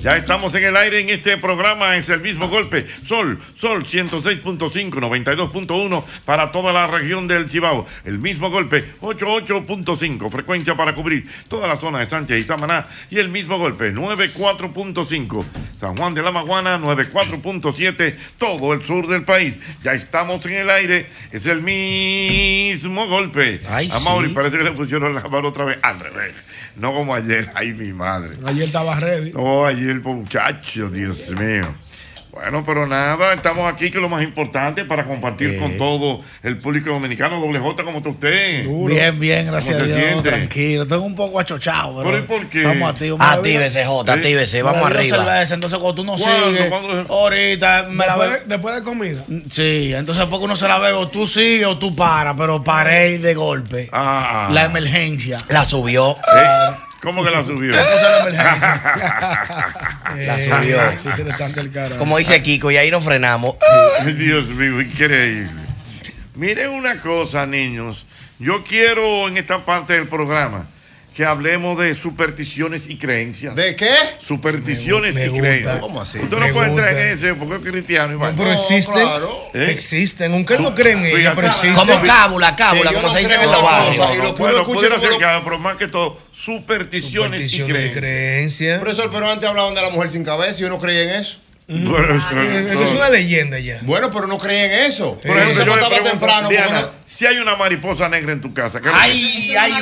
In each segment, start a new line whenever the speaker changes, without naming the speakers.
Ya estamos en el aire en este programa, es el mismo golpe. Sol, Sol 106.5, 92.1 para toda la región del Cibao. El mismo golpe, 88.5, frecuencia para cubrir toda la zona de Sánchez y Samaná. Y el mismo golpe, 94.5, San Juan de la Maguana, 94.7, todo el sur del país. Ya estamos en el aire, es el mismo golpe. A Mauri
sí.
parece que le pusieron la mano otra vez al revés, no como ayer. Ay, mi madre.
Ayer estaba ready.
No, allí el muchacho, Dios mío. Bueno, pero nada, estamos aquí que es lo más importante para compartir con todo el público dominicano. Doble J, ¿cómo está usted?
Bien, bien, gracias a
¿Cómo se
Dios.
siente?
Tranquilo. Tengo un poco achochado, pero.
¿Pero y por qué?
Estamos activos.
Actívese, Jota,
Jota,
actívese, vamos arriba.
Entonces, cuando tú no
¿Cuándo?
sigues.
¿Cuándo?
Ahorita me la
Después,
bebo.
después de comida.
Sí, entonces poco uno se la bebo. Tú sigues o tú paras, pero paré de golpe.
Ah.
La emergencia.
La
Eh,
subió.
Ah,
eh,
¿Cómo que la subió?
La Eh, cosa de emergencia.
La subió. Como dice Kiko, y ahí nos frenamos.
Dios mío, increíble. Miren una cosa, niños. Yo quiero en esta parte del programa que hablemos de supersticiones y creencias.
¿De qué?
Supersticiones
Me
y
gusta.
creencias.
¿Cómo así?
Usted
Me
no puede entrar
gusta.
en ese porque es cristiano. Iván.
pero existen.
¿Eh? Ah,
Existen. Aunque él no cree en ella, pero existen.
Como cábula, cábula, como se dice en los barrios.
No, no, bueno, pudiera ser que, pero más que todo, supersticiones, y creencias.
Profesor, pero antes hablaban de la mujer sin cabeza y uno creía en eso.
Bueno, eso-
Eso es una leyenda ya. Bueno, pero no creía en eso.
Por ejemplo,
se
yo le
mataba
pregunto,
temprano. porque
Diana,
no-
si hay una mariposa negra en tu casa, ¿qué le-
Ay, ay.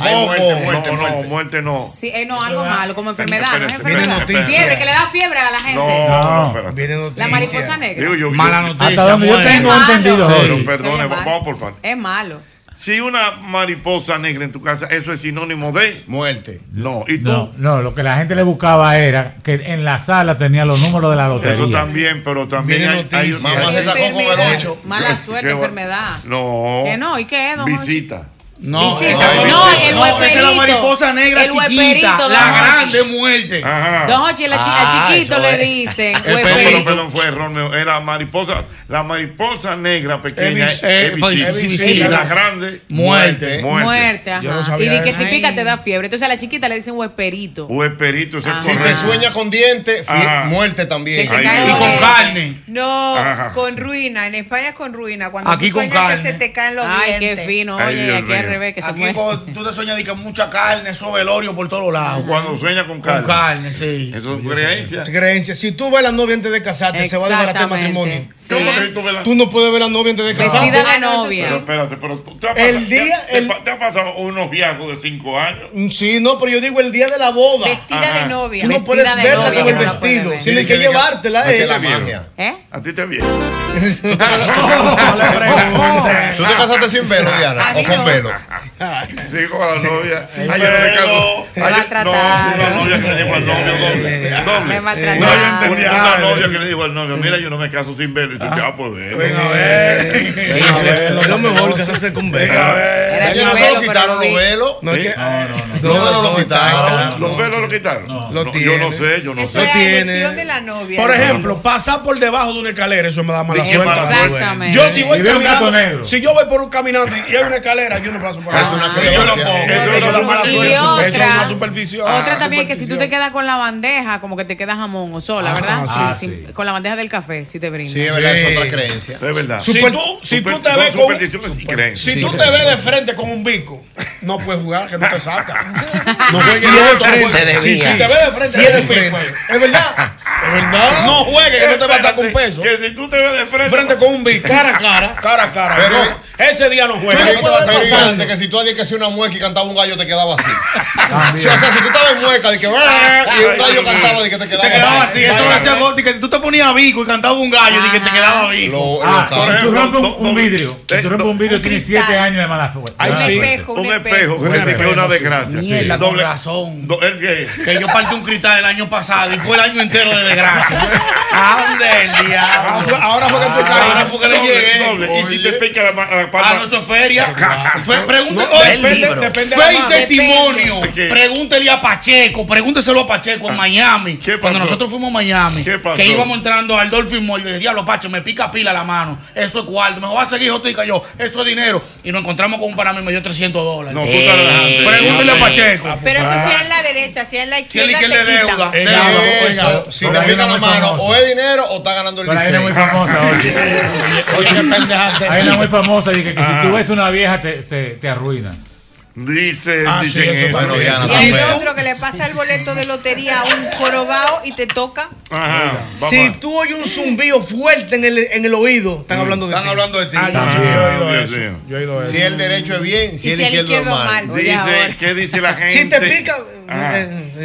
Oh.
Ojo,
muerte, muerte,
no, no, muerte no.
Sí, eh, no, algo malo, como
Espérate,
enfermedad. Ah, ¿no? Es
espérate,
enfermedad.
espérate, espérate.
Fiebre, que le da fiebre a la gente.
No, no,
Viene
La mariposa negra.
Mala
noticia, Hasta donde yo muere. tengo entendido hoy.
perdone,
Sería
vamos por parte.
Es malo.
Si una mariposa negra en tu casa, eso es sinónimo de
muerte.
No, y tú.
No, no, lo que la gente le buscaba era que en la sala tenía los números de la lotería.
Eso también, pero también
Viene
hay, hay
noticia.
Mamá se sacó con el
Enfermedad.
ocho.
Mala suerte,
qué va-
enfermedad.
No.
Que no, ¿y qué, don Jorge?
Visita.
No,
Visita.
esa-
No, el
no, esa es la
hueperito.
mariposa negra
El hueperito,
chiquita.
don
La
Jorge.
grande muerte.
Don Hochi, el, chi-
Ah,
al chiquito
eso
le
es.
dicen.
No,
huepe-
pero perdón, fue error mío. Era mariposa. La mariposa negra pequeña es,
Es vi- eh, pues,
visita.
sí, visita.
Y La grande.
Muerte.
Muerte.
Muerte,
Yo
ajá.
no sabía
y di que
eso.
si pica te da fiebre. Entonces a la chiquita le dicen hueperito.
Hueperito, eso es
Si te
correcto.
sueña con dientes, fie-
Ajá.
muerte también.
Ah. Que se Ahí caiga viene.
Con carne.
No,
Ajá.
con ruina. En España es con ruina. Cuando
Aquí
tú
con
sueñas
carne.
que se te caen los
Ay,
dientes.
qué fino,
Ay,
oye,
Dios
qué
mío.
al revés, que se
Aquí
muere.
cuando tú te sueñas de que mucha carne, eso es velorio por todos lados.
Cuando sueñas con
carne. Con carne, sí.
Eso es creencia.
Creencia. Si tú ves la novia antes de casarte, se va a desbaratar el matrimonio.
Sí. ¿Cómo que tú ves la- Ah,
Tú no puedes ver la novia antes de casarte.
Pero espérate, pero tú- te ha
El
pasado,
día-
te, te- te ha pasado un noviazgo de cinco años.
Sí, no, pero yo digo el día de la boda. Vestida
Ajá. de
novia. Tú no
Vestida
puedes
de
verla
novia,
con el
no la
vestido.
puedes ver.
Tienes que
Tiene que
llevártela a
Aquí
ella.
la magia.
¿Eh?
A ti te vieron.
¿Tú te casaste sin velo, Diana? ¿O con velo?
Sí, con la novia.
sin
Ayer me
velo.
casó.
Me
Ayer-
maltrataron.
No, una novia que le dijo al novio doble. doble.
Me maltrataron.
No, yo entendí. Eh, Una novia que le dijo al novio, mira, yo no me caso sin verlo. Y tú, ya, pues, ven. Ven a ver.
Sí,
eh,
es lo mejor que se hace con velo.
Era sin
no se
velo,
lo quitaron
pero
los
lo vi.
velos.
No, es que-
no, no.
Los velos lo quitaron.
Los velos lo quitaron.
Lo
No, Yo
tiene.
no sé, yo no
Eso
sé.
es
elección de
la novia.
Por ejemplo, pasar por debajo de una escalera, eso me da mala
Qué
suerte.
mala suerte. Exactamente.
Yo si
Y
voy
ve un gato negro.
caminando, si yo voy por un caminante y hay una escalera, yo no paso por ahí. Es una
creencia.
Yo no pongo.
Eso
Eso
es
da
una
mala
Y
suerte. Eso es
otra-
una superficie.
Ah,
Otra también es que si tú te quedas con la bandeja, como que te quedas jamón o sola,
Ah,
¿verdad?
ah,
Sí, sí, Con la bandeja del café, si te brindas.
Sí, es verdad, es otra creencia.
Es verdad.
Si
Super-
tú, si tú
super-
te
son
ves con,
supersticiones y creencias.
si tú
Sí.
te ves de frente con un bico, no puedes jugar, que no te saca. No
Si
juegues
es Ah, de frente,
no, no juegues.
se
Si,
desvía.
si te ves de frente,
Si es de
es
frente.
bico, eh. Es verdad. Es verdad. No juegues, que no te vas a sacar un peso.
Que si tú te ves de frente.
Frente con un bico, cara a cara, cara a cara.
Pero-
no, ese día no
Pero
juegas.
no te vas a salir adelante, que si tú hacías que hacía una mueca y cantaba un gallo, te quedaba así. Sí, o sea, si tú estabas en mueca, de que. Y un gallo cantaba, de que te
Te
quedaba
quedaba así, eso lo hacía Gordy, que tú te ponías bico y cantabas un gallo y que te quedaba bico.
Ah, si tú rompes un, un vidrio, si tú rompes un vidrio, tienes 7 años de mala suerte.
Ay,
Mala
sí.
suerte.
Un espejo, que te queda una desgracia.
Mierda,
Sí.
con
Doble-
razón.
do- ¿El qué?
Que yo partí un cristal el año pasado y fue el año entero de desgracia. Ande el diablo. Ahora fue, que te caí. Ahora fue que le
Doble,
llegué.
doble. Y si te pica la, ma- la palma.
Ah, no, eso es feria. Fue, pregunta,
No,
oye,
el
depende-
libro.
depende
Fe
de
y
la mano.
testimonio.
Depende. Pregúntele a Pacheco, pregúnteselo a Pacheco en
Ah,
Miami. Cuando nosotros fuimos a Miami,
pasó?
que íbamos entrando al Dolphin Mall, yo dije, diablo, Pache, me pica pila la mano. Eso es cuarto. Me dijo, va a seguir, Jotica. Yo, eso es dinero. Y nos encontramos con un panamá y me dio 300 dólares.
No, tú estás
Eh,
relajante.
Pregúntele a
Ok.
Pacheco.
Ah,
Pero eso sea en la derecha, sea en la
Si el
izquierda.
que
te
le
Eh,
quita.
deuda.
Sí,
se habla.
eso.
Oiga,
Si te pica la mano, o es dinero o está ganando el
Pero hay
liceo.
una muy famosa, oye. Hay una muy famosa dice que, que
Ah.
si tú ves una vieja te, te, te arruina.
Dice,
Ah,
dicen
sí, eso
eso.
pero Diana,
Y hay otro que le pasa el boleto de lotería a un jorobado y te toca.
Ajá.
Si tú oyes un zumbido fuerte en el, en el oído, están hablando de ti.
Están hablando de ti.
Ah,
Si el derecho es bien, si el izquierdo es mal.
Oye, ahora.
Dice, ¿qué dice la gente? Ah.
Si te pica.
Ajá.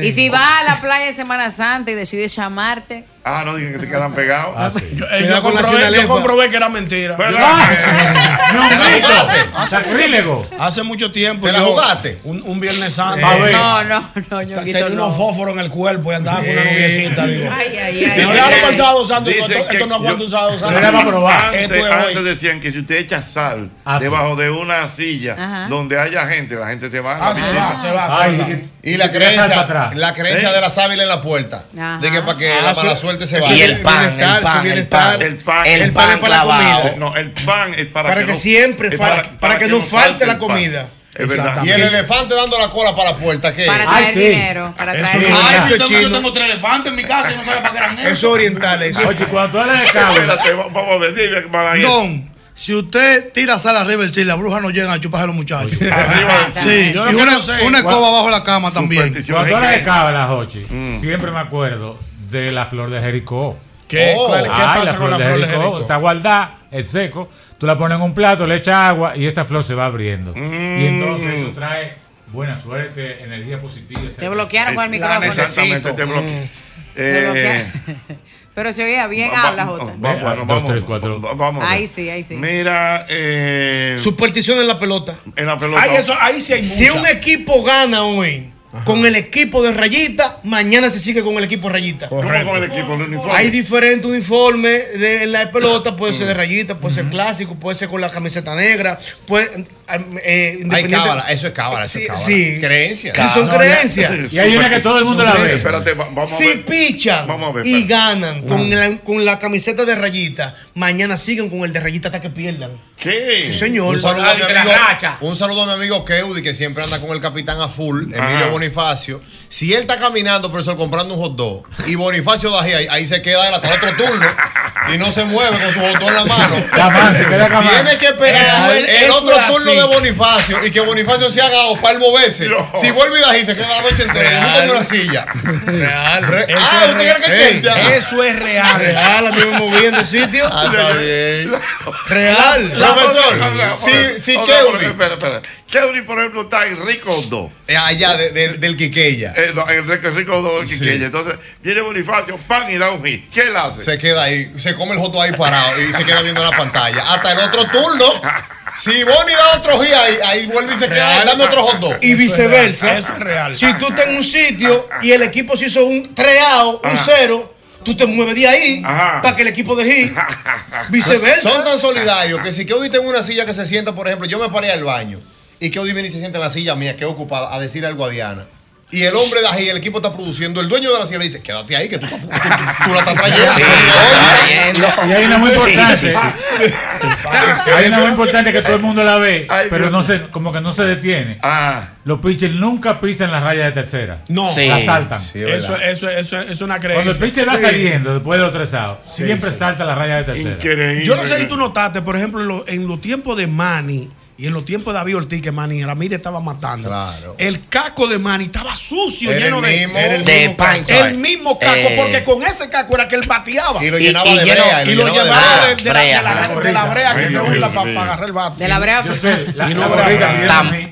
Y si vas a la playa de Semana Santa y decides llamarte.
Ah, no, dicen que se quedan pegados.
Yo,
Yo,
yo
comprobé, yo
comprobé-
comprobé que era mentira.
Sacrílego.
Hace mucho tiempo.
¿Te la
yo-
jugaste?
Un, un
Eh,
viernes santo.
Eh,
Pa' ver.
No, no, no, ñonguito,
Tenía
no.
unos fósforos en el cuerpo y andaba con una noviecita. Digo.
Ay, ay, ay.
Digo, déjalo para el sábado santo.
Dicen
Esto,
que
esto no aguanta
yo-
un sábado santo.
Pero era para probar.
Esto
Antes,
es hoy.
antes decían que si usted echa sal
Ah, sí.
debajo de una silla
Ajá.
donde haya gente, la gente se va. a la
Ah, se
piscina.
va, se va.
Ay,
se va.
que-
Y la
que te dejas para
creencia,
atrás.
la creencia
¿Eh?
de la sábila en la puerta.
Ajá.
De que para que
Ah,
la mala suerte se
Y el
vaya.
pan, el
bienestar, su
pan, el pan.
bienestar.
El pan,
El
pan es
pan
para la
clavado.
comida.
No, el pan es para,
Para que
no-
siempre
es
fal- para que no falte la
el pan.
comida.
Es verdad.
Y el elefante dando la cola para la puerta. ¿Qué?
Para
Ay,
traer
sí.
dinero. Para traer
Eso-
dinero.
Ay,
Ay, yo tengo- yo
chino.
tengo tres elefantes en mi casa y no sabía para qué eran
Eso oriental es.
Oye, cuando tú hablas de cabra,
Espérate, va- vamos a ver, dime que van a ir.
Don, si usted tira sal arriba del cielo, la bruja no llega a chuparse a los muchachos.
Arriba del
Sí, y
Yo lo que
una,
no sé-
una escoba abajo de la cama también.
superstición
cuando tú hablas
es
de
que-
cabra, Jochi,
Mm.
siempre me acuerdo de la flor de Jericó.
¿Qué,
Oh.
¿Cuál- qué
Ay,
pasa con la flor de Jericó?
Está guardada, es seco. Tú la pones en un plato, le echas agua y esta flor se va abriendo.
Mm.
Y entonces eso trae buena suerte, energía positiva.
Te bloquearon con el
La
micrófono.
Exactamente, te bloquea.
Te
Eh,
bloquearon. Pero se oía bien,
va-
habla,
va-
Jota.
va- bueno,
Dos,
vamos,
tres, cuatro.
va- vamos.
Ahí sí, ahí sí.
Mira, eh,
Superstición en la pelota.
en la pelota.
Ay, eso, ahí sí hay
Si
Si
un
un equipo gana hoy con el equipo de rayita, mañana se sigue con el equipo de rayita.
¿Cómo con el equipo, el uniforme?
Hay diferentes uniformes de en la pelota, puede ser de rayita, puede ser clásico, puede ser con la camiseta negra, puede eh,
Hay
independiente-
cábala, eso es cábala, eso
Sí,
es cábala.
sí.
Creencia.
Sí, son
No, ya-
creencias.
Y hay una que todo el mundo la ve.
Espérate, va- vamos a
Si
ver.
pichan
Vamos a ver,
y
espérate.
ganan con, la, con la camiseta de rayita, mañana siguen con el de rayita hasta que pierdan.
¿Qué?
Sí, señor.
Un saludo,
Ah,
a
de
mi
que la
amigo,
racha.
un saludo a mi amigo Keudi, que siempre anda con el capitán a full,
Ajá.
Emilio Bonifacio. Si él está caminando, profesor, comprando un hot dog, y Bonifacio da ahí, ahí se queda él hasta otro turno, y no se mueve con su botón en la mano.
Camán, se queda Camán.
Tiene que esperar
Eso es-
el
eso
otro
es
turno
así.
de Bonifacio y que Bonifacio se haga o palmo veces. Si vuelve y da y se queda la noche entera, y nunca
Real.
en una silla.
Real.
Re-
Eso
ah,
es
¿usted cree que
re-
es Cristian?
Ey, Eso es real. Real, a mí me moví en el sitio.
Ah, está bien.
Real.
Habla,
sí, sí,
habla,
Keudi.
Espera, espera. Keudi, por ejemplo, está en Ricondo.
Eh, allá, de- de- del Quiqueya.
Eh, no, en Rico- Ricondo, en Quiqueya. Entonces, viene Bonifacio, pan y da un hit. ¿Qué él hace?
Se queda ahí, se come el joto ahí parado y se queda viendo la pantalla. Hasta el otro turno. Si Bonnie da otro día, ahí, ahí vuelve y se queda dame otro hot dog.
Y
Ah,
viceversa.
Eso es real.
Si tú estás en un sitio y el equipo se hizo un treado, un cero, tú te mueves de ahí para que el equipo de hit. Viceversa.
Son tan solidarios que si Keudi tengo una silla que se sienta, por ejemplo, yo me paré al baño y Keudi viene y se sienta en la silla mía, que ocupada, a decir algo a Diana. Y el hombre de ahí, el equipo está produciendo, el dueño de la silla le dice, quédate ahí, que tú, estás- tú- tú- tú la estás trayendo.
Y hay una muy importante. Hay una muy importante que todo el mundo la ve, pero no se, como que no se detiene.
Ah.
Los pitchers nunca pisan las rayas de tercera.
No,
La saltan.
eso, eso, eso, es una creencia.
Cuando el pitcher va
Sí.
saliendo después de los tres outs,
Sí,
siempre
sí.
salta la raya de tercera.
Yo no sé si tú notaste, por ejemplo, en lo- en los tiempos de Manny y en los tiempos de David Ortiz, que Manny Ramírez estaba matando. El caco de Manny estaba sucio,
Era
lleno
el
de,
mismo.
era el
De
mismo
pan
caco.
chart.
El mismo caco,
pues,
Eh.
porque con ese caco era que él bateaba.
Y lo llenaba de
lleno-
brea,
y lo
llenaba de
llevaba de,
brea.
de la, de la-
Brea.
de la brea que se
Dios
junta
mío.
para agarrar el bate.
De la brea
Yo
sé,
la- Y no
la
brea
brea
fría.
Tam-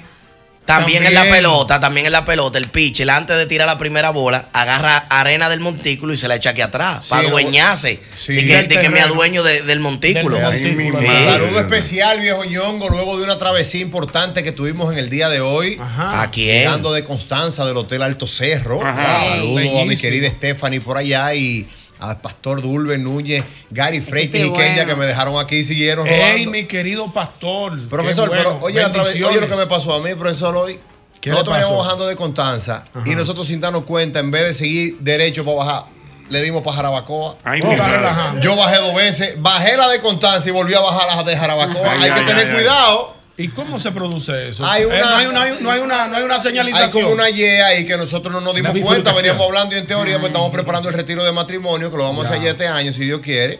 también, en la
También.
pelota, también en la pelota, el pitcher antes de tirar la primera bola, agarra arena del montículo y se la echa aquí atrás para
Sí,
adueñarse.
sí.
y que,
Del
de que me
terreno.
adueño de- del montículo.
Ay, mi
Sí.
madre. Saludo especial, viejo Ñongo, luego de una travesía importante que tuvimos en el día de hoy.
¿A quién?
Llegando de Constanza del Hotel Alto Cerro.
Ajá.
Saludo a mi
Bellísimo.
querida Stephanie por allá y al pastor Dulve Núñez, Gary Freites
sí
y
es
Kenya
bueno.
que me dejaron aquí y siguieron
Ey,
rodando.
mi querido pastor. qué
Profesor,
bueno,
pero oye, la traves- oye lo que me
bendiciones.
pasó a mí, profesor, hoy.
¿Qué le
nosotros
pasó?
veníamos bajando de Constanza y nosotros sin darnos cuenta, en vez de seguir derecho para bajar, le dimos para Jarabacoa.
Ay, mi madre.
Yo bajé dos veces, bajé la de Constanza y volví a bajar la de Jarabacoa.
Ay,
Hay
ay,
que
ay,
tener
ay.
cuidado.
¿Y cómo se produce eso?
Hay
Eh,
una,
no, hay una, no hay una, no hay una señalización.
Hay como una yea y que nosotros no nos dimos
Una
cuenta.
bifurcación.
Veníamos hablando y en teoría pues, estamos preparando el retiro de matrimonio, que lo vamos a hacer ya este año, si Dios quiere.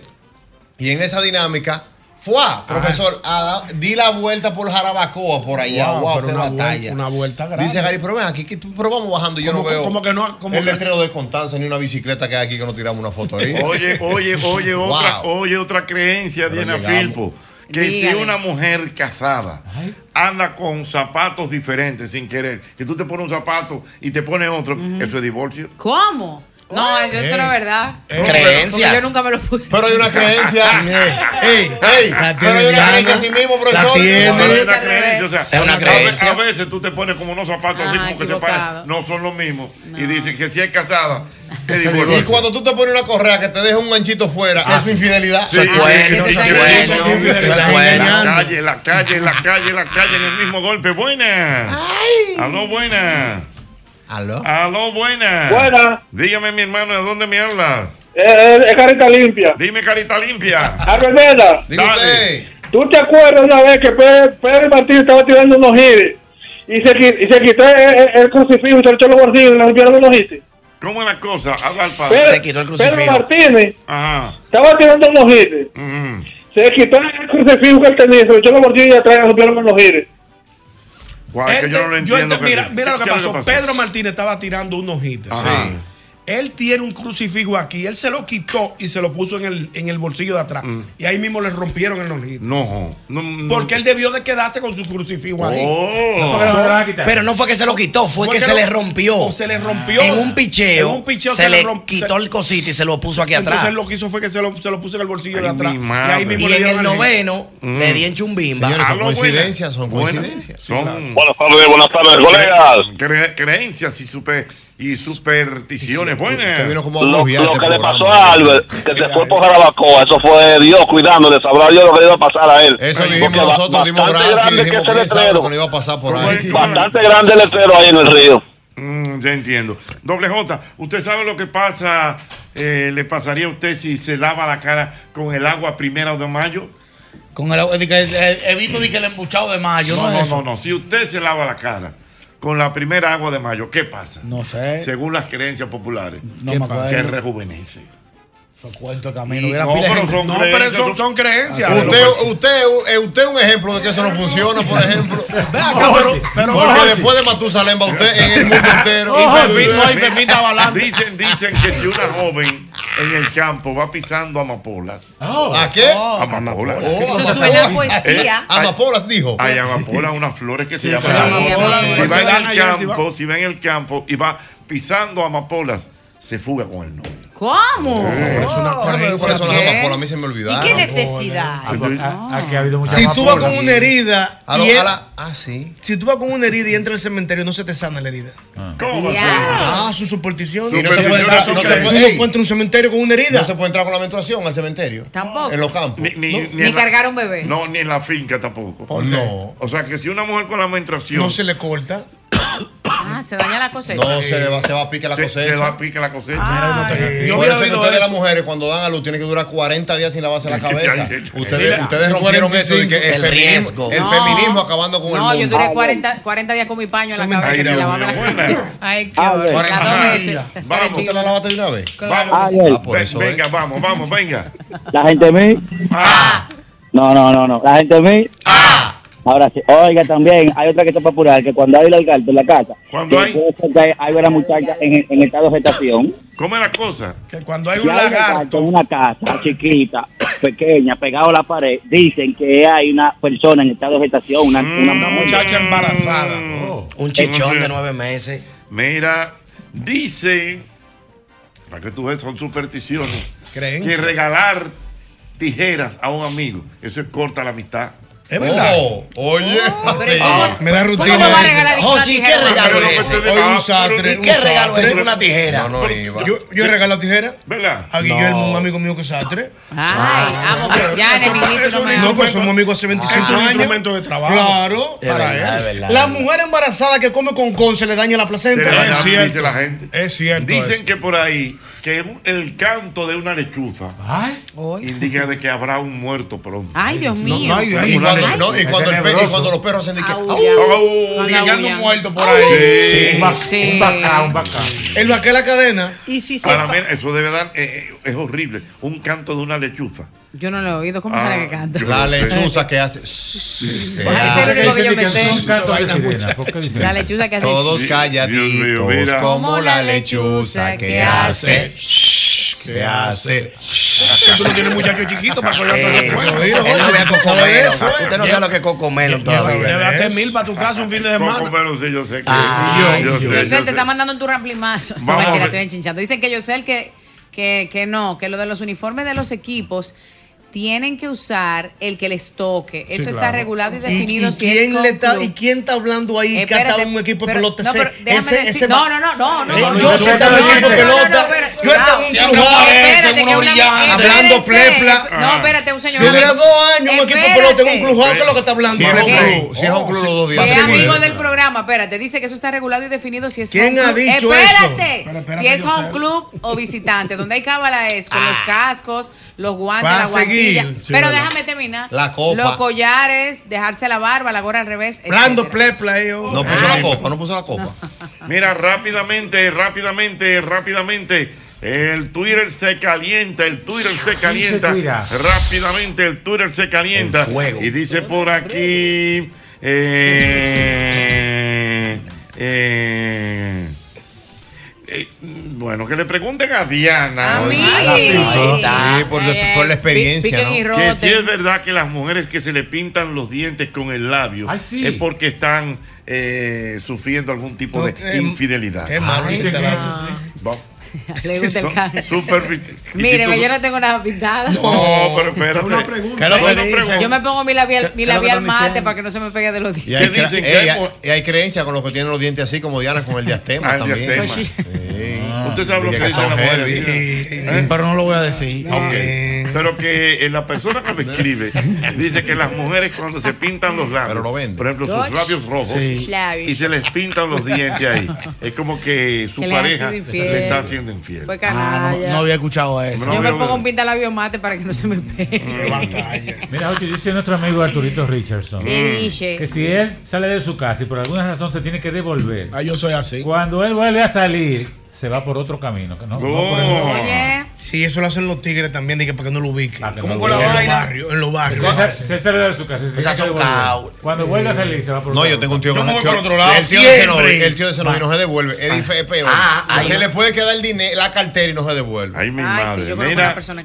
Y en esa dinámica, fue, profesor, a da- di la vuelta por Jarabacoa, por allá.
Guau,
Wow,
Ah, pero
qué
una
batalla.
vuelta- una vuelta grande.
Dice Gary, pero ven aquí que tú- pero vamos bajando, yo no
¿Cómo que-
veo.
cómo que no- cómo
el
que-
letrero de Constanza ni una bicicleta que hay aquí que nos tiramos una foto ahorita.
Oye, oye, oye,
Wow.
otra, oye, otra creencia, Diana
llegamos.
Filpo. Que si
Dígale.
una mujer casada anda con zapatos diferentes sin querer, que tú te pones un zapato y te pones otro, eso es divorcio.
¿Cómo? No, yo eso no es verdad.
Eh.
Porque
Creencias.
yo nunca me lo puse.
Pero hay una creencia.
Ey,
ey, pero hay una
Diana.
creencia así mismo,
La
profesor.
tiene.
No, pero es una
Es al revés.
creencia, o sea,
Es una
a
creencia.
ve- A veces tú te pones como unos zapatos así
Ah,
como que se
equivocado.
parecen, no son los mismos. Y dicen que si es casada, es divorcio.
Y cuando tú te pones una correa que te deja un ganchito fuera,
Ah.
es su infidelidad.
Sí, sí, sí, sí, sí, sí, sí, sí, sí, La
engañando.
calle, la calle, la calle, la calle, en el mismo golpe. Buena. Aló, buena.
Aló.
Aló, buena.
Buena.
Dígame, mi hermano, ¿de dónde me hablas?
Eh, Es carita limpia.
Dime, carita limpia.
Arremeda. ¿Tú te acuerdas una vez que Pedro, Pedro Martín estaba tirando unos hits y se, qui- y se quitó el, el- el crucifijo y se lo echó a los bolsillos y le rompieron unos hits?
¿Cómo es la cosa? Habla al padre.
Pedro, Pedro Martínez
Ah.
estaba tirando unos hits.
Mm-hmm.
Se quitó el crucifijo que él tenía, se lo echó a los bolsillos y atrás le rompieron unos hits.
Guau, es que yo no lo
Yo
entiendo.
ent- mira,
Carita.
mira lo que
¿Qué es
pasó. Pedro Martínez estaba tirando unos hits.
Ajá.
Sí. Él tiene un crucifijo aquí. Él se lo quitó y se lo puso en el, en el bolsillo de atrás. Y ahí mismo le rompieron el los hits.
No, no, no.
Porque él debió de quedarse con su
Oh.
crucifijo ahí.
No,
So-
pero no fue que se lo quitó, fue, que, se
lo-
le rompió.
Se le rompió.
En un picheo,
En un picheo
se, le
romp-
quitó el cosito y se lo puso aquí atrás.
Entonces él lo que hizo fue que se lo, se lo puso en el bolsillo de atrás.
mi
Y
madre.
ahí mismo
Y
le
en
dieron
el
hit.
noveno, le di en chumbimba.
Mm. Señores, son
Aló, buenas.
coincidencias, son coincidencias.
Buenas tardes, buenas tardes, colegas.
Cre- creencias y, super, y supersticiones. Buenas.
lo, lo que le pasó a Albert, que se fue por Jarabacoa, eso fue Dios cuidándole, sabrá Dios lo que le iba a pasar a él.
Eso
Porque
dijimos
ba-
nosotros, dimos
bastante
gracias y
grande que
dijimos
ese
que sabe
letrero,
lo que le iba a pasar por ahí.
bastante grande el letrero ahí en el río.
Mm, ya entiendo. Doble J, ¿usted sabe lo que pasa, eh, le pasaría a usted si se lava la cara con el agua primero de mayo?
Con el agua- di que- eh, evito di que el embuchado de mayo.
no,
No,
no,
es
no,
eso?
no. Si usted se lava la cara con la primera agua de mayo, ¿qué pasa?
No sé.
Según las creencias populares,
No me acuerdo.
que rejuvenece.
Cuarto camino.
Y-
Hubiera
no,
pila de
pero
gente-
son creencias, son-
Ah, pero
Usted,
pues,
usted, eh, usted es un ejemplo de que eso no funciona, por ejemplo.
pero- pero-
Porque
Oye.
después de Matusalén va usted en el mundo entero.
Dicen, dicen que si una joven en el campo va pisando amapolas.
Oh. ¿A qué? Oh.
Amapolas.
Oh, Eso amapolas. suena a poesía.
Eh, hay-
Amapolas, dijo.
Hay amapolas, unas flores que se
Sí,
llaman
sí,
amapolas.
sí.
Si va en el
Ayer, si va-
campo, si va en el campo y va pisando amapolas, se fuga con el novio.
¿Cómo?
¿Cuáles son las
¿Qué?
amapolas? A mí se me olvidaron.
¿Y qué
necesidad?
Aquí ha habido mucha
Si tú vas
amapola.
con una herida.
A
y
lo-
en-
a la- ah, sí.
Si tú vas con una herida y entras al cementerio, no se te sana la herida.
¿Cómo va a ser?
Ah, su superstición.
Y no se puede entrar, no se puede-
Uno
ey.
puede entrar a un cementerio con una herida.
No se puede entrar con la menstruación al cementerio.
Tampoco.
En los campos.
Ni, ni,
No.
en
Ni
la-
cargar un bebé.
No, ni en la finca tampoco.
¿Por qué? No.
O sea que si una mujer con la menstruación.
No se le corta.
Ah, se daña la cosecha.
No, se, le va, se va a pique la
Se-
cosecha.
se va a pique la cosecha.
Yo
había
por eso que
oído
ustedes, las
eso.
mujeres, cuando dan a luz, tienen que durar 40 días sin lavarse la cabeza. ustedes,
Mira,
ustedes rompieron eso de que el,
45.
feminismo,
El riesgo.
el
No.
feminismo acabando con
No,
el
yo
mundo.
duré 40, 40 días con mi paño en la cabeza.
Ay,
sin
Dios
lavarme la
mío,
cabeza. Ay,
Ah,
qué
Ahora,
horror. Las
ajá.
dos veces.
Vamos, ¿tú te la lavaste de una vez?
Vamos.
Ay, ay.
Ah, por eso, eh. venga, vamos, vamos, venga.
La gente mí. No, no, no, no. La gente mí. Ahora sí. Oiga, también hay otra que está para apurar, que cuando hay el alcalde en la casa,
Cuando
que
hay-
puede ser que hay, hay una muchacha en, en estado de gestación.
¿Cómo es la cosa?
Que cuando
Si hay un lagarto en una casa chiquita, pequeña, pegado a la pared, dicen que hay una persona en estado de gestación, una, una
Mm.
muchacha embarazada.
Un chichón de nueve meses.
Mira, dice, para que tú ves, son supersticiones.
Creencias.
Que regalar tijeras a un amigo, eso es corta la amistad.
Es verdad.
Oh, oye, Oh,
sí. Me da rutina
Oh, ¿Cómo va a
eso.
regalar una
Jochi, ¿qué
tijera?
regalo
Pero
es
no me
ese?
estoy de-
Oye,
Ah,
un
pero
sastre.
¿y qué
un
regalo
sastre.
es una tijera?
No, no iba.
Yo, yo he regalado tijera.
¿Verdad?
A Guillermo, un amigo mío que es sastre.
Ay, vamos, pues ya, enemiguito, no me
No,
hagas.
pues somos amigos hace 25
Eso es un
Ah,
años.
instrumento de trabajo.
Claro,
Es
para
verdad,
él.
es verdad.
la mujer embarazada que come con con se le daña la placenta.
Se le daña,
Es
dice
cierto.
la gente.
Es cierto.
Dicen
eso.
que por ahí, que un- el canto de una lechuza indica de que habrá un muerto pronto.
Ah,
Ay, Dios
No,
mío.
no hay- hay
Y
una lechuza.
cuando, no, y cuando el pe- y cuando los perros hacen de que.
Aúlla.
¡Au!
Cuando
Llegando
aullan.
un muerto por
Ay,
ahí.
Sí.
Un vac-
Sí.
Un bacán, un bacán. El bacán la cadena.
Y si
Ahora, mira, eso debe dar, eh, eh, es horrible. Un canto de una lechuza.
Yo no lo he oído. ¿Cómo
Ah,
será que canta?
yo-
La lechuza que hace.
Sí.
Ese es el único que yo me sé.
sé.
La lechuza que hace.
Todos
Sí.
Dios mío,
calladitos,
mira.
como la lechuza que hace. Se hace.
Tú no tienes muchacho chiquito para colgar todo
Eh,
ese cuerno.
él no
Oye,
vea
¿tú sabes
cocomelo.
eso, eh?
Usted no sabe lo que es cocomelo todavía.
Llévate mil para tu casa un fin de
Este
semana.
Pero sí, yo sé que.
Ay,
yo, yo sé,
Yosel
yo
te
sé.
está mandando tu ramplimazo. No,
Vamos a
mentira,
ver.
estoy enchinchando. Dicen que Yosel que, que, que no, que lo de los uniformes de los equipos tienen que usar el que les toque. Eso está
claro.
regulado y
¿Y,
definido.
y
si es
quién
con
le está,
club.
¿Y quién está hablando ahí
Eh,
que hasta
espérate,
un equipo de
pero-
pelota
no,
se-
pero déjame decir- no, no, no, no, no.
Eh, Yo
no,
sé que
no,
estaba
no,
el equipo
no,
de
no, no,
pelota.
espérate,
Yo estaba
no,
un
espérate,
crujado
que
ese,
una-
uno brillante.
espérate,
Hablando plepla.
Ah.
No, espérate, un señor.
Si hubiera dos años, un equipo de
Espérate.
pelota en un club, ¿qué es lo que está hablando?
Si es un
¿Qué?
club, si es un club los dos días.
Es
Pase
amigo
bien.
del programa, espérate, dice que eso está regulado y definido si es
¿Quién
home club.
ha dicho
espérate,
eso? Pero
si
espérate,
es home
Yosel.
club o visitante, donde hay cábala es con los cascos, los guantes,
Va a
la guantilla.
seguir,
Pero
chulo.
déjame terminar.
La copa.
Los collares, dejarse la barba, la gorra al revés.
Blando
etcétera.
plepla ellos.
No puso la copa, no puso la copa.
eh, oh. Mira, rápidamente, rápidamente, rápidamente. El Twitter se calienta, el Twitter se calienta.
cuida.
rápidamente, el Twitter se calienta. Y dice por aquí. eh, eh, eh, bueno, que le pregunten a Diana.
A mí. Ahí está. Sí, por la- Ay, por la ay, experiencia, piquen ¿no? y
Que
roten.
si es verdad que las mujeres que se le pintan los dientes con el labio
Ay, sí.
es porque están eh, sufriendo algún tipo de
qué-
infidelidad.
qué mal Ay, dice no. eso,
Va-
Le gusta el
Son
canje.
superfici-
Mire,
y si tú-
yo no tengo nada pintada.
No, pero espérate.
¿Qué es lo que dicen?
Yo me pongo mi labial, mi
qué es lo que
labial
están
mate
diciendo?
para que no se me pegue de los
Y hay,
dientes.
cre- ey, hay- y hay creencias con los que tienen los dientes así, como Diana con el diastema
Ah, el
también.
diastema.
Pues
Ah,
Usted sabe lo que dice la mujer. Ah,
Pero no lo voy a decir.
Ok. Pero que eh, la persona que me escribe dice que las mujeres cuando se pintan los labios, por ejemplo, sus
Los
labios rojos,
sí. labios.
y se les pintan los dientes ahí, es como que su
Que le han
pareja
sido infiel. Pues,
le está haciendo infiel.
Fue canalla.
No había escuchado eso.
yo me pongo un pintalabio mate para que no se me pegue.
Mira, Jochi, dice nuestro amigo Arturito Richardson
Mm.
¿Qué dice?
que si él sale de su casa y por alguna razón se tiene que devolver,
Ah, yo soy así. Oh.
cuando él vuelve a salir, se va por otro camino. que No, no por el-
Oye,
Sí, eso lo hacen los tigres también, de que para que no lo ubiquen.
no
¿Cómo
lo
fue la
ubiquen.
vaina? En los barrios. En los barrios. Ah,
César César era de su casa.
Esas son caos.
Cuando vuelva a salir, se va por
No,
otro
yo tengo un tío
lado.
que no- que- El tío de Cenoví, el tío de Cenoví no se devuelve. Es, dif- es peor.
Ah, ah,
Pues se
ah.
le puede quedar el dinero, la cartera y no se devuelve.
Ay, mi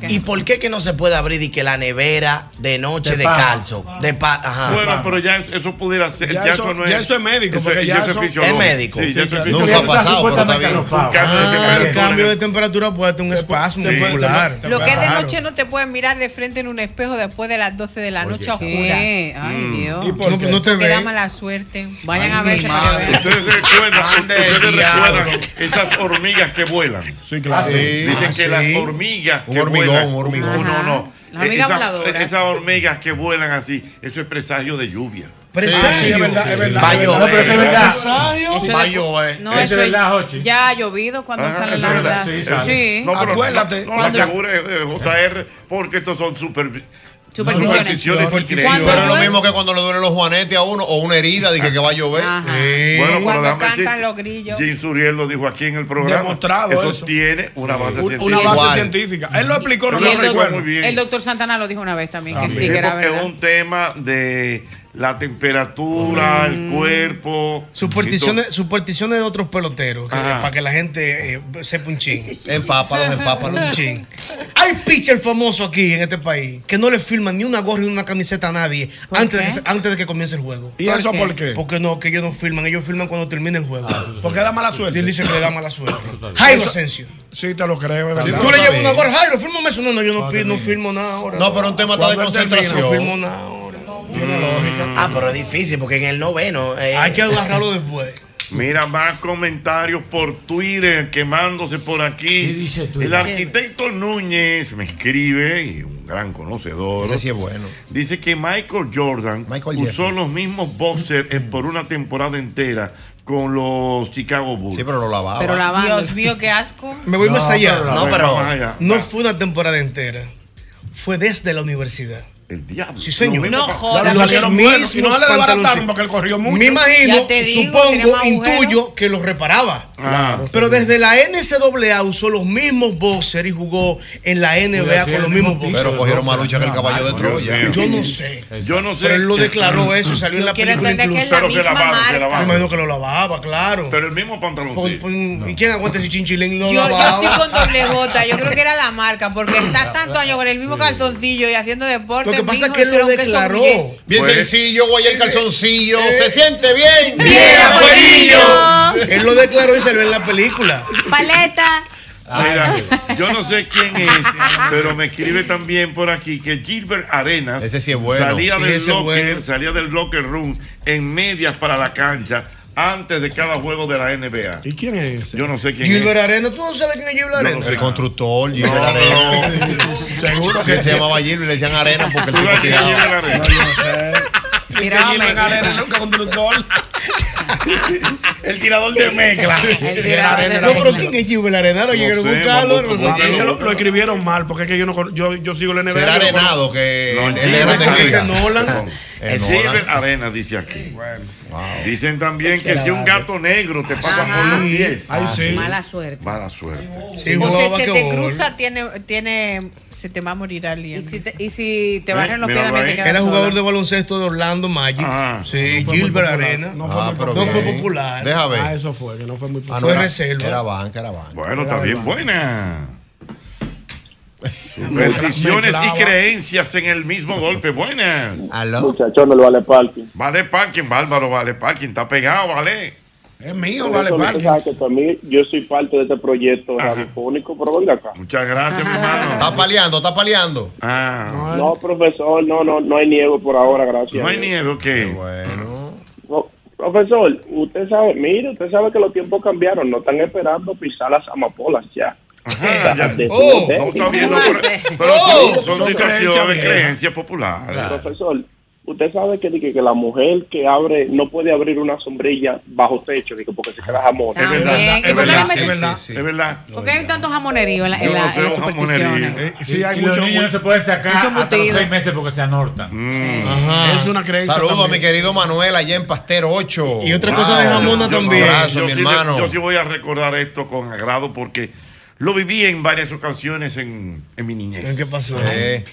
¿Y por qué que no se puede abrir y que la nevera de noche
De
de,
paja.
calzo? De pa- ajá.
Bueno, pero ya eso pudiera ser. Ya,
Ya
eso,
eso-
no es.
ya eso es médico, porque ya
eso
eso-
es fisiológico.
es médico.
Sí, ya
Sí,
eso es
claro.
fisiológico.
Nunca ha pasado, pero está bien.
Un cambio de
Ah, el
temperatura.
cambio de temperatura puede tener un espasmo
sí.
muscular.
Lo que es de noche no te pueden mirar de frente en un espejo después de las 12 de la noche a oscura.
¿Qué? Ay, Dios.
No, no te
Porque da
ve.
mala suerte.
Vayan a verse para que vean.
Ustedes recuerdan, ustedes
del
recuerdan esas hormigas que vuelan. Sí,
claro. Sí.
Dicen
Ah,
que
sí.
las hormigas
Un
que
hormigón,
vuelan.
un hormigón.
No, no, no.
Las hormigas
Esa-
voladoras.
esas hormigas que vuelan así, eso es presagio de lluvia.
Presagio.
Sí, es verdad, es verdad.
Va a llover.
No, pero es que es verdad. eh.
Presagio.
Eso es
Va a
de-
llover.
No, eso es- ya ha llovido cuando
Ajá,
sale
Ah, eso
la
es verdad.
verdad. Sí.
No, pero
Acuérdate.
No, no, la segura es eh, JR porque estos son super,
Supersticiones.
supersticiones que creen.
Pero es lo mismo que cuando le duelen los juanetes a uno o una herida, dije que va a llover.
Sí. Bueno, pero Cuando déjame decir- cantan
los grillos.
Jim Suriel lo dijo aquí en el programa.
Demostrado
eso,
eso.
tiene una base
Un-
científica.
Una base científica. Él lo explicó, no
Yo
lo
lo
recuerdo.
recuerdo muy bien.
El doctor Santana lo dijo una vez también, que
También.
sí, que era
Porque
verdad.
es un tema de la temperatura, el cuerpo.
Supersticiones, supersticiones de otros peloteros, que-
Ajá.
para que la gente eh, sepa un chin.
Empápalos, empápalos.
Un chin. Hay pitcher famoso aquí en este país que no le firman ni una gorra ni una camiseta a nadie
¿Por
antes de, que,
qué?
se- antes de que comience el juego.
¿Y ¿Por eso qué? por qué? Ah,
Porque no, que ellos no firman, ellos firman cuando termina el juego.
Porque da mala suerte. Ah,
Y él dice que le da mala suerte. Jairo Asensio.
Sí, te lo creo, es
Si
verdad.
tú le llevas una gorra, Jairo, fírmame eso. No, no, yo no, pi- no firmo nada ahora.
No, pero un tema está de
Cuando él termina, No
concentración.
firmo nada ahora. No, tiene lógica.
Ah, pero es difícil porque en el noveno.
Hay que agarrarlo después.
eh, Mira, más comentarios por Twitter quemándose por aquí. El arquitecto Núñez me escribe, y un gran conocedor.
Ese sí es bueno.
Dice que Michael Jordan usó los mismos boxers eh, por una temporada entera con los Chicago Bulls. Sí,
pero lo lavaba.
Pero la Dios mío, qué asco.
Me voy más allá.
No, pero.
no fue una temporada entera. Fue desde la universidad.
El diablo.
Sí, señor.
No, joder. Los mismos
mismos
y no le desbarataron
pantalones.
porque él corrió mucho.
Me imagino,
Ya te digo, tenía
supongo,
más agujeros.
intuyo que los reparaba.
Ah.
Pero desde la NCAA usó los mismos boxers y jugó en la NBA con los mismos boxers.
Pero cogieron más lucha que el caballo de Troya.
Yo no sé.
Yo no sé.
Pero él lo declaró eso y salió en la película. incluso. Me imagino que lo lavaba, claro.
Pero el mismo pantalón.
Pon-
sí.
pon- ¿Y quién aguanta ese chinchilén? No
Yo, yo
lavaba.
estoy con doble bota, yo creo que era la marca, porque está tanto años con el mismo calzoncillo y haciendo deporte.
Lo que pasa
mijo,
es que él
eso
lo
era un queso
declaró.
gruyere.
Bien
Pues-
sencillo, guay el calzoncillo.
eh,
Se siente
eh,
bien.
¡Bien,
abuelillo!
Él lo declaró y salió en la película.
Paleta.
Mira, yo no sé quién es, pero me escribe también por aquí que Gilbert Arenas
Ese sí es bueno.
salía,
Sí,
del
ese es
locker,
bueno.
salía del locker room en medias para la cancha antes de cada juego de la NBA. ¿Y quién es Yo no sé quién
Gilbert
es.
Arena, tú no sabes quién es Gilbert Arena.
El constructor, Gilbert Arena. Seguro que se llamaba Gilbert y le decían arena porque el tipo tiraba.
Gilbert Galera nunca constructor. El tirador de mezcla.
El tirador de No, pero mezcla. ¿quién es Gilbert Arena? Ahora quiero buscarlo, no sé quién es.
Lo, lo escribieron mal, porque es que yo no con- yo, yo sigo el NBA.
Será
yo no conozco.
arenado que
No,
el
Gilbert
grande
Arenas.
liga.
Perdón.
En
Es
Eh, Nolan.
Gilbert Arenas dice aquí. Dicen también que si un gato negro te pasa
Ajá.
por los pies.
Ah,
Ay, sí.
Mala
Mala suerte.
suerte.
o sea, se te cruza, tiene, tiene, se te va a morir alguien.
Y si te, y si te
Eh,
barren los pies también te quedas
Era jugador
solo.
de baloncesto de Orlando Magic. sí, Gilbert Arena. No
Ah,
fue,
pero
no fue
bien.
popular.
Deja ver.
Ah, eso fue, que no fue muy
Ah, no,
posible.
Fue
era-
reserva.
Era banca, era banca.
Bueno, está bien buena.
Me cla-
Supersticiones
me
y
clava.
creencias en el mismo golpe. Buenas.
Muchachón, el vale parking.
Vale parking, bárbaro, vale parking. Está pegado, vale.
Es mío,
Por eso, usted sabe que para mí, yo soy parte de este proyecto radiofónico, pero venga acá.
Muchas gracias, mi hermano.
Está paliando, está paliando.
No, profesor, no, no, no hay nieve por ahora, gracias.
Ah. No hay nieve, ok.
No, profesor, usted sabe, mire, usted sabe que los tiempos cambiaron, no están esperando pisar las amapolas ya. O sea, de- ¿eh? Oh,
Oh,
de-
no está bien, no, pero, pero son, son situaciones, creencias populares.
Profesor, usted sabe que, que, que la mujer que abre no puede abrir una sombrilla bajo techo, digo, porque se queda jamón.
Es verdad, También, es eso verdad, también es me- verdad,
Es verdad.
¿Por qué hay tantos jamoneríos en, la, en,
Yo
la-
no sé,
en las
un jamonerío.
supersticiones?
Eh,
Y- y los niños no se pueden
mucho
sacar hasta los
embutido.
seis meses porque se anortan.
Ajá.
Es una creencia
Saludos a mi
también.
querido Manuel allá en Pastero 8.
Y otra cosa de jamona
Yo-
también.
Un abrazo,
yo
mi
sí le-
hermano.
yo sí voy a recordar esto con agrado porque Lo viví en varias ocasiones en, en mi niñez.
¿Qué pasó?
Hace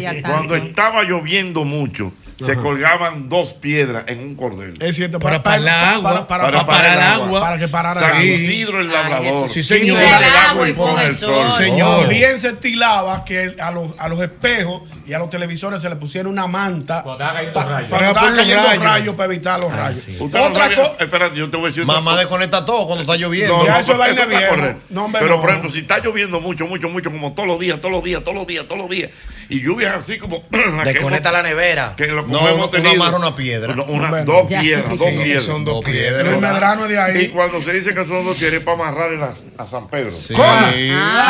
ya tanto.
Cuando estaba lloviendo mucho, se
Ajá.
colgaban dos piedras en un cordel.
Es cierto,
Para parar el agua, para- para parar el agua.
Para que parara
San
el agua.
Isidro el labrador.
Sí, señor.
Quita el agua y pon el sol.
Señor. Bien se estilaba que a los, a los espejos y a los televisores se le pusiera una manta pa-
rayos.
para
Para
estar
por los
cayendo
rayos.
rayos. para evitar los rayos.
Usted no sabe- espera, yo te voy a decir
Mamá desconecta todo cuando está lloviendo.
No, no,
Ya eso
pero
es vaina
está
vieja.
correcto.
No, hombre,
pero
no.
por ejemplo, si está lloviendo mucho, mucho, mucho, como todos los días, todos los días, todos los días, todos los días, y lluvias así como.
Desconecta la nevera.
Que lo, no,
No, uno-
hemos
uno
tenido.
amarra
una piedra.
Una, una-
Bueno,
dos
ya.
piedras,
Sí,
dos piedras.
son dos piedras.
El medrano es de ahí.
Y cuando se dice que son dos piedras, es para amarrar a, a San Pedro. Ah.
¿Cómo?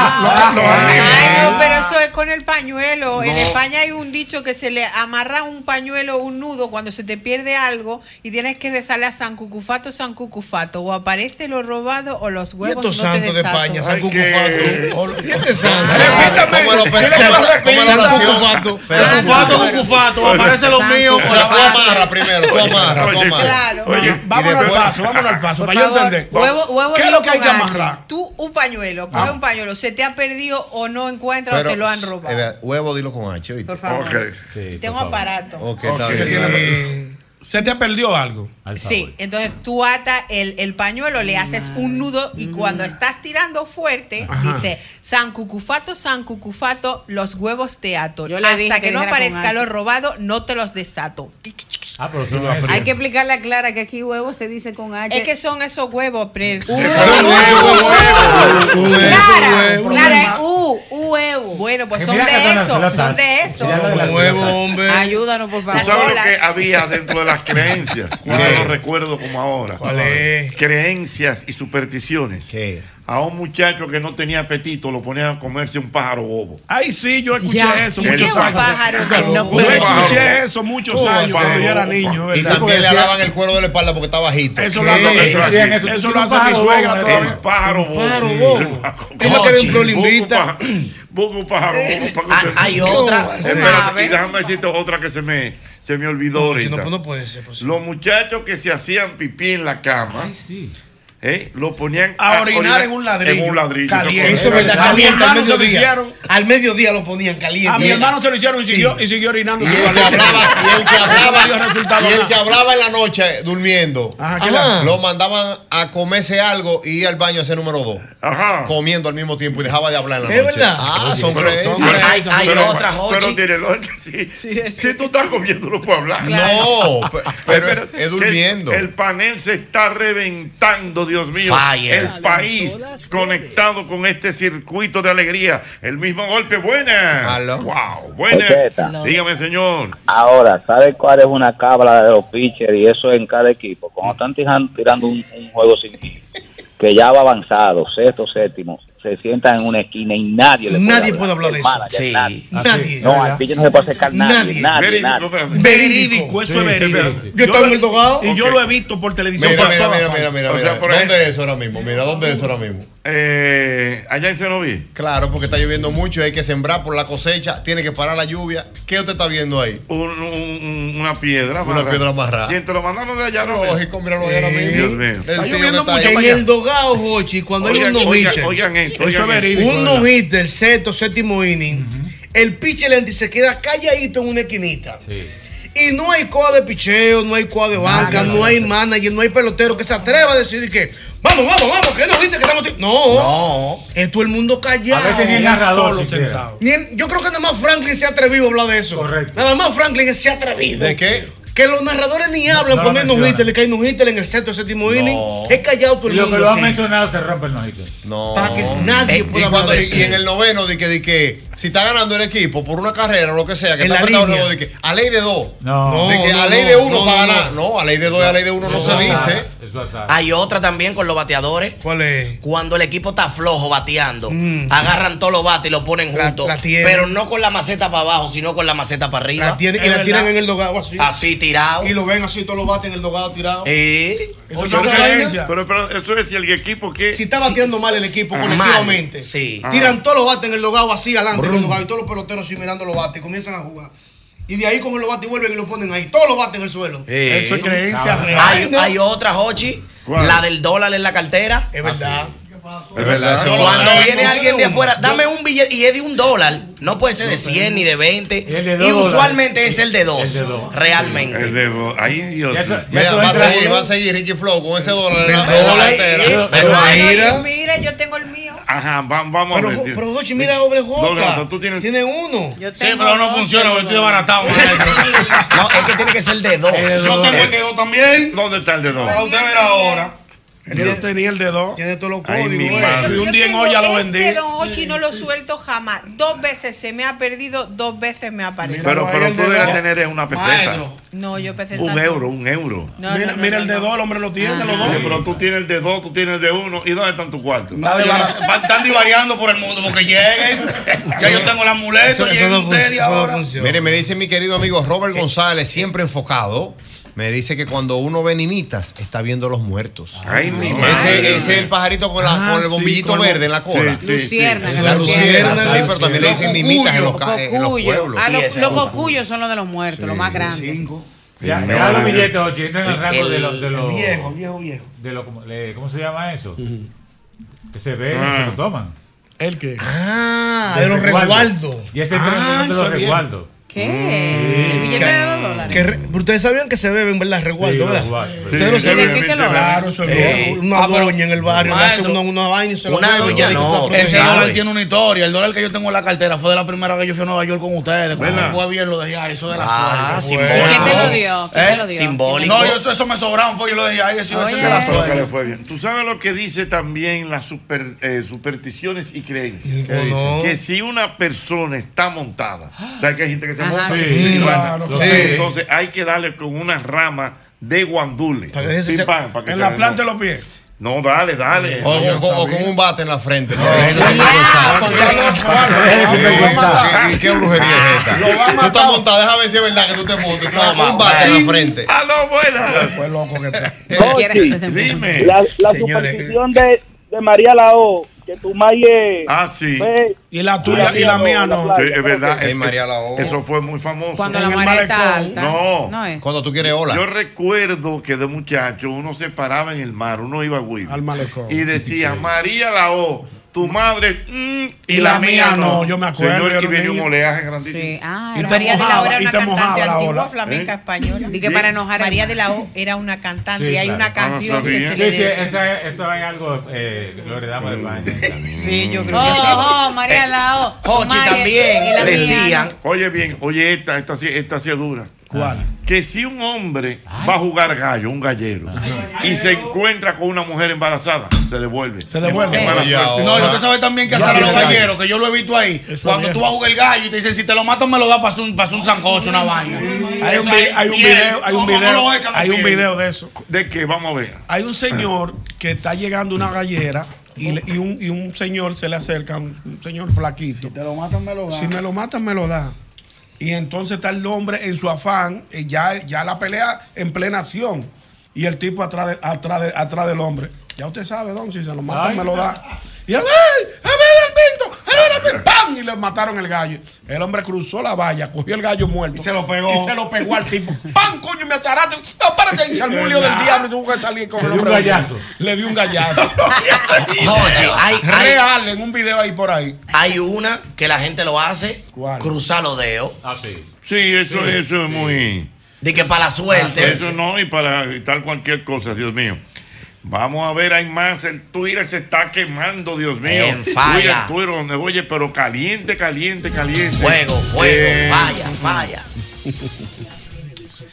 Ah.
Ay, no, pero eso es con el pañuelo. En
No.
España hay un dicho que se le amarra un pañuelo, un nudo, cuando se te pierde algo y tienes que rezarle a San Cucufato, San Cucufato. O aparece lo robado o los huevos
estos
no te
santos de
desato.
España, San Cucufato.
Repítame.
Ah, Como los peces, como la oración. Cucufato, Cucufato, aparece lo mío.
O sea, tú amarra primero, tú amarra, tú amarra.
Oye, vámonos al paso, vámonos al paso.
Por
Para yo
favor,
entender.
huevo- huevo
¿Qué es lo que hay
con
que
H.
amarrar?
Tú un pañuelo, coge un pañuelo, se te ha perdido o no encuentras
Pero,
o te lo han robado.
eh, vea, Huevo, dilo con H, ¿oíste?
Por favor. Ok.
Sí, por
Tengo
favor.
aparato.
Ok, está
Ok.
bien.
Eh, ¿Se te perdió algo?
Sí, entonces tú atas el, el pañuelo, le haces un nudo
Mm.
y cuando estás tirando fuerte,
Ajá.
dice San Cucufato, San Cucufato, los huevos te ato.
le dije
Hasta
que
que no
dijera con
aparezca
H.
lo robado, no te los desato.
Ah, pero tú
Hay que explicarle a Clara que aquí huevo se dice con H.
Es que son esos huevos, pre.
Clara, Clara, es U, huevo.
Bueno, pues
Que
son de
mira que son las
eso,
pelotas.
son de eso.
hombre.
Ayúdanos, por favor.
¿Tú sabes lo que había dentro de las creencias? Yo no lo recuerdo como ahora. Creencias y supersticiones. A un muchacho que no tenía apetito lo ponía a comerse un pájaro bobo.
Ay, sí, yo escuché
Ya.
eso.
¿Qué es
Muchos
un
años.
pájaro? No
yo
puede ser.
escuché eso muchos
¿Cómo
años
va a
cuando
ser?
yo era niño.
Y
¿verdad?
también le
Porque
alaban el cuero de la espalda porque está bajito.
Eso lo hace- eso lo hace- Sí, eso eso lo hace mi suegra todavía.
El pájaro bobo.
Pájaro bobo.
Busca
que era
un prolimbita. Busca un pájaro bobo para que usted-
hay otra.
¿Cómo va a ser? ah, Espérate, y déjame decirte otra que se me, se me olvidó ahorita.
No, no puede ser. pues.
Los muchachos que se hacían pipí en la cama. ¿eh? Lo ponían
A orinar en un ladrillo.
En un ladrillo.
Caliente.
¿se
Eso es
acuerdan?
verdad,
A mi
caliente, al
hermano se lo
mediodía.
hicieron.
Al mediodía lo ponían caliente.
A mi hermano se lo hicieron y siguió, y siguió orinando.
Y el que hablaba, Ah, y el que hablaba, y el que
nada.
hablaba en la noche durmiendo,
¿qué tal?
lo mandaban a comerse algo y ir al baño a hacer número dos. Comiendo al mismo tiempo y dejaba de hablar en la
Es
noche.
verdad.
Ah,
Oye,
son
pero
creencias.
son- Hay- hay Pero- otras, pero Jochi. tiene lógica, sí. Si tú estás comiendo, no puedo hablar.
No, pe- pero
Espérate,
es durmiendo.
que El, el panel se está reventando, Dios mío.
Fire.
El país conectado con este circuito de alegría. El mismo golpe, buena. Wow, buena.
Ocheta.
Dígame, señor.
Ahora, ¿sabes cuál es una cábala de los pitchers y eso en cada equipo? Cuando están tijan- tirando un, un juego sin hit, que ya va avanzado, sexto, séptimo, se sientan en una esquina y nadie le
Nadie puede hablar
el
de eso.
manager,
Sí.
nadie.
Nadie.
No, al pitcher no se puede acercar nadie. Nadie. nadie,
Verídico, eso
Sí,
es verídico.
espérate.
Yo estaba en el dogado.
Y yo
Ok.
lo he visto por televisión.
Mira,
por
mira,
todas
mira, mira,
partes.
mira, mira. ¿Dónde es eso ahora mismo? Mira, ¿dónde es eso ahora mismo?
Eh, allá en Cenoví.
Claro, porque está lloviendo mucho, hay que sembrar por la cosecha, tiene que parar la lluvia. ¿Qué usted está viendo ahí?
una piedra
Una piedra amarrada.
¿Quién te lo mandaron de allá? Eh, Robert?
Lógico, míralo ahí ahora mismo.
Dios mío.
El tío que está ahí.
En el dogado, Jochi, cuando hay
Oigan,
un
oigan,
no-hitter.
oigan esto,
Eso
oigan
es
esto.
verídico, Un
¿verdad?
no-hitter, sexto, séptimo inning. El pitcher lente se queda calladito en una esquinita. Y no hay coa de picheo, no hay coa de banca, no hay manager, no hay pelotero que se atreva a decir que vamos, vamos, vamos, que no viste que estamos. ti-". No, no. Es todo el mundo callado.
A veces ni el narrador
Solo
siquiera.
sentado. Ni el- yo creo que nada más Franklin se ha atrevido a hablar de eso. Nada más Franklin se ha atrevido.
¿De qué?
Que los narradores ni hablan
No lo
cuando hay no
mencionan.
hitter, que hay no hitter en el sexto, séptimo inning. Es callado todo
Y
el
lo que
mundo.
lo ha
así.
mencionado se rompe el nojito.
No.
Para que nadie
Eh,
pueda
y,
hablar
cuando-
de
y-
eso.
y en el noveno, de que, de que si está ganando el equipo por una carrera o lo que sea, que
En
está
la
apretado el
línea.
juego, de que a ley de dos.
No.
De que
No,
a
no,
ley
no,
de uno
no,
para
no.
ganar. No, a ley de dos y a ley de uno no se dice.
Eso es azar.
Hay otra también con los bateadores.
¿Cuál es? Mm.
Cuando el equipo está flojo bateando, agarran todos los bates y lo ponen juntos.
tienen.
Pero no con la maceta para abajo, sino con la maceta para arriba.
La tienen, y la tiran en el dogado así.
Así tirado.
Y lo ven así, todos los baten en el dogado tirado.
Eh.
Eso
Oye,
es una
pero-
vaina.
pero, pero eso es si el equipo que.
Si está batiendo mal el equipo
Ah,
colectivamente.
mal, sí.
Ah,
Tiran todos los bates en el dogado así adelante en el
Brum.
dogado, y todos los peloteros así mirando los bates y comienzan a jugar. Y de ahí cogen los bates y vuelven y los ponen ahí. Todos los bates en el suelo.
Eh.
Ah,
Eso es creencia
Hay,
real.
hay otra, Hochi.
¿Cuál?
La del dólar en la cartera.
Es verdad.
Es verdad. Cuando viene alguien de afuera, dame un billete y es de un dólar. No puede ser de 100 ni de 20.
el de
Y
dos
usualmente es el de
El de
2.
dos.
Realmente.
El de dos. Ay, Dios.
Ya eso-
mío.
Mira, va a
entra
seguir,
uno.
va a seguir Ricky Flow con ese dólar en la,
Pero-
en la
pero-
cartera.
pero-
Pero
pero-
mira.
Ay, Mira, yo tengo el mío.
Ajá, va- vamos
Pero,
a
Go-
ver.
pero Gochi, mira Obre
Doble nota, tú tienes.
Tiene uno.
Sí, pero no funciona porque estoy desbaratado.
No, es que tiene que ser de dos.
Yo tengo el de dos también.
¿Dónde está el de dos?
Para usted ver ahora.
Yo tenía el de dos.
Tiene todos los
Ay, mi madre.
Y un día en olla lo vendí.
Este Don Hochi no lo suelto jamás. Dos veces se me ha perdido, dos veces me ha aparecido.
Pero, pero tú debes tener es una peseta.
Maestro.
No, yo peseta.
Un euro, un euro.
No,
mira
no, no,
mira
no,
el de dos, el hombre lo tiene, los dos.
Sí, pero tú tienes el de dos, tú tienes el de uno. ¿Y dónde están tus cuartos?
Está divara- va- Están divariando por el mundo porque lleguen. Ya yo tengo el amuleto, lleguen ustedes y ahora.
Mire, me dice mi querido amigo Robert González, siempre enfocado. Me dice que cuando uno ve nimitas, está viendo los muertos.
Ay, mi
Ese,
madre.
ese es el pajarito con, la-
Ah,
con el
sí,
bombillito
con el-
verde en la cola.
Sí, sí, Lucierna. sí.
La lucierna,
Lucierna,
sí, pero también le dicen
los
nimitas en los,
cucuyos.
ca- en los
Cuyo.
pueblos.
Ah, los, los cocuyos son los de los muertos, los más grandes.
Ya,
Sí,
ya
no,
los
no.
billetes, oye, entran en el rango de los. De
El
los
viejo, viejo, viejo.
De los ¿cómo, le- ¿Cómo se llama eso? Que se ve,
Ah.
se lo toman.
¿El qué?
Ah,
Del
de los
resguardo.
resguardos.
Y ese entra en el
Ah,
rango de
eso
los
es bien.
resguardos.
¿Qué? El billete de dos dólares.
Mm, Que re- ustedes sabían que se beben, ¿verdad? Resguardo,
Sí,
¿verdad?
resguardo.
Ustedes lo
Sí,
saben.
¿de qué que lo
Claro,
hacen?
eso
Eh,
es lo- Una
ah, pero-
doña en el barrio le hace
Maestro,
una, una vaina y se lo
Una
bebe.
doña,
Dice que
no,
está
Ese
protegido.
dólar tiene una historia. El dólar que yo tengo en la cartera fue de la primera vez que yo fui a Nueva York con ustedes. Cuando
¿Verdad?
fue bien, lo dejé ahí. Eso de la
Ah,
suerte. ¿Eh?
simbólico. ¿Quién te lo
dio?
¿Quién te lo dio? Simbólico.
No, yo, eso, eso me sobraron. Fue yo lo dejé ahí. Eso iba a ser de la
Las cosas
suerte.
le fue bien. Tú sabes lo que dice también las super, eh, supersticiones y creencias.
¿Qué dicen?
Que si una persona está montada, o sea, que hay gente que se
Ajá,
monta.
sí.
y
Sí,
se levanta.
claro, claro.
Entonces hay que darle con una rama de guandule.
Para que se-
Pim, pam, para que
en
se
la
le-
planta
de los pies.
No, dale, dale.
O, o- o con un bate en la frente. ¿no? Ese es el Gonzalo. ¿Qué- ¿Qué brujería es esta? Tú estás montado, déjame ver si es verdad que tú te montes. Tú con un bate en la frente.
Ah, no, buena.
Fue loco que está.
Ochi, Dime.
La, la
Señores.
superstición de, de María Lao, que tu maye.
Ah, sí.
Ve,
Y la
tuya y la mía no.
Sí, es verdad.
Ey,
es-
María Lao.
Eso fue muy famoso.
Cuando la marea está alta.
No.
es.
Cuando tú quieres ola.
Yo recuerdo que de muchacho uno se paraba en el mar, uno iba a Guido. Al
malecón.
Y decía, María la O, tu madre mm, y, la, mía no.
yo me acuerdo, yo
Señor,
era
y
un
viene un
niño.
oleaje grandísimo. ¿Eh?
Sí. Ah,
Y
era
te
María de la O
mojaba,
era
y
una
te mojaba
cantante
la
antigua
ola. ¿Eh?
flamenca española.
Di que para enojar a-
María de la O era una cantante y hay
Ah,
una canción que se le
Sí, sí,
dedica.
esa- eso es algo eh, que lo heredamos del baño.
Sí, yo
Oh, oh, María Lao. Maye, y la mía.
Oye bien, oye esta, esta sí, esta sí es dura.
¿Cuál?
Que si un hombre va a jugar gallo, un gallero, y se encuentra con una mujer embarazada, se devuelve.
Se devuelve.
Es mala
Oye,
suerte.
No, y usted sabe también que hacer a los
Ya, ya, ya.
galleros, que yo lo he visto ahí. Cuando tú vas a jugar el gallo y te dicen, si te lo matas, me lo das para hacer un, para hacer un sancocho, una vaina.
Hay un,
Eso
vi- hay un
piel.
video, hay un
¿Cómo no
video,
lo echan a
hay un
piel?
video de eso.
¿De qué? Vamos a ver.
Hay un señor que está llegando una gallera y, le- y un, y un señor se le acerca, un, un señor flaquito. Si te lo matan, me lo da. Si me lo matan, me lo da. Y entonces está el hombre en su afán, eh, ya, ya la pelea en plena acción. Y el tipo atrás, de- atrás, de- atrás del hombre. Ya usted sabe, don, si se lo matan,
Ay.
me lo da. Y a ver, a ver, Alberto, a ver, Alberto, ¡pam! Y le mataron el gallo. El hombre cruzó la valla, cogió el gallo muerto. Y se lo pegó. Y se lo pegó al tipo. ¡Pam, coño, me azaraste! ¡No, párate! Y se armó un lío del diablo y tuvo que salir con
Le
el
dio un
hombre.
gallazo.
Le dio un gallazo.
Oye, hay, hay-
Real, en un video ahí por ahí.
hay una que la gente lo hace, cruzar los dedos.
Ah, sí.
Sí, eso, eso es muy.
De que para la suerte.
Eso no, y para evitar cualquier cosa, Dios mío. Vamos a ver, hay más. El Twitter se está quemando, Dios mío.
En falla.
Twitter, Twitter, donde oye, pero caliente, caliente, caliente.
Fuego,
Eh,
fuego, vaya, vaya.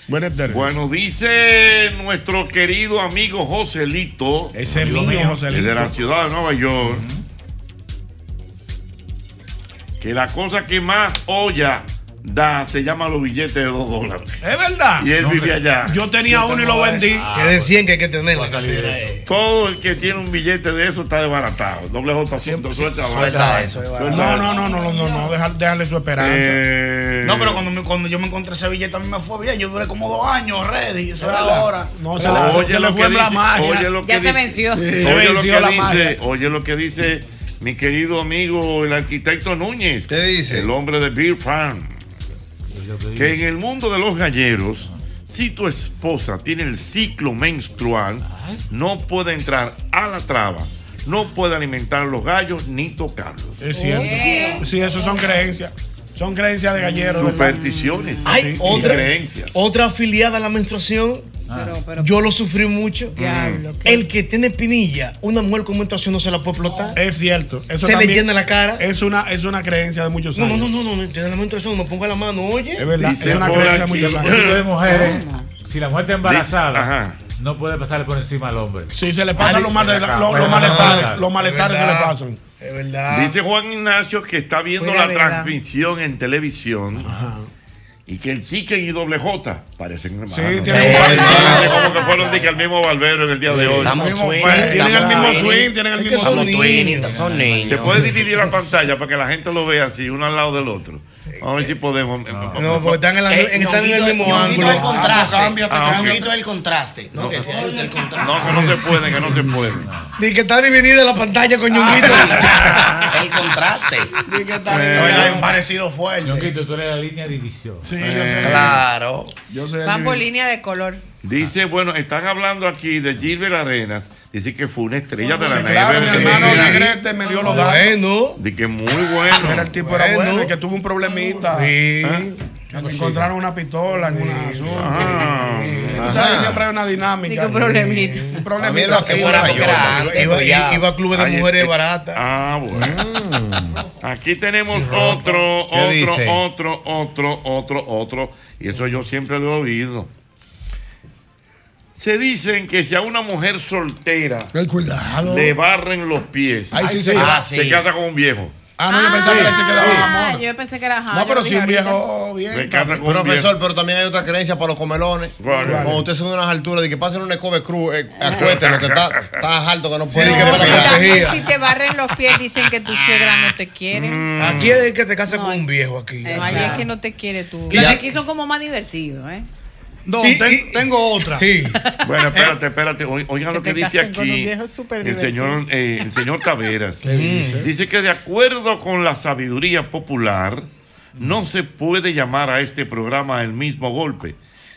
Buenas tardes.
Bueno, dice nuestro querido amigo Joselito.
Ese
amigo
mío, Joselito.
De la ciudad de Nueva York. Que la cosa que más olla da se llama los billetes de dos dólares.
Es verdad.
Y él vive allá.
Yo tenía uno y lo vendí.
Es de 100 que hay que
Ah,
tener.
pues,
la cartera, eh.
Todo el que tiene un billete de eso está desbaratado. Doble J siempre suelta,
Suelta eso.
No, no, no, no, no, no, no, deja- déjale su esperanza.
Eh.
No, pero cuando, me- cuando yo me encontré ese billete, a mí me fue bien. Yo duré como dos años ready. Eso es
Claro.
ahora.
No, se
Claro.
le-
Oye
se le
lo
fue
que
la
dice-
magia.
oye lo
Ya
que
se
dice-
venció.
Se
oye, lo
venció
que
la
dice,
magia.
oye lo que dice mi querido amigo, el arquitecto Núñez. ¿Qué dice? El hombre de Beer Farm. Que en el mundo de los galleros, si tu esposa tiene el ciclo menstrual, no puede entrar a la traba no puede alimentar a los gallos ni tocarlos.
Es cierto. Sí, eso son creencias. Son creencias de galleros.
Supersticiones.
¿verdad?
Hay
Sí. Y
otra,
creencias.
otra afiliada a la menstruación.
Pero-
Yo lo sufrí mucho.
Diablo,
El que tiene pinilla, una mujer con menstruación no se la puede explotar.
Es cierto.
Se le
también
llena la cara.
Es una, es una creencia de muchos
No,
años.
no, no, no, no, no, tiene la menstruación, no ponga la mano, oye.
Es verdad,
Dice
es una
por
creencia de
aquí-
muchos años.
Yo de mujeres, si la mujer está embarazada, no puede pasarle por encima al hombre.
Sí, se le pasan los mal-
Acá,
los- los
pero no
malestares,
pasa.
los malestares se le pasan.
Es verdad.
Dice Juan Ignacio que está viendo
Fuera
la
verdad.
transmisión en televisión y que el Chicken y Doble J parecen hermanos.
Sí,
tienen
tienen
como que fueron de que el mismo barbero en el día de hoy.
Estamos
Mismo
twinning,
fe-
estamos
tienen el mismo
twinning.
swing, tienen el
Es que
mismo
somos twinning, son niños.
Se puede dividir la pantalla para que la gente lo vea así, uno al lado del otro. Vamos a ver si podemos.
No, porque están en, la-
Eh,
están en el
Ñonguito-
mismo
Ñonguito
ángulo.
es el contraste.
Ah, ok.
Ñonguito es el contraste. No, que sea este el contraste.
No, que no se pueden, que no se pueden.
Ni que está dividida la pantalla con Ñonguito.
El contraste.
un parecido fuerte.
Ñonguito, Eh. tú eres la línea de división.
Sí,
Eh,
Claro.
Yo soy
Van por línea de color.
Dice, bueno, están hablando aquí de Gilbert Arenas. Dice que fue una estrella de la neve.
Claro, mi hermano
Sí.
Negrete me dio los datos.
De que muy bueno.
Era el tipo era bueno y que tuvo un problemita. Que le encontraron una pistola en una azul. Tú sabes que siempre hay una dinámica. Un problemita. Un problemita. así.
Iba,
pues
iba, iba a clubes de
Ay,
mujeres
este-
baratas.
Ah, bueno. Aquí tenemos otro,
¿Qué
otro,
dice?
otro, otro, otro, otro. Y eso yo siempre lo he oído. Se dicen que si a una mujer soltera
cuidado.
le barren los pies,
Ay, sí, sí. Ah, sí.
se casa con un viejo.
Ah, no, yo pensaba que le se
Eh,
quedaba la
Ah, yo pensé que era ajá, yo
No, pero
lo
si
dije
un
ahorita.
viejo
Me
bien.
casa con un
Profesor, pero también hay otra creencia para los comelones.
¿Cuál?
Cuando ustedes son de unas alturas, de que pasen un escobe cruz, eh, acuéstenlo, que está, está alto, que no puede.
No,
ir para la
y también
protegida.
si te barren los pies dicen que tu suegra no te quiere.
Mm,
Aquí es el que te casa con un viejo aquí.
No, ahí es que no te quiere tú.
Y
Los
ya-
de aquí son como más divertidos, ¿eh?
No, tengo otra.
Bueno, espérate, espérate. O- Oigan lo
Que
que
te
dice
casen con un
aquí
viejo súper
el
divertido.
señor, eh, el señor Taveras. Mm.
dice?
Dice que de acuerdo con la sabiduría popular, no se puede llamar a este programa el mismo golpe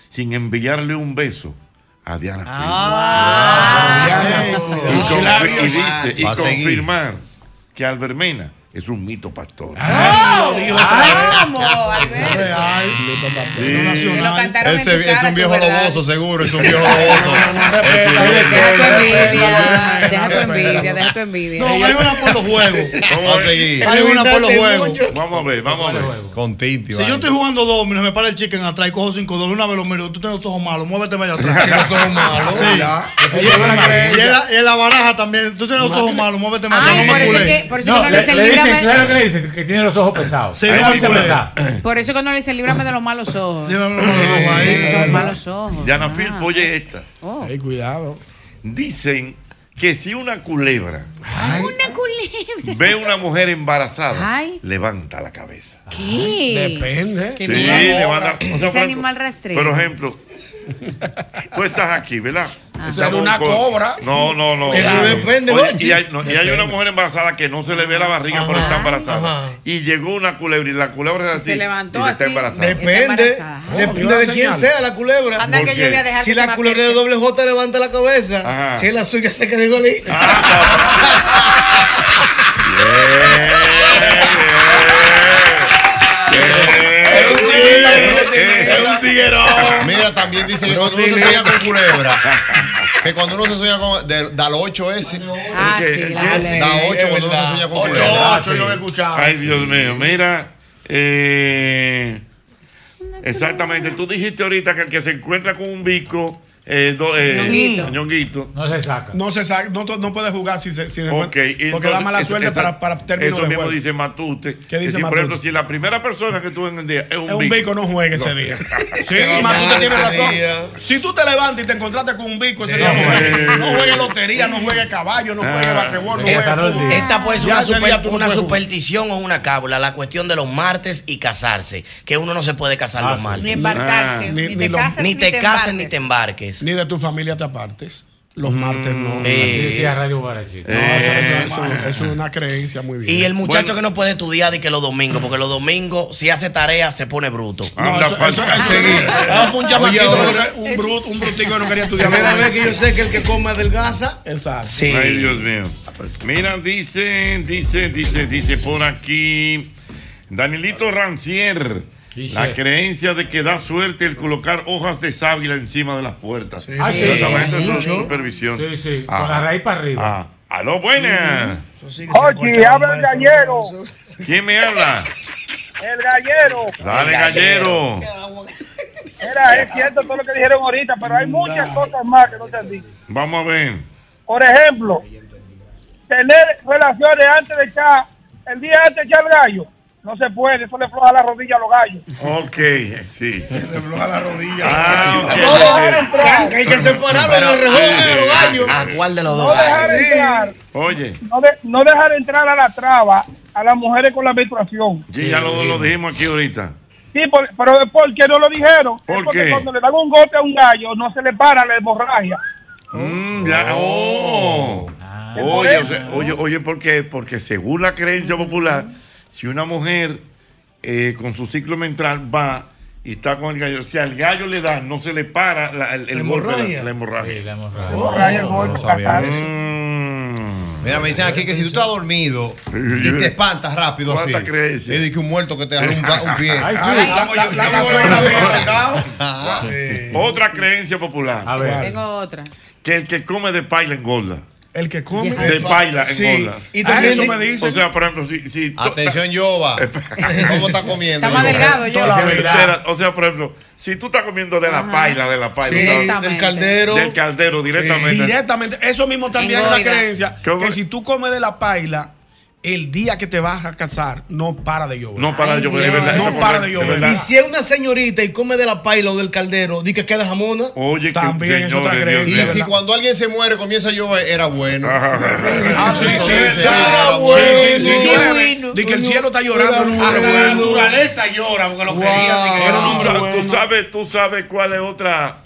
sin enviarle un beso a Diana
Ah.
Filpo. Y
Sus
confi-
labios.
y dice, y
Va a seguir.
confirmar que Albermena es un mito pastor.
¡Vamos, Alberto! Te lo cantaron en tu
Ese es
cara,
un
tu
viejo
verdad.
loboso, seguro, es un viejo loboso.
Deja tu envidia, deja tu envidia, deja tu envidia.
No, hay una por los juegos. Vamos a seguir.
Hay una por los juegos.
Vamos a ver, vamos a ver.
Con Tinti,
Si yo estoy jugando domino, me para el chicken atrás y cojo 5 dólares, una vez lo miro, tú tienes los ojos malos, muévete medio atrás.
Tienes los ojos malos.
Sí.
Ya.
Y,
Eso es una
en-
creencia.
y en la, y en la baraja también, tú tienes los ojos malos, muévete medio
Ay,
atrás.
por eso
me
es
culé.
que- por eso que no le dicen líbrame-
Claro que le dicen que tiene los ojos pesados.
Sí,
Ahí
no me
está
culé.
pesado.
Por eso cuando le dice, líbrame de los malos ojos.
Son
malos ojos.
Diana Filpo, oye esta.
cuidado.
Dicen que si una culebra
Una culebra.
ve una mujer embarazada,
Ay.
levanta la cabeza.
¿Qué?
Depende.
Sí, levanta. o sea,
Ese
por
animal rastrero.
Por ejemplo, tú estás aquí, ¿verdad?
Ah.
Estamos
Pero una
con-
cobra.
No, no, no.
Eso
Claro.
depende,
Oye,
¿no?
y, hay, no, y hay una mujer embarazada que no se le ve la barriga, pero está embarazada. Y llegó una culebra y la culebra es así.
Se levantó
y dice, está
así.
embarazada.
Depende, depende de quién sea la culebra.
Anda, que yo voy a dejar
si
que se me
la culebra de doble J levanta la cabeza,
Ajá.
si es la suya se queda igualita.
Ah,
Es un tiguerón. Mira, también dice que cuando uno se sueña con culebra, que cuando uno se sueña con. de- Da los 8 ese.
Ah, sí, la culebra.
Da 8 cuando uno se sueña con
Ocho,
culebra.
ocho, yo me
escuchaba.
Ay, Dios mío, mira. eh, exactamente, tú dijiste ahorita que el que se encuentra con un bico, eh, do- eh,
Ñonguito.
Ñonguito.
No se saca.
No se sabe, no, no puede jugar si se. Si se
Ok,
porque
entonces,
da mala
eso-
suerte
esa-
para, para términos
Eso
de
mismo
juego.
dice Matute. que
dice
si, Por
Matute?
ejemplo, si la primera persona que tú ves en el día es un
Es un bico, no juegue ese día. Sí, más tú te tienes razón. Si tú te levantas y te encontraste con un bico ese día, no juegues. no juegues lotería, no juegues caballo, no
Ah.
Ah.
juegues basquetbol, no juegues fútbol.
Esta puede ser
Ya
una,
ese
super-
día tú no
una
puedes jugar.
superstición o una cábula, la cuestión de los martes y casarse, que uno no se puede casar
Ah,
los
sí.
martes.
Ni embarcarse, Ah. ni- ni te
lo-
cases, ni
ni
te
te cases,
embarques.
ni te embarques.
Ni de tu familia te apartes. Los martes no.
Así decía Radio Guarachi.
No, eso- eso- eso es una creencia muy bien.
Y el muchacho
Bueno,
que no puede estudiar de que los domingos, porque los domingos si hace tarea se pone bruto.
no, eso- eso- eso- eso fue un
Oye,
chamaquito,
ahora-
que no- un brut- un brutico que no quería estudiar.
Primera vez que yo sé que el que come adelgaza.
Exacto.
Ay, Dios mío.
Ah,
Mira, dice, dice, dice, dice por aquí. Danielito Rancier. La creencia de que da suerte el colocar hojas de sábila encima de las puertas.
Ah, sí.
Pero estaba esto
Mucho.
es una supervisión.
Sí, sí, con la raíz para arriba.
Ah. Aló, buenas.
Ochi, habla el gallero.
¿Quién me habla?
El gallero.
Dale, gallero.
Era, es cierto todo lo que dijeron ahorita, pero hay muchas cosas más que no se han dicho.
Vamos a ver.
Por ejemplo, tener relaciones antes de echar, el día antes de echar el gallo, no se puede, eso le floja la rodilla a los gallos.
Ok, sí. Le
floja la rodilla.
Ah, ok.
No dejar entrar.
Hay que separarlo
del rejón y de los gallos.
¿A cuál de los
No
dos?
dejar
Sí.
entrar,
Oye.
no, de- no dejar entrar a la traba a las mujeres con la menstruación.
Sí, ya lo, lo dijimos aquí ahorita.
Sí, por- pero es porque no lo dijeron.
¿Por
es porque
qué?
cuando le dan un golpe a un gallo, no se le para la hemorragia.
Mm, ya, oh.
Ah,
Oye, o sea, oye, oye, ¿por qué? Porque según la creencia popular, si una mujer eh, con su ciclo menstrual va y está con el gallo, si al gallo le da, no se le para la, el, el golpe, la, la hemorragia.
hemorragia,
No,
el
no
golpe,
sabía
fatal.
eso. Mira, me dicen aquí que si tú estás dormido y te espantas rápido así.
¿Cuánta creencia?
Y de que un muerto que te da un, ba- un pie.
Ay, sí.
Ah, la- la- la cazuela de-
Ah, Otra creencia popular.
Tengo otra.
Que el que come de paila engorda.
El que come
De paila engorda.
Y también eso me
O
dicen.
sea, por ejemplo, si. si
Atención, Yoba. ¿Cómo estás comiendo?
Está más
Yoba?
delgado, Yoba.
Toda la
Sí,
vida.
verdad.
O sea, por ejemplo, si tú estás comiendo de la paila, de la paila.
Sí,
¿sabes?
Directamente. del caldero.
Del caldero, directamente.
Directamente. Eso mismo también es una
Engorda.
creencia.
¿Cómo?
Que si tú comes de la paila, el día que te vas a casar, no para de llover.
No para de llover, es verdad. Eso
No para
correcto,
de
es
llover.
verdad.
Y si es una señorita y come de la paila o del caldero, di que queda jamona.
Oye,
También
que,
es otra
señores,
creencia.
Dios
Y
mío.
si cuando alguien se muere comienza a llover, era bueno. Ah, sí, sí, sí,
Ah,
era
bueno.
bueno.
Sí, sí,
Sí,
llueve.
bueno.
Di que el cielo está
Era
llorando.
bueno.
Hasta la
Bueno.
naturaleza llora porque lo
Wow.
quería. di que era
Pero tú
bueno.
sabes- tú sabes, tú sabes cuál es otra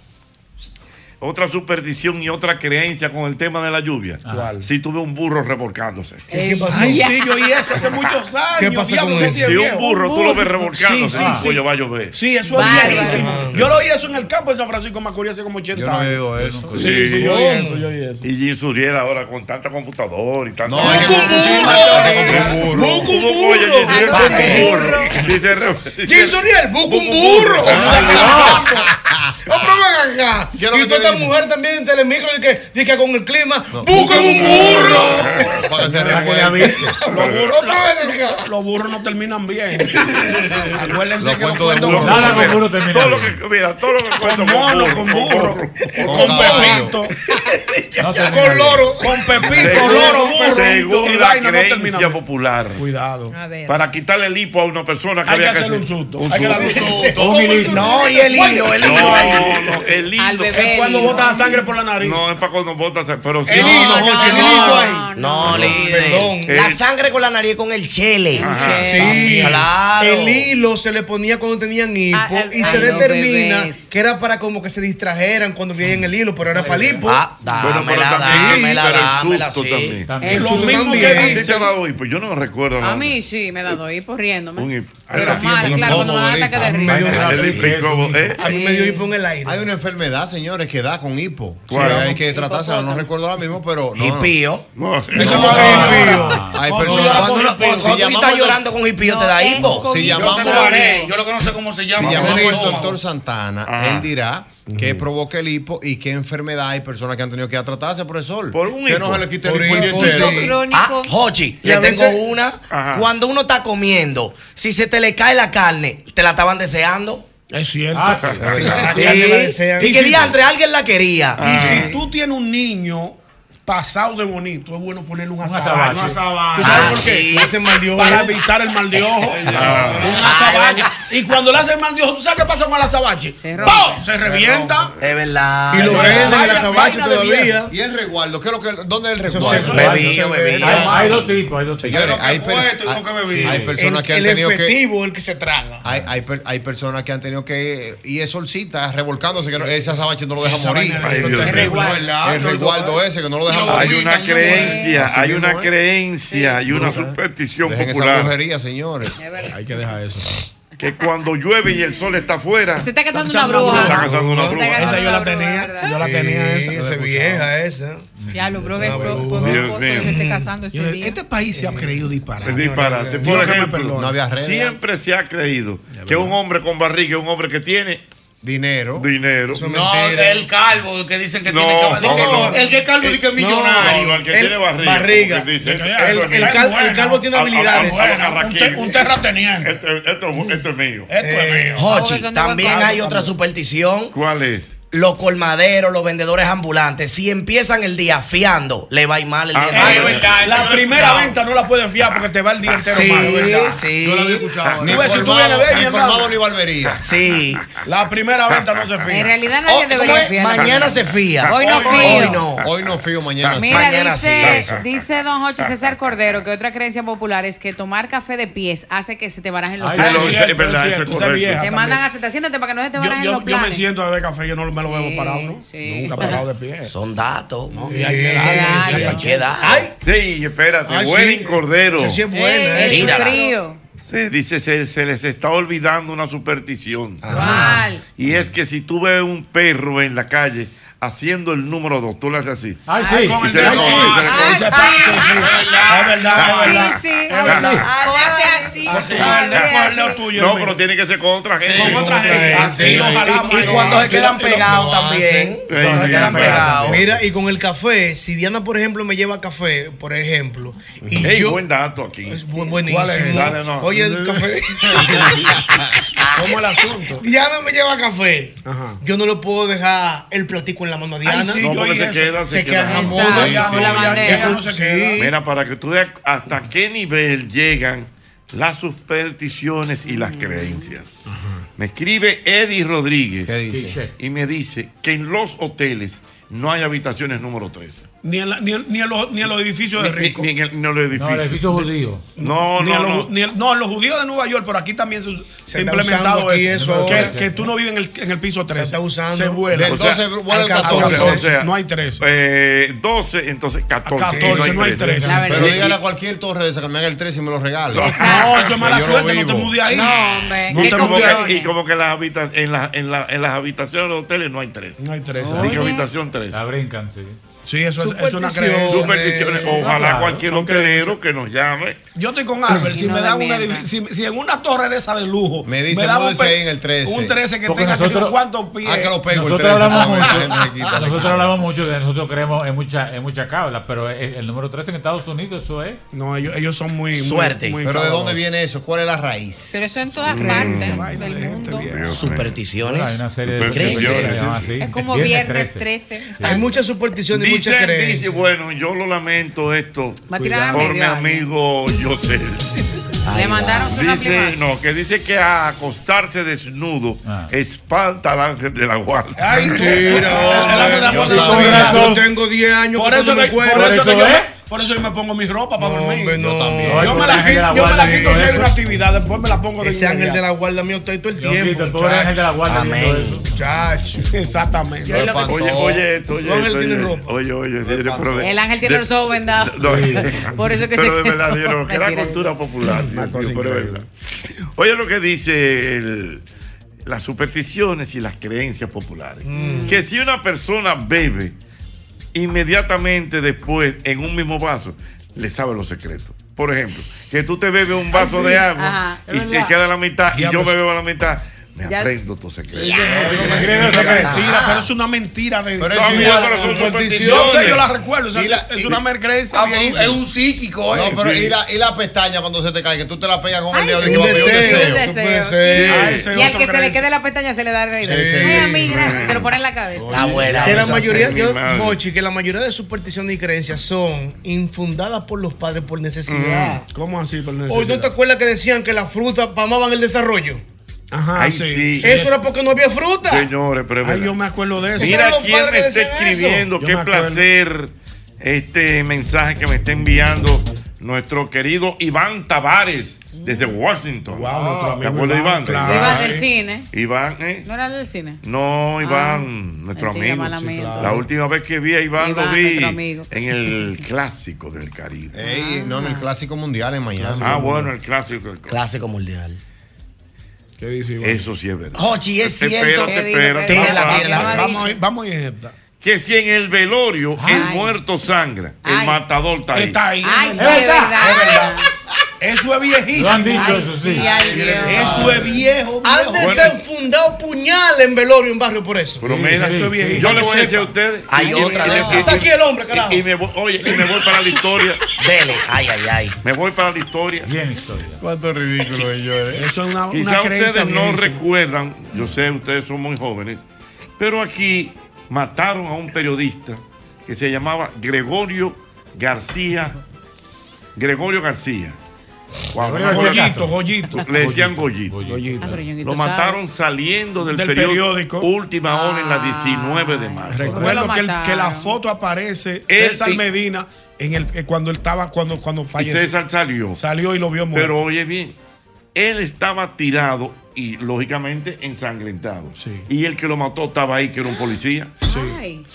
otra superstición y otra creencia con el tema de la lluvia.
¿Cuál?
Si tuve un burro revolcándose.
¿Qué pasó? Ay, sí, yo oí eso hace muchos años.
¿Qué pasa
diablo,
con
eso
eso?
tiene
Si
viejo.
un burro tú lo ves revolcándose,
Sí, sí, sí.
oye, va a llover.
Sí, eso es
Bárbaro.
viejísimo. Yo lo oí eso en el campo de San Francisco Macorís hace como 80 años.
eso.
Sí, sí, yo oí eso, yo oí eso.
Y Jim Suriel ahora con tanta computadora y tanta.
No, hay que Busca un
un burro! ¡Busca un burro! Oye, Jim Suriel,
Busca
busca
un
un burro. Dice.
Jim Suriel, busca un burro.
No, pero ven acá.
¿Qué es lo
Y
que
toda
te
esta
dicen?
mujer también en Telemicro dice que, di que con el clima,
busca
busquen un burro.
Para que se
Los burros, los burros no terminan bien. Acuérdense que los cuentos con
Nada con burro termina.
Todo lo que, mira, todo lo que cuento con burro. Con burro.
con pepito,
termina
con loro, con pepito,
Según-
loro, burro.
Según
y
la
vaina no
creencia
termina bien.
popular.
Cuidado.
Para quitarle el hipo a una persona que
Hay que
había
hacerle un
hacer-
susto. Hay que darle un susto.
Un hilito.
No, y el hilo, el hilo.
No, no, el hilo.
Al bebé, Es cuando el hilo. bota la sangre por la nariz.
No, es para cuando bota sangre. Pero sí.
El hilo, No, Jochi, el no, hilo ahí.
No,
Perdón. La sangre con la nariz con el chele.
Ajá.
Sí.
Claro.
El hilo se le ponía cuando tenían hipo y se
Ah, ay, los
determina
bebés.
que era para como que se distrajeran cuando veían el hilo, pero era para el hipo.
Ah,
Bueno, pero
dámela,
también,
dámela,
pero el
dámela,
susto
sí.
también.
También. El
Lo
susto
mismo
también.
que dice.
Sí.
Pues yo no recuerdo.
A
no.
mí sí, me da doy por riéndome.
Un hipo.
Pero mala, claro, cuando me dan ataque de risa.
El hipo incómodo, ¿eh?
A mí me dio hipo
en el aire.
Hay una enfermedad, señores, que da con hipo.
¿Cuál?
Sí, hay que tratársela, no recuerdo ahora mismo, pero. No,
Hipío.
Eso no es hipío. Hay personas.
Cuando uno- cuando tú estás llorando con hipío, te da hipo.
Si
Yo
llamamos
sé cuál es.
Yo lo que no sé cómo se
Si
llama.
llamamos
pero
al
toma.
doctor Santana,
Ajá.
él dirá qué provoca el hipo y qué enfermedad hay personas que han tenido que ir a tratarse, profesor. Por
un
Que
hipo.
no se le quite el
Por
hipo el día
hipo,
entero.
sí. Ah, Jochi,
a
le tengo
veces-
una.
Ajá.
Cuando uno está comiendo, si se te le cae la carne, te la estaban deseando.
Es cierto.
Ah, sí.
Sí. Ah,
Sí. Y que diantre, alguien la quería.
Y si tú tienes un niño pasado de bonito, es bueno ponerle un
azabache.
azabache. Un azabache. ¿Tú sabes
Ah,
por qué?
sí. Le hacen mal de ojo.
Para evitar el mal de ojo.
Ah.
un azabache. Y cuando le hacen mal de ojo, ¿tú sabes qué pasa con el azabache? Se,
¡Oh!
se revienta.
Es verdad.
Y lo venden el azabache
vaina de
todavía.
viejo.
Y el resguardo, ¿qué es lo que, ¿dónde es el
Eso
resguardo?
es eso, Bebido, eso es bebido. bebido. Hay- hay dos
tipos, hay
dos tipos.
Señores,
Hay
hay,
uno que
pers-
puede, uno que bebido.
hay personas
El-
que han
el
tenido
efectivo
que...
el que se traga.
Hay, hay, per- hay personas que han tenido que y es solcita revolcándose que no- ese azabache no lo deja
Esa
morir.
vaina de eso Ay, Dios es mío. resguardo.
El resguardo ese que no lo deja morir.
Hay una creencia, hay una creencia y una
Entonces,
superstición
Dejen esa
popular
brujería, señores.
Hay que dejar eso. Que cuando llueve y el sol está afuera.
Se está casando una bruja.
Está casando una
Se está
bruja.
casando una bruja.
tenía. Yo la tenía esa. Esa vieja esa.
Ya lo probé,
Dios mío.
se
Mm.
esté casando ese día.
Este país se ha creído disparado.
Es disparate.
Dios
Por
que me
ejemplo,
perdone. No había red.
siempre se ha creído que un hombre con barriga es un hombre que tiene
dinero.
Dinero.
No, el calvo que dicen que
No,
tiene que
no,
que-
no.
El que es calvo dice que es
Eh, No,
millonario.
no, no, el que tiene barriga,
barriga.
porque dice,
El-
esto es
el-
mío.
el cal- el calvo tiene
Ah, ah,
habilidades.
buena,
Un
Raquel.
te- un terrateniente.
Esto, esto- esto es mío.
Eh, Jochi, también hay otra superstición.
¿Cuál es?
Los colmaderos, los vendedores ambulantes, si empiezan el día fiando, le va a ir mal el día.
Ah, es verdad, La primera
Chao.
venta no la puedes fiar porque te va el día entero
Sí,
malo, ¿verdad?
sí.
Yo la había escuchado.
Ni
Tú ves, si tú
formado,
vienes, ven,
ni
mi
formado,
hermano.
ni
barbería.
Sí.
La primera venta no se fía.
En realidad
Oh,
nadie debería fiar.
Mañana se fía.
Hoy no fío.
Hoy no.
Hoy no fío, mañana sí.
Mira, dice, dice don Jochi César Cordero que otra creencia popular es que tomar café de pies hace que se te barajen los
Ay,
planes.
es cierto,
es verdad,
es
eso es
cierto, esa
correcto.
vieja
Te
también.
mandan a sentar, siéntate para que no se te
Yo,
barajen
yo-
los
yo me
planes.
siento a beber café, yo no me lo
Sí,
bebo parado, ¿no?
sí.
Nunca parado de pie.
Son datos. ¿no?
Y hay que darle,
Hay que dar.
Sí, espérate,
Ay,
buen
sí.
cordero.
Que sí es buena, Eh, eh.
Mírala.
es un
Se dice, se, se les está olvidando una superstición.
¿Cuál?
Y es que si tú ves un perro en la calle haciendo el número dos, tú le haces así.
Ay,
Y
sí.
se
Ay,
le
sí.
coge, se le coge.
Ay,
Se
sí.
pasa,
Sí,
Es verdad, es verdad.
Sí,
Es
sí.
verdad.
Así, así.
Así, así. No, pero tiene que ser con otra gente. con otra gente.
Sí, ojalá,
Y, cuando se quedan
pegados
también.
Cuando
se quedan pegados.
Mira, y con el café, si Diana, por ejemplo, me lleva café, por ejemplo, y
Ey,
yo-
buen dato aquí.
Bu- buenísimo.
¿Cuál es? Dale, no.
Oye, el café. ¿Cómo el asunto? Diana me lleva café. Yo no le puedo dejar el platico en la mano a Diana.
No, porque se queda, se, queda.
jamón.
Mira, para que tú veas hasta qué nivel llegan las supersticiones y las creencias. Me escribe Eddie Rodríguez
dice?
y me dice que en los hoteles no hay habitaciones número 13.
Ni en, la- ni en- ni en los, ni en los edificios de
Ni,
ricos.
ni en el, ni en los edificios.
No, el edificio judío.
No,
Ni
no,
en los-
no.
ni en- no, en los judíos de Nueva York, pero aquí también se, se
Se
ha
está
implementado
usando aquí
eso.
eso ahora.
que, que tú no vives en el, en el piso 13.
está usando.
Se vuela.
Del
O sea,
12 vuela al
al
14.
O sea,
no hay 13.
Eh, 12, entonces 14.
14, no hay 13. La verdad.
Pero dígale a cualquier torre de esa que me haga el 13 y me lo regale.
No, eso es mala
Yo lo
suerte, no
vivo.
te mudes ahí.
No, hombre.
Y
Qué
como, que,
cojones.
y como que las habita- en, la- en, la- en las habitaciones de los hoteles no hay tres. No
hay tres. ¿eh?
Ni que habitación tres.
La brincan, sí.
Sí, eso es, eso es una
Supersticiones.
creencia.
Supersticiones. Ojalá
Claro.
cualquier hotelero que nos llame.
Yo estoy con Albert. Si
no
me
de
da una,
mierda.
divi- si, si en una torre de esa de lujo
Me dice,
da un,
múdese
pe-
ahí en el 13.
un 13 que
Porque
tenga que
nosotros-
cuántos pies.
Ah, que lo pego el
Nosotros
13.
hablamos
Ah,
mucho.
bueno, me quita, le
Nosotros
quita.
hablamos mucho de nosotros creemos en mucha, en mucha cábala, pero el, el número 13 en Estados Unidos, eso es.
No, ellos, ellos son muy. muy- muy
Pero ¿de
cabrosos.
dónde viene eso? ¿Cuál es la raíz?
Pero eso en todas
Mm.
partes del mundo.
Supersticiones.
Hay una serie de
Supersticiones.
supersticiones, se llama así.
Es como
Viernes
viernes
13.
13.
Hay muchas supersticiones y muchas
Dice, dice,
creencias.
bueno, yo lo lamento esto
Va a tirar a
por mi
medio año.
amigo José.
Le mandaron su
Dice,
aplicación.
no, que dice que a acostarse desnudo espanta al ángel de la guardia. Ay,
Yo sabía. Yo tengo 10 años. Por
que
eso
no me
que, por
acuerdo.
eso
Por
que
eso
yo,
es.
me- por eso yo me pongo mi ropa para dormir. Yo también.
Ay,
Yo
por
me
el
la
ángel de la
quito, yo me la
guardia,
quito si hay
eso.
una actividad. Después me la pongo de
Ese ángel de
inmediato.
la guardia mío está ahí todo el
Diosito,
tiempo.
el pobre
muchacho.
ángel de la guardia viendo
Amén.
Muchacho. Exactamente.
Oye, oye esto, oye esto,
Los ángeles
oye,
tienen
esto, oye, oye, señores, pero de-
El ángel tiene
de-
los ojos vendados.
No,
Por eso que
pero
se
de verdad, Dios, que era
Mentira.
cultura popular. Dios mío, pero de verdad. Oye lo que dice el- las supersticiones y las creencias populares. Que si una persona bebe inmediatamente después en un mismo vaso, le sabe los secretos. Por ejemplo, que tú te bebes un vaso
Ay, sí.
de agua
Ajá.
y
Es
te
verdad.
queda la mitad y
Ya,
yo
pues.
me bebo la mitad. Me
Ya-
aprendo tu secreto.
Ya. Eso me creo, eso me mentira, pero es una mentira de.
Pero es igual, pero son
Yo sé, yo la
supersticiones.
recuerdo. o sea,
Y la-
es
y-
una mercreencia.
pues,
Ah, pero
viejísima.
es un
psíquico,
No,
¿eh?
pero
Sí.
y la, y la pestaña cuando se te cae, que tú te la pegas con el
Ay,
dedo de
sí.
que va a
Un
pegar
deseo,
un
un deseo.
Ah,
Y
ese
al
otro
que se le
creencia.
quede la pestaña se le da risa.
Sí,
Ay, a mí,
sí.
gracias. Se lo pone en la cabeza.
La abuela.
Que la
Esa
mayoría,
sí,
yo,
mi madre.
Bochi, que la mayoría de supersticiones y creencias son infundadas por los padres por necesidad.
¿Cómo así? Por
Hoy no te acuerdas que decían que las frutas pamaban el desarrollo.
Ajá,
Ay, sí.
Eso era porque no había fruta.
Señores, pero es
Ay,
verdad.
yo me acuerdo de eso.
Mira
Esos eran los
quién me
padres que
está
decían eso.
escribiendo,
Yo
qué
me acuerdo.
placer este mensaje que me está enviando nuestro querido Iván Tavares desde Washington.
nuestro
¿Te
amigo
acuerdas, Iván?
Iván? Claro.
Iba del cine.
Iván, ¿eh?
¿No era del cine?
No,
Ah,
Iván, nuestro
mentira,
amigo.
mala mía,
La
entonces.
última vez que vi a Iván,
Iván,
lo vi
nuestro amigo.
en el clásico del Caribe.
Ey, no, en el clásico mundial en Miami.
Ah, bueno, el clásico. del Caribe.
Clásico mundial.
¿Qué dice
Eso sí es verdad.
Jochi, es cierto.
Espérate, espérate.
Tírala,
Vamos,
tírala.
vamos,
Vamos
vamos.
Vamos, vamos en esta.
Que si en el velorio el muerto sangra, el
Ay.
matador está ahí.
Está ahí.
Ay,
es
sí,
verdad.
es verdad.
Es verdad. Eso es viejísimo.
Lo han dicho, eso sí.
Eso es viejo.
Antes
Bueno.
se han fundado puñal en velorio en barrio por eso.
Pero mira,
Sí, sí, sí.
yo le
Que
voy a decir a ustedes.
Hay otra de esas. Está aquí
el hombre, carajo. Y, y me voy, oye, y me voy para la historia.
Dele, ay, ay, ay.
Me voy para la historia.
Bien, historia.
Cuánto ridículo eh. ellos.
Eso es una, Ah, una
Quizá
creencia
ustedes no
viejísima.
recuerdan, yo sé, ustedes son muy jóvenes, pero aquí mataron a un periodista que se llamaba Gregorio García. Gregorio García. Guau,
Gregorio
me
García
acuerdo.
Goyito, Goyito.
Le decían Goyito.
Goyito. Ah, pero Ñonguito
Lo
sabe.
mataron saliendo del,
Del
periódico, Última hora en
Ah.
la 19 de mayo.
Recuerdo que, el- que la foto aparece
Él
César
y-
Medina en el, eh, cuando él estaba, cuando, cuando
Y
falleció.
César salió.
Salió y lo vio muerto.
Pero oye bien, él estaba tirado y lógicamente ensangrentado. Y el que lo mató estaba ahí, que era un policía.
Ay.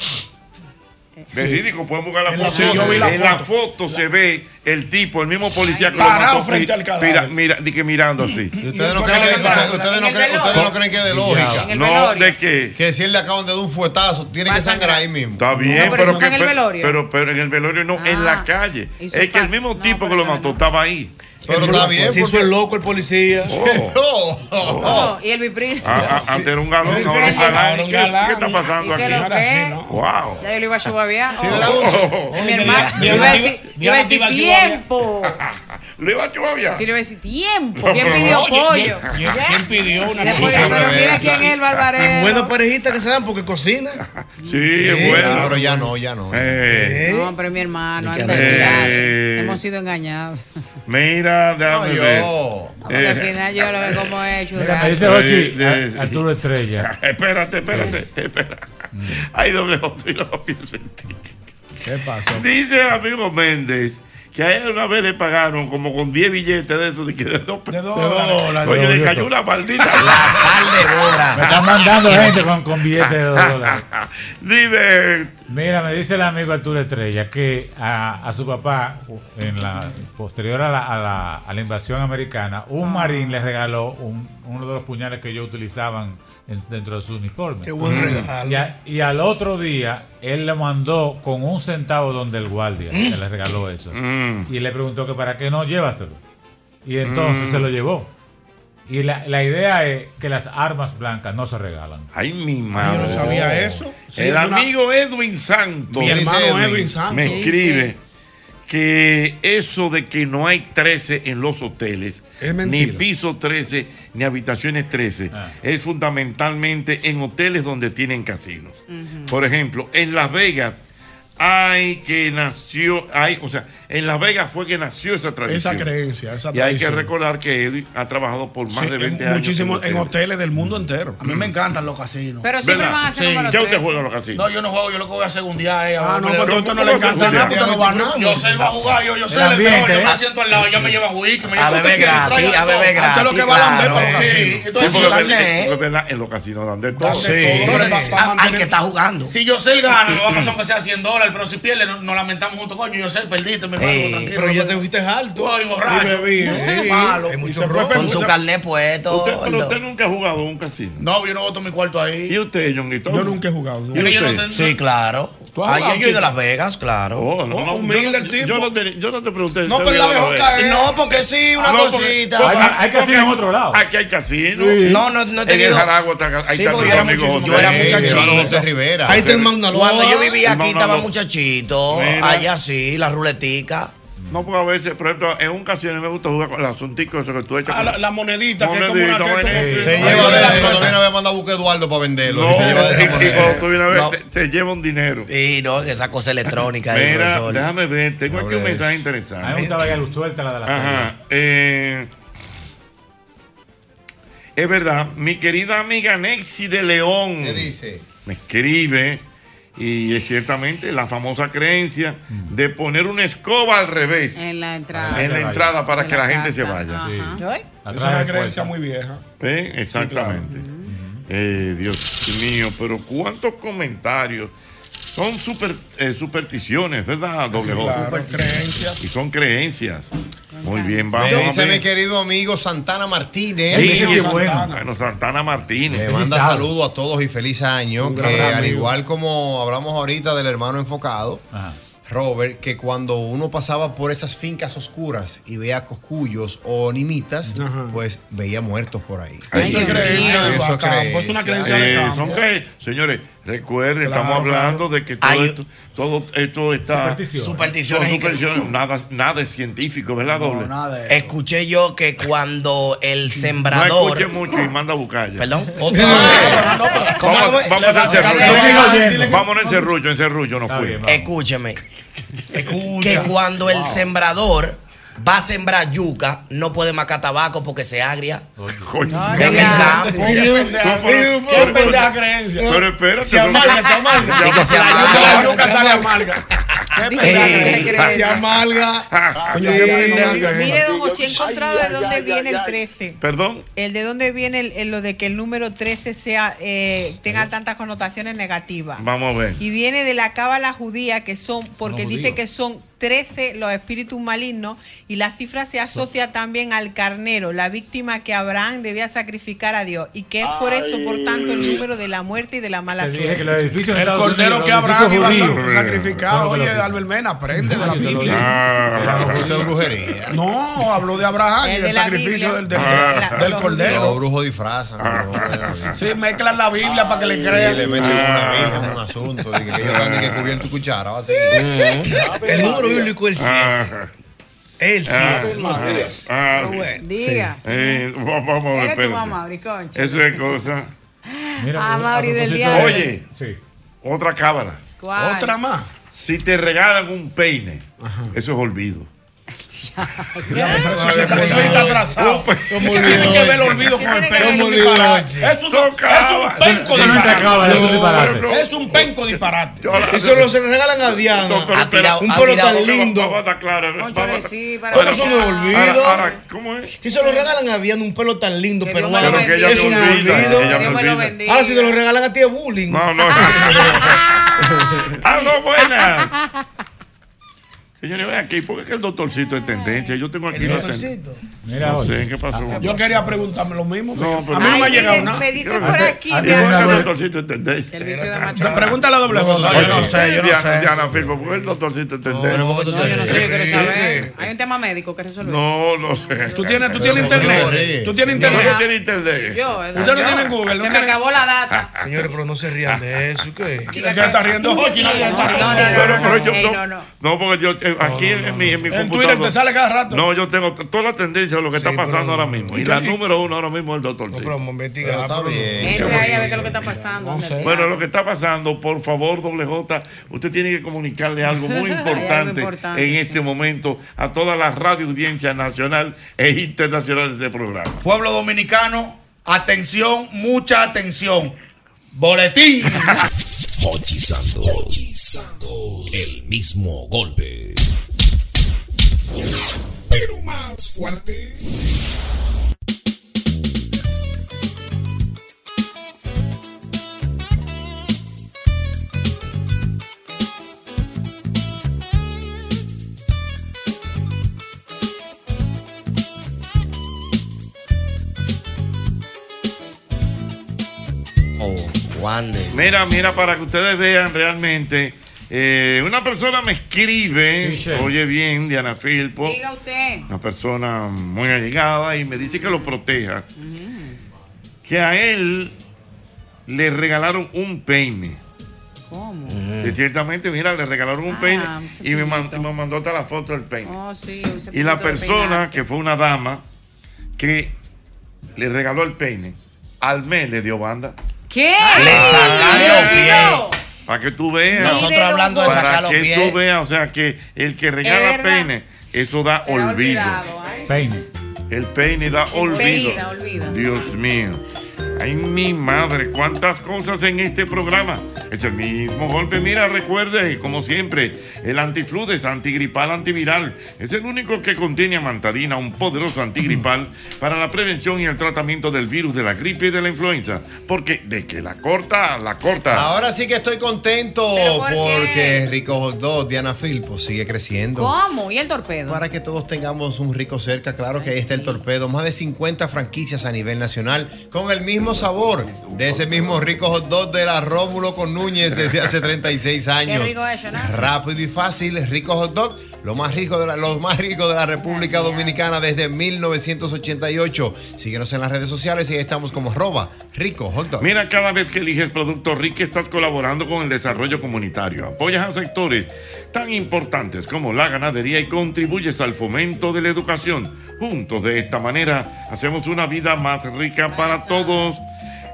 Verídico, podemos buscar la
En la
foto.
foto. Sí, yo vi la
en
foto.
la foto se ve el tipo, el mismo policía que
Parado
lo mató.
frente
mira-
al cadáver.
Mira, mira, di que mirando así.
Ustedes no creen que, ustedes- ustedes no creen- ustedes no creen que es de lógica.
No, de que.
Que si él le acaban de dar un fuetazo, tiene que sangrar ahí mismo.
Está bien,
No, pero
pero,
eso
que-
fue en el
pero-
velorio. Ah,
Pero, pero en el velorio no, en la calle. Es
Hizo
que el mismo tipo que lo mató estaba ahí.
Pero está bien,
Se hizo el loco el policía.
Oh, y el Vipril.
Ah, ah, antes era un galón,
Era un
ahora un
galán.
galán.
Era
¿Y
un
¿Qué,
galán.
qué está pasando
¿Y qué
aquí?
lo que?
Wow.
Ya yo lo iba a chubabear. Oh.
era uno.
Es Mi
Oye, Diana-
hermano. Yo iba a
Diana
decir,
iba-
yo iba
Diana
a decir
iba a chubabear.
tiempo.
¿Lo iba a chubabear?
Sí, le iba a decir tiempo.
No,
¿Quién
pero-
pidió
Oye,
pollo?
¿quién-
¿Quién
pidió
una cosa? Pero mira quién es el barbarero.
Y Buena parejita que se dan porque cocina.
Sí, es bueno.
ah,
Eh.
Pero ya no, ya no.
Eh.
No, pero mi hermano,
Ni que
antes
no.
de edad,
Eh.
hemos sido engañados.
Mira, déjame
No, yo.
ver.
Porque
Eh,
al final yo lo veo como he hecho.
Me dice
Eh,
Jochi,
eh,
a- Arturo Estrella.
Espérate, espérate, espera. Ay, doble J, yo lo pienso en ti.
¿Qué pasó?
Dice el amigo Méndez que a él una vez le pagaron como con 10 billetes de esos de, que de dos pe-
dólares.
Oye, le
Devolvió
cayó
todo.
una maldita. La
sal
Me están mandando gente con, con billetes de dos dólares.
Dime.
Mira, me dice el amigo Arturo Estrella que a, a su papá, en la posterior a la, a la- a la invasión americana, un marín le regaló un- uno de los puñales que ellos utilizaban en- dentro de su uniforme. Mm.
Qué buen regalo.
Y, a- y al otro día, él le mandó con un centavo donde el guardia que le regaló eso. Y le preguntó que para qué no llévaselo. Y entonces
Mm.
se lo llevó. Y la, la idea es que las armas blancas no se regalan.
Ay, mi madre.
yo no sabía eso. Sí,
el
es una-
amigo Edwin Santos.
Mi hermano
Dice
Edwin Santos.
Me
Sí,
escribe que eso de que no hay 13 en los hoteles, ni
mentira.
piso 13, ni habitaciones 13, es fundamentalmente en hoteles donde tienen casinos. Por ejemplo, en Las Vegas hay que nació, hay, o sea, en Las Vegas fue que nació esa tradición.
Esa creencia, esa
Y hay que
tradición.
recordar que Edwin ha trabajado por más
Sí,
de
en
20 años.
Muchísimos
en
en
hoteles.
hoteles del mundo entero.
A mí me
encantan los casinos.
Pero siempre ¿Verdad? van a ser Sí. número ¿Ya usted tres. juega en los casinos?
No, yo no juego, yo lo que voy a hacer un día es.
Ah, no,
hombre,
porque a usted no le
¿cómo
alcanza
se
nada,
juega?
usted no va a nada.
Yo sé, él va a jugar, yo, yo sé,
El
el mejor,
ambiente,
yo me
¿eh?
siento al lado, yo me llevo a whisky, me llevo
A
¿Usted
beber
quiere?
gratis,
Traiga
a
todo.
beber
Usted lo que
gratis,
va a andar
claro.
para los
Sí,
casinos. Entonces,
porque
si
es-
gané,
es verdad, en los casinos dan de todo.
Sí. Entonces, a- al que está jugando. Si yo sé el gana, me va a pasar aunque sea 100 dólares, pero si pierde, no- nos lamentamos juntos, coño. Yo sé, perdiste, mi hermano,
Ey,
tranquilo.
pero ya te
fuiste alto. Hoy, borracho.
Sí.
malo.
Hay
Y
mucho
se fue
rojo. Con
feliz.
su carnet puesto.
Usted, pero
el
usted nunca ha jugado en un casino.
No, yo no boto mi cuarto ahí.
¿Y usted, Ñonguito?
Yo nunca he jugado.
¿Y
Yo no
usted?
tengo- Sí,
claro.
¿Tú has
Ah,
hablado
yo, yo he ido a
aquí?
Las Vegas, claro.
Oh, no, no, humilde yo, el tipo. Yo no te, yo no te pregunté. si había ido a Las
Sí,
Vegas.
No, porque sí, una
Ah, no, porque-
cosita.
porque-
casinos
porque Aquí hay casino.
Sí. No, no, no he
En el
tenido-
Jaragua está- hay
Sí,
casino,
porque yo era
amigo
muchísimo-
José.
yo era
Sí,
muchachito.
Álvaro José Rivera.
Ahí está el
José-
Magnaloa. Cuando yo vivía aquí
El
estaba
Magnaloa.
muchachito.
Mira.
Allá sí, la ruletica.
No, porque a veces, por ejemplo, en un casino a mí me gusta jugar con el asuntico eso que tú echas.
Ah,
con-
la- la monedita,
que es como
Monedita,
una- que es como-
monedita.
Sí.
Se lleva de eso. Cuando viene a ver, manda a buscar a Eduardo para venderlo.
No,
y se lleva de esa
y- y
moneda.
cuando tú vienes a ver,
No.
te, te lleva un dinero.
Sí, no, esa cosa electrónica.
ahí,
Mira,
profesor.
déjame ver, tengo aquí un
Abre
mensaje
eso.
interesante.
A mí me gustaba ya luz suelta, la de la
Ajá. eh, es verdad, mi querida amiga Nexi de León.
¿Qué dice?
me escribe y es ciertamente la famosa creencia de poner una escoba al revés
En la entrada.
en la entrada para
De
que la gente
casa.
se vaya.
Ay.
Es una creencia muy vieja.
¿Eh? Exactamente. Eh, Dios mío, pero cuántos comentarios. Son super, eh, supersticiones, ¿verdad? Doble
Claro,
J?
supercreencias.
Y son creencias. Muy bien, vamos.
Me dice
a ver.
mi querido amigo Santana Martínez.
Sí,
Niño
sí,
Santana.
bueno. Bueno, Santana Martínez.
Le manda saludos a todos y feliz año.
Un
Que
gran
al
amigo.
igual como hablamos ahorita del hermano enfocado, Robert, que cuando uno pasaba por esas fincas oscuras y veía cocuyos o nimitas, pues veía muertos por ahí.
Eso es creencia
Eso
de
es
campo, es una creencia de
Eh,
campo.
son
cre- Señores, recuerden,
Claro,
estamos hablando de que todo
Hay-
esto, todo esto está.
Supersticiones. Supersticiones
Son
y
supersticiones. Nada, nada es científico, ¿verdad, doble?
Escuché yo que cuando el sembrador.
No escuche mucho y manda a buscar ya.
Perdón.
Vamos, a- vamos a hacer
Le
serrucho.
va-
Vamos,
Dile que-
Vámonos en serrucho, en serrucho nos
Está bien,
fuimos.
vamos. Escúcheme. Que cuando el sembrador va a sembrar yuca, no puede macar tabaco porque se agria. En el campo.
Qué pendeja creencia. Pero espérate.
Se amarga, se amarga.
Ya
Y que se
va-
amarga.
ya va-
Nunca sale amarga.
Se
amarga.
Coño, qué pendeja
Mire, don
creencia.
José, he encontrado de dónde viene el 13.
Perdón.
El de dónde viene el- el- lo de que el número 13 sea, eh, tenga tantas connotaciones negativas.
Vamos a ver.
Y viene de la cábala judía, que son, porque
No,
dice
judío.
que son 13 los espíritus malignos, y la cifra se asocia también al carnero, la víctima que Abraham debía sacrificar a Dios, y que es por eso, por tanto, el número de la muerte y de la mala
Te
suerte.
dije que los edificios en
El
Estados
cordero
Unidos,
que
los
Abraham iba a
edificios
ser
judíos.
sacrificado.
Son los
Oye,
que lo-
Albert Mena, aprende de la
Biblia.
Eso es brujería.
No, habló de Abraham y
El de
del
la
sacrificio
Biblia.
del, del-
Ah.
del
Los
cordero.
brujos disfrazan. ¿no?
Sí, mezclan la Biblia para que le crean. Ah.
Y le meten una virgen en un asunto. Dije que ellos andan que cubrir tu cuchara. Va a seguir.
Eh,
El número bíblico es el
Ah.
El
Ah,
siete,
ah,
madre.
ah,
Pero bueno.
Diga.
Eh, vamos a ver,
Eres tu
espérate.
mamá, Auriconcha.
Eso es cosa.
Mira, Ah, Mauri, a del propósito diablo. de-
Oye, otra cábala.
¿Cuál? Otra
más.
Si te regalan un peine, eso es olvido.
Eso está- eso está atrasado. ¿Qué
Como
tiene que ver
Lidoche.
el olvido con el
¿Qué tiene que ver
penco
el
disparate?
Lidoche?
Es un, es un penco
Eso no te acaba, eso es un
disparate.
disparate.
No, Es un penco disparate.
Y solo se lo regalan a Diana.
Doctor,
Ha tirado-
espera,
un pelo
ha tirado-
tan lindo.
Vamos a estar claros. Vamos a-
Pero eso no es olvido.
Ahora- ahora, ¿Cómo es?
Si se lo regalan a Diana un pelo tan lindo, pero
me lo
bueno,
Pero que ella
eso
me
no es
olvida,
olvido.
ella me Dios me lo olvida. bendiga.
Ahora si te lo regalan a ti es bullying.
No, no. ¡Ah, no, buenas! Señores, ven aquí, ¿por qué es que el doctorcito es tendencia? Yo tengo aquí
¿El
la
doctorcito? Ah,
tendencia. No sé, ¿qué pasó?
Yo quería preguntarme lo mismo.
No, pero-
a mí no me ha
Ay,
llegado
miren,
nada.
me dicen por aquí, Aquí vean. el doctorcito es tendencia.
Pregúntale a doble J.
Oye,
Yo no sé, yo no
Diana-
sé.
Diana Firpo, ¿por qué el doctorcito es tendencia?
pero ¿por qué tú No, te yo no sé,
Yo quiero saber. Hay un tema médico que resolver.
No, no sé.
Tú tienes, tú tienes internet. Tú tienes
No,
internet.
yo tiene internet.
Yo, eh,
Usted no
yo.
tiene Google, no
Se me
tiene-
acabó la data.
Señores, pero no se rían de eso. ¿Qué?
¿Qué está riendo? Jochi, nadie
No,
está
no, no,
riendo.
Pero, pero yo
Ey,
Ah, no,
no, no.
no, porque yo eh, aquí en mi, en mi
En
computadora.
Twitter te sale cada rato.
No, yo tengo t- toda la tendencia de lo que está pasando ahora mismo. Y la número uno ahora mismo es el doctorcito.
Investiga, pero-
Entre ahí a ver qué es lo que está pasando. ¿dónde está?
Bueno, lo que está pasando, por favor, doble J, usted tiene que comunicarle algo muy importante,
importante,
en este momento a toda la radio audiencia nacional e internacional de este programa.
Pueblo dominicano, atención, mucha atención. Boletín.
Hochi Santos. El mismo golpe.
Pero más fuerte.
Mira, mira, para que ustedes vean realmente Eh, una persona me escribe, oye bien, Diana Filpo,
Diga usted.
una persona muy allegada y me dice que lo proteja,
Mm.
que a él le regalaron un peine.
¿Cómo?
Y ciertamente, mira, le regalaron un peine
Mm. Ah, un
y me, man- y me mandó hasta la foto del peine.
Oh, sí, ese
Y la
punto de
persona,
peinarse.
que fue una dama, que le regaló el peine, al mes le dio banda.
¿Qué?
Ah, Para que tú veas.
Nosotros Mire, don hablando de
Para
sacar los
que
pies.
tú veas, o sea, que el que regala peine, eso da olvido.
Peine.
El peine da olvido.
Olvida, olvida.
Dios mío. Ay, mi madre, cuántas cosas en este programa. Es el mismo golpe. Mira, recuerde, como siempre, el antifludes, antigripal, antiviral. Es el único que contiene amantadina, un poderoso antigripal para la prevención y el tratamiento del virus de la gripe y de la influenza. Porque de que la corta, la corta.
Ahora sí que estoy contento
¿Pero por qué?
porque Rico Hot Dog, Diana Filpo, sigue creciendo.
¿Cómo? ¿Y el torpedo?
Para que todos tengamos un rico cerca, claro que ahí está el torpedo. Más de 50 franquicias a nivel nacional con el mismo sabor de ese mismo rico hot dog de la Rómulo con Núñez desde hace 36
Qué
años.
rico eso, ¿no?
Rápido y fácil, rico hot dog, lo más rico de la, lo más rico de la República Dominicana desde 1988. Síguenos en las redes sociales y ahí estamos como roba, rico hot dog.
Mira, cada vez que eliges productos RIC estás colaborando con el desarrollo comunitario. Apoyas a sectores tan importantes como la ganadería y contribuyes al fomento de la educación. Juntos de esta manera hacemos una vida más rica para todos.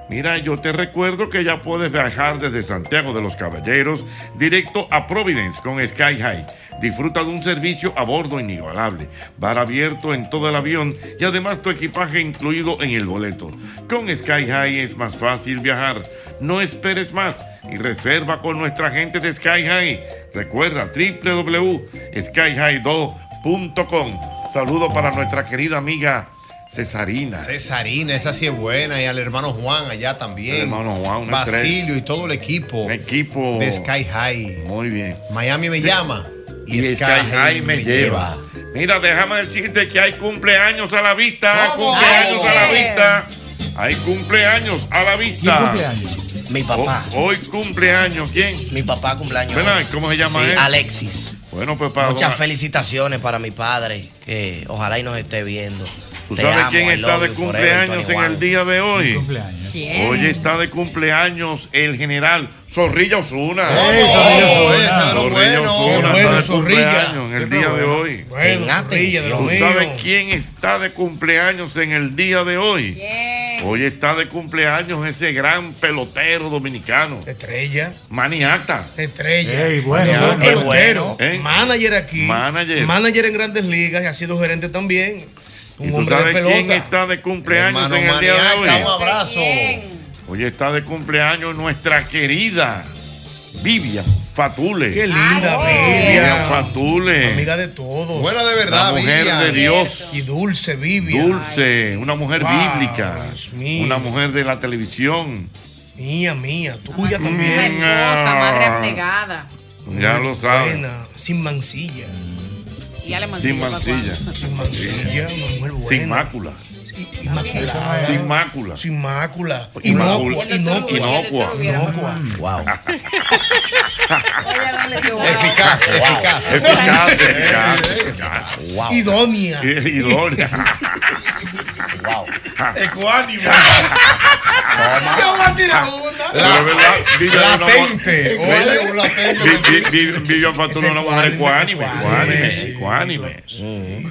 Mira, yo te recuerdo que ya puedes viajar desde Santiago de los Caballeros directo a Providence con Sky High. Disfruta de un servicio a bordo inigualable, bar abierto en todo el avión y además tu equipaje incluido en el boleto. Con Sky High es más fácil viajar. No esperes más y reserva con nuestra gente de Sky High. Recuerda www.skyhigh2.com. Saludo para nuestra querida amiga Cesarina.
Cesarina, esa sí es buena. Y al hermano Juan allá también.
El hermano Juan, una
Basilio y todo el equipo.
equipo.
De Sky High.
Muy bien.
Miami me
Sí.
llama.
Y, Sky, High me lleva. Mira, déjame decirte que hay cumpleaños a la vista. Cumpleaños a la vista. Hay cumpleaños a la vista.
Mi papá.
hoy cumpleaños, ¿quién?
Mi papá cumpleaños.
¿Verdad? ¿Cómo se llama
Sí,
él?
Alexis.
Bueno, pues para
Muchas
don-
felicitaciones para mi padre, que ojalá y nos esté viendo.
¿Tú
Te
sabes
amo,
quién
I
está
love
de
you forever,
cumpleaños
Tony
en el
Juan.
día de hoy?
¿Quién?
Hoy está de cumpleaños el general Zorrilla Osuna.
¡Ey, Zorrilla Osuna!
Zorrilla
Bueno,
Osuna
qué
está
bueno,
de
Zorrilla.
cumpleaños en el
Qué
día de
bueno.
hoy.
Bueno, En Zorrilla, de lo
¿Tú
mío.
sabes quién está de cumpleaños en el día de hoy? Hoy está de cumpleaños ese gran pelotero dominicano.
Estrella.
Maniata.
Estrella.
Ey, bueno,
Nosotros
hombre.
es bueno.
¿Eh?
Manager aquí.
Manager.
Manager en grandes ligas y ha sido gerente también.
¿Y
Un
tú
hombre de
sabes quién
pelota.
está de cumpleaños en el día de hoy?
Maniaca, un abrazo.
Hoy está de cumpleaños nuestra querida Vivian Fatule.
Qué linda,
Vivian.
Vivian.
Fatule.
Amiga de todos.
Buena de verdad, La mujer Vivian. de Dios.
Y dulce, Vivian.
Dulce, una mujer
Wow,
bíblica,
mío.
una mujer de la televisión.
Mía, mía. Tuya también.
Una esposa, madre abnegada.
Ya lo sabes.
Buena, sin mancilla.
Y ya le mandé
Sin
yo pa'
mancilla.
cuando.
Sin mancilla, una mujer buena.
Sin mácula. Sin mácula.
Sin mácula.
Inocua.
Inocua. Inocua.
Inocua.
Inocua.
Wow.
Eficaz, eficaz.
Eficaz, eficaz, eficaz.
Idónea.
Idónea.
Wow.
Ecuánime.
Pero es verdad, Vivian es una mujer-
Latente.
Oye,
Oye, un latente.
Vi- vi- vi- Vivian Fatule es una mujer ecuánime, ecuánime,
sí,
ecuánime.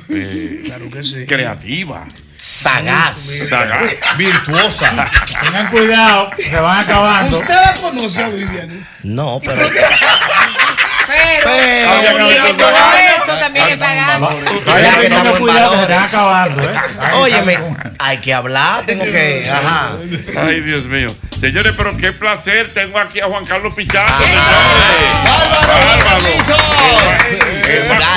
Eh, Creativa.
Sagaz.
Sagaz.
Virtuosa.
Tengan cuidado, se van acabando.
Usted la conoce a Vivian.
No, pero.
Pero,
Pero-
y que todo eso también es sagaz.
Ya que estamos en
cuidado, se está
valores.
acabando, ¿eh?
Óyeme, hay que hablar, tengo que. Ajá.
Ay, Dios mío. Señores, pero qué placer. Tengo aquí a Juan Carlos Pichardo. señores. Bárbaro. el más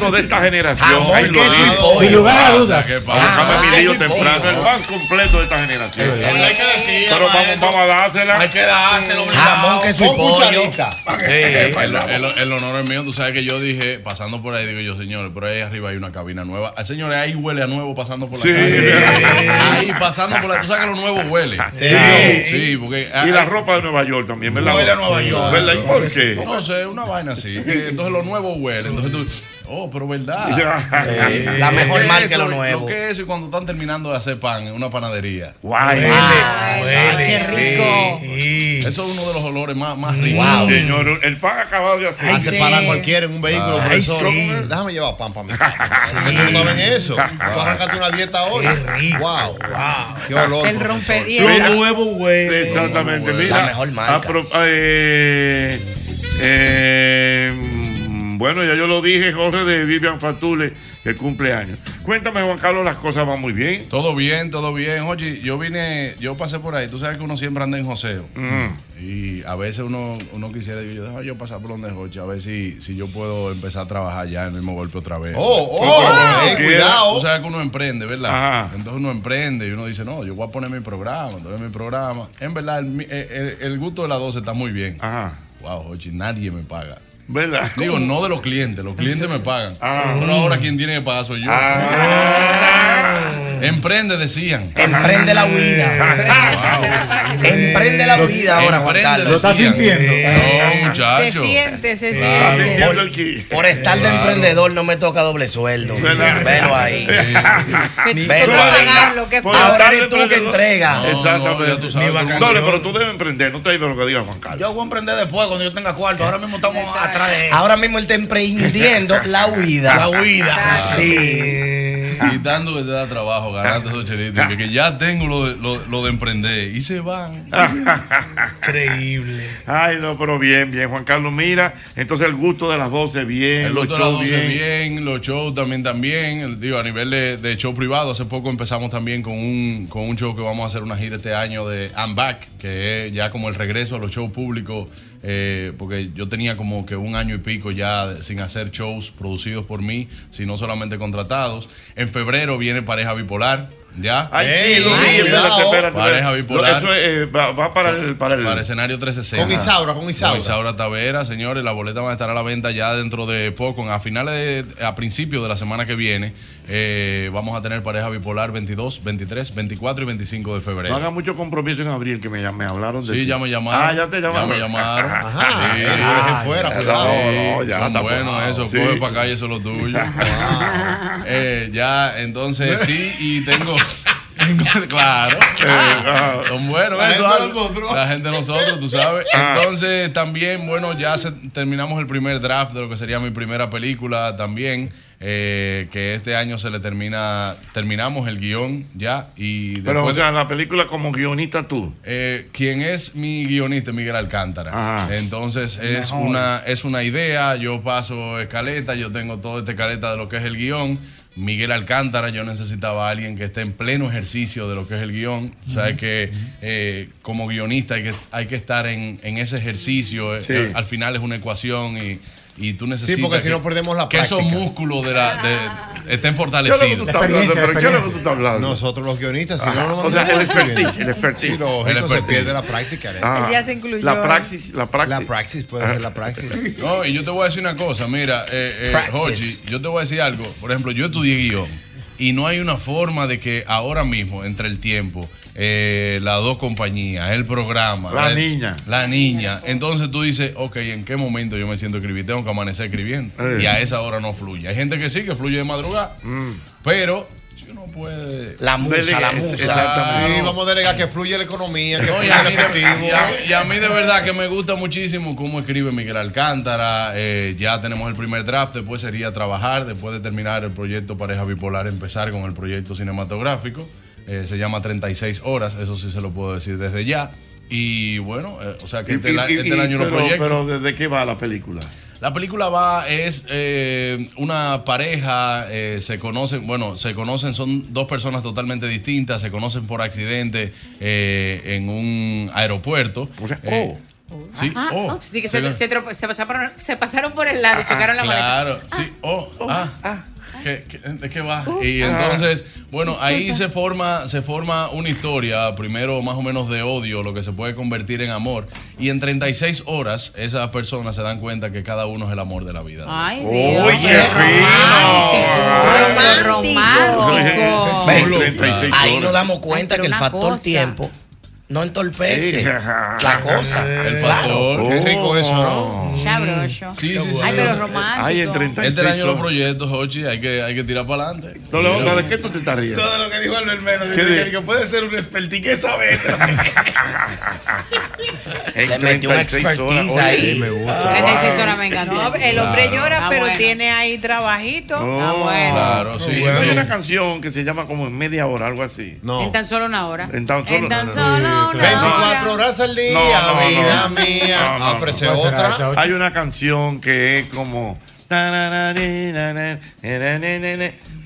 completo de esta generación.
Jamón,
Ahí lo
queso y
digo. Ah,
pollo. Ah, Sin lugar a dudas.
Que pa- Bájame mi lío
queso y
temprano.
pollo.
El más completo de esta generación.
Es verdad. Hay que
decir,
Pero vamos, vamos a dársela.
Hay que dárselo
Jamón, queso y
Con
pollo.
cucharita.
el, el- el honor es mío, tú sabes que yo dije, pasando por ahí, digo yo, señores, pero ahí arriba hay una cabina nueva. Ah, Señores, ahí huele a nuevo pasando por la calle. Ahí pasando por la tú sabes que lo nuevo huele.
Sí.
Sí, porque
Y la ropa de Nueva York también, ¿verdad?
Huele a Nueva York.
¿Verdad? ¿Y por qué?
No sé, una vaina así. Eh, Entonces lo nuevo huele. Entonces tú, oh, pero verdad.
Sí.
Eh,
La mejor
¿qué es
marca
eso?
lo nuevo.
Lo que es eso y cuando están terminando de hacer pan en una panadería.
Guay.
Huele,
Ay,
huele.
Ah, qué rico.
Sí. Eso es uno de los olores más, más ricos.
Wow. Señor, el pan acabado de hacer.
Hace para cualquiera en un vehículo,
Ay,
profesor.
sí.
Déjame llevar pan para mí. Ustedes no saben eso. Tú arrancaste una dieta hoy. Wow, wow. Qué
Ah,
olor.
El
rompedientes.
Mira,
nuevo huele.
Exactamente, mira.
La mejor marca.
a pro- eh, eh, mm, bueno, ya yo lo dije, Jorge de Vivian Fatule, que cumple años. Cuéntame, Juan Carlos, las cosas van muy bien.
Todo bien, todo bien. Oye, yo vine, yo pasé por ahí. Tú sabes que uno siempre anda en joseo. Y a veces uno, uno quisiera, digo yo, déjame yo pasar por donde Jochi, a ver si, si yo puedo empezar a trabajar ya en el mismo golpe otra vez.
Oh, oh, eh, cuidado.
Tú sabes que uno emprende, ¿verdad?
Ajá.
Entonces uno emprende y uno dice, no, yo voy a poner mi programa, entonces mi programa. En verdad, el, mi- el- el gusto de las 12 está muy bien.
Ajá.
Wow, Jochi, nadie me paga.
¿Verdad?
Digo,
¿Cómo?
no de los clientes, los clientes me pagan.
Ah.
Pero ahora quien tiene que pagar soy yo.
Ah.
Emprende, decían.
Emprende la
huida.
Emprende la huida ahora, Juan Carlos.
Lo estás sintiendo. No,
Se
muchacho.
siente, se
Eh,
siente.
Por, por estar de
Claro.
emprendedor no me toca doble sueldo. Velo ahí.
Ni
Velo
toca
ahí.
pagarlo, ¿qué pasa?
Ahora eres tú
Tarde,
que
pero-
entrega.
Exactamente. No,
vacaciones.
pero tú debes emprender, no te digas lo que diga Juan Carlos.
Yo voy a emprender después, cuando yo tenga cuarto. Ahora mismo estamos atrás de eso.
Ahora mismo él está emprendiendo la huida.
La huida.
Sí.
Quitando que te da trabajo, ganando esos chelitos. Que, que ya tengo lo de, lo, lo de emprender. Y se van.
Increíble. Ay, no, pero bien, bien, Juan Carlos. Mira, entonces el gusto de las 12, bien,
El
los
otro lado
shows,
bien.
bien.
bien, los shows también, también. El- Digo, a nivel de, de show privado, hace poco empezamos también con un, con un show que vamos a hacer una gira este año de I'm Back, que es ya como el regreso a los shows públicos, eh, porque yo tenía como que un año y pico ya de- sin hacer shows producidos por mí, sino solamente contratados. En febrero viene Pareja Bipolar, ¿ya?
Ay, sí, lo vi, espérate, espérate.
Pareja
espérate.
Bipolar.
Eso es, eh, va, va para el. Para el...
escenario 360.
Con Isaura, con Isaura.
Con Isaura Tavera, señores, la boleta va a estar a la venta ya dentro de poco. A finales, de- a principios de la semana que viene, eh, vamos a tener pareja bipolar 22, 23, 24 y 25 de
No haga
febrero.
mucho compromiso en abril, que me, llam- me hablaron de.
Sí,
ti.
ya me llamaron.
Ah, ya te llamaron.
Ya me llamaron.
Ajá.
Sí.
Eh, dejen fuera,
Sí,
cuidado. No, no, ya
son
está
buenos
formado.
esos,
Sí.
coge para acá y eso es lo tuyo. Eh, ya, entonces sí, y tengo. tengo- claro.
Eh, ah.
Son buenos
La
esos.
gente de
Al- La gente de nosotros, tú sabes.
Ah.
Entonces, también, bueno, ya se- terminamos el primer draft de lo que sería mi primera película también. eh, que este año se le termina, terminamos el guión ya. Y
Pero, o
después de-
sea, la película como guionista tú.
eh, quien es mi guionista es Miguel Alcántara. Entonces es
mejor.
una, es una idea, yo paso escaleta, yo tengo todo este escaleta de lo que es el guión. Miguel Alcántara, yo necesitaba a alguien que esté en pleno ejercicio de lo que es el guión. O sea,
Ujú.
que eh, como guionista hay que, hay que estar en, en ese ejercicio. Eh,
Sí.
Al, al final es una ecuación y, y tú necesitas.
porque si
que-
no perdemos la
Que esos
práctica.
músculos de la, de- estén fortalecidos.
Nosotros los guionistas, si
Ajá.
no, no
O sea, el expertise,
el expertise.
Sí, lo lógico,
El
se
expertise.
pierde la práctica.
Ah. Él ya se incluyó. La praxis, Ah.
la praxis.
La praxis, puede ser la praxis.
No, y yo te voy a decir una cosa, mira, eh, eh,
Practice.
Jochi, yo te voy a decir algo. Por ejemplo, yo estudié guión y no hay una forma de que ahora mismo, entre el tiempo, eh, las dos compañías, el programa,
La
el-
niña.
la niña, entonces tú dices, ok, ¿en qué momento yo me siento a escribir? Tengo que amanecer escribiendo
Eh. Mm.
y a esa hora no fluye. Hay gente que sí, que fluye de madrugada, pero eh, si uno puede...
La musa, la musa.
Claro.
Sí, vamos a delegar que fluye la economía, que
No, y,
fluye
a
el
mí de,
efectivo.
y a- y a mí de verdad que me gusta muchísimo cómo escribe Miguel Alcántara. eh, ya tenemos el primer draft, después sería trabajar, después de terminar el proyecto Pareja Bipolar, empezar con el proyecto cinematográfico. Eh, se llama 36 horas, eso sí se lo puedo decir desde ya. Y bueno, eh, o sea que este, es la-
Y- y-
este es el año de los
pero,
proyectos.
pero, ¿desde qué va la película?
La película va, es eh, una pareja, eh, se conocen, bueno, se conocen, son dos personas totalmente distintas, se conocen por accidente eh, en un aeropuerto.
O sea,
Eh,
oh.
Sí.
Ah,
Oh,
ups, di que
se
se,
la-
se trope- se pasaron, se pasaron por el lado y
Ah,
chocaron la maleta.
Claro, sí. Oh, ah. ¿Qué- qué- ¿De qué va? y
ah.
entonces, bueno, ahí
Disculpa.
se forma, se forma una historia, primero más o menos de odio, lo que se puede convertir en amor. Y en 36 horas, esas personas se dan cuenta que cada uno es el amor de la vida.
Ay,
Dios.
Dios.
Romántico.
Romántico.
Ven,
Chulo. 36
ahí
horas.
nos damos cuenta
Pero
que el
una
factor
cosa.
tiempo no entorpece
Sí.
la cosa.
El
Claro.
factor.
Qué rico eso,
Oh.
¿no?
Chabroso.
Sí, sí, sí.
Ay, pero romántico.
Ay, en 36 Este año los
horas.
proyectos, Ochi, hay que, hay que tirar para adelante.
Leonca, ¿de qué tú te estás riendo?
Todo lo que dijo Albert Melo,
¿Qué
que
de-
dije, digo, puede ser un expertí que sabe.
este
En
Le metió un
36 horas.
expertise
Oye,
ahí. Ah.
me gusta.
me encantó.
No, el hombre
Claro.
llora,
Está
pero
bueno.
tiene ahí trabajito.
Oh,
Claro, sí.
Bueno,
sí.
Hay una canción que se llama como en media hora, algo así.
En tan solo una hora.
En tan solo-
En tan
no,
solo
no, no.
una
Ven,
hora.
horas al día,
No, no, no.
vida mía.
No, no,
ah,
no.
pero esa es otra.
Hay una canción que es como.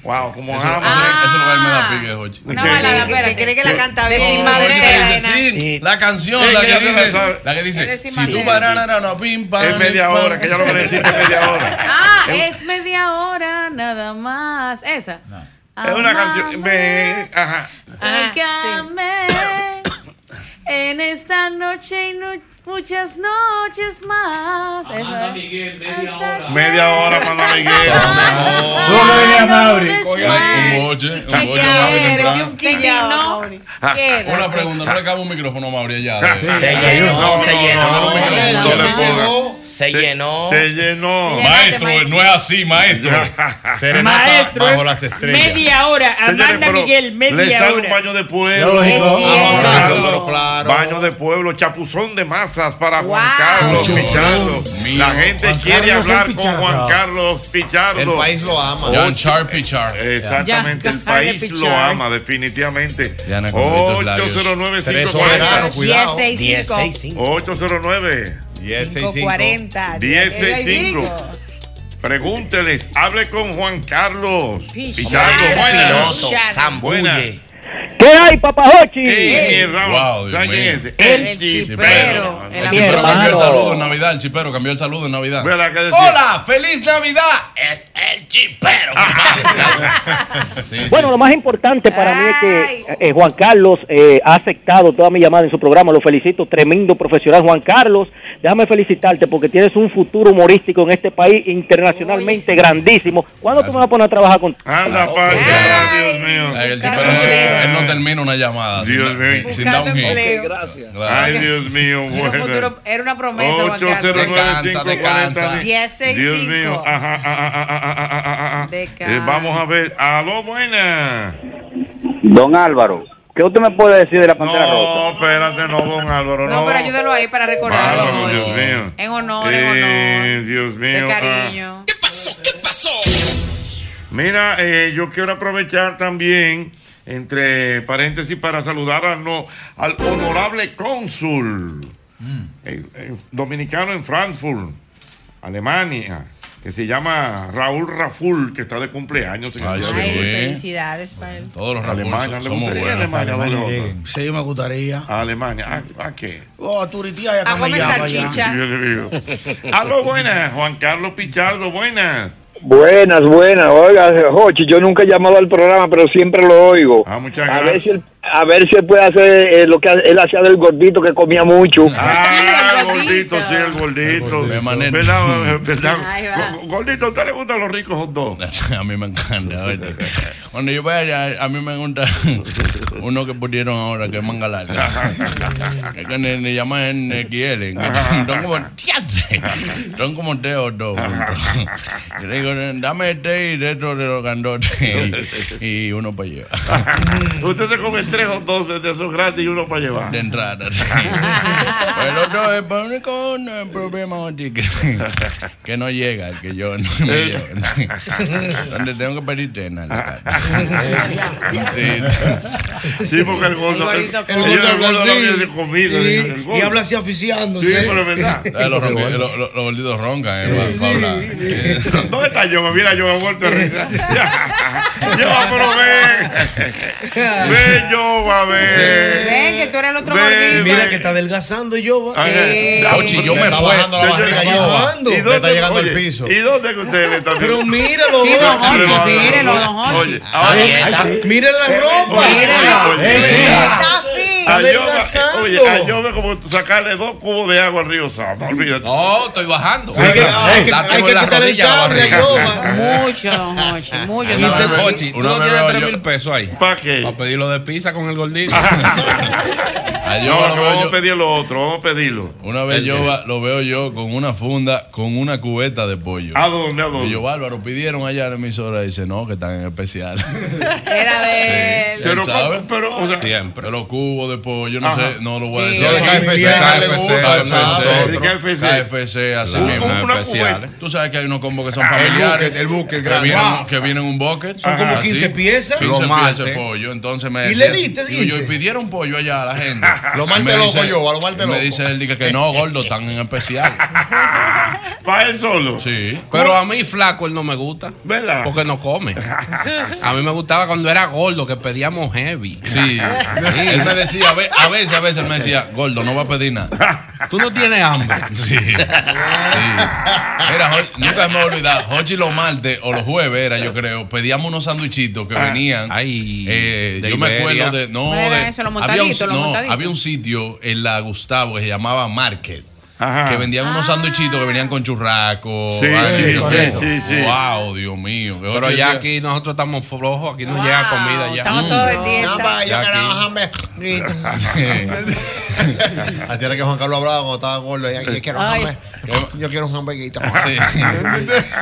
Wow, como
Eso-
eso
no me da pique, Jochi.
Una balada, espérate. ¿Te cree que la canta bien?
No, porque dice, sí, la canción,
Sí,
la
que
que
ya se
dice,
la sabe.
la que dice,
Eres
si
Simalera.
tú banana, no, pim, pam.
Es media hora, que ya lo que necesito es media hora.
Ah, es media hora nada más. Esa.
Es una canción. Ve, ajá.
Ay, que amé en esta noche y nu- muchas noches más. Eso es.
Media hora, Amanda Miguel.
Un boche, un boche, Mauri, temprano.
quillao.
Una pregunta, no le cabe un micrófono a Mauri allá.
Ah,
de-
Se llenó, se llenó. Se llenó.
Se
llenó.
Maestro, no es así, maestro.
Maestro,
bajo
las
estrellas.
Media hora,
Señores,
Amanda
pero
Miguel,
Le
media
sale un
hora.
baño de pueblo.
Es cierto.
claro, Baño de pueblo, chapuzón de masas para Juan Carlos Pichardo. La gente
Juan
quiere
Carlos
hablar
es
con
Pichardo.
Juan Carlos Pichardo. Eh,
El país
lo ama.
John Char Pichar.
Exactamente, el país lo ama, definitivamente.
con labios.
809
Tres soberanos,
cuidado. 1065.
809
540.
1065. Pregúnteles, hable con Juan Carlos.
Pichardo.
Pichardo, buenas.
Piloto, zambulle.
Buenas.
¿Qué hay, papajochi?
Ey, mi Ramos, ¿sabe quién es? El, chipero.
El chipero cambió el saludo en Navidad. El chipero cambió el saludo en Navidad.
¿Verdad que decía?
Hola, feliz Navidad. Es el chipero.
Bueno, lo más importante para mí es que eh, Juan Carlos eh, ha aceptado toda mi llamada en su programa. Lo felicito, tremendo profesional Juan Carlos. Déjame felicitarte porque tienes un futuro humorístico en este país internacionalmente grandísimo. ¿Cuándo tú me vas a poner a trabajar con
Anda, padre. Dios mío.
El chipero no- él no termina una llamada. Dios mío. Sin dar un
Buscando
hit.
empleo. Ok,
Ay, Dios mío, bueno.
Futuro- Era una promesa, Juan Carlos.
809 Dios mío, ajá, ajá, ajá, ajá, ajá, ajá, ajá. Eh, Vamos a ver. Aló, buena.
Don Álvaro? ¿Qué usted me puede decir de la pantera
No, espérate, no, don Álvaro,
No,
no.
pero ayúdalo ahí para recordarlo.
Álvaro, Dios
Jochi.
mío.
En honor, en honor.
Eh, Dios mío.
De
ah.
cariño.
Mira, eh, yo quiero aprovechar también, entre paréntesis, para saludar al, no- al honorable cónsul
Mm.
eh, eh, dominicano en Frankfurt, Alemania, que se llama Raúl Raful, que está de cumpleaños. en el día de hoy.
Felicidades para él.
eh, Todos los
Alemania,
Raful
le
somos
gustaría
buenos.
Alemania,
Alemania
¿no?
lleguen.
Sí, me gustaría.
Alemania, ¿a, a qué?
Oh, turitía ya
A comer salchicha.
Yo le digo. Aló, buenas, Juan Carlos Pichardo, buenas.
Buenas, buenas. Oiga, Jochi, yo nunca he llamado al programa, pero siempre lo oigo.
Ah, muchas
a,
gracias.
ver si él, a ver si él puede hacer eh, lo que él hacía del gordito que comía mucho.
Ah, el gordito, sí, el gordito. ¿Verdad? ¿Verdad?
Ahí va.
Go- Gordito, ¿a usted le gustan los ricos hot dogs?
A mí me encanta. ¿viste? Cuando yo voy allá, a mí me gusta uno que pusieron ahora, que es manga larga. Es que le, le llaman NXL. Son como, ¡Tiate! son como tres o dos. juntos. Yo le digo, dame este y de estos de los gandotes. Y, y uno para llevar.
Usted se come tres o dos de esos grandes y uno para llevar.
De entrada, sí. Pues El otro es el único eh, problema Oti, que, que no llega, el que yo no me
Eh.
llevo. Donde tengo que pedir cena. en la tarde.
Sí, porque el gordo.
El
El
gordito
ellos- el gordo
habla
no
así.
viene de comida.
Y-
digo, el gordo.
y habla
así
Sí,
aficiándose.
pero es verdad.
Eh, Los Bueno, que lo- lo- los gorditos roncan, eh, pa- pa' hablar.
¿Dónde está yo? Mira, yo me he vuelto de risa. Yo, pero ven. Ven, yo, a ver.
Ven, que tú eres el otro
Ven,
gordito.
Mira que está adelgazando yo.
Ah, eh, Ochi, yo me puedo. Señores, ¿y dónde- oye, ¿Y dónde que ustedes le están
Pero míralo, Sí, don Hochi, mírelo, don Hochi.
Oye, ahora-
Ahí está.
Oye,
Mira la ropa.
oye, oye,
Eh,
oye,
está
a Yoba-
adelgazando.
Oye, a Yoba como sacarle dos cubos de agua al río Sama, olvídate.
No, estoy bajando.
Hay que,
La tengo en la rodilla, la barriga.
Mucho, don Hochi, mucho.
Una
don
vez me-
Hochi.
tú no tienes 3 mil pesos ahí.
¿Para qué?
Para pedirlo de pizza con el gordito. Ay, Ah, yo
No,
lo
que
veo
vamos
yo-
a pedir lo otro, vamos a pedirlo.
Una vez
El-
yo va- lo veo yo con una funda, con una cubeta de pollo.
¿A dónde? ¿A dónde?
Y yo, Bárbaro, pidieron allá en la emisora y dice, no, que están en especial.
Era de él.
Pero,
pero, o sea,
siempre. Los cubos de pollo, no
Ajá.
sé, no lo voy a
Sí.
decir.
Lo de KFC, le gusta,
KFC,
¿no?
KFC, KFC, así
Claro.
mismo,
Una cubeta.
especiales. Tú sabes que hay unos combos que son
Ah, el
familiares.
bucket, el bucket
que
grande.
vienen-
Wow.
Que vienen en un bucket.
Son como 15 piezas.
15
Lo
piezas de
malte.
pollo. Entonces me
¿Y le
decía-
diste
digo yo,
15?
y pidieron pollo allá a la gente.
Lo malte
Y me
loco,
dice-
yo, a lo malte
y
loco.
Me dice él dije que no, gordo, están en especial.
¿Para él solo?
Sí. Pero a mí flaco él no me gusta.
¿Verdad?
Porque no come. A mí me gustaba cuando era gordo, que pedíamos heavy. Sí. Él me decía, a ve- a veces, a veces él me decía, gordo, no va a pedir nada. Tú no tienes hambre. Sí. Sí. Mira, Jo- nunca se me olvidaba. Hochi los martes o los jueves era, yo creo, pedíamos unos sandwichitos que
Ah.
venían. Eh,
de
yo me
Iberia.
acuerdo de. No,
¿No era
de-
eso,
había,
los
un,
montaditos, los
no,
montaditos?
había un sitio en la Gustavo que se llamaba Market. Que vendían
Ah.
unos sanduichitos que venían con churrasco.
Sí,
Ah,
ay,
sí,
Dios
sí,
mío.
sí, sí.
Wow, Dios mío.
Pero ya
aquí nosotros estamos flojos, aquí no llega comida ya. Mm.
Estamos todos en dieta.
No, para yo
Ya
que
aquí.
no bajarme. Así era que Juan Carlos hablaba cuando estaba gordo. y, Yo quiero un
Ay.
hambre- yo quiero un hamburguito.
Sí.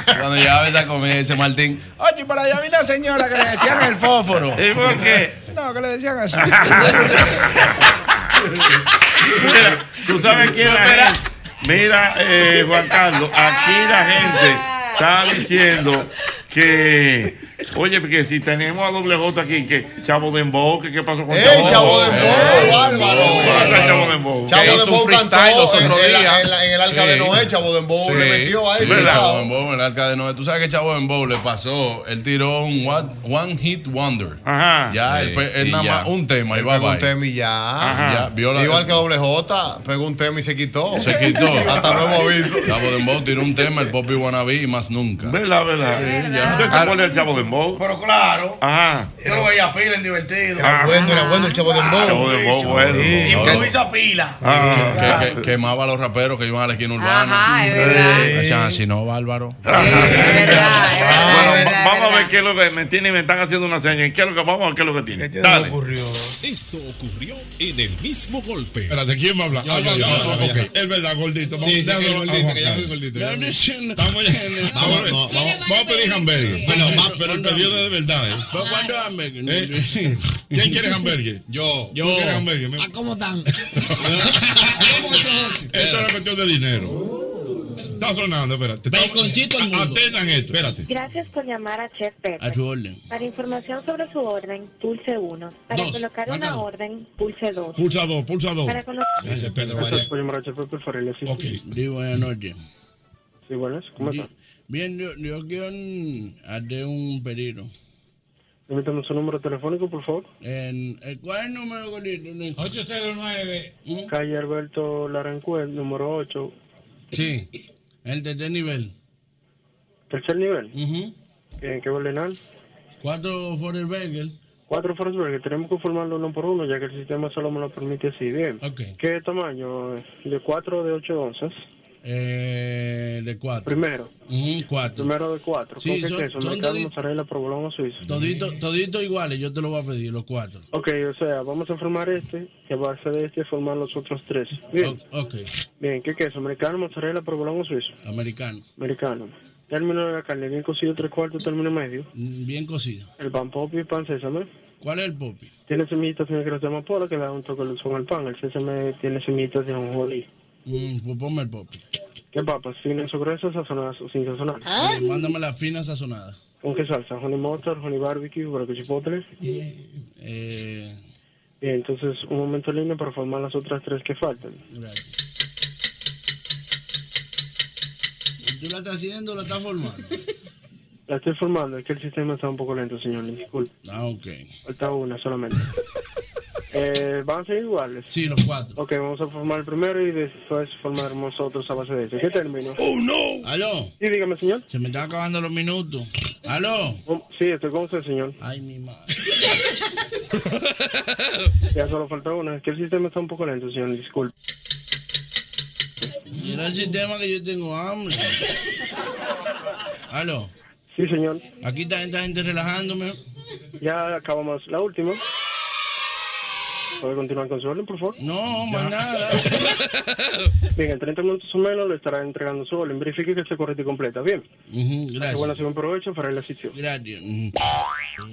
Cuando llegaba esa comida, dice Martín, Oye, para allá vi la señora que le decían el fósforo.
¿Y por qué?
No, que le decían así.
Mira, tú sabes quién la gente- Mira, eh, Juan Carlos, aquí la gente está diciendo que. Oye, porque si tenemos a doble J aquí, que Chavo de Emboque, ¿qué pasó con Chavo? Chavo de Emboque, Chavo de Emboque.
Chavo de Bow cantó
los otros
en, en la-
días.
en la- en el arca de
Sí.
Noé, Chavo de Bow le metió ahí.
Chavo
cuidado.
en Bow, el arca de Noé. Tú sabes que Chavo en Bow le pasó, él tiró un what- one hit wonder.
Ah,
Ajá. Ya,
Sí,
él, pe- él
y
nada
ya.
más un tema y
Él
va
pegó
a
un tema y ya.
Ajá. Ya, vio la-
Igual que doble J, pegó un tema y se quitó.
Se quitó.
Hasta nuevo aviso.
Chavo de Bow tiró un tema, el Pop y Wannabe y más nunca. Ah.
¿Verdad, verdad? ¿Usted se acuerda del Chavo de Emboque?
Pero claro.
Ajá.
Yo lo veía pila en divertido.
Era bueno, era
ah.
bueno el Chavo de Emboque. Chavo de Emboque, bueno.
Sí,
Ah.
improvisa pila.
Ah. Que, que- quemaba a los raperos que iban a la esquina urbana.
Ajá, es verdad.
Sí. Decían así, no, bárbaro.
Bueno, vamos a ver qué es lo que me tienen, me están haciendo una seña. ¿Qué es lo que vamos a ver qué es lo que tienen? Dale.
Esto ocurrió en el mismo golpe.
Espérate, ¿quién va a hablar?
Yo,
Ah,
yo,
no,
yo,
no,
yo,
ok. Es verdad, gordito.
Sí, sí,
déjalo,
que gordito,
vamos,
que ya
dale.
soy gordito,
Ya
ya.
no es- Estamos ya en el- Vamos no, vamos- vamos a pedir hamburgues. Bueno, va, pero el periodo de verdad, ¿eh?
¿Cuándo hamburgues?
¿Eh? ¿Quién quiere hamburgues? Yo.
Yo.
¿Tú quieres hamburgues? Me-
Ah, ¿Cómo están?
Esto es una cuestión de dinero. Está sonando, espérate. Baconchito al mundo. Atendan esto, espérate.
Gracias por llamar a Chef Pepe.
A su orden.
Para información sobre su orden, pulse 1. Para
Dos.
colocar
Marca
una
dos.
orden, pulse 2.
Pulsa dos, pulsa dos.
Para colocar...
Gracias, Pedro.
Gracias
Vaya.
por llamar a Chef Pepper for el Ok.
Sí, buenas noches.
Sí, buenas. ¿Cómo
Sí.
está?
Bien, yo, yo quiero mm, hacer un pedido.
Permítame su número telefónico, por favor.
En- eh, ¿Cuál es el número, gordito? 809.
Calle Alberto Larancuel, número 8.
Sí. El tercer nivel.
Tercer nivel.
Ujú.
¿En qué Belenal?
Cuatro Forest Burger.
Cuatro Forsberg, tenemos que formarlo uno por uno, ya que el sistema solo me lo permite así. Bien. ¿Qué tamaño? De 4 de 8 onzas.
Eh, de cuatro.
Primero.
Ujú, cuatro.
Primero de 4.
Sí,
¿Con qué
son-
queso?
son
¿Mercado,
todi-
mozzarella, provolón o suizo?
Todito, todito iguales, yo te lo voy a pedir, los cuatro.
Ok, o sea, vamos a formar este y a base de este formar los otros tres. Bien,
Ok,
bien, ¿qué queso? ¿Americano, mozzarella, provolón o suizo?
americano.
Americano. Término de la carne, bien cocido, tres cuartos, término medio.
Mm, Bien cocido.
El pan popi y pan sésame.
¿Cuál es el popi?
Tiene semillitas negras de amapola que le da un toque de luz con el pan. El sésame tiene semillitas de ajonjolí.
Mm, pues ponme el popi.
¿Qué papas? ¿Finas o gruesas, sazonadas o sin sazonar?
Eh, mándame las finas sazonadas.
¿Con qué salsa? ¿Honey mustard, honey barbecue, barbecue chipotle?
Eh,
Bien, entonces un momento en línea para formar las otras tres que faltan.
gracias. ¿Tú la estás haciendo o la estás formando?
La estoy formando, es que el sistema está un poco lento, señor, disculpe.
Ah, ok.
Falta una solamente. Eh, ¿Van a ser iguales?
Sí, los cuatro.
Ok, vamos a formar el primero y después formaremos otros a base de eso. ¿Qué término?
¡Oh, no! ¿Aló?
Sí, dígame, señor. Oh,
Se me están acabando los minutos. ¿Aló?
Sí, estoy con usted, señor.
Ay, mi madre.
Ya solo falta una, es que el sistema está un poco lento, señor, disculpe.
Mira el sistema que yo tengo hambre. ¿Aló?
Sí, señor.
Aquí está esta gente relajándome.
Ya acabamos la última. ¿Puede continuar con su orden, por favor?
No, más nada.
Bien, en 30 minutos o menos le estará entregando su orden. Verifique que esté correcta y completa. Bien.
Ujú,
Así,
gracias.
Bueno, si buen provecho para el sitio.
Gracias. Ujú.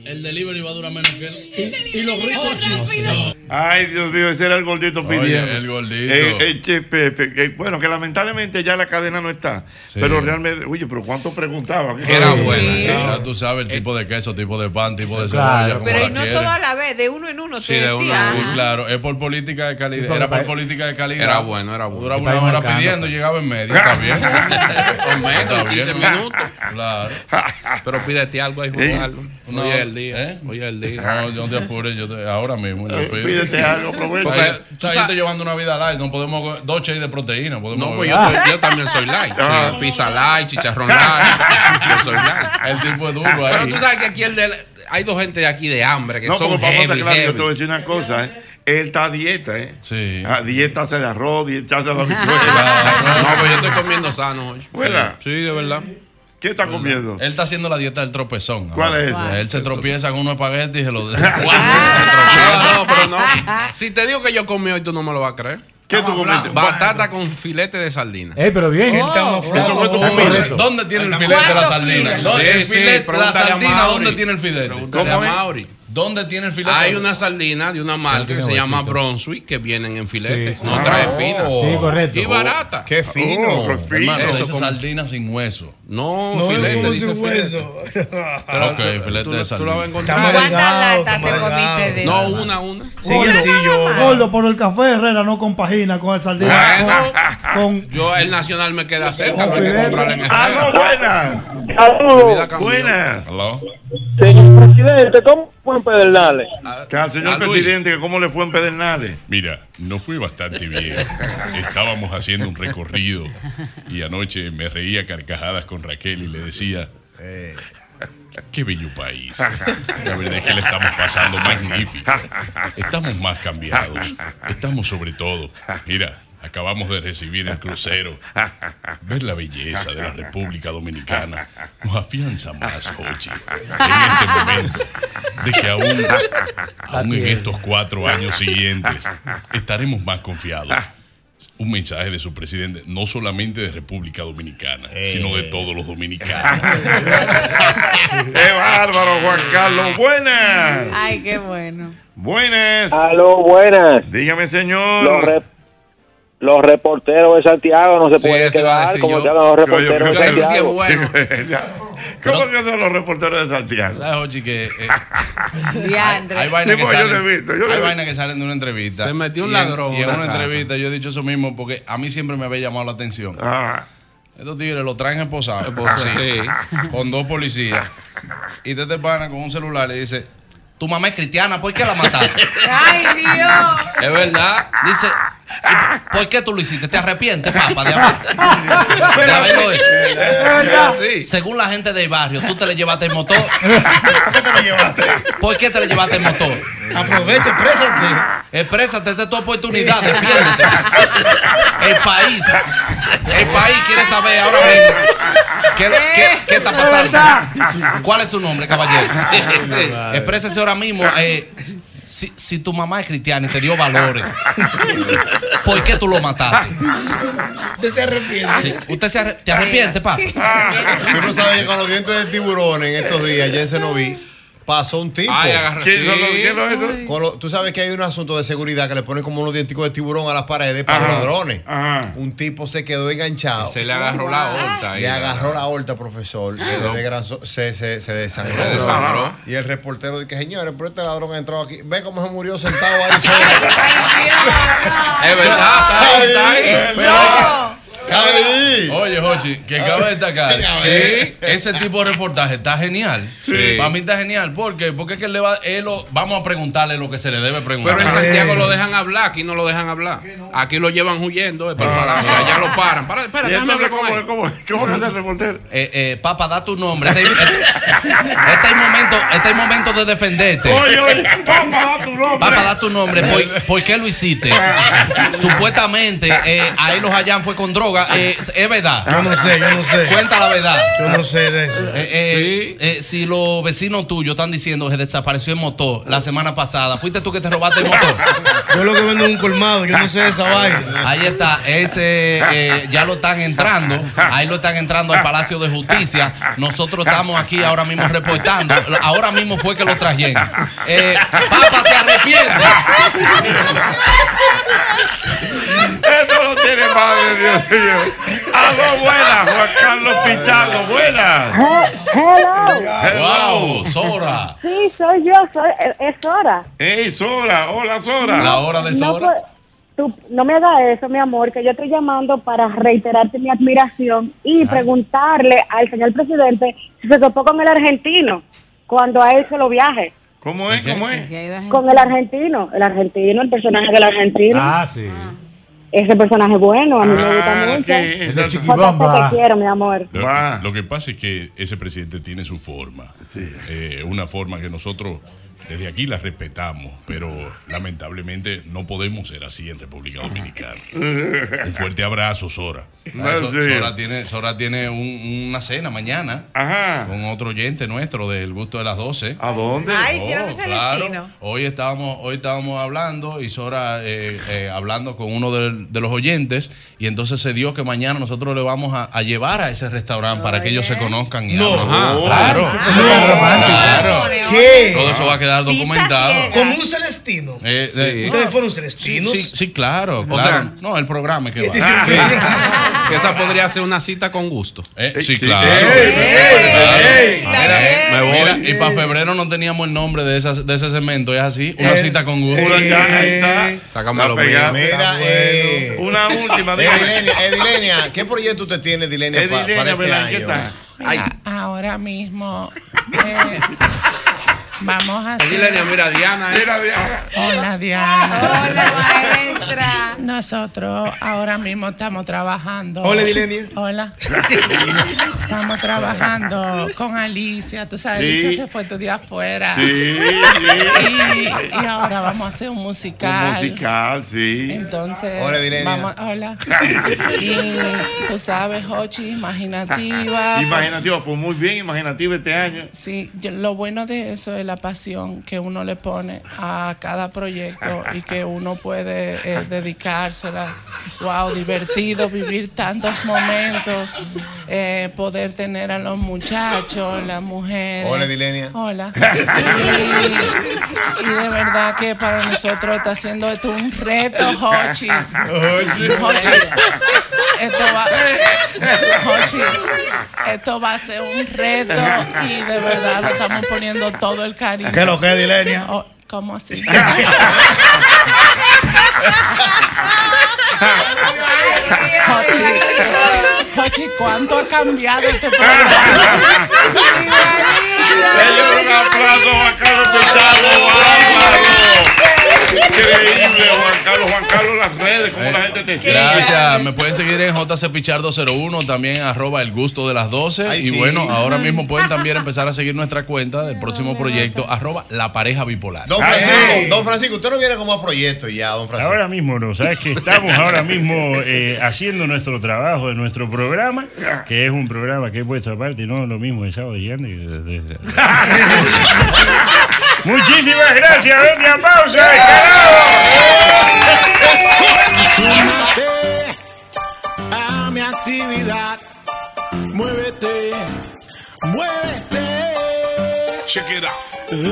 El delivery va a durar menos que Oh, él.
Y los ricos chinos.
Ay, Dios mío, ese era el gordito
Oye,
pidiendo.
el gordito.
Eh, eh, che, pe, pe, eh, bueno, que lamentablemente ya la cadena no está. Pero realmente, oye, pero ¿cuánto preguntaban?
Era buena. Ya tú sabes el tipo de queso, tipo de pan, tipo de cebolla. como
Pero
la
y no
quieres.
todo a la vez, de uno en uno.
Sí,
te
de uno,
decía.
sí, claro. Es por política de
Sí,
calidad.
porque
era por
pa-
política de calidad.
Era bueno,
era bueno. Duraba
Y pa'
una
ir
hora
marcando,
pidiendo,
pues.
llegaba en medio. Está bien. Está bien.
15 minutos.
Claro.
Pero pídete algo ahí,
¿Eh?
Juan Carlos.
No.
Hoy es el día.
¿Eh?
Hoy es el día.
No, no te apures,
Eh,
yo te- ahora mismo. yo pido.
pídete algo, provecho.
Porque,
Porque,
o sea, yo estoy llevando una vida light, no podemos comer dos chais de proteína. Podemos
No, pues
beber.
yo, yo también soy light.
Ah.
Sí, pizza light, chicharrón light. Yo soy light.
El tipo es duro ahí.
Pero tú sabes que aquí el de, hay dos gente de aquí de hambre que
No,
son
porque para
heavy,
claro, yo
heavy.
te voy a decir una cosa, ¿eh? Él está a dieta, ¿eh?
Sí.
A dieta hace de arroz, dieta hace de
No,
habichuela.
pero yo estoy comiendo sano hoy.
Buena.
Sí, de verdad.
¿Qué está comiendo?
Él está haciendo la dieta del tropezón.
¿Cuál
ahora.
es esa?
Él se tropieza con unos espaguetis y se los deja.
No, pero no. Si te digo que yo comí hoy, tú no me lo vas a creer.
¿Qué tú comiste?
Batata con filete de sardina.
Eh, pero bien.
Oh,
Oh,
Eso fue tu comida.
¿Dónde tiene el filete de la sardina?
Sí,
¿Dónde- el
sí,
filete de la
pregúntale a
sardina,
Mauri.
¿dónde tiene el filete?
Pregúntale a Mauri.
¿Dónde tiene el filete?
Hay una sardina de una marca que se llama Brunswick que vienen en filete. No trae
Oh.
espinas. Y barata.
Qué
fino. Ah, qué Oh, fino.
Hermano,
Eso
se dice
como-
sardina sin hueso.
No, filete, dice filete.
Pero,
ok,
filete de
Tú
sardina.
la vas a encontrar. No, una, una.
Gordo, por el café Herrera no compagina con el sardina.
Ah,
con,
Yo, el Nacional me queda cerca, no hay que
filete.
comprar en
Ah, no,
vida
buenas.
cambió.
Buenas.
Señor presidente, ¿cómo fue en Pedernales?
Que al señor presidente, que ¿cómo le fue en Pedernales?
Mira, no fue bastante bien. Estábamos haciendo un recorrido y anoche me reía a carcajadas con Raquel y le decía, qué bello país. La verdad es que le estamos pasando magnífico. Estamos más cambiados. Estamos sobre todo. Mira, acabamos de recibir el crucero. Ver la belleza de la República Dominicana nos afianza más, Jochi, en este momento de que aún, aún en estos cuatro años siguientes estaremos más confiados. Un mensaje de su presidente, no solamente de República Dominicana, sino de todos los dominicanos.
¡Qué bárbaro, Juan
Ah.
Carlos! ¡Buenas!
Ay, qué bueno.
¡Buenas!
Aló, buenas.
Dígame, señor.
Los, re- los reporteros de Santiago no se
Sí,
pueden
eso iba a
quedar
decir
como
yo.
se hablan los
Yo- yo-
reporteros de
yo- yo- yo-
Santiago.
pues,
¿Cómo que son los reporteros de Santiago?
¿Sabes, Ochi, que eh,
Diandre.
hay vainas
Sí,
que
pues, yo
salen,
lo he visto, yo lo he
hay
visto.
vainas que salen de una entrevista.
Se metió un
Y en-
ladrón
Y en
en la
una
casa.
entrevista yo he dicho eso mismo porque a mí siempre me había llamado la atención. Estos tigres lo traen esposados.
Esposados,
sí, Con dos policías. Y te te pana con un celular y dice, tu mamá es cristiana, ¿por qué la mataste?
Ay, Dios.
Es verdad. Dice, "¿Y ¿por qué tú lo hiciste? ¿Te arrepientes, papá? De haber- de haberlo hecho?" Sí. Según la gente del barrio, tú te le llevaste el motor. ¿Por qué te le llevaste el motor? Aprovecha, exprésate. Exprésate, esta es tu oportunidad, defiéndete. El país, el país quiere saber ahora mismo qué, qué- qué está pasando. ¿Cuál es su nombre, caballero?
Sí, sí.
Exprésese ahora mismo. eh, si, si tu mamá es cristiana y te dio valores, ¿por qué tú lo mataste?
Usted se arrepiente.
Sí, ¿Usted se arre- te arrepientes, pa?
Tú no sabes que con los dientes de tiburón en estos días, ya se no vi. Pasó un tipo.
Ay, agarra-
¿Quién son los- sí. quién son esos?
Con lo- tú sabes que hay un asunto de seguridad que le ponen como unos dienticos de tiburón a las paredes para
Ajá,
los ladrones. Un tipo se quedó enganchado.
Se le agarró la aorta ahí.
Le agarró la horta, profesor. y
Quedó-
Se, desgranzó- se, se- se desangró.
Se desangró.
Y el reportero dice, señores, pero este ladrón ha entrado aquí. Ve cómo se murió sentado ahí solo.
Es verdad, está ahí, está ahí.
Ay,
Pero-
Ay,
Oye, Jochi, que acaba de destacar.
Sí.
Ese tipo de reportaje está genial.
Sí.
Para mí está genial. ¿Por qué? Porque es que él le va, él lo- vamos a preguntarle lo que se le debe preguntar.
Pero en Santiago lo dejan hablar, aquí no lo dejan hablar. Aquí lo llevan huyendo eh, para
Ah.
el palacio, allá lo paran. Para, espera,
¿Y
déjame hablar
entonces
con él.
Eh, eh, papa, da tu nombre. Este, este- este es el momento, este es el momento de defenderte.
Oye, oye,
Papa, da tu nombre.
Papa, da tu nombre. ¿Por, por qué lo hiciste? Supuestamente, eh, ahí los hallan fue con droga. Eh, es verdad.
Yo no sé, yo no sé.
Cuenta la verdad.
Yo no sé de eso.
Eh, eh, eh, si los vecinos tuyos están diciendo que desapareció el motor la semana pasada, fuiste tú que te robaste el motor.
Yo lo que vendo es un colmado, yo no sé de esa vaina.
Ahí está, ese eh, ya lo están entrando, ahí lo están entrando al Palacio de Justicia. Nosotros estamos aquí ahora mismo reportando. Ahora mismo fue que lo trajeron. Eh, Papa, te arrepientes.
Esto no tiene madre, Dios mío. Aló, buenas, Juan Carlos Pichardo, buenas.
Hello. Wow, Sora.
Sí, soy yo, soy, es- es hora.
Hey, Sora, hola, Sora.
La hora de
No, pues, tú, no me hagas eso, mi amor, que yo estoy llamando para reiterarte mi admiración y preguntarle al señor presidente si se topó con el argentino cuando a él se lo viaje.
¿Cómo es? ¿Cómo es?
Con el argentino, el argentino, el personaje del argentino.
Ah, sí.
Ese personaje es bueno, a mí me
Ah,
gusta mucho.
ok. Es de
Jota,
Chiquibamba.
Te quiero, mi amor.
Lo, lo que pasa es que ese presidente tiene su forma. Eh, una forma que nosotros desde aquí la respetamos, pero lamentablemente no podemos ser así en República Dominicana. Un fuerte abrazo, Sora.
Ah, So- Sora tiene, Sora tiene un- una cena mañana con otro oyente nuestro del gusto de las 12.
¿A dónde?
Ay, llévame Celestino.
Hoy estábamos, hoy estábamos hablando y Sora eh, eh, hablando con uno del- de los oyentes y entonces se dio que mañana nosotros le vamos a, a llevar a ese restaurante para que ellos se conozcan y
No.
hablen.
No.
claro,
No.
claro.
¿Qué?
Todo eso va a quedar documentado.
Con un celestino.
Eh, eh,
Ustedes fueron celestinos.
Sí, sí, claro, claro.
sea-
no, el programa es que va. Ah,
Sí. Que esa podría ser una cita con gusto.
Eh, sí, eh. claro. Mira, mira, y para febrero no teníamos el nombre de, esas, de ese cemento, es así, una cita con gusto. Sácame
La pegaste.
Mira, eh,
Una última, dígame.
Edilenia, Edilenia, ¿qué proyecto usted tiene, Edilenia, pa-
Edilenia,
para este
¿verdad? ¿Qué
año?
tal?
Ahora mismo eh, vamos a hacer.
Dile, mira, Diana. eh.
Hola Diana. Hola maestra. Nosotros ahora mismo estamos trabajando.
Hola, Dilenia.
Hola. estamos trabajando con Alicia. Tú sabes,
Sí.
Alicia se fue tu día afuera.
Sí,
Y,
sí.
y ahora vamos a hacer un musical.
Un musical, sí.
Entonces,
Hola, Dilenia.
vamos, hola. Y tú sabes, Hochi, imaginativa.
Imaginativa, fue muy bien imaginativa este año.
Sí, yo- lo bueno de eso es la pasión que uno le pone a cada proyecto y que uno puede eh, dedicársela. Wow, divertido vivir tantos momentos, eh, poder tener a los muchachos, las mujeres.
Hola, Edilenia.
Hola. Y, y de verdad que para nosotros está siendo esto un reto, Hochi.
Oye.
Hochi, esto va, Jochi, esto va a ser un reto y de verdad le estamos poniendo todo el cariño.
¿Qué lo que, Dilenia?
Oh, ¿Cómo así? Jochi, Jochi, ¿cuánto ha cambiado este programa?
Señor, un aplauso, Juan Carlos Pichardo, bárbaro. Increíble, Juan Carlos, Juan Carlos, las redes, cómo
Eh,
la gente te sigue.
Gracias, me pueden seguir en jcpichar201, también arroba el gusto de las 12.
Ay,
y
sí.
bueno, ahora mismo pueden también empezar a seguir nuestra cuenta del próximo proyecto, arroba la pareja bipolar.
Don Francisco, don Francisco, usted no viene como a proyecto ya, don Francisco.
Ahora mismo no, sabes que estamos ahora mismo eh, haciendo nuestro trabajo de nuestro programa, que es un programa que he puesto aparte, no lo mismo de sábado gigante. que de- de- de- Muchísimas gracias, vete a pausa,
Súmate a mi actividad. Muévete, muévete.
Check it out.
La,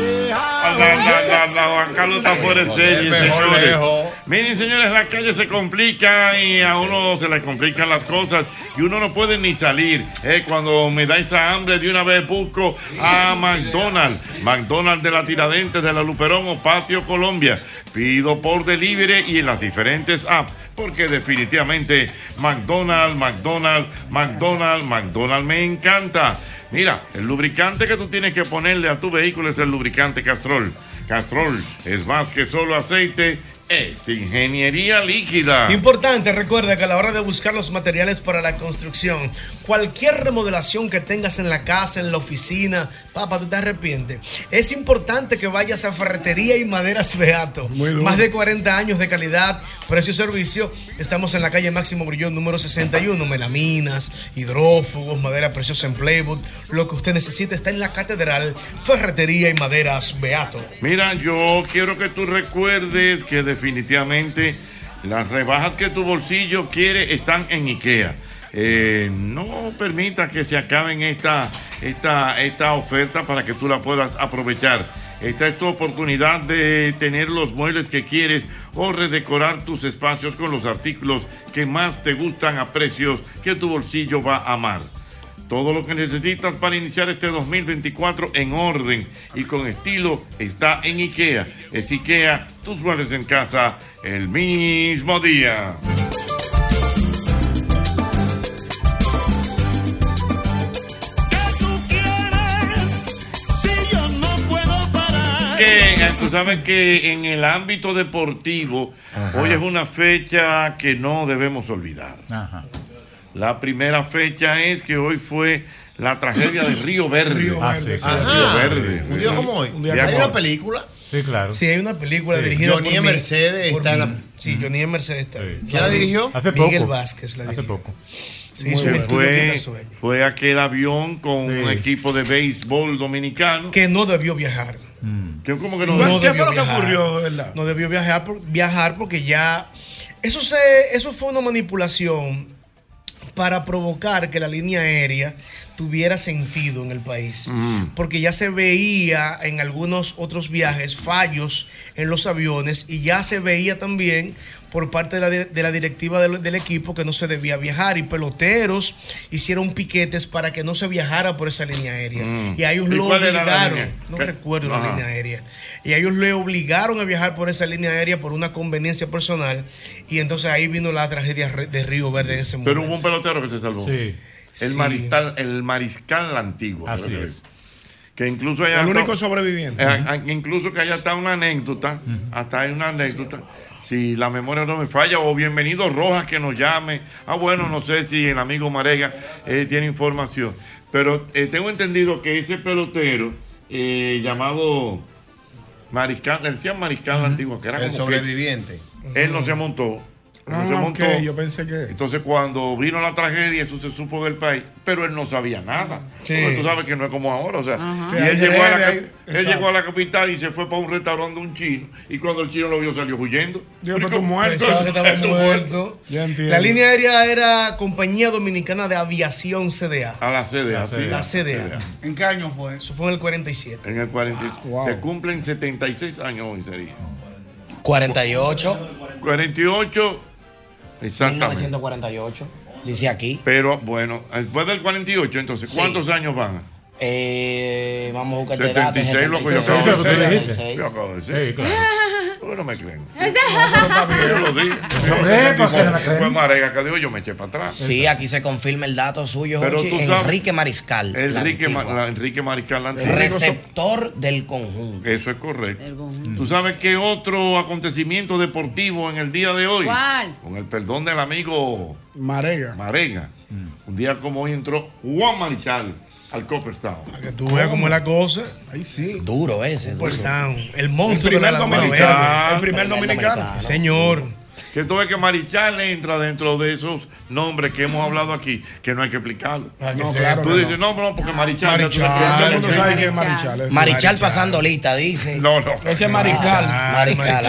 la, la, la, Juan Carlos está fuera de serie,
Mejor
señores.
lejos.
Miren, señores, la calle se complica y a uno se le complican las cosas y uno no puede ni salir. Eh, cuando me da esa hambre, de una vez busco a McDonald's. McDonald's de la Tiradentes, de la Luperón o Patio Colombia. Pido por delivery y en las diferentes apps, porque definitivamente McDonald's, McDonald's, McDonald's, McDonald's me encanta. Mira, el lubricante que tú tienes que ponerle a tu vehículo es el lubricante Castrol. Castrol es más que solo aceite, es ingeniería líquida.
Importante, recuerda que a la hora de buscar los materiales para la construcción, cualquier remodelación que tengas en la casa, en la oficina, papá, tú te arrepientes. Es importante que vayas a Ferretería y Maderas Beato.
duro.
Más de 40 años de calidad, precio y servicio. Estamos en la calle Máximo Grullón, número 61. Melaminas, hidrófugos, madera preciosa en Playwood. Lo que usted necesita está en la catedral Ferretería y Maderas Beato.
Mira, yo quiero que tú recuerdes que definitivamente las rebajas que tu bolsillo quiere están en IKEA. Eh, no permita que se acaben esta, esta, esta oferta para que tú la puedas aprovechar. Esta es tu oportunidad de tener los muebles que quieres o redecorar tus espacios con los artículos que más te gustan a precios que tu bolsillo va a amar. Todo lo que necesitas para iniciar este 2024 en orden y con estilo está en IKEA. Es IKEA, tus muebles en casa el mismo día.
Si yo no puedo parar.
Que, eh, tú sabes que en el ámbito deportivo, hoy es una fecha que no debemos olvidar.
Ajá.
La primera fecha es que hoy fue la tragedia de Río Verde. Río
Verde, sí. Ajá.
Río Verde.
Un día como hoy.
Un día
Hay
como
una película.
Sí, claro.
Sí, hay una película
Sí.
dirigida
Johnny
por
en
mí,
Mercedes
por
está
mí.
la-
Sí, Johnny en Mercedes está.
¿Quién la dirigió?
Hace
Miguel
poco.
Vázquez la dirigió. Hace poco. Sí,
Que
su
fue,
fue...
fue aquel avión con un equipo de béisbol dominicano.
Que no debió viajar.
Que como que no,
No
debió
debió
viajar.
viajar. No debió viajar, por- viajar porque ya. Eso, se, eso fue una manipulación para provocar que la línea aérea tuviera sentido en el país.
Mm.
Porque ya se veía en algunos otros viajes fallos en los aviones y ya se veía también por parte de la, de- de la directiva del, del equipo que no se debía viajar y peloteros hicieron piquetes para que no se viajara por esa línea aérea.
Mm.
Y a ellos
¿Y
lo
cuál era la
obligaron,
línea?
no
¿Qué?
recuerdo la
Ajá.
línea aérea, y a ellos le obligaron a viajar por esa línea aérea por una conveniencia personal y entonces ahí vino la tragedia re- de Río Verde en ese momento.
Pero hubo un pelotero que se salvó.
Sí.
El
Sí.
mariscal, el mariscal la antigua.
Así
creo que
es.
es. Que incluso allá.
El
está-
único sobreviviente.
Eh, a- incluso que allá está una anécdota. Hasta hay una anécdota. Si la memoria no me falla, o bienvenido Rojas que nos llame. Ah, bueno, no sé si el amigo Marega eh, tiene información. Pero eh, tengo entendido que ese pelotero eh, llamado Mariscal, le decían Mariscal la antigua, que era
El
como que-
sobreviviente.
él no se montó. Él no
Ah,
se
ok,
montó.
yo pensé que-
Entonces, cuando vino la tragedia, eso se supo del país, pero él no sabía nada.
Sí.
Porque tú sabes que no es como ahora. O sea,
Ajá.
y
Sí,
él,
hay
llegó a la,
redes,
cap-
hay-
él
exacto.
llegó a la capital y se fue para un restaurante de un chino. Y cuando el chino lo vio, salió huyendo. Pero
Digo, pero tú
¿cómo-
muerto.
Pensaba que estaba
Tú
muerto.
Ya entiendo.
La línea aérea era Compañía Dominicana de Aviación CDA.
A la CDA. sí.
La CDA. ¿En qué año fue? Eso fue en el 47.
En el
Ah,
46. Se cumplen 76 años hoy, sería.
48.
48. Exactamente.
1948. Dice aquí.
Pero bueno, después del 48, entonces, ¿cuántos años van?
Eh, vamos a buscar
76, lo
lo
que yo acabo de decir. Yo acabo de decir.
Sí, claro.
Ustedes no me creen. Yo
Yo
lo dije.
Hombre, pues, se la creen.
Fue Marega que dijo, yo me eché para atrás.
Sí, aquí se confirma el dato suyo,
Pero
Jochi,
tú sabes-
Enrique Mariscal. la
Enrique, Ma-
antigua.
la- Enrique Mariscal la antigua.
Receptor del conjunto.
Eso es correcto. ¿Tú sabes qué otro acontecimiento deportivo en el día de hoy?
¿Cuál?
Con el perdón del amigo
Marega.
Marega.
Mm.
Un día como hoy entró Juan Marichal al Copperstown.
Tú ves cómo es la cosa. Ahí sí.
Duro ese.
Pues
duro.
está El monstruo
El primer
de la Laguna
dominicano. Ah,
Verde.
El primer El primer dominicano. dominicano.
Sí, Señor.
Que tú ves que Marichal entra dentro de esos nombres que hemos hablado aquí, que no hay que explicarlo.
que
No,
sea.
claro
Tú
que
dices,
no, no, porque Marichal.
Marichal. Todo el mundo sabe que es Marichal,
es
Marichal pasando lista, dice.
No, no.
Ese es Marichal. ah. Marichal.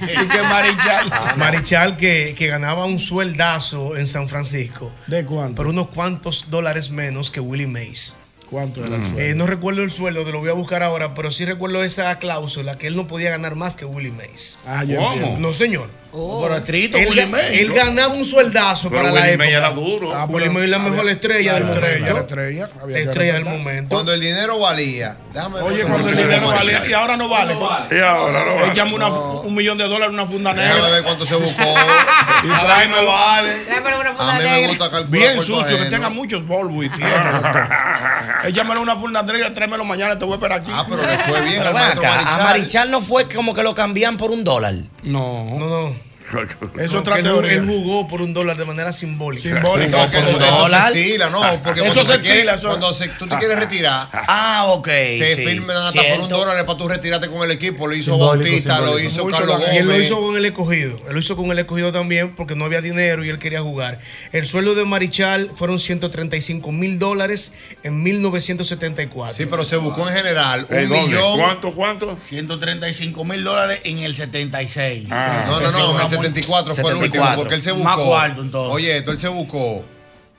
Y que Marichal. Marichal que, que ganaba un sueldazo en San Francisco. ¿De cuánto? Por unos cuantos dólares menos que Willie Mays. ¿Cuánto
era el sueldo?
no recuerdo el sueldo, te lo voy a buscar ahora, pero sí recuerdo esa cláusula que él no podía ganar más que Willie Mays.
Ah, ya ¿Cómo? entiendo.
No, señor.
Oh.
Pero
Pero
estricto,
estricto,
él,
Willie
ga-
Mays,
él
¿no?
ganaba un sueldazo
Pero
para la
Willie
época.
Mays era duro.
Ah,
pues
Willie Mays es la mejor estrella del momento.
La
estrella. La estrella del momento.
Cuando el dinero valía. Déjame
Oye, cuando el dinero valía y ahora no vale.
Y ahora no vale.
Él llama una- un millón de dólares una funda negra.
Déjame ver cuánto se buscó.
Ah,
Ay, me vale.
Tráemelo una funda
A mí me
negra.
gusta
calcular
Bien
por tu
sucio, que
ajeno.
tenga muchos polvo y tierra. Échamelo una funda negra, tráemelo mañana, te voy a esperar aquí. Ah, pero le fue
Pero ven acá, a Marichal no fue como que lo cambian por un dólar.
No.
No, no.
Es
No,
otra
que él-
teoría.
Él jugó por un dólar de manera simbólica.
Simbólica.
Jugó
Porque
por
eso-
un
eso se
dólar. Ah,
estila, ¿no? Porque
Eso
cuando
se
te quieres-
estila, eso-
Cuando se- Ah, tú te quieres retirar.
Ah, ok.
Te
sí,
firman hasta
cierto.
por un dólar para tú retirarte con el equipo. Lo hizo
Simbólico,
Bautista,
simbólico.
lo hizo
Mucho
Carlos
lo-
Gómez.
Y él lo hizo con el escogido. Él lo hizo con el escogido también porque no había dinero y él quería jugar. El sueldo de Marichal fueron 135 mil dólares en 1974. Sí,
pero se buscó en general
un doble. millón. ¿Cuánto,
cuánto?
135 mil dólares en el 76.
No, no, no, en el 74 fue el último,
74.
porque él se buscó.
Más cuarto, entonces.
Oye, esto él se buscó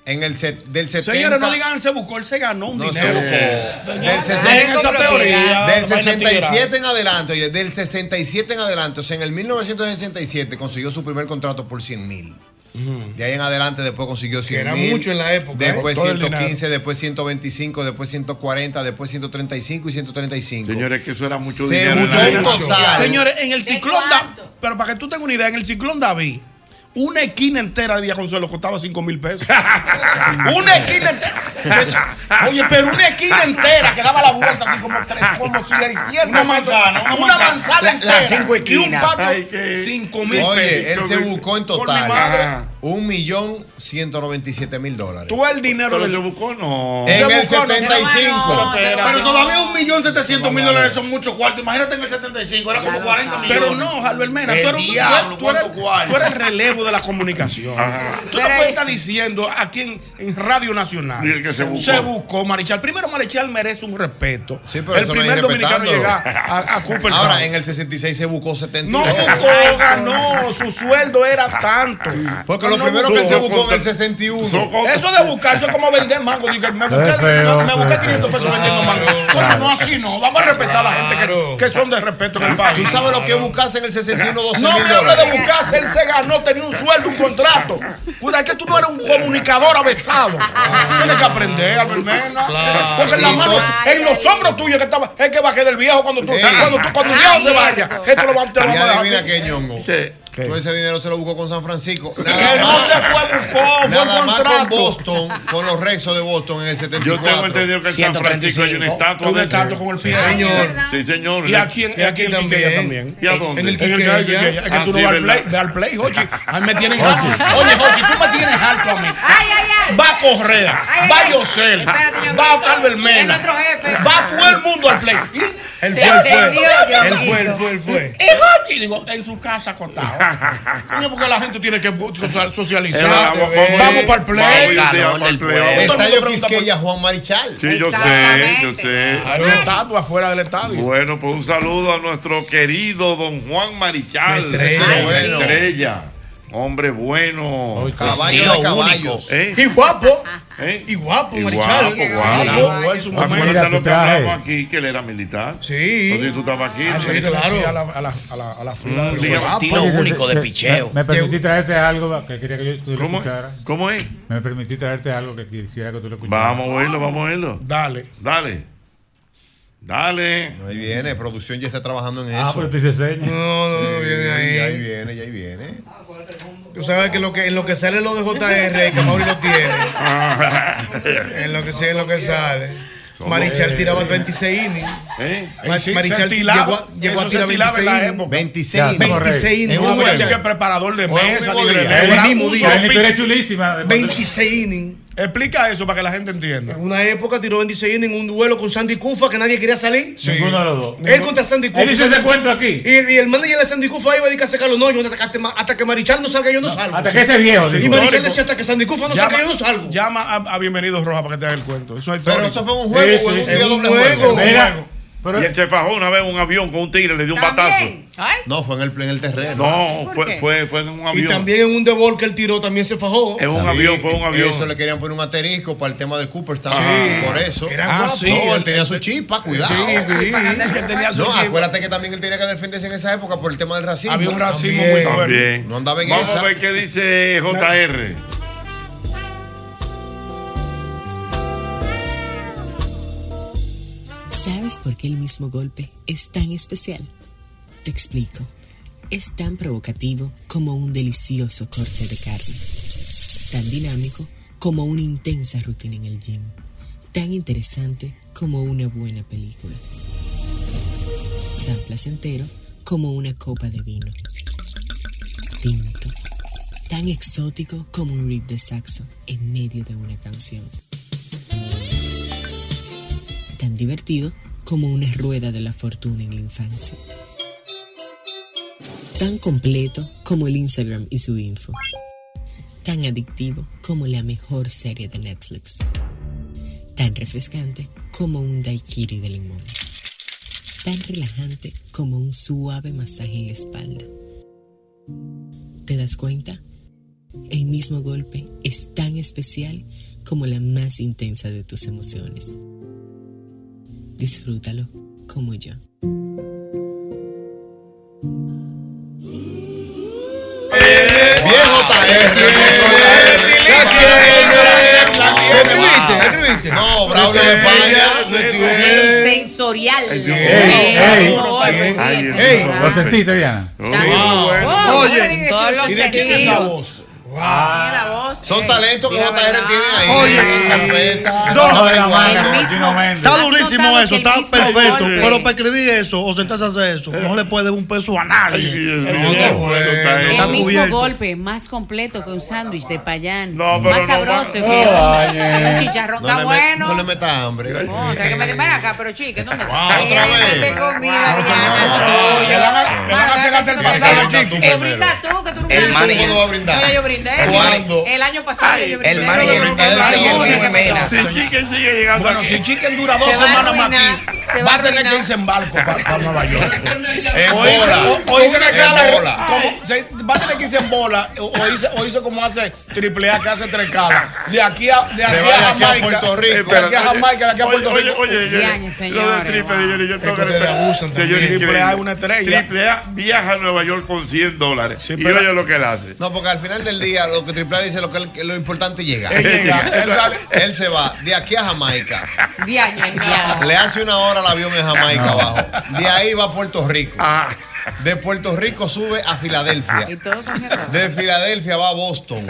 en el set, del 70.
Señores, no digan él se buscó, él se ganó un
No, se
dinero.
buscó.
Señores,
Del,
dejen
60
esa teoría,
del
vaina tigera.
67 en adelante, oye, del 67 en adelante, o sea, en el 1967 consiguió su primer contrato por 100 mil. De ahí en adelante después consiguió 100
era
mil.
mucho en la época, ¿eh?
Después
Todo el
115, después 125, después 140, después 135 y 135.
Señores, que eso era mucho
Se
dinero en
buscó
la
un
época.
total.
Señores, en el ciclón Da- pero para que tú tengas una idea, en el ciclón David, una esquina entera de Villa Consuelo costaba 5 mil pesos. una esquina entera. Eso- Oye, pero una esquina entera que daba la vuelta así como tres, como si le hicieran
Una manzana, una
una
manzana.
manzana
La-
entera.
las cinco esquinas.
Y un patio,
Ay, qué-
5 mil pesos.
Oye, él se buscó en
Por mi
total ¿eh?
madre.
un millón ciento noventa y siete mil dólares.
Tú el dinero
Pero
del-
se buscó, no.
Se
En el
buscó, no,
75.
Pero todavía un millón setecientos mil
Vamos a ver.
dólares son muchos cuartos. Imagínate en el 75, era como 40 millones.
Pero
no, Jalbert
Mena,
tú
tú
eres,
eres-
tú, eres, el relevo de la comunicación. Tú no puedes estar diciendo aquí en, en Radio Nacional.
Y el que se buscó.
buscó Marichal. Primero, Marichal merece un respeto.
pero
el
eso no
primer
es
dominicano
respetándolo.
llega a,
Ah,
a Cooper
Ahora,
Cup.
en el 66 se buscó 70.
No buscó, ganó. Su sueldo era tanto.
Porque
Él
lo
no
primero que él se buscó en el
Eso
61.
de buscar, eso es como vender mango. Dije, me busqué,
feo,
me busqué
feo.
500 pesos vendiendo mango. Coño, no así no. Vamos a respetar a la gente que, que son de respeto en el país.
¿Tú sabes lo que buscase en el 61 12
No
mil
me hable de
dólares?
buscarse, él se ganó, tenía un sueldo, un contrato. Cuidado, es que tú no eres un comunicador avesado. Tienes que aprender, Albert Mena.
Claro.
Porque en la
Y
mano,
todo-
en los hombros tuyos que estaba, es que va a quedar el viejo cuando tú, cuando tú, cuando el viejo se vaya. Esto lo va a te lo vamos a
Ya
dejar.
adivina que ñongo. Todo ese dinero se lo buscó con San Francisco. Nada
Que no
más-
se fue, buscó, fue
nada
un
más
contrato.
con Boston, con los Rexos de Boston en el
Yo
74.
tengo entendido que en San Francisco hay una estatua
Una
de-
estatua con el pie.
Sí,
Señor.
señor. Sí, señor.
Y aquí en,
Y aquí
en
también.
Quiqueya también.
¿Y a dónde?
En
En
el
el
Quiqueya.
Quiqueya.
Quiqueya. Es que
Ah,
tú no
sí,
vas al
¿verdad?
play, ve al play, Jochi. Ahí me tienen harto. Oye, Jochi, tú me tienes harto a mí. Va a Correa,
Ay, ay,
va
ay.
Yosel,
Espérate, ñonguito.
va a Albert
Es
Mena,
nuestro jefe.
va todo el mundo al play.
Él
Se
fue, él
entendió,
fue. Él
ñonguito.
fue, él fue, él fue.
Y Jochi, digo, en su casa acostado. Coño, porque la gente tiene que social- socializar. Vamos para el play.
Estadio Quisqueya, Juan Marichal.
Sí, yo sé, yo sé.
Hay una estatua afuera del estadio.
Bueno, pues un saludo a nuestro querido don Juan Marichal.
Una estrella.
Ese
Ay,
bueno.
sí.
Estrella. Hombre bueno.
Caballo de caballos.
¿Eh?
Y guapo.
¿Eh?
Y guapo,
Y
Marichal.
guapo, guapo.
Guapo, en su momento.
Acuérdate
Mira,
lo
tú
que
traes.
hablamos aquí, que él era militar.
Sí.
Entonces tú estabas aquí. ¿no?
sí, claro.
Sí, a la, a la, a la, a la fila.
Mm,
del-
su estilo
Oye,
único
te-
de
te-
picheo.
Me, me permití traerte algo que quería que yo tú lo
¿Cómo es?
escuchara.
¿Cómo es?
Me permití traerte algo que quisiera que tú lo escucharas.
Vamos a oírlo, vamos a oírlo.
Dale.
Dale. Dale.
Ahí viene, producción ya está trabajando en eso.
Ah, pero te hice señas.
No, no, no, viene ahí.
Ya ahí viene, ya ahí viene.
Tú sabes que, lo que en lo que sale lo de JR, que Mauri lo tiene. en lo que sí, en lo que sale. Marichal tiraba 26 innings.
¿Eh?
Ma-
Sí,
Marichal
se estilaba,
llegó a- llegó a
eso se
tirar
estilaba en
26
la
innings.
época.
26
Es
innings.
un muchacho que es preparador de mesa, libre
El mismo día.
chulísima.
26 innings.
Explica eso para que la gente entienda.
En una época tiró 26 innings en un duelo con Sandy Kufa que nadie quería salir.
Ninguno de los dos.
Él contra Sandy Kufa.
Él hizo ese cuento aquí.
Y, y el manager de Sandy Kufa iba a dedicarse a Carlos, no, yo hasta, que- hasta que Marichal no salga, yo no, salgo.
hasta que ese viejo,
Y
digo.
Marichal decía, hasta que Sandy Kufa no salga, yo no salgo.
Llama a, a Bienvenidos Roja para que te haga el cuento. Eso es
Pero
histórico.
eso fue un juego, Sí, sí, o en un sí. día
En
doble juego.
en un
Mira,
juego.
y él se fajó una vez en un avión con un tigre, le dio un batazo.
No, fue en el, en el terreno.
No, fue, fue, fue en un
Y
avión.
también en un debol que él tiró también se fajó.
En un avión, fue un avión.
Eso le querían poner un asterisco para el tema del Cooperstown.
Sí.
Por eso.
Era
Ah,
guapo.
sí, no, él tenía su chispa, cuidado.
Sí, sí,
que tenía su
no,
chispa.
acuérdate que también él tenía que defenderse en esa época por el tema del racismo.
Había un racismo
También.
muy fuerte. También.
No andaba en
Vamos
esa.
a ver qué dice JR.
¿Sabes por qué el mismo golpe es tan especial? Te explico. Es tan provocativo como un delicioso corte de carne. Tan dinámico como una intensa rutina en el gym. Tan interesante como una buena película. Tan placentero como una copa de vino. Tinto. Tan exótico como un riff de saxo en medio de una canción. tan divertido como una rueda de la fortuna en la infancia. Tan completo como el Instagram y su info. Tan adictivo como la mejor serie de Netflix. Tan refrescante como un daiquiri de limón. Tan relajante como un suave masaje en la espalda. ¿Te das cuenta? El mismo golpe es tan especial como la más intensa de tus emociones. Disfrútalo como yo.
No, Braulio de
El
España.
sensorial.
¿Lo sentiste, Diana?
Oye, todos los
¿y de quién es esa
sentidos. Mira la voz,
Son
eh,
talentos que
mira,
JR tiene ahí.
Oye,
en carpeta,
no,
no,
la mano,
averiguando.
el mismo-
Está
¿Has
durísimo
notado que
eso,
el
está
mismo
perfecto.
golpe-
Pero para escribir eso o sentarse a hacer eso, no le puede un peso a nadie.
mío,
está
bueno,
bueno,
está
está
El mismo
cubierto.
golpe, más completo que un sándwich de payán.
No, pero
más
no,
sabroso
no.
que
Ay,
un-
eh.
que un chicharrón.
No
Está
le met-
bueno.
No le metas hambre.
No, trae que me ven acá, pero chica, ¿dónde está?
otra vez.
Eh, brinda tú, que tú nunca
El manager.
¿Cuándo va a brindar? No, yo brindé.
¿Cuándo?
El año pasado yo brindé.
el manager, el manager Luis Mena.
Si Chicken sigue llegando.
Bueno, si Chicken dura dos
Se va a
semanas más
arruinar,
aquí, va a tener que irse en barco para, Nueva York.
En
O hice-
bola,
o- o hice una
en
escala-
bola.
como- se- Va a tener que irse en bola. O, o hice, o hice como hace Triple A que hace tres caras. De aquí a, de
va
aquí a
de aquí a
Jamaica.
Puerto Rico.
De aquí a Jamaica, de aquí a
Oye,
Puerto
oye,
Rico.
oye, yo- Lo del triple, yo, yo tengo que abusan
Triple A es una estrella.
Triple A viaja a Nueva York con 100 dólares. y
pero-
oye lo que él hace.
No, porque al final del día lo que Triple A dice lo que él- que lo importante es llegar.
Es llegar.
Él, sale- él se va de aquí a Jamaica. Le hace una hora el avión en Jamaica
No.
abajo. De ahí va a Puerto Rico. De Puerto Rico sube a Filadelfia. De Filadelfia va a Boston.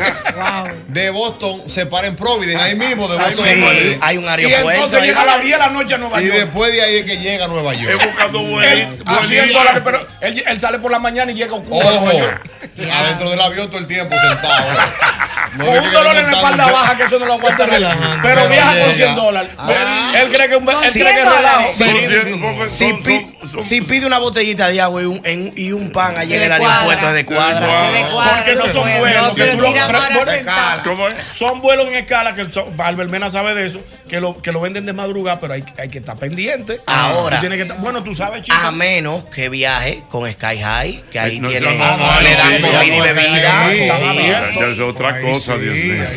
De Boston se para en Providence, ahí mismo de
Ah,
Boston.
sí,
a Providence.
hay un aeropuerto Y entonces ahí. llega a las
10 de la noche a Nueva
Y
York.
después de ahí es que llega a Nueva York.
Él- a 100 dólares, pero él, él sale por la mañana y llega a
Ojo, adentro del avión todo el tiempo sentado. No
con
te
un
quedes
dolor en la
montando.
espalda baja que eso no lo aguanta nadie. Pero
Pero
viaja con
llega.
100 dólares.
Ah.
Él cree que un- él cree que es relajo.
Si, si pi- si pide una botellita de agua y un, en- y un pan allá
Se
en el
le cuadra.
aeropuerto es de cuadra.
Porque no son vuelos.
No,
que
pero
tú lo-
mira,
pre-
ahora
vuelos en
sentado.
escala. Son vuelos en escala que son- Albermena sabe de eso, que lo, que lo venden de madrugada, pero hay, hay que estar pendiente.
Ahora.
Tú tienes que estar- bueno, tú sabes, chico.
A menos que viaje con Sky High, que ahí
Eh, No,
tiene,
no, no,
le
no,
dan
sí,
comida y
ya,
bebida.
sí,
Sí.
ya, ya es otra cosa, Dios mío.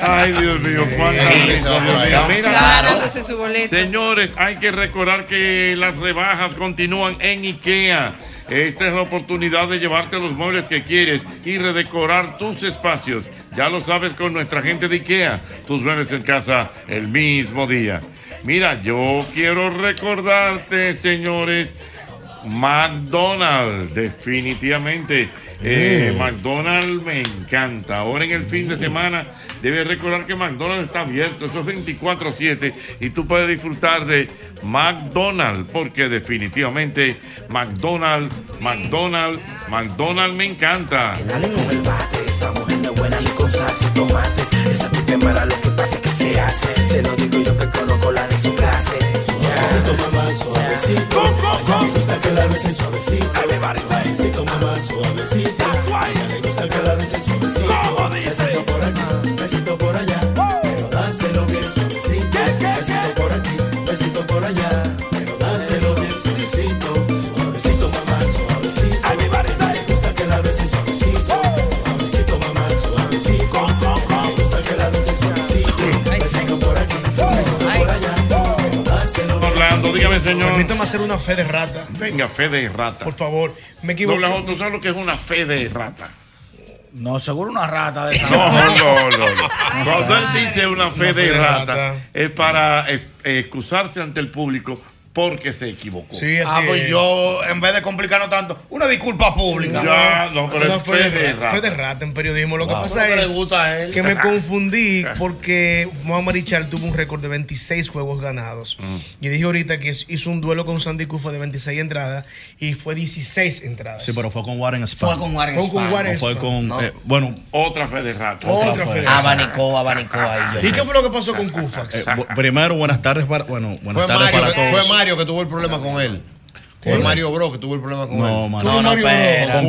Ay, Dios mío, cuánta
Sí,
risa,
eso
Dios
por ahí.
mío. Mira,
Ganándose su boleto.
Señores, hay que recordar que las rebajas continúan en IKEA. Esta es la oportunidad de llevarte los muebles que quieres y redecorar tus espacios. Ya lo sabes con nuestra gente de IKEA. Tus muebles en casa el mismo día. Mira, yo quiero recordarte, señores, McDonald's, definitivamente. Eh,
Mm.
McDonald's me encanta. Ahora en el fin
Mm.
de semana debes recordar que McDonald's está abierto, eso es 24/7 y tú puedes disfrutar de McDonald's porque definitivamente McDonald's, McDonald's, McDonald's me encanta.
Esa mujer no es buena ni con salsa y tomate. Esa tipa es mala, lo que pasa es que se hace. Se lo digo yo que conozco la de su clase. Suavecito, mamá, suavecito. A ella le gusta que la besen suavecito. Suavecito, mamá, suavecito. A ella le gusta que la besen suavecito. Besito por acá, besito por allá. Pero dáselo bien suavecito. Besito por aquí, besito por allá. Pero
señor.
Permítame hacer una fe de rata.
Venga, fe de rata.
Por favor, me equivoqué.
Doble J, ¿tú sabes lo que es una fe de rata?
No, seguro una rata de esa.
No, no, no. no. Cuando él dice una fe de rata, es para eh, eh, excusarse ante el público porque se equivocó.
Sí, así
Ah, pues
es.
yo.
yo, en vez de complicarnos tanto, una disculpa pública.
Ya, no, pero
Una
es
fe
rata.
de rata. Fe de rata en periodismo. Lo que
Wow. Pero
pasa
no le
es
gusta a él.
que me confundí porque Juan Marichal tuvo un récord de 26 juegos ganados.
Mm.
Y dije ahorita que hizo un duelo con Sandy Cufa de 26 entradas y fue 16 entradas.
Sí, pero fue con Warren Spahn.
Fue con Warren
Fue con
Spahn.
Warren
No fue
Spahn.
con,
No.
eh,
bueno.
Otra fe de rata.
Otra fe de rata.
Abanicó, abanicó ahí.
¿Y qué fue lo que pasó con Cufax?
Eh, bu- primero, buenas tardes para, bueno, buenas
Fue
tardes
Mario,
para
que,
todos.
fue Mario que tuvo el problema con él. Fue
¿Qué?
Mario Bro que tuvo el problema con
No,
él.
Mario. No, no, Tuvo Mario Bro. espérate.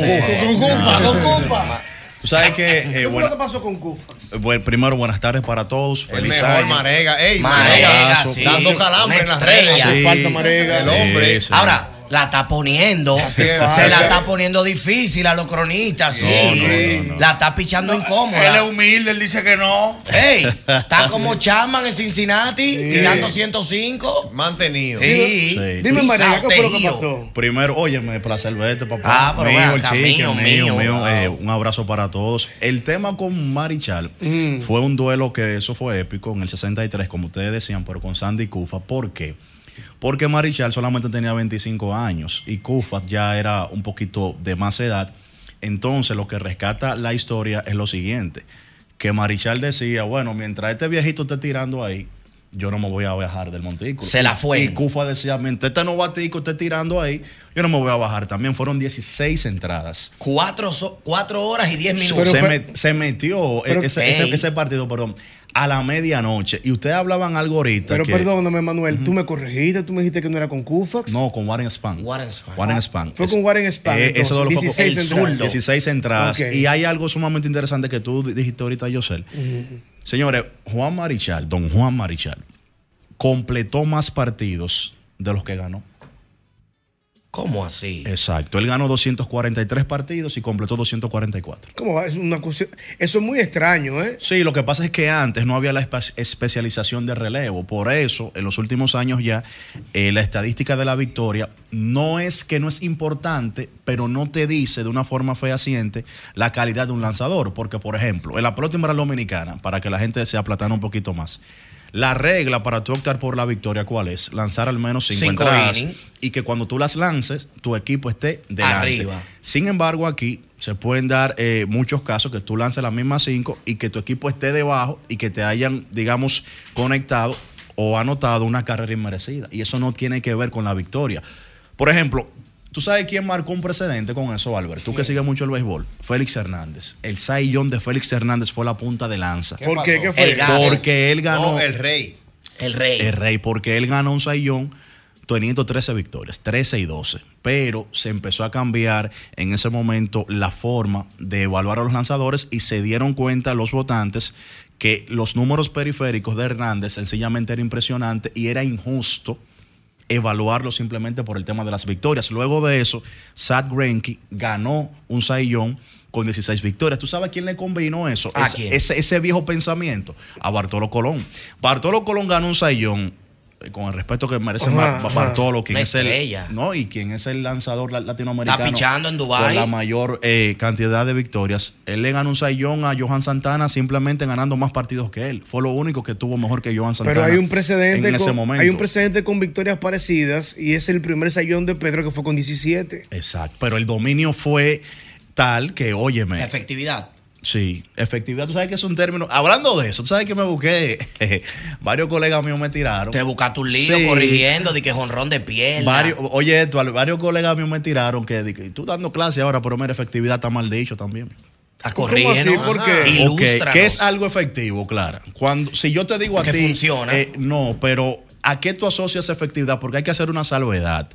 Con
Ah,
Cufa, con Cufa. Tú sabes que, eh,
¿Qué fue
buena-
lo que pasó con Cufax?
eh, bueno, primero, buenas tardes para todos.
El
Feliz
mejor
año.
Marega. Ey,
Marega,
Marega.
sí.
Dando calambre en las redes.
Sí,
El hombre.
sí. Ahora, la está poniendo. es, se la Mario. está poniendo difícil a los cronistas, sí. No, La está pichando incómoda.
Él es humilde, él dice que no.
Ey, está como Chaman en Cincinnati, tirando 105.
Mantenido.
Sí. Sí. Dime, María, ¿qué fue lo que Pisateío. pasó? Primero, óyeme, placer verte, papá. Ah, pero ven mío, el acá, chique, mío, mío, mío. mío, eh, un abrazo para todos. El tema con Marichal fue un duelo que eso fue épico en el 63, como ustedes decían, pero con Sandy Kufa. ¿Por qué? Porque Marichal solamente tenía 25 años y Kufa ya era un poquito de más edad. Entonces, lo que rescata la historia es lo siguiente: que Marichal decía, bueno, mientras este viejito esté tirando ahí, yo no me voy a bajar del montículo. Se la fue. Y Cufa decía, mientras este novatico esté tirando ahí, yo no me voy a bajar. También fueron 16 entradas. Cuatro, so- cuatro horas y diez Se, minutos. me- se metió pero- ese, ese- Ey. ese partido, perdón, a la medianoche. Y ustedes hablaban algo ahorita.
Pero
que-
perdóname, Manuel, tú me corregiste, tú me dijiste que no era con Cufax.
No, con Warren Spahn. Warren Spahn. eh,
Ah, fue con Warren Spahn, entonces,
eso lo
16 entradas.
16 entradas.
Ok.
Y hay algo sumamente interesante que tú di- dijiste ahorita, Yosel. Señores, Juan Marichal, don Juan Marichal, completó más partidos de los que ganó. ¿Cómo así? Exacto. Él ganó 243 partidos y completó 244.
¿Cómo va? Es una cuestión- Eso es muy extraño, ¿eh?
Sí, lo que pasa es que antes no había la espe- especialización de relevo. Por eso, en los últimos años ya, eh, la estadística de la victoria no es que no es importante, pero no te dice de una forma fehaciente la calidad de un lanzador. Porque, por ejemplo, en la próxima dominicana, para que la gente se aplatane un poquito más, la regla para tú optar por la victoria, ¿cuál es? Lanzar al menos cinco, Cinco entradas innings. y que cuando tú las lances, tu equipo esté delante. Arriba. Sin embargo, aquí se pueden dar eh, muchos casos que tú lances las mismas cinco y que tu equipo esté debajo y que te hayan, digamos, conectado o anotado una carrera inmerecida. Y eso no tiene que ver con la victoria. Por ejemplo, ¿tú sabes quién marcó un precedente con eso, Albert? Tú que sigues mucho el béisbol. Félix Hernández. El saillón de Félix Hernández fue la punta de lanza.
¿Qué ¿Por pasó? qué? ¿Qué fue? El gato.
Porque él ganó.
No, el rey.
El rey. El rey, porque él ganó un sayón teniendo 13 victorias, 13 y 12. Pero se empezó a cambiar en ese momento la forma de evaluar a los lanzadores y se dieron cuenta los votantes que los números periféricos de Hernández sencillamente era impresionante y era injusto evaluarlo simplemente por el tema de las victorias. Luego de eso, Sad Greinke ganó un sayón con 16 victorias. ¿Tú sabes a quién le combinó eso? ¿A Ese- quién? Ese, ese viejo pensamiento a Bartolo Colón. Bartolo Colón ganó un sayón eh, con el respeto que merece Ajá, Bar- ajá. Bartolo, quien Una es el, estrella. no y quien es el lanzador la- latinoamericano. Está pichando en Dubái. Con la mayor eh, cantidad de victorias. Él le ganó un sayón a Johan Santana simplemente ganando más partidos que él. Fue lo único que tuvo mejor que Johan Santana.
Pero hay un precedente
en ese
con,
momento.
hay un precedente con victorias parecidas y es el primer sayón de Pedro que fue con 17.
Exacto. Pero el dominio fue tal que, óyeme. Efectividad. Sí, efectividad. Tú sabes que es un término. Hablando de eso, tú sabes que me busqué. varios colegas míos me tiraron. Te buscaste un lío corrigiendo, de que jonrón de piel. pierna. oye, esto, al- varios colegas míos me tiraron que di que, tú dando clase ahora, pero mira, efectividad está mal dicho también. A corrígenos. así? ¿Por qué? Porque Ah. Ilústranos. ¿Qué es algo efectivo, Clara? Cuando, si yo te digo a Que ti. funciona. eh, no, pero ¿a qué tú asocias efectividad? Porque hay que hacer una salvedad.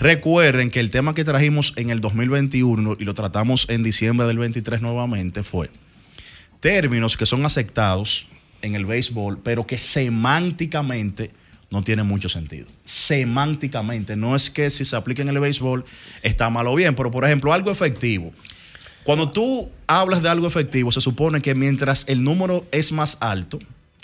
Recuerden que el tema que trajimos en el 2021 y lo tratamos en diciembre del 23 nuevamente fue términos que son aceptados en el béisbol, pero que semánticamente no tienen mucho sentido. Semánticamente, no es que si se aplica en el béisbol está mal o bien, pero por ejemplo, algo efectivo. Cuando tú hablas de algo efectivo, se supone que mientras el número es más alto,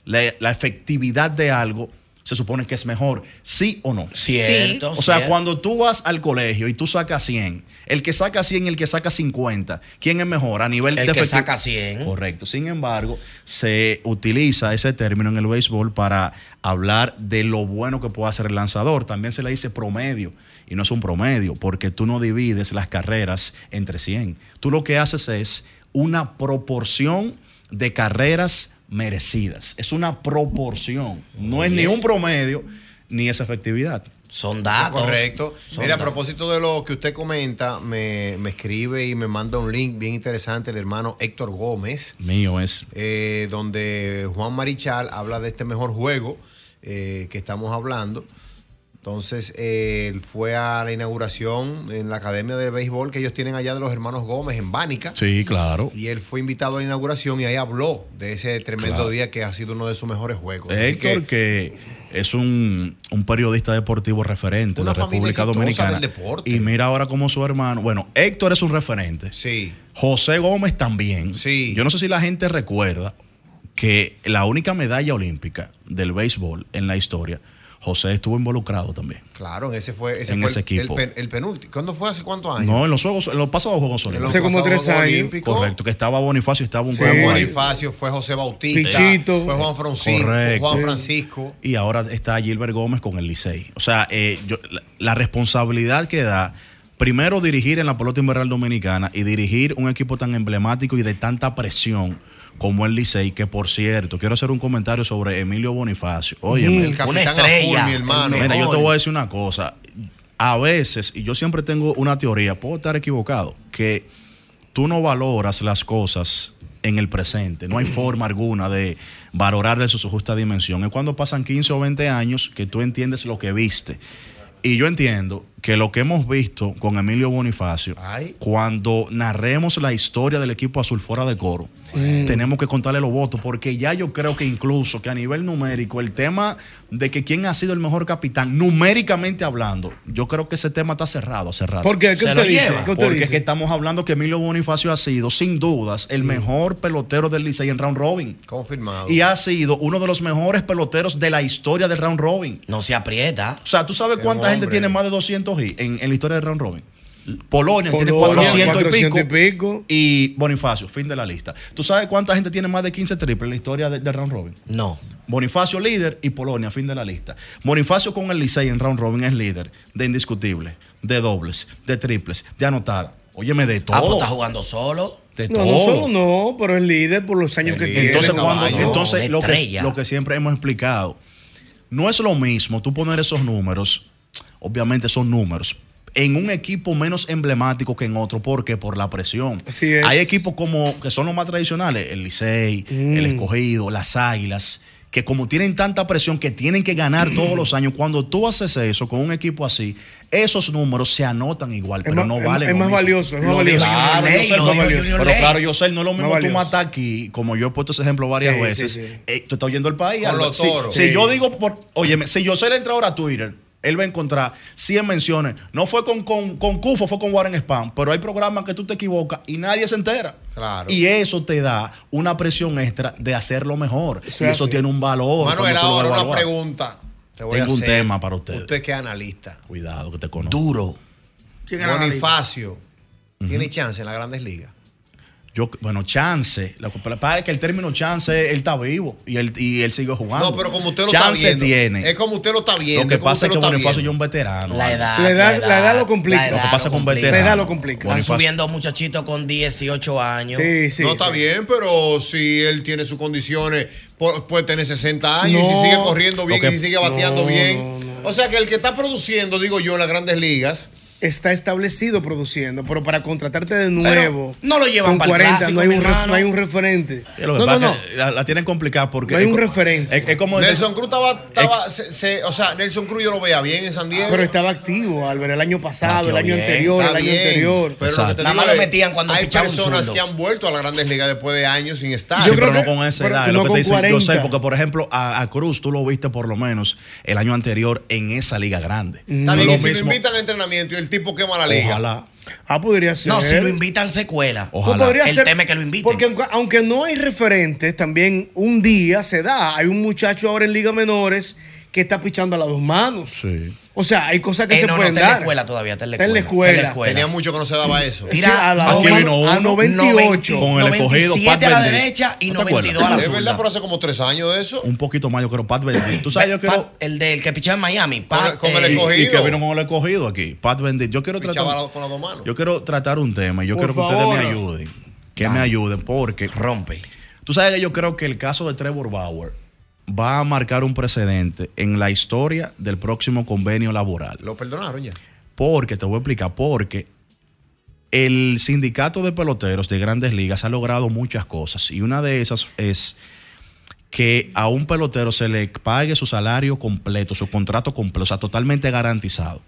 la, la efectividad de algo se supone que es mejor. ¿Sí o no?
Cierto,
O sea,
cierto.
cuando tú vas al colegio y tú sacas 100, el que saca 100 y el que saca 50, ¿quién es mejor a nivel
El
de
que
efecti-
saca 100.
Correcto. Sin embargo, se utiliza ese término en el béisbol para hablar de lo bueno que puede hacer el lanzador. También se le dice promedio. Y no es un promedio, porque tú no divides las carreras entre 100. Tú lo que haces es una proporción de carreras merecidas. Es una proporción. No es ni un promedio, ni es efectividad.
Son
ah, Correcto.
Son
Mira, a
datos.
propósito de lo que usted comenta, me, me escribe y me manda un link bien interesante el hermano Héctor Gómez,
Mío es.
eh, donde Juan Marichal habla de este mejor juego eh, que estamos hablando. Entonces, eh, él fue a la inauguración en la Academia de Béisbol que ellos tienen allá de los hermanos Gómez en Bánica.
Sí, claro.
Y él fue invitado a la inauguración y ahí habló de ese tremendo
Claro.
día que ha sido uno de sus mejores juegos. Así
Héctor, que es un, un periodista deportivo referente
Una
de la
familia
República
exitosa del
Dominicana.
deporte.
Y mira ahora cómo su hermano. Bueno, Héctor es un referente.
Sí.
José Gómez también. Sí. Yo no sé si la gente recuerda que la única medalla olímpica del béisbol en la historia, José estuvo involucrado también.
Claro, ese fue, ese
En
fue
ese
el, el
equipo.
pen- el penúltimo. ¿Cuándo fue? ¿Hace cuántos años?
No, en los juegos, en los pasados Juegos
En
Olímpicos.
los Hace como pasados tres Juegos años. Olímpicos.
Correcto, que estaba Bonifacio, estaba un
Fue
grupo ahí.
Bonifacio, fue José Bautista,
Pichito.
fue Juan Francisco,
Correcto.
Juan Francisco.
Y ahora está Gilbert Gómez con el Licey. O sea, eh, yo- la, la responsabilidad que da, primero dirigir en la pelota invernal dominicana y dirigir un equipo tan emblemático y de tanta presión como el Licey, que por cierto, quiero hacer un comentario sobre Emilio Bonifacio. Oye,
Mm, el capitán Una estrella, azul, mi hermano. el
Mira, yo
mejor.
te voy a decir una cosa. A veces, y yo siempre tengo una teoría, puedo estar equivocado, que tú no valoras las cosas en el presente. No hay forma alguna de valorarles su justa dimensión. Es cuando pasan 15 o 20 años que tú entiendes lo que viste. Y yo entiendo que lo que hemos visto con Emilio Bonifacio, cuando narremos la historia del equipo azul fuera de coro,
Mm.
tenemos que contarle los votos, porque ya yo creo que incluso que a nivel numérico, el tema de que quién ha sido el mejor capitán, numéricamente hablando, yo creo que ese tema está cerrado hace rato.
¿Por qué? ¿Qué Se usted lo dice? lleva. ¿Qué usted
porque es
dice? Mm.
que estamos hablando que Emilio Bonifacio ha sido, sin dudas, el mejor pelotero del Licey en round robin.
Confirmado.
Y ha sido uno de los mejores peloteros de la historia del round robin.
No se aprieta.
O sea, ¿tú
Es
sabes
un
cuánta gente
hombre.
tiene más de 200 hits en, en la historia del round robin? Polonia, tiene
Polonia,
400,
400
y, pico, y Bonifacio, fin de la lista. ¿Tú sabes cuánta gente tiene más de 15 triples en la historia de- del round robin?
No.
Bonifacio líder y Polonia, fin de la lista. Bonifacio con el Licey en round robin es líder de indiscutible, de dobles, de triples, de anotada. Óyeme, de todo.
Ah, pues está jugando solo.
De
No, no
todo.
solo no, pero es líder por los años que tiene.
Entonces, cuando,
caballo.
entonces
Una
lo, que,
estrella.
lo que siempre hemos explicado, no es lo mismo tú poner esos números, obviamente son números, en un equipo menos emblemático que en otro, porque por la presión.
es.
Hay equipos como que son los más tradicionales, el Licey,
Mm.
el Escogido, las Águilas, que como tienen tanta presión que tienen que ganar todos los años, cuando tú haces eso con un equipo así, esos números se anotan igual, pero
más-
no
es-
valen.
es
lo
más
mismo.
valioso, es más
Lo dijo
valioso.
Junior
Claro,
Ley,
Yosel,
lo
más
dijo
valioso.
Junior Pero
Ley.
claro, yo sé, no es lo
Más
mismo tú
valioso.
matar aquí, como yo he puesto ese ejemplo varias
Sí, sí,
veces.
sí.
eh, tú estás oyendo el país.
Con
Alba,
los
si,
toros.
si
Sí.
yo digo, por, óyeme, si yo sé le entra ahora a Twitter, él va a encontrar 100 menciones. No fue con, con, con Cufo, fue con Warren Spam, pero hay programas que tú te equivocas y nadie se entera.
Claro.
Y eso te da una presión extra de hacerlo mejor. y eso tiene un valor.
Mano,
cuando
era
tú lo
ahora una
evalúas.
pregunta. Te voy a
Tengo un
hacer.
tema para ustedes.
Usted que es analista.
Cuidado que te conozco.
Duro.
Bonifacio. ¿Tiene chance en las grandes ligas?
Yo, bueno, chance. La para que el término chance, él está vivo y él, y él sigue jugando.
No, pero como usted lo
chance
está viendo.
tiene.
Es como usted lo está viendo.
Lo que
como usted
pasa es que
lo está
Bonifacio
viendo.
ya es un veterano.
La edad,
Le da-
la
la edad
lo complica.
Ah, Lo que pasa con veterano.
La edad lo complica. Están
Bonifacio.
subiendo muchachitos con 18 años.
no está bien, pero si él tiene sus condiciones, por- puede tener 60 años y
No.
si sigue corriendo bien
Lo que-
y si sigue bateando
no,
bien. O sea que el que está produciendo, digo yo, en las grandes ligas.
Está establecido produciendo, pero para contratarte de nuevo.
no lo llevan
con
pa'l
40,
clásico,
no, hay
mi
un ref-
hermano.
no hay un referente.
Y lo que
No,
pasa
no,
es que la, la tienen complicada porque.
No hay
es
un
co-
referente.
Es, es como.
Nelson Cruz estaba, estaba- se- se- o sea, Nelson Cruz yo lo veía bien en
Ah,
San Diego.
Pero estaba activo, Álvaro, el año
Ah,
pasado, el año
Bien,
anterior, el
está
año
bien,
anterior.
Pero lo que te digo es, hay
pichaba un
personas
zurdo.
que han vuelto a las grandes ligas después de años sin estar.
Sí, pero no con esa edad. es
no
lo que
con
te dicen, yo sé,
40.
porque por ejemplo, a, a Cruz tú lo viste por lo menos el año anterior en esa liga grande.
Está
No
bien,
lo
y si
mismo-
lo invitan a entrenamiento y el tipo quema la liga.
Ojalá.
Ah, podría ser.
No, si lo invitan, se cuela.
Pues podría
el
ser-
tema es que lo inviten.
Porque aunque, aunque no hay referentes, también un día se da. Hay un muchacho ahora en Liga Menores
que está pichando a las dos manos.
Sí.
O sea, hay cosas que
Eh,
se
no, no,
pueden
está en la
dar.
escuela todavía, está en la
Está en la
escuela.
escuela.
Está en la escuela.
Tenía mucho que no se daba eso.
Tira a la
Aquí
dos
vino
manos, a
uno,
98.
con el escogido
97
Pat
a la
Bendi.
derecha y
¿No te acuerdas?
92 a la Es verdad, pero hace como tres años de eso.
Un poquito más, yo creo, Pat Bendit. Tú sabes, yo
Pat-
quiero.
el del que pichó en Miami. Pat,
Y-
eh,
y, que vino con el escogido aquí. Pat Bendit. Yo quiero tratar.
Pichaba con las dos manos.
Yo quiero tratar un tema y yo
Por
quiero que ustedes me
favor.
ayuden. Que me ayuden porque. Rompe. Tú sabes que yo creo que el caso de Trevor Bauer va a marcar un precedente en la historia del próximo convenio laboral.
Lo perdonaron ya.
Porque, te voy a explicar, porque el sindicato de peloteros de grandes ligas ha logrado muchas cosas y una de esas es que a un pelotero se le pague su salario completo, su contrato completo, o sea, totalmente garantizado.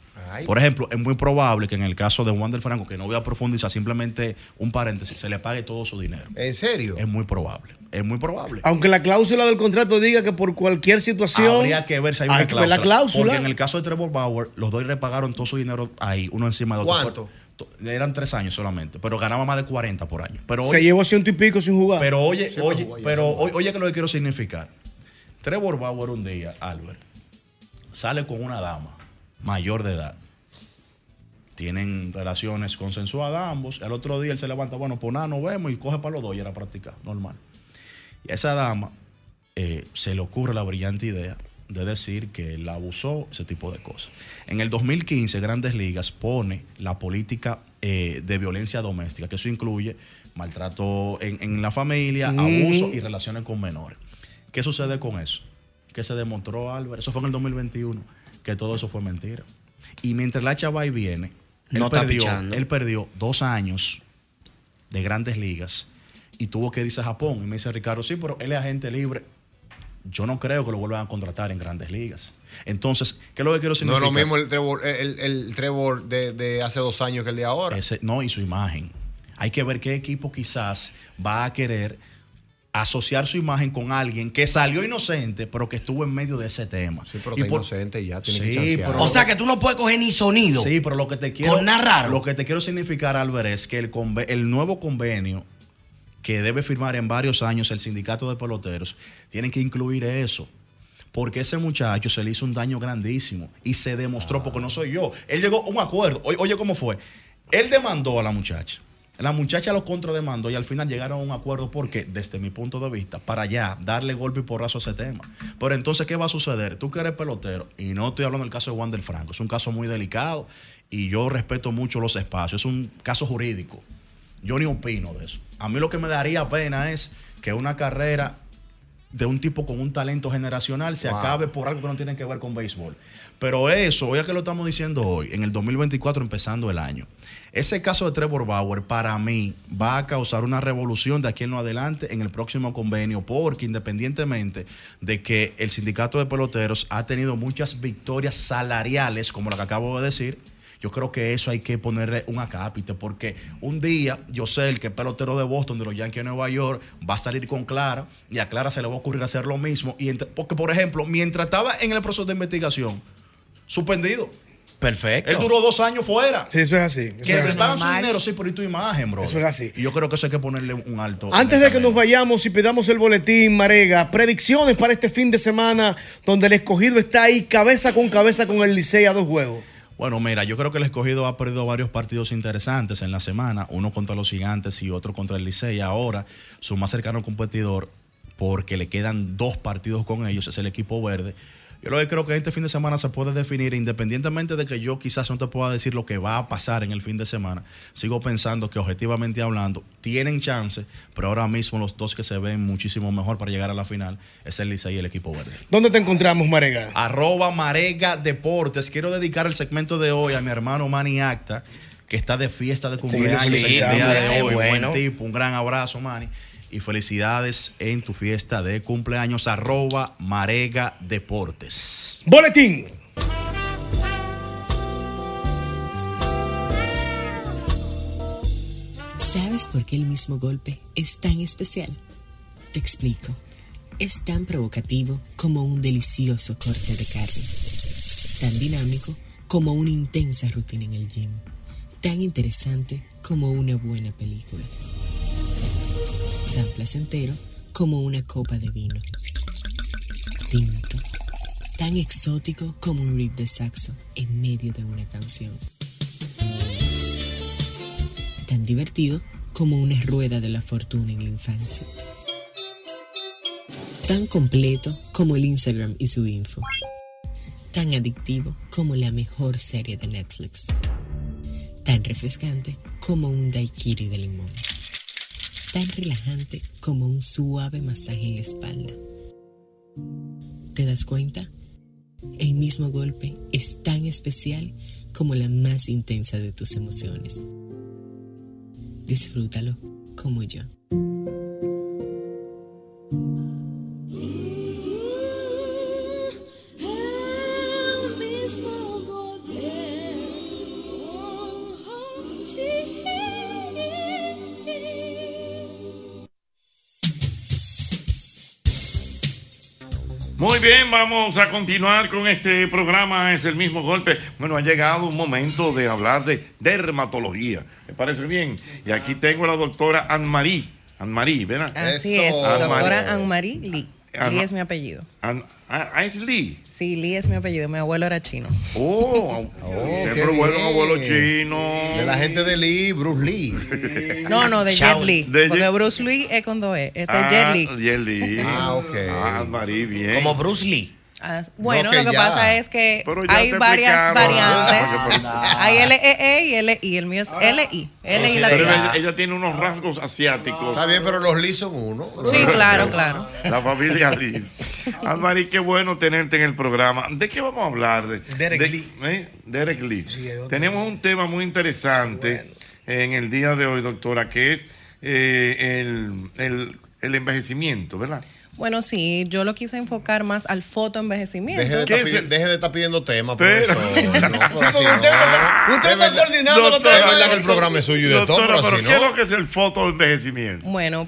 Por ejemplo, es muy probable que en el caso de Juan del Franco, que no voy a profundizar, simplemente un paréntesis, se le pague todo su dinero.
¿En serio?
Es muy probable, es muy probable.
Aunque la cláusula del contrato diga que por cualquier situación.
Habría que ver si hay una
que ver
cláusula.
la cláusula.
Porque en el caso de Trevor Bauer, los dos le pagaron todo su dinero ahí, uno encima de otro.
¿Cuánto?
To- Eran tres años solamente, pero ganaba más de 40 por año. Ah, Pero
se
oye-
llevó ciento y pico sin jugar.
pero oye, oye, pero oye, oye que lo que quiero significar. Trevor Bauer un día, Albert, sale con una dama mayor de edad. Tienen relaciones consensuadas ambos. El otro día él se levanta, bueno, pues nada, nos vemos y coge para los dos y era practicar, normal. Y a esa dama eh, se le ocurre la brillante idea de decir que él la abusó, ese tipo de cosas. En el 2015, Grandes Ligas pone la política eh, de violencia doméstica, que eso incluye maltrato en, en la familia,
Mm.
abuso y relaciones con menores. ¿Qué sucede con eso? Que se demostró, Álvaro, eso fue en el 2021, que todo eso fue mentira. Y mientras la chava ahí viene, él,
No está
perdió,
pichando.
él perdió dos años de grandes ligas y tuvo que irse a Japón. Y me dice Ricardo, sí, pero él es agente libre. Yo no creo que lo vuelvan a contratar en grandes ligas. Entonces, ¿qué es lo que quiero
No es
significar?
lo mismo el Trevor, el, el- el Trevor de, de hace dos años que el de ahora.
Ese- no, y su imagen. Hay que ver qué equipo quizás va a querer asociar su imagen con alguien que salió inocente, pero que estuvo en medio de ese tema. Sí,
pero está inocente
Ah,
ya, tiene que
sí,
chancear.
pero-
O sea que tú no puedes coger ni sonido.
Sí, pero lo que te quiero
Con narrar.
Lo que te quiero significar, Álvaro, es que el, conve- el nuevo convenio que debe firmar en varios años el sindicato de peloteros tiene que incluir eso. Porque ese muchacho se le hizo un daño grandísimo y se
Ah.
demostró, porque no soy yo. Él llegó a un acuerdo. Oye, oye ¿cómo fue? Él demandó a la muchacha. La muchacha lo contrademandó y al final llegaron a un acuerdo porque, desde mi punto de vista, para allá, darle golpe y porrazo a ese tema. Pero entonces, ¿qué va a suceder? Tú que eres pelotero, y no estoy hablando del caso de Juan del Franco, es un caso muy delicado y yo respeto mucho los espacios, es un caso jurídico. Yo ni opino de eso. A mí lo que me daría pena es que una carrera de un tipo con un talento generacional se
Wow.
acabe por algo que no tiene que ver con béisbol. Pero eso, oiga que lo estamos diciendo hoy, en el 2024 empezando el año. Ese caso de Trevor Bauer para mí va a causar una revolución de aquí en lo adelante en el próximo convenio, porque independientemente de que el sindicato de peloteros ha tenido muchas victorias salariales, como la que acabo de decir, yo creo que eso hay que ponerle un acápite, porque un día yo sé el que es pelotero de Boston, de los Yankees de Nueva York, va a salir con Clara y a Clara se le va a ocurrir hacer lo mismo. Y ent- porque, por ejemplo, mientras estaba en el proceso de investigación, suspendido.
Perfecto.
Él duró dos años fuera.
Sí, eso es así. eso
Que
es
le
así.
pagan su dinero, sí, por y tu imagen, bro.
Eso es así.
Y yo creo que eso hay que ponerle un alto.
Antes de que nos vayamos y pidamos el boletín, Marega, predicciones para este fin de semana donde el escogido está ahí cabeza con cabeza con el Licey a dos juegos.
Bueno, mira, yo creo que el escogido ha perdido varios partidos interesantes en la semana, uno contra los gigantes y otro contra el Licey. Ahora, su más cercano competidor, porque le quedan dos partidos con ellos, es el equipo verde. Yo lo que creo que este fin de semana se puede definir, independientemente de que yo quizás no te pueda decir lo que va a pasar en el fin de semana, sigo pensando que objetivamente hablando, tienen chance, pero ahora mismo los dos que se ven muchísimo mejor para llegar a la final es el Licey y el equipo verde.
¿Dónde te encontramos, Marega?
Arroba Marega Deportes. Quiero dedicar el segmento de hoy a mi hermano Manny Acta, que está de fiesta de cumpleaños
sí,
el día
hombre,
de hoy.
bueno.
Buen tipo, un gran abrazo, Manny. Y felicidades en tu fiesta de cumpleaños. Arroba Marega Deportes.
Boletín.
¿Sabes por qué el mismo golpe es tan especial? Te explico. Es tan provocativo como un delicioso corte de carne. Tan dinámico como una intensa rutina en el gym. Tan interesante como una buena película. Tan placentero como una copa de vino. Tinto, tan exótico como un riff de saxo en medio de una canción. Tan divertido como una rueda de la fortuna en la infancia. Tan completo como el Instagram y su info. Tan adictivo como la mejor serie de Netflix. Tan refrescante como un daiquiri de limón. Tan relajante como un suave masaje en la espalda. ¿Te das cuenta? El mismo golpe es tan especial como la más intensa de tus emociones. Disfrútalo como yo.
El mismo golpe. Oh, sí.
Muy bien, vamos a continuar con este programa. Es el mismo golpe. Bueno, ha llegado un momento de hablar de dermatología. ¿Me parece bien? Y aquí tengo a la doctora Anne-Marie. Anne-Marie, ¿verdad?
Así es, doctora Anne-Marie Lee. Lee es mi apellido.
Ah, es Lee.
Sí, Lee es mi apellido. Mi abuelo era chino.
Oh,
qué
siempre vuelve un
bien.
abuelo chino.
De la gente de Lee, Bruce Lee.
No, no, de
Chao.
Jet Lee.
De
porque
Jet-
Bruce Lee es con dos E. Este
Ah,
es Jet Lee.
Jet Lee.
Ah, ok.
Ah, Anne-Marie, bien. Como
Bruce Lee.
Ah, Bueno,
No, que
lo que
ya.
pasa es que
Pero ya
hay
te
varias
explicaron.
variantes.
Ah,
Hay LEE y LI. El mío
Ah.
es E LI.
Oh,
LI
Pero
latina.
ella, ella tiene unos rasgos asiáticos.
Está bien, pero los Lee son uno.
Sí, claro, claro.
La familia Lee. Almarí, qué bueno tenerte en el programa. ¿De qué vamos a hablar? De, Derek Lee. Derek Lee. Tenemos un tema muy interesante en el día de hoy, doctora, que es eh, el, el- el envejecimiento, ¿verdad?
Bueno, sí, yo lo quise enfocar más al fotoenvejecimiento.
Deje de, estar pidi- deje de estar pidiendo temas,
Pero-
profesor. No, pero así no.
usted
Es
está
verdad-
coordinando los
Doctora,
temas.
Es verdad que el programa es suyo y de todo,
Doctora,
pero
pero
así
¿qué es
no.
lo que es el fotoenvejecimiento?
Bueno,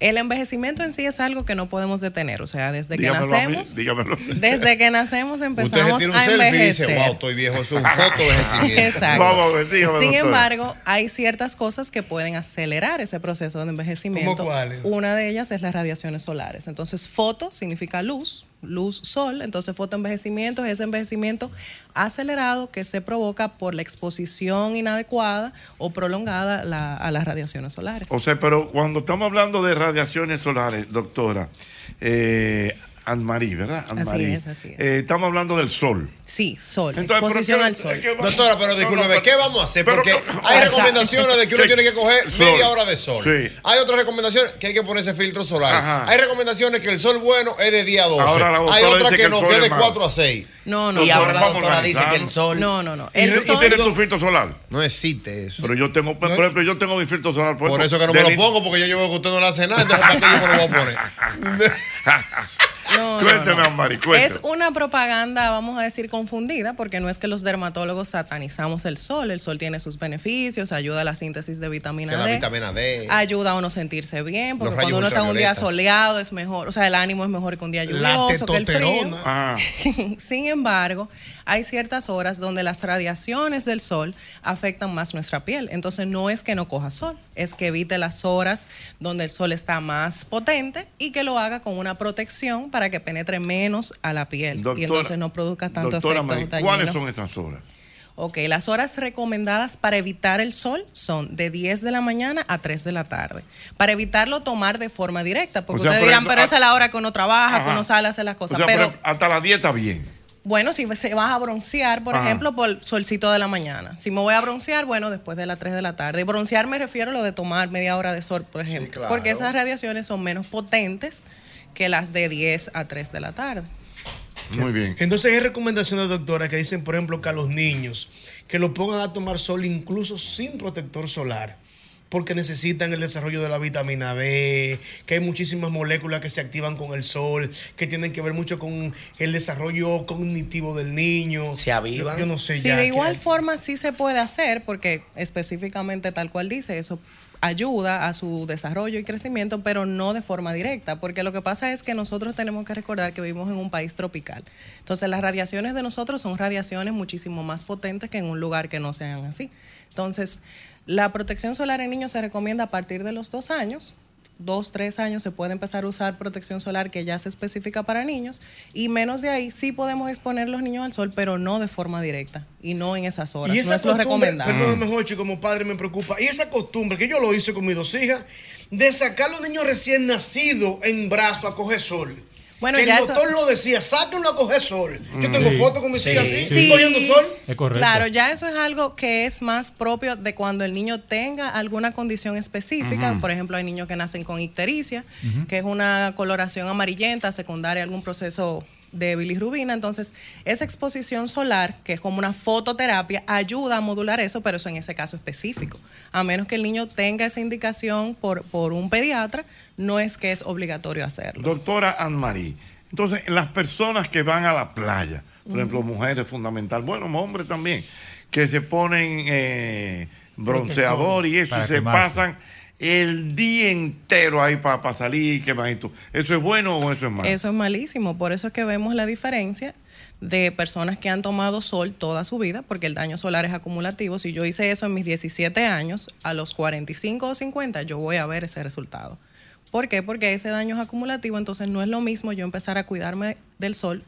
el envejecimiento en sí es algo que no podemos detener. O sea, desde que
Dígamelo a mí,
nacemos,
dígamelo.
desde que nacemos
Usted se
empezamos
tira un
a
selfie y dice,
envejecer.
wow, estoy viejo, eso es un fotoenvejecimiento.
Exacto. Sin embargo, hay ciertas cosas que pueden acelerar ese proceso de envejecimiento.
¿Cómo cuáles?
Una de ellas es las radiaciones solares. Entonces, foto significa luz, luz, sol. Entonces, fotoenvejecimiento es ese envejecimiento acelerado que se provoca por la exposición inadecuada o prolongada la- a las radiaciones solares.
Oh.
O sea, pero cuando estamos hablando de radiaciones solares, doctora, eh, Anne-Marie, ¿verdad?
Así
Anne-Marie.
es, así es.
Eh, estamos hablando del sol.
Sí, sol,
Entonces, ¿pero
exposición
qué-
al sol.
qué va-
Doctora, pero discúlpeme,
No, no,
¿qué vamos a hacer?
pero-
Porque hay
Exacto.
recomendaciones de que uno
Sí.
tiene que coger
Sol.
media hora de sol.
Sí.
Hay otras recomendaciones que hay que ponerse filtro solar.
Ajá.
Hay recomendaciones que el sol bueno es de día 12.
Ahora la
hay
doctora
otras
dice
que,
que el
no,
sol
que es
es
de
malo.
4 a 6.
No, no.
Y ahora la
vamos a
doctora dice
organizarnos.
que el sol-
No, no, no.
¿Y,
El
tú- y
sol-
tienes tu filtro solar?
No existe eso.
Pero yo tengo, por ejemplo, yo tengo mi filtro solar.
Por eso que no me lo pongo, porque yo llevo que usted no le hace nada, entonces ¿para qué yo me lo voy a poner?
No, no,
Cuénteme,
no.
Anne-Marie, cuénteme.
Es una propaganda, vamos a decir, confundida, porque no es que los dermatólogos satanizamos el sol. El sol tiene sus beneficios, ayuda a la síntesis de
Que
vitamina
la
D.
vitamina D.
Ayuda a uno a sentirse bien,
Los
porque
rayos
cuando uno está en un día
ultravioletas.
soleado es mejor, o sea, el ánimo es mejor que un día lluvioso, que el frío.
Ah,
Sin embargo, hay ciertas horas donde las radiaciones del sol afectan más nuestra piel. Entonces, no es que no coja sol, es que evite las horas donde el sol está más potente y que lo haga con una protección para que penetre menos a la piel y
Doctora-
entonces no produzca tanto
Doctora
efecto
Anne-Marie,
dañino.
¿cuáles son esas horas?
Ok, las horas recomendadas para evitar el sol son de 10 de la mañana a 3 de la tarde. Para evitarlo tomar de forma directa, porque
O sea,
ustedes
por
dirán,
ejemplo,
pero esa
ah-
es la hora que uno trabaja, que
Ajá.
uno sale a hacer las cosas.
o sea, por
pero
ejemplo, hasta la dieta bien.
bueno, si se vas a broncear, por
Ajá.
ejemplo, por el solcito de la mañana. Si me voy a broncear, bueno, después de las 3 de la tarde. Y Broncear me refiero a lo de tomar media hora de sol, por ejemplo.
claro.
Porque esas radiaciones son menos potentes que las de 10 a 3 de la tarde.
Muy bien.
Entonces hay recomendaciones, doctora, que dicen, por ejemplo, que a los niños que lo pongan a tomar sol incluso sin protector solar, porque necesitan el desarrollo de la vitamina D, que hay muchísimas moléculas que se activan con el sol, que tienen que ver mucho con el desarrollo cognitivo del niño. Se avivan. Yo, yo no sé
Sí,
ya.
de
que-
igual forma sí se puede hacer, porque específicamente tal cual dice, eso ayuda a su desarrollo y crecimiento, pero no de forma directa, porque lo que pasa es que nosotros tenemos que recordar que vivimos en un país tropical. Entonces las radiaciones de nosotros son radiaciones muchísimo más potentes que en un lugar que no sean así. Entonces, la protección solar en niños se recomienda a partir de los dos años dos, tres años se puede empezar a usar protección solar que ya se especifica para niños y menos de ahí sí podemos exponer los niños al sol, pero no de forma directa y no en esas horas.
Y
no
esa
es lo
costumbre,
recomendable.
perdóname, Jochi, como padre me preocupa. Y esa costumbre que yo lo hice con mis dos hijas, de sacar a los niños recién nacidos en brazo a coger sol.
Bueno,
el
ya eso-
doctor lo decía, sáquenlo a coger sol. Yo
Mm.
tengo
Sí.
fotos con mis
Sí.
hijas así,
Sí.
cogiendo sol.
Es correcto.
Claro, ya eso es algo que es más propio de cuando el niño tenga alguna condición específica.
Ujú.
Por ejemplo, hay niños que nacen con ictericia,
Ujú.
que es una coloración amarillenta secundaria a algún proceso de bilirrubina. Entonces, esa exposición solar, que es como una fototerapia, ayuda a modular eso, pero eso en ese caso específico. A menos que el niño tenga esa indicación por, por un pediatra, no es que es obligatorio hacerlo.
Doctora Anne-Marie, entonces las personas que van a la playa, por ejemplo, mujeres fundamental, bueno, hombres también, que se ponen eh, bronceador y eso, y
Para
se
quemarse.
pasan el día entero ahí para, salir, que van y todo. ¿Eso es bueno o eso es malo?
Eso es malísimo. Por eso es que vemos la diferencia de personas que han tomado sol toda su vida, porque el daño solar es acumulativo. Si yo hice eso en mis 17 años, a los 45 o 50 yo voy a ver ese resultado. ¿Por qué? Porque ese daño es acumulativo, entonces no es lo mismo yo empezar a cuidarme del sol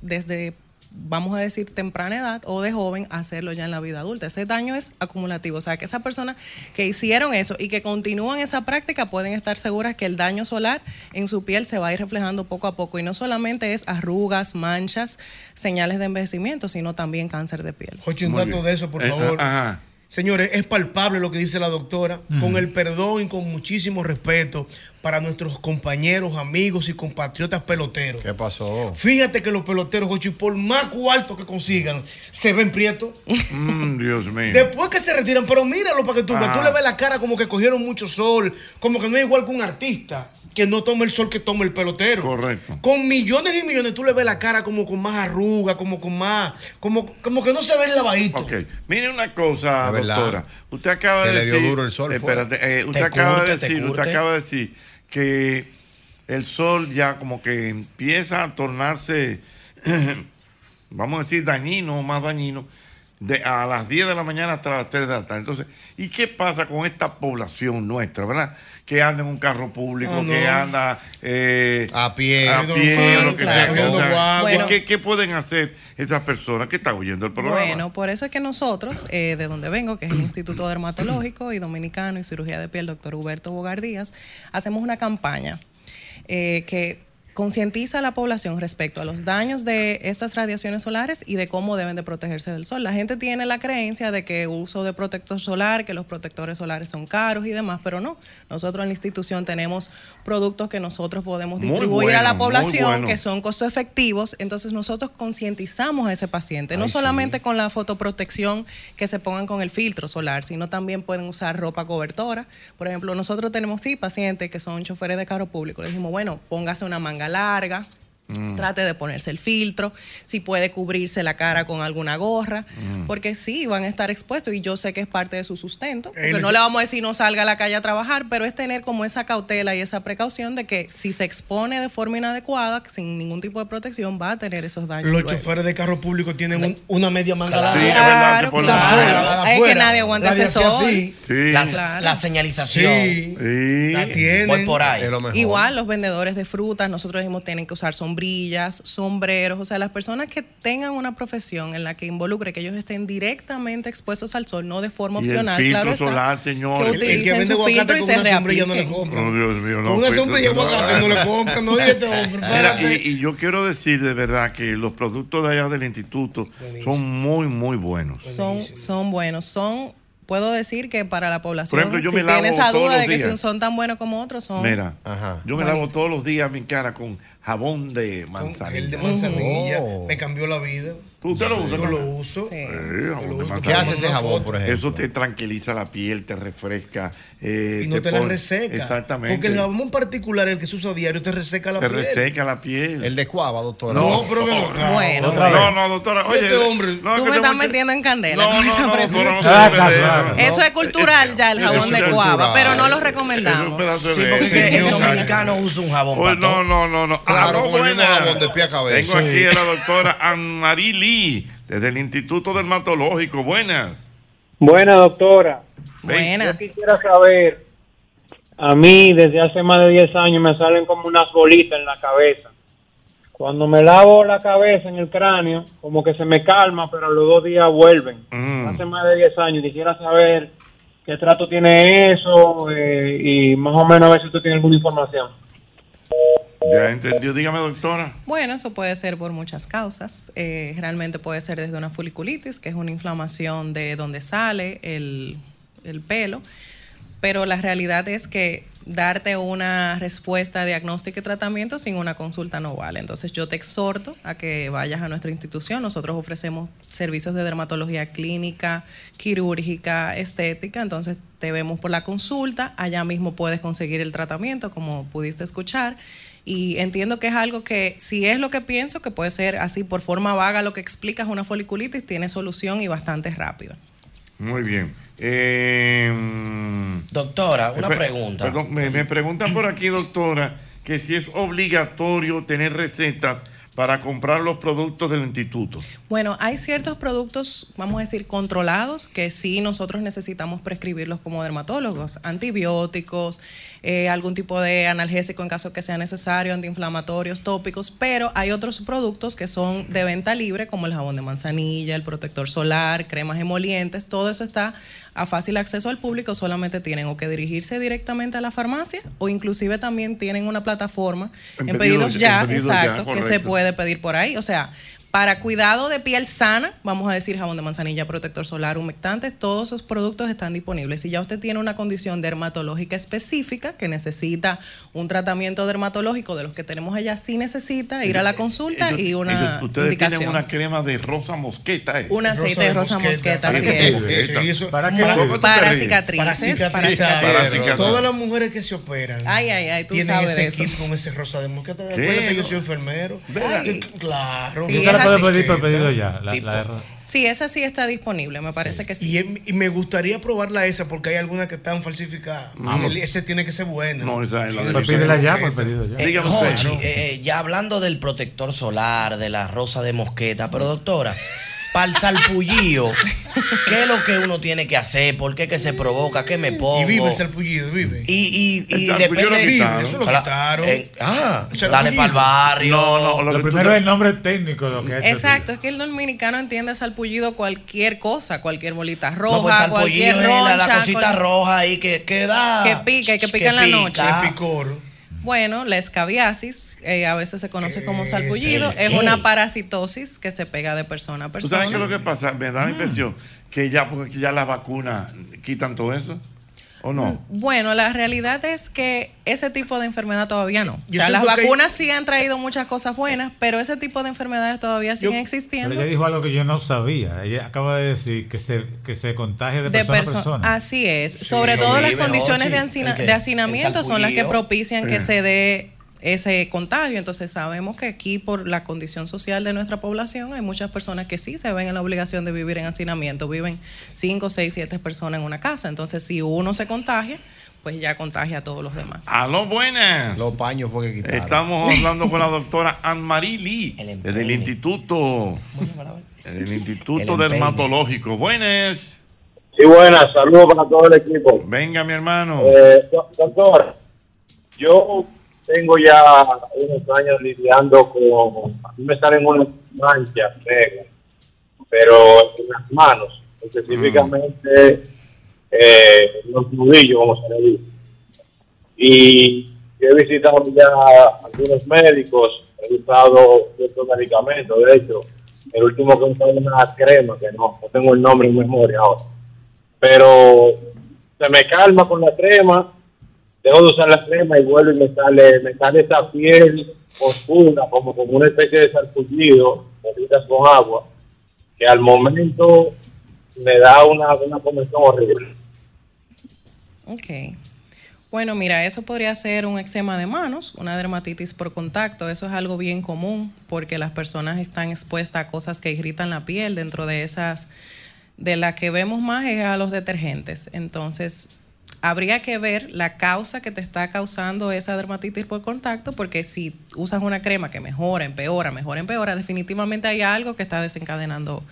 desde, vamos a decir, temprana edad o de joven, hacerlo ya en la vida adulta. Ese daño es acumulativo. O sea, que esas personas que hicieron eso y que continúan esa práctica pueden estar seguras que el daño solar en su piel se va a ir reflejando poco a poco. Y no solamente es arrugas, manchas, señales de envejecimiento, sino también cáncer de piel.
Jochi, un dato de eso, por
Eh,
favor.
ah,
Señores, es palpable lo que dice la doctora,
Ujú.
con el perdón y con muchísimo respeto para nuestros compañeros, amigos y compatriotas peloteros. ¿Qué
pasó?
Fíjate que los peloteros, Jochi, por más cuarto que consigan, se ven prietos.
Mm, Dios mío.
Después que se retiran, pero míralo para que tú veas.
Ajá.
Tú
Ah.
le ves la cara como que cogieron mucho sol, como que no es igual que un artista que no toma el sol que toma el pelotero.
Correcto.
Con millones y millones tú le ves la cara como con más arruga, como con más, como, como que no se ve el lavadito.
Ok, mire una cosa,
Es verdad.
doctora. Usted acaba
Que
de
le
decir.
dio duro el sol, fue.
Espérate, eh, usted,
Te
acaba
curte,
de
te
decir, usted
curte.
acaba de decir que el sol ya como que empieza a tornarse, vamos a decir, dañino o más dañino. De, a las 10 de la mañana hasta las 3 de la tarde. Entonces, ¿y qué pasa con esta población nuestra, verdad? Que anda en un carro público,
Ah, no.
que anda eh, a
pie,
a
Sí,
pie, o lo que
claro.
sea.
Cogiendo
O sea,
guagua.
¿y qué, qué pueden hacer esas personas que están oyendo el programa?
Bueno, por eso es que nosotros, eh, de donde vengo, que es el Instituto Dermatológico y Dominicano y Cirugía de Piel, doctor Huberto Bogardías, hacemos una campaña eh, que concientiza a la población respecto a los daños de estas radiaciones solares y de cómo deben de protegerse del sol. La gente tiene la creencia de que uso de protector solar, que los protectores solares son caros y demás, pero no. Nosotros en la institución tenemos productos que nosotros podemos
Muy
distribuir a
bueno,
la
muy
población,
bueno.
que son costo efectivos, entonces nosotros concientizamos a ese paciente, no
Ay, sí.
solamente con la fotoprotección que se pongan con el filtro solar, sino también pueden usar ropa cobertora. Por ejemplo, nosotros tenemos sí pacientes que son choferes de carro público, le dijimos, bueno, póngase una manga larga,
Mm.
Trate de ponerse el filtro, si puede cubrirse la cara con alguna gorra,
Mm.
porque sí, van a estar expuestos y yo sé que es parte de su sustento.
Eh,
porque
le-
no le vamos a decir no salga a la calle a trabajar, pero es tener como esa cautela y esa precaución de que si se expone de forma inadecuada, sin ningún tipo de protección, va a tener esos daños.
Los
luego.
choferes de carro público tienen un- una media manga
Claro.
larga.
Sí, es verdad, se ponen
La
larga.
sola, la de
Es que
afuera,
nadie aguanta
la de
ese
hacia
sol.
así.
La,
Claro.
la señalización.
La
tienen.
Voy por ahí.
Igual los vendedores de frutas, nosotros mismos tienen que usar sombrillas, sombreros, o sea, las personas que tengan una profesión en la que involucre que ellos estén directamente expuestos al sol, no de forma
Y el
opcional,
filtro
claro está,
solar, señor.
que
El- el que
utilicen
vende
su
aguacate
filtro y
con
se
una sombrilla no le
reapliquen.
Oh, Dios mío, no.
Con una
pues,
sombrilla
entonces
guacate no le compran, no, y este hombre,
Mira,
espérate.
y, y yo quiero decir de verdad que los productos de allá del instituto son muy, muy buenos.
son, son buenos, son, puedo decir que para la población,
ejemplo, yo
si
me lavo
tiene esa
todos
duda de
los
que
días.
si son tan buenos como otros, son...
Mira, yo me lavo todos los días mi cara con jabón de manzanilla.
El de manzanilla me cambió la vida.
¿Usted lo usa?
Yo lo uso.
Eh, jabón de manzanilla.
¿Qué hace ese jabón, por ejemplo?
Eso te tranquiliza la piel, te refresca. eh,
Y no te, la
pone-
reseca.
Exactamente.
Porque el jabón particular, el que se usa a diario, te reseca la
te
piel.
reseca la piel. El
de cuava, doctora.
No, pero ven acá. Bueno.
no, no, no, doctora. Oye,
Este hombre,
no, es
Tú
que
me
se
estás
mucho-
metiendo en candela.
No,
con
no,
esa
no,
pregunta.
doctora, no se debe de- no, no.
Eso es cultural ya, el
Eso
jabón
es
de
cultural.
cuava, pero no lo
Es un
recomendamos.
pedazo de
Sí, porque
bebé.
el dominicano usa un jabón.
Oye,
para
no,
todo.
no, no, no.
Claro,
Ah, no,
con el mismo
buena.
jabón de pie a cabeza.
Tengo aquí
Sí.
a la doctora Anmarie Lee, desde el Instituto Dermatológico. Buenas.
Buena, doctora.
Buenas.
Yo quisiera saber
A mí desde hace más de 10 años me salen como unas bolitas en la cabeza. Cuando me lavo la cabeza en el cráneo, como que se me calma, pero a los dos días vuelven.
Mm.
Hace más de 10 años quisiera saber qué trato tiene eso eh, y más o menos a ver si tú tienes alguna información.
Ya entendió, dígame doctora.
Bueno, eso puede ser por muchas causas. Eh, realmente puede ser desde una foliculitis, que es una inflamación de donde sale el, el pelo. Pero la realidad es que darte una respuesta diagnóstica y tratamiento sin una consulta no vale. Entonces yo te exhorto a que vayas a nuestra institución. Nosotros ofrecemos servicios de dermatología clínica, quirúrgica, estética. Entonces te vemos por la consulta. Allá mismo puedes conseguir el tratamiento, como pudiste escuchar. Y entiendo que es algo que, si es lo que pienso, que puede ser así por forma vaga lo que explicas, una foliculitis tiene solución y bastante rápido.
Muy bien. doctora,
una pregunta.
me, me preguntan por aquí, doctora, que si es obligatorio tener recetas para comprar los productos del instituto.
Bueno, hay ciertos productos, vamos a decir, controlados, que sí nosotros necesitamos prescribirlos como dermatólogos, antibióticos, eh, algún tipo de analgésico en caso que sea necesario, antiinflamatorios, tópicos, pero hay otros productos que son de venta libre, como el jabón de manzanilla, el protector solar, cremas emolientes, todo eso está a fácil acceso al público, solamente tienen o que dirigirse directamente a la farmacia o inclusive también tienen una plataforma en,
En
pedidos
pedidos-
ya,
en pedidos ya,
exacto, que se
correcto.
puede puede pedir por ahí. O sea, para cuidado de piel sana, vamos a decir jabón de manzanilla, protector solar, humectantes, todos esos productos están disponibles. Si ya usted tiene una condición dermatológica específica que necesita un tratamiento dermatológico de los que tenemos allá, sí necesita ir a la consulta y una
Ellos- Ustedes tienen
indicación.
una crema de rosa mosqueta. ¿eh?
Un aceite Rosa de de rosa mosqueta, mosqueta, así
Aceite de
es.
mosqueta.
Sí, eso- ¿Para
¿Cómo
qué?
tú te
Para
ríes?
cicatrices,
Para
para
cicatrizar.
cicatrizar.
Todas las mujeres que se operan
Ay, ay, ay, tú
tienen
sabes de
ese
eso.
kit con ese rosa de mosqueta.
¿Qué?
Acuérdate que yo soy enfermero.
Ay.
Claro.
Sí, Yo te la es puedo así. pedir por
pedido ya, la-
Tipo.
la de rosa.
Sí, esa sí está disponible, me parece que sí.
Y, em- y me gustaría probarla esa porque hay algunas que están falsificadas.
Vamos.
El- ese tiene que ser buena.
No, esa es la
Pues pídela ya, pues pedido ya.
Eh, Jochi, eh, eh, ya hablando del protector solar, de la rosa de mosqueta, pero doctora, para el salpullido, ¿qué es lo que uno tiene que hacer? ¿Por qué que se provoca? ¿Qué me pongo?
Y vive el salpullido, vive.
Y, y, y
El salpullido
depende
lo quitaron. Eso lo
Para-
quitaron.
eh, ah,
El salpullido.
dale para el barrio.
lo primero es el nombre técnico de lo que es.
Exacto, es que el dominicano entiende salpullido cualquier cosa, cualquier bolita roja,
No, pues, salpullido es
cualquier
la-
roncha.
la cosita
cual-
roja ahí que queda.
Que pica, y que pica en la noche.
pica.
Bueno, la escabiasis, eh, a veces se conoce como salpullido,
¿El
es
qué?
una parasitosis que se pega de persona a
¿Tú
persona. Mm.
sabes qué es lo que pasa? Me da la impresión que ya, porque ya las vacunas quitan todo eso. ¿O
Mm,
no?
Bueno, la realidad es que ese tipo de enfermedad todavía no. O
Yo
sea, las
siento que-
vacunas sí han traído muchas cosas buenas, pero ese tipo de enfermedades todavía siguen existiendo.
Pero ella dijo algo que yo no sabía. Ella acaba de decir que se, que se contagia de,
de
persona
perso-
a persona.
Así es. Sobre todo
sí,
las
mejor,
condiciones de,
sí.
hancina-
¿El qué?
de hacinamiento
El
son las que
sarpullido.
propician que
Eh.
se dé ese contagio. Entonces sabemos que aquí por la condición social de nuestra población hay muchas personas que sí se ven en la obligación de vivir en hacinamiento. Viven 5, 6, 7 personas en una casa. Entonces si uno se contagia, pues ya contagia a todos los demás.
Aló, buenas. Los paños fue que quitaron. Estamos hablando con la doctora Anne-Marie Lee, desde el Instituto, desde el Instituto
empeine.
Dermatológico. Buenas.
Sí, buenas, saludos para todo el equipo.
Venga, mi hermano.
Eh, do- doctor, yo tengo ya unos años lidiando con. A mí me salen unas manchas negras, pero en las manos, específicamente eh, en los nudillos, como se le dice. Y yo he visitado ya algunos médicos, he usado ciertos medicamentos, de hecho. El último que usé es una crema, que no, no tengo el nombre en memoria ahora. Pero se me calma con la crema, dejo de usar la crema y vuelvo y me sale, me sale esa piel oscura, como, como una especie de sarpullido, bolitas con agua, que al momento me da una, una comezón horrible.
Ok. Bueno, mira, eso podría ser un eczema de manos, una dermatitis por contacto. Eso es algo bien común porque las personas están expuestas a cosas que irritan la piel. Dentro de esas, de las que vemos más es a los detergentes. Entonces, habría que ver la causa que te está causando esa dermatitis por contacto porque si usas una crema que mejora, empeora, mejora, empeora, definitivamente hay algo que está desencadenando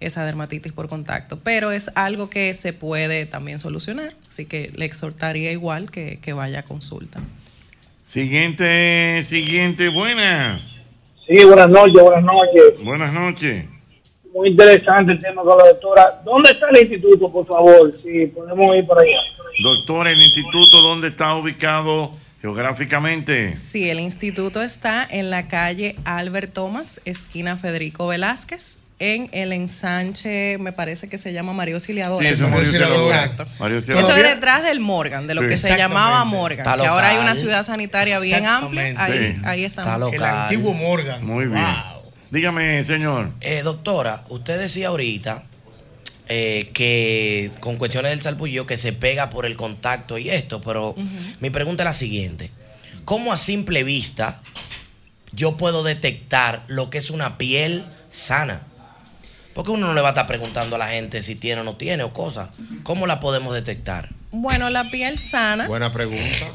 esa dermatitis por contacto. Pero es algo que se puede también solucionar, así que le exhortaría igual que, que vaya a consulta.
Siguiente, siguiente, buenas.
Sí, buenas noches, buenas noches.
Buenas noches.
Muy interesante el tema con la doctora. ¿Dónde está el instituto, por favor? Si podemos ir para allá.
Doctor, el instituto, ¿dónde está ubicado geográficamente?
Sí, el instituto está en la calle Albert Thomas, esquina Federico Velázquez, en el ensanche, me parece que se llama María Auxiliadora.
Sí, eso es María Auxiliadora.
Exacto.
María
Eso
Auxiliadora.
es detrás del Morgan, de lo
Sí.
que se llamaba
Exactamente.
Morgan,
Está
que ahora hay
local.
una ciudad sanitaria bien amplia. Ahí,
Sí.
ahí estamos.
Morgan.
Muy bien. Dígame, señor.
Eh, doctora, usted decía ahorita eh, que con cuestiones del salpullido que se pega por el contacto y esto, pero mi pregunta es la siguiente. ¿Cómo a simple vista yo puedo detectar lo que es una piel sana? Porque uno no le va a estar preguntando a la gente si tiene o no tiene o cosas. ¿Cómo la podemos detectar?
Bueno, la piel sana.
Buena pregunta.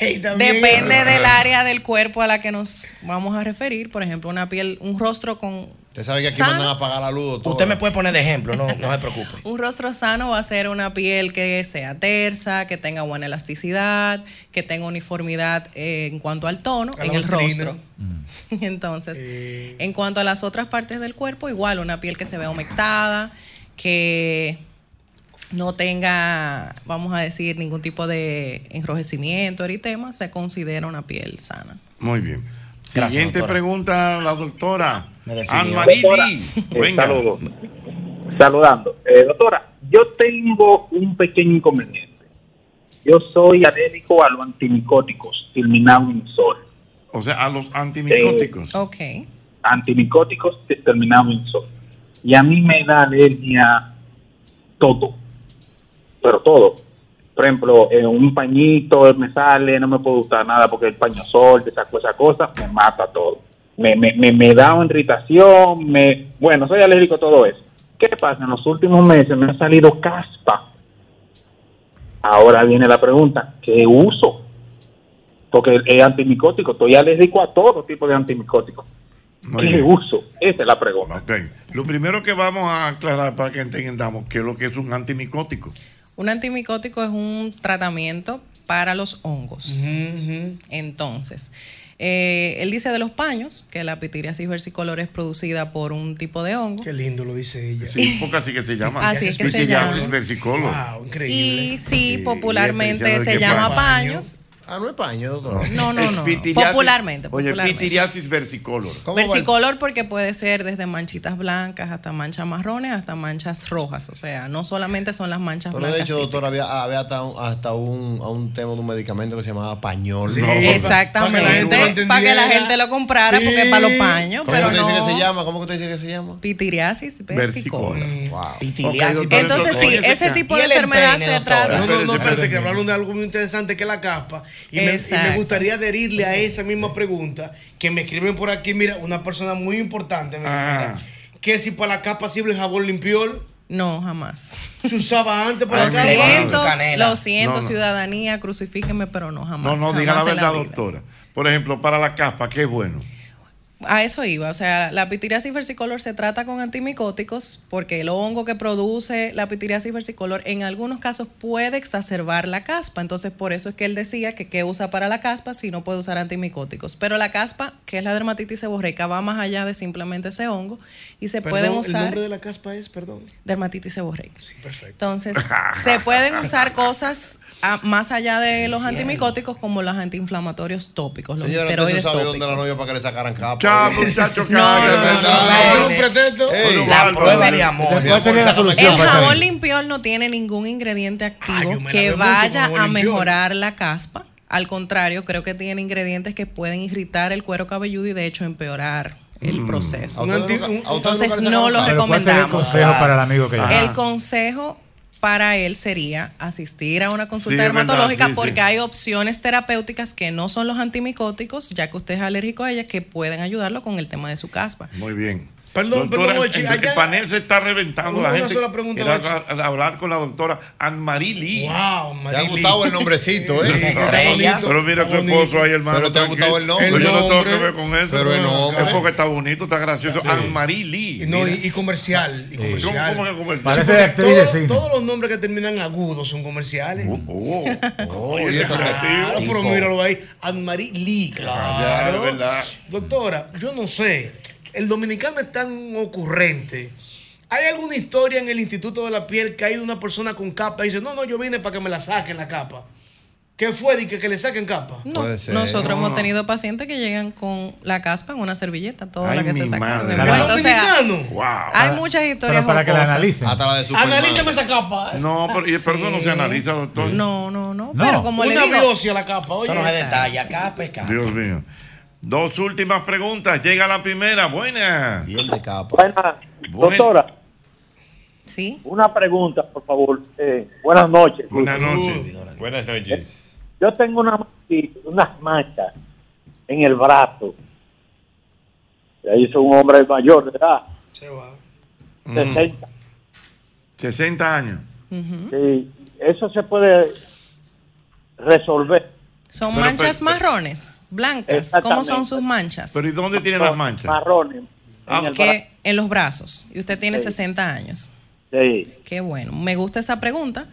Depende del área del cuerpo a la que nos vamos a referir. Por ejemplo, una piel, un rostro con
Usted sabe que aquí
Sana.
mandan a pagar la luz.
Usted me puede poner de ejemplo, no, no se preocupe.
un rostro sano va a ser una piel que sea tersa, que tenga buena elasticidad, que tenga uniformidad eh, en cuanto al tono
A la
en el
bostrina.
rostro. Entonces, en cuanto a las otras partes del cuerpo, igual una piel que se vea humectada, que no tenga, vamos a decir, ningún tipo de enrojecimiento, eritema, se considera una piel sana.
Muy bien.
Gracias,
Siguiente
doctora.
pregunta, la doctora.
definió.
Anmaridi.
Doctora, eh,
Venga.
saludos. Saludando. Eh, doctora, yo tengo un pequeño inconveniente. Yo soy alérgico a los antimicóticos terminados en sol.
O sea, a los
antimicóticos.
Ok.
antimicóticos te- terminados en sol. Y a mí me da alergia todo. Pero todo. Por ejemplo, eh, un pañito me sale, no me puedo usar nada porque el paño sol, esas cosas, cosas, me mata todo. Me, me, me, me da una irritación, me, bueno, soy alérgico a todo eso. ¿Qué pasa? En los últimos meses me ha salido caspa. Ahora viene la pregunta, ¿qué uso? Porque es antimicótico, estoy alérgico a todo tipo de antimicóticos.
Muy
¿Qué
bien.
uso? Esa es la pregunta.
Lo primero que vamos a aclarar para que entendamos qué es lo que es un antimicótico.
Un antimicótico es un tratamiento para los hongos. Entonces, eh, él dice de los paños que la pitiriasis versicolor es producida por un tipo de hongo.
Qué lindo lo dice ella.
Sí, porque así que se llama.
Así es que se llama.
Psoriasis versicolor.
Y sí,
y
popularmente
el
se
que
llama
pa-
paños.
Ah, no es paño, doctor.
No, no,
Es
no.
pitiriasis-
Popularmente,
Oye,
popularmente.
pitiriasis versicolor.
Versicolor porque puede ser desde manchitas blancas hasta manchas marrones hasta manchas rojas. O sea, no solamente son las manchas
Pero
blancas.
de hecho, doctor, había, había hasta, un, hasta un, a un tema de un medicamento que se llamaba pañol.
Sí, Exactamente. Para que la gente lo comprara
Sí.
porque es para los paños,
¿Cómo
pero
usted dice que se
no.
llama? ¿Cómo que usted dice que se llama?
Pitiriasis versicolor.
Wow.
Pitiliasis. Entonces, sí, ese tipo de enfermedad se trata.
No, no, no, espérate, que hablaron de algo muy interesante que es la caspa. Y me, y me
Exacto.
gustaría adherirle a esa misma pregunta que me escriben por aquí. Mira, una persona muy importante me
Ah.
pregunta, que si para la caspa sirve el jabón limpiol.
No, jamás.
Se usaba antes para
Lo
la caspa.
siento, lo siento,
No, no.
ciudadanía, crucifíqueme, pero no jamás.
No, no, diga la
jamás en
verdad,
vida.
doctora. Por ejemplo, para la capa, qué bueno.
A eso iba, o sea, la pitiriasis versicolor se trata con antimicóticos porque el hongo que produce la pitiriasis versicolor en algunos casos puede exacerbar la caspa, entonces por eso es que él decía que qué usa para la caspa si no puede usar antimicóticos, pero la caspa, que es la dermatitis seborreica, va más allá de simplemente ese hongo y se
Perdón,
pueden
El
usar
nombre de la caspa es, perdón.
dermatitis seborreica.
Perfecto.
Entonces, se pueden usar cosas ah, más allá de los antimicóticos como los antiinflamatorios tópicos, los
Señora, usted se
esteroides
sabe
tópicos.
dónde la novia para que le sacaran capa.
Ya,
muchacho,
No, no, no, no, no.
Eso
Ey,
Ey,
la prueba de
amor.
El jabón limpiol no tiene ningún ingrediente activo
lavé mucho
que
con
vaya
jabón
a
Limpiol.
mejorar la caspa. Al contrario, creo que tiene ingredientes que pueden irritar el cuero cabelludo y de hecho empeorar el proceso.
¿A ustedes nunca- a ustedes
Entonces
nunca les
no
han
lo
contado? Pero ¿cuál sería el
recomendamos.
consejo para el amigo que llama?
El consejo para él sería asistir a una consulta
Sí, es verdad,
dermatológica
sí, sí.
porque hay opciones terapéuticas que no son los antimicóticos, ya que usted es alérgico a ellas, que pueden ayudarlo con el tema de su caspa.
Muy bien.
Perdón,
Doctora,
perdón, Ochi,
el,
allá-
el panel se está reventando.
Una-
la
una
gente
sola pregunta,
quiere
Ochi.
hablar, hablar con la doctora Anmarí Lee.
Wow,
Te ha gustado el nombrecito, ¿eh?
Pero mira su esposo ahí, hermano.
Pero te ha
tranquilo.
gustado el nombre.
Pero yo no tengo que
nombre.
ver con eso.
Pero el nombre.
Es porque está bonito, está gracioso. Anmarí Lee.
No,
mira.
y, y comercial. Y comercial.
¿Cómo- cómo que comercial?
Sí,
Parece
porque
actriz de
todos-
cine.
Todos los nombres que terminan en agudos son comerciales.
Oh,
Oye, claro,
creativo.
pero míralo ahí. Anne-Marie Lee,
Ah, ya,
claro.
es verdad.
Doctora, yo no sé. El dominicano es tan ocurrente. ¿Hay alguna historia en el Instituto de la Piel que hay una persona con capa y dice, no, no, yo vine para que me la saquen la capa? ¿Qué fue? Dije, que le saquen capa.
No, nosotros hemos tenido pacientes que llegan con la caspa en una servilleta, toda la que se sacaron.
¿El
envuelta. O sea,
dominicano?
hay muchas historias jocosas.
Hasta la de Superman.
Analízame esa capa.
No, pero y eso no se analiza, doctor.
No, no, no. Pero como le
Una
digo,
biopsia la capa. Oye,
Eso no se
Exacto.
detalla, capa es capa.
Dios mío. Dos últimas preguntas. Llega la primera. Buena.
Bien de capa.
Doctora.
Sí.
Una pregunta, por favor. Eh, buenas noches.
Buenas
noches.
Buenas noches.
Yo tengo una, unas manchas en el brazo. La hizo un hombre mayor de edad.
Mm.
60.
60 años.
Sí. Eso se puede resolver.
Pero,
son
pues,
manchas
pero,
marrones, blancas. ¿Cómo son
Exactamente.
sus manchas?
Pero ¿y dónde tiene las manchas?
Marrones.
Ah,
que en los brazos. Y usted tiene
Sí.
60 años.
Sí.
Qué bueno. Me gusta esa pregunta.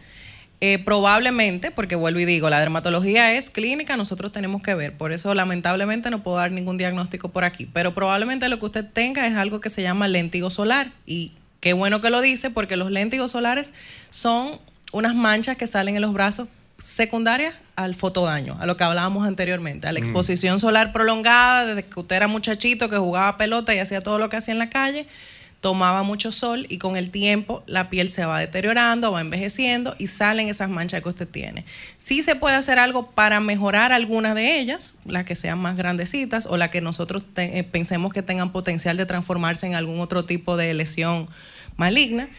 Eh, probablemente, porque vuelvo y digo, la dermatología es clínica, nosotros tenemos que ver. Por eso, lamentablemente, no puedo dar ningún diagnóstico por aquí. Pero probablemente lo que usted tenga es algo que se llama léntigo solar. Y qué bueno que lo dice, porque los léntigos solares son unas manchas que salen en los brazos secundarias al fotodaño, a lo que hablábamos anteriormente, a la
Mm.
exposición solar prolongada, desde que usted era muchachito, que jugaba pelota y hacía todo lo que hacía en la calle, tomaba mucho sol y con el tiempo la piel se va deteriorando, va envejeciendo y salen esas manchas que usted tiene. Sí se puede hacer algo para mejorar algunas de ellas, las que sean más grandecitas o las que nosotros te- eh, pensemos que tengan potencial de transformarse en algún otro tipo de lesión maligna,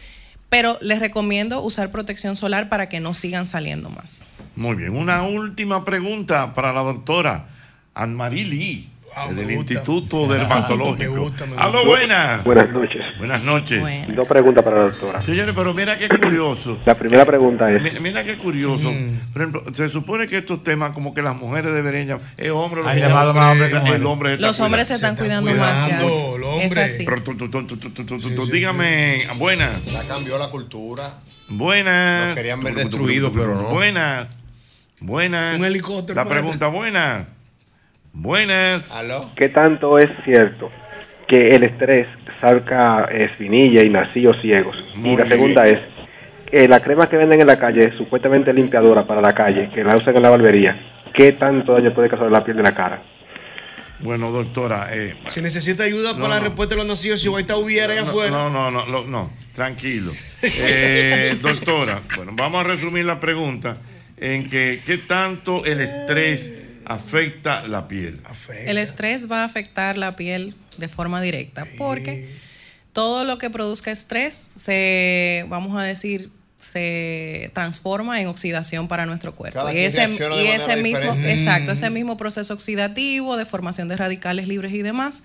pero les recomiendo usar protección solar para que no sigan saliendo más.
Muy bien. Una última pregunta para la doctora Anmarí Lee, del Instituto Dermatológico. Aló, buenas.
Buenas noches.
Buenas noches.
Dos preguntas para la doctora.
Señores, pero mira qué curioso.
La primera pregunta es,
Mi- Mira qué curioso.
Mm.
Por ejemplo, se supone que estos temas, como que las mujeres deberían llamar. Es hombre,
Han llamado más hombres que mujeres.
el hombre está
Los hombres
cuidando.
se están cuidando más. ya. Es así.
Pero tú, tú, tú, tú, tú, tú, tú, tú, dígame, buenas.
Ya cambió la cultura.
Buenas.
Nos querían ver destruidos, pero no.
Buenas. Buenas. Un helicóptero. La pregunta buena. Buenas.
¿qué tanto es cierto que el estrés saca espinilla y nacillos ciegos? y la segunda es, eh, la crema que venden en la calle, supuestamente limpiadora para la calle, que la usan en la barbería, ¿qué tanto daño puede causar a la piel de la cara?
Bueno, doctora. Eh,
Si necesita ayuda
No,
para la
no.
respuesta de los nacidos, si va a estar hubiera allá
no,
afuera.
no, no, no, no, no, tranquilo. Eh, doctora, bueno, vamos a resumir la pregunta en que qué tanto el estrés afecta la piel.
El estrés va a afectar la piel de forma directa porque todo lo que produzca estrés se, vamos a decir, se transforma en oxidación para nuestro cuerpo.
Cada
y
quien
ese,
reacciona de
y
manera
ese mismo,
diferente.
exacto,
Mm.
ese mismo proceso oxidativo de formación de radicales libres y demás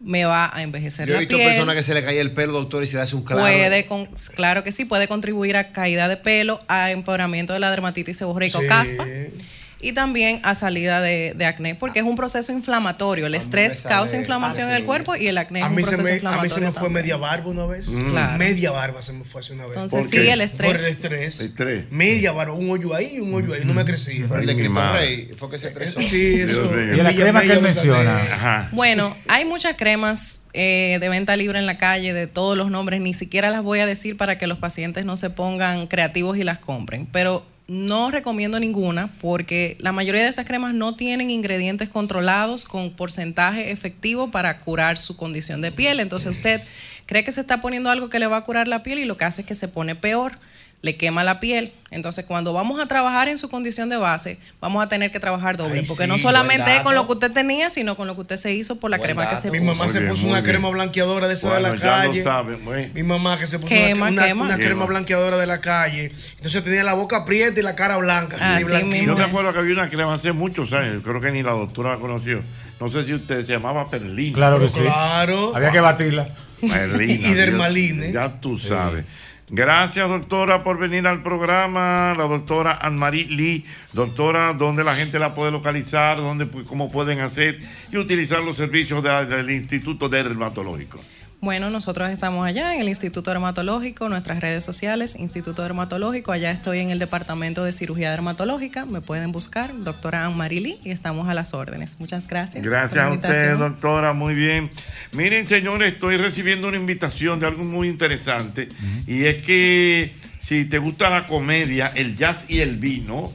me va a envejecer
Yo he
la
visto
piel.
personas que se le cae el pelo, doctor, y se le hace un claro.
Puede, con, claro que sí, puede contribuir a caída de pelo, a empeoramiento de la dermatitis seborreica
Sí.
o caspa y también a salida de, de acné, porque es un proceso inflamatorio. El estrés
sale
causa inflamación en el cuerpo y el acné es
A
un
mí, se
proceso
me, a mí
inflamatorio.
se me fue
también.
media barba una vez.
Mm. Claro.
Media barba se me fue hace una vez.
Entonces, ¿Por sí, qué? el estrés.
Por el estrés.
Estrés.
Media barba, un hoyo ahí, un hoyo ahí. No me crecía. Eh,
Pero el de Cristo madre.
Rey fue que se estresó.
Sí,
Dios
eso.
mío.
Y la crema que él menciona.
Ah.
Ajá.
Bueno, hay muchas cremas eh, de venta libre en la calle de todos los nombres, ni siquiera las voy a decir para que los pacientes no se pongan creativos y las compren, pero no recomiendo ninguna porque la mayoría de esas cremas no tienen ingredientes controlados con porcentaje efectivo para curar su condición de piel, entonces usted cree que se está poniendo algo que le va a curar la piel y lo que hace es que se pone peor. le quema la piel. Entonces, cuando vamos a trabajar en su condición de base, vamos a tener que trabajar doble,
Ay,
porque
sí,
no solamente
buen
es con
dato.
lo que usted tenía, sino con lo que usted se hizo por la crema que se
Mi
puso.
mamá se puso una crema blanqueadora de esa de la
Bueno, ya lo
calle.
saben, güey.
Mi mamá que se puso
Quema,
una, una-
quema.
una crema
Quema.
blanqueadora de la calle. Entonces tenía la boca aprieta y la cara blanca.
Ah,
así blanquita.
Yo me acuerdo que había una crema hace muchos años, creo que ni la doctora la conoció. No sé si usted se llamaba Perlín.
Claro que sí. Claro. Había que batirla.
Perlina,
Y
Dios, Ya tú sabes. Gracias, doctora, por venir al programa. La doctora Anmarie Lee. Doctora, ¿dónde la gente la puede localizar? ¿Dónde, pu- ¿Cómo pueden hacer? Y utilizar los servicios de- del Instituto Dermatológico.
Bueno, nosotros estamos allá en el Instituto Dermatológico, nuestras redes sociales, Instituto Dermatológico. Allá estoy en el Departamento de Cirugía Dermatológica. Me pueden buscar, doctora Anne Marili, y estamos a las órdenes. Muchas gracias. por
Gracias
la
a usted,
invitación.
doctora. Muy bien. Miren, señores, estoy recibiendo una invitación de algo muy interesante. Y es que si te gusta la comedia, el jazz y el vino,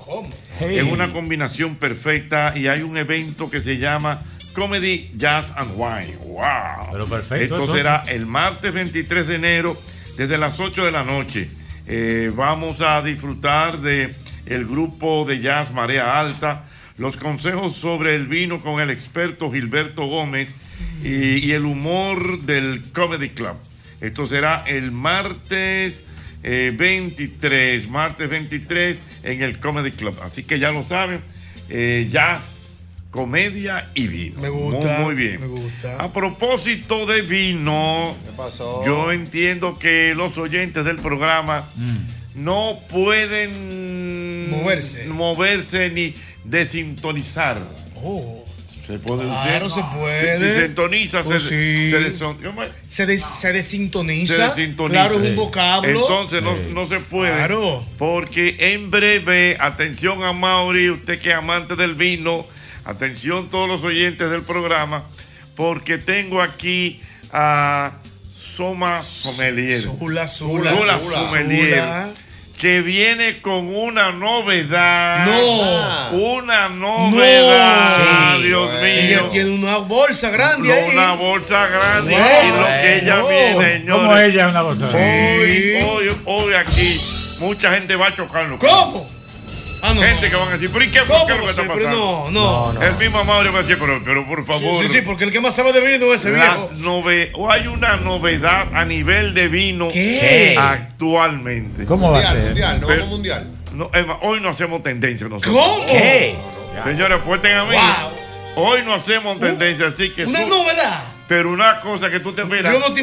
es una combinación perfecta. Y hay un evento que se llama Comedy, Jazz and Wine. ¡Wow!
perfecto,
Esto
eso.
será el martes 23 de enero, desde las 8 de la noche. Eh, vamos a disfrutar de el grupo de jazz Marea Alta, los consejos sobre el vino con el experto Gilberto Gómez y, y el humor del Comedy Club. Esto será el martes eh, 23, martes 23 en el Comedy Club. Así que ya lo saben, eh, jazz, comedia y vino. Me
gusta,
Muy, muy bien. A propósito de vino, yo entiendo que los oyentes del programa
Mm.
no pueden moverse, ni desintonizar.
Oh.
Se puede
Claro,
decir?
se puede.
Ah, Si, si se sintoniza,
Pues
se,
sí.
se deson- ¿cómo es?
Se, des- se desintoniza.
Se desintoniza.
Claro, es un vocablo.
Entonces no, no se puede.
Claro.
Porque en breve, atención a Mauri, usted que es amante del vino, atención todos los oyentes del programa, porque tengo aquí a Soma Sommelier.
Sula,
Sula,
Sula, Sula,
Sommelier,
Sula.
Que viene con una novedad.
No.
Una novedad.
Sí.
Dios
Ella
mío.
tiene una bolsa grande ahí.
Una bolsa grande.
Wow.
Y lo que ella
Wow.
viene, señores.
Como ella es una cosa.
Hoy, hoy, hoy aquí mucha gente va a chocarlo. ¿Cómo?
Ah,
gente que van a decir, pero ¿y qué fue ¿Qué es lo que está
Pero
pasando?
no, no.
El mismo Mario me decía, pero, pero por favor.
Sí, sí, sí, porque el que más sabe de vino es ese
Las
viejo.
nove- o hay una novedad a nivel de vino
¿Qué?
actualmente.
¿Cómo va a ser?
mundial, no
Pero-
vamos mundial. hoy no hacemos tendencia nosotros.
¿Cómo? ¿Qué?
Señores, apuesten a mí. Hoy no hacemos tendencia, así que
Una
su-
novedad.
pero una cosa que tú te miras.
Yo me estoy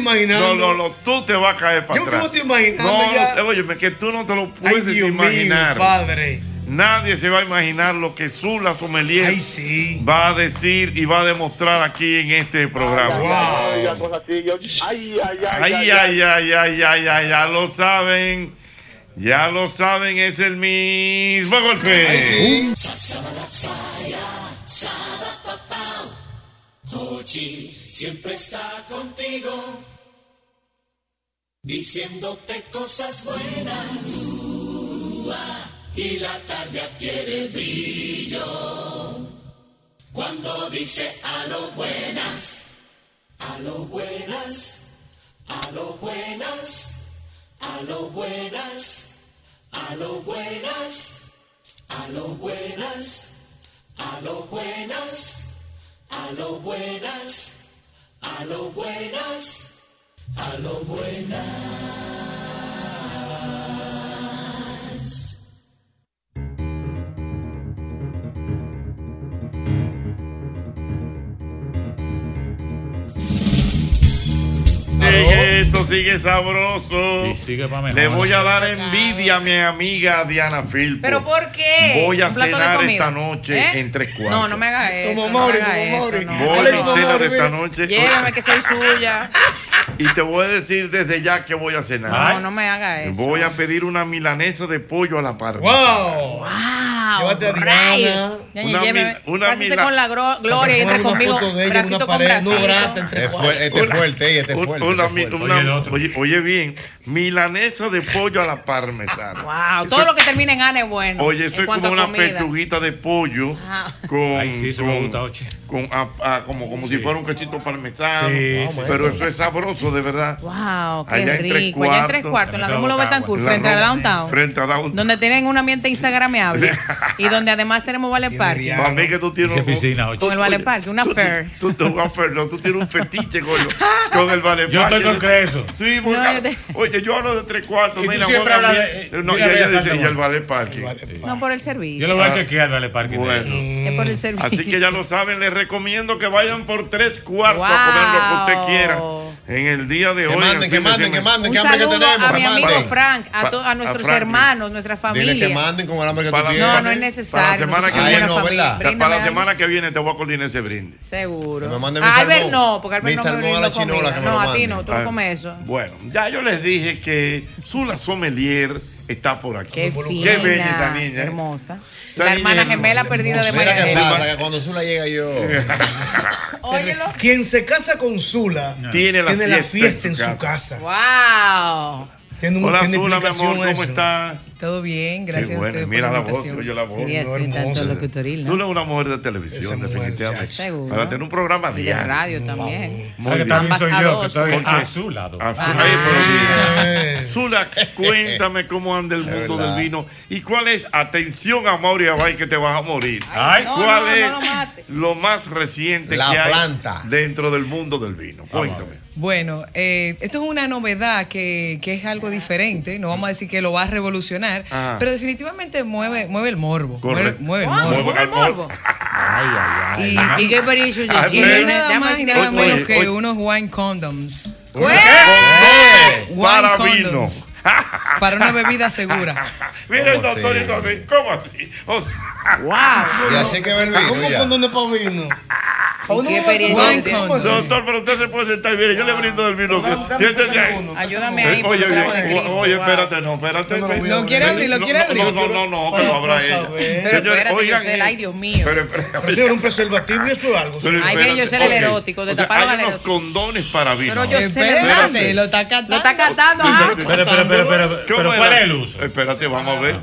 No,
imaginando.
no, no, tú te vas a caer para
Yo me
atrás.
estoy imaginando
No,
ya.
no, óyeme, que tú no te lo
Ay,
puedes
Dios
imaginar.
mío, padre.
Nadie se va a imaginar lo que Zula Sommelier va a decir y va a demostrar aquí en este programa.
Ay, ay, ay, ay, ay, ay,
Ay, ay, ay, ay, ay, ay, ya lo saben. Ya lo saben, es el mismo golpe.
Ay,
Hochi siempre está contigo, diciéndote cosas buenas. Ua, y la tarde adquiere brillo cuando dice a lo buenas, a lo buenas, a lo buenas, a lo buenas, a lo buenas, a lo buenas, a lo buenas. A lo buenas, a lo buenas, a lo buenas.
Sigue, esto sigue sabroso.
pa' mejor.
Le voy a dar envidia a mi amiga Diana Filpo.
¿Pero por qué?
Voy a
Un plato de
cenar
comida.
esta noche
¿Eh?
en tres cuartos.
No, no me hagas eso.
Como
no
Mauri,
me hagas
como Mauri.
eso, no.
Voy a cenar esta noche.
Llévame que soy suya.
Y te voy a decir desde ya que voy a cenar.
No, no me haga eso.
Voy a pedir una milanesa de pollo a la parma.
¡Wow! ¡Wow!
Llévate a Diana.
¡Rayos!
Una
Ñaña, llévame.
mil- una
Cásese
mila-
con la gro- gloria y entre
Una
conmigo.
foto de ella en
Bracito
una
con
pared, no,
bracito.
grata, entre
Una-
cuatro.
una- un- una mi- una- oye, oye bien, milanesa de pollo a la parmesana.
Wow, todo lo que termina en Ana es bueno.
Oye,
en
eso es
cuanto
como
a
una
comida.
pechuguita de pollo
Ajá.
con,
Ay, sí, eso me
con,
gusta,
con a- a- como, como si fuera un cachito parmesano.
Sí,
Ah,
sí.
pero eso es sabroso, de verdad.
Wow, qué
Allá en Tres
rico. Allá en tres
Cuartos.
cuartos, en la Rómulo Betancourt,
En la
frente a
Rómulo-
Downtown.
Frente a Downtown.
Donde tienen un ambiente instagramable y donde además tenemos Vale Parque.
Para mí que tú tienes
Dice piscina,
Con el Vale Parque, una fair. Ah.
Tú, te vas a hacer, no, tú tienes un fetiche con, lo- con el vale
Yo estoy con Creso.
Sí, porque,
No, yo
Oye, yo hablo de tres cuartos.
Y tú
mira,
siempre
bueno,
hablas de- eh,
bien. No, y
mira,
ella
mira,
dice,
Santa
y el vale parque.
No por el servicio.
Yo lo voy a
Ah.
chequear, vale, parque.
Es por
Mm.
el servicio.
Así que ya lo saben, les recomiendo que vayan por tres cuartos a
Wow.
comer lo que usted quiera en el día de
Que
hoy.
manden,
en el
que
fin de
manden,
semana.
que manden,
Un saludo a mi amigo Frank, a,
Pa-
to- a nuestros
Frank.
hermanos, nuestra familia.
Dile que manden con el hambre que tú
Para la
quieres.
semana-
no es necesario,
Para la semana
nosotros somos
que viene,
una familia. Bríndame
Para la
algo.
semana que viene te voy a coordinar ese brindis.
Seguro.
me
manden mi A Albert salmón. no, porque Albert Mi no me salmón a brindó la chinola comida. que me No, lo a ti manden. no, tú no
Ah,
comes eso.
Bueno, ya yo les dije que Zula Sommelier está por aquí.
Qué fina,
bella esa niña. ¿eh?
hermosa.
Esa
La
niña
hermana
es-
gemela perdida de
Mira
María
qué
Angélica.
pasa, que cuando Zula llega yo.
Quien se casa con Zula
Ah. Tiene la
fiesta en su casa.
¡Wow!
Tiene un-
Hola,
tiene
Zula, mi amor,
explicación
¿cómo
eso.
estás?
Todo bien,
Qué
gracias
bueno,
a ustedes.
mira
por
la
la
voz, oye la voz.
invitación. Sí, así, tanto
locutoril, ¿no?
Zula es una mujer de televisión, definitivamente.
Seguro.
Para tener un programa
Y de
diario.
radio también.
Muy bien.
también soy yo, que estoy
Porque-
a su lado.
A su- Ay, pero mira. Zula, cuéntame cómo anda el mundo del vino y cuál es, atención a Mauri Abay que te vas a morir.
Ay, no,
¿Cuál
no, no
es
lo mate.
lo más reciente
La
que hay
planta.
dentro del mundo del vino? Cuéntame.
Bueno, eh, esto es una novedad que, que es algo diferente. No vamos a decir que lo va a revolucionar,
Ah.
pero definitivamente mueve, mueve el morbo. Mueve,
Correcto.
mueve el
Ah,
morbo.
mueve el morbo.
Ay, ay, ay.
Y-
¿Y qué experiencia
Y no
ya
hay
tiene?
nada más y nada
Oye,
menos que
oye.
unos wine condoms.
Condones
Wine
Para vino.
condoms. Para una bebida segura.
Mira el
¿Cómo
doctor
así?
entonces, ¿cómo así? O sea,
Y así que ve el vino.
ya.
condones para vino? ¿A uno
Ah,
me va a
¿Qué
hacer
experiencia
wine
tiene?
condoms?
Doctor, pero usted se puede sentar. Mire, yo le brindo del vino. Siéntese ahí.
Ayúdame ahí. por
Oye,
el amor de
oye,
Cristo,
oye,
wow.
espérate, no, espérate.
Lo quiere abrir, lo quiere abrir.
No, no, no, no, que
Pero
lo habrá
vamos a
ella.
ver. Pero
Señores,
espérate,
oigan.
Yosel, ay, Dios mío.
Pero, pero,
Pero Eso era un preservativo y eso es algo.
pero
Ay, mire, Yosel, el
espérate, ok.
erótico, de
O sea,
taparlo
Hay
al
unos condones para vino.
Pero Yosel
Espérate.
Hernández lo está catando. Lo está catando, ajá.
Pero, pero, pero, pero,
¿Cómo
pero,
era?
¿cuál es el uso?
Espérate, vamos a ver.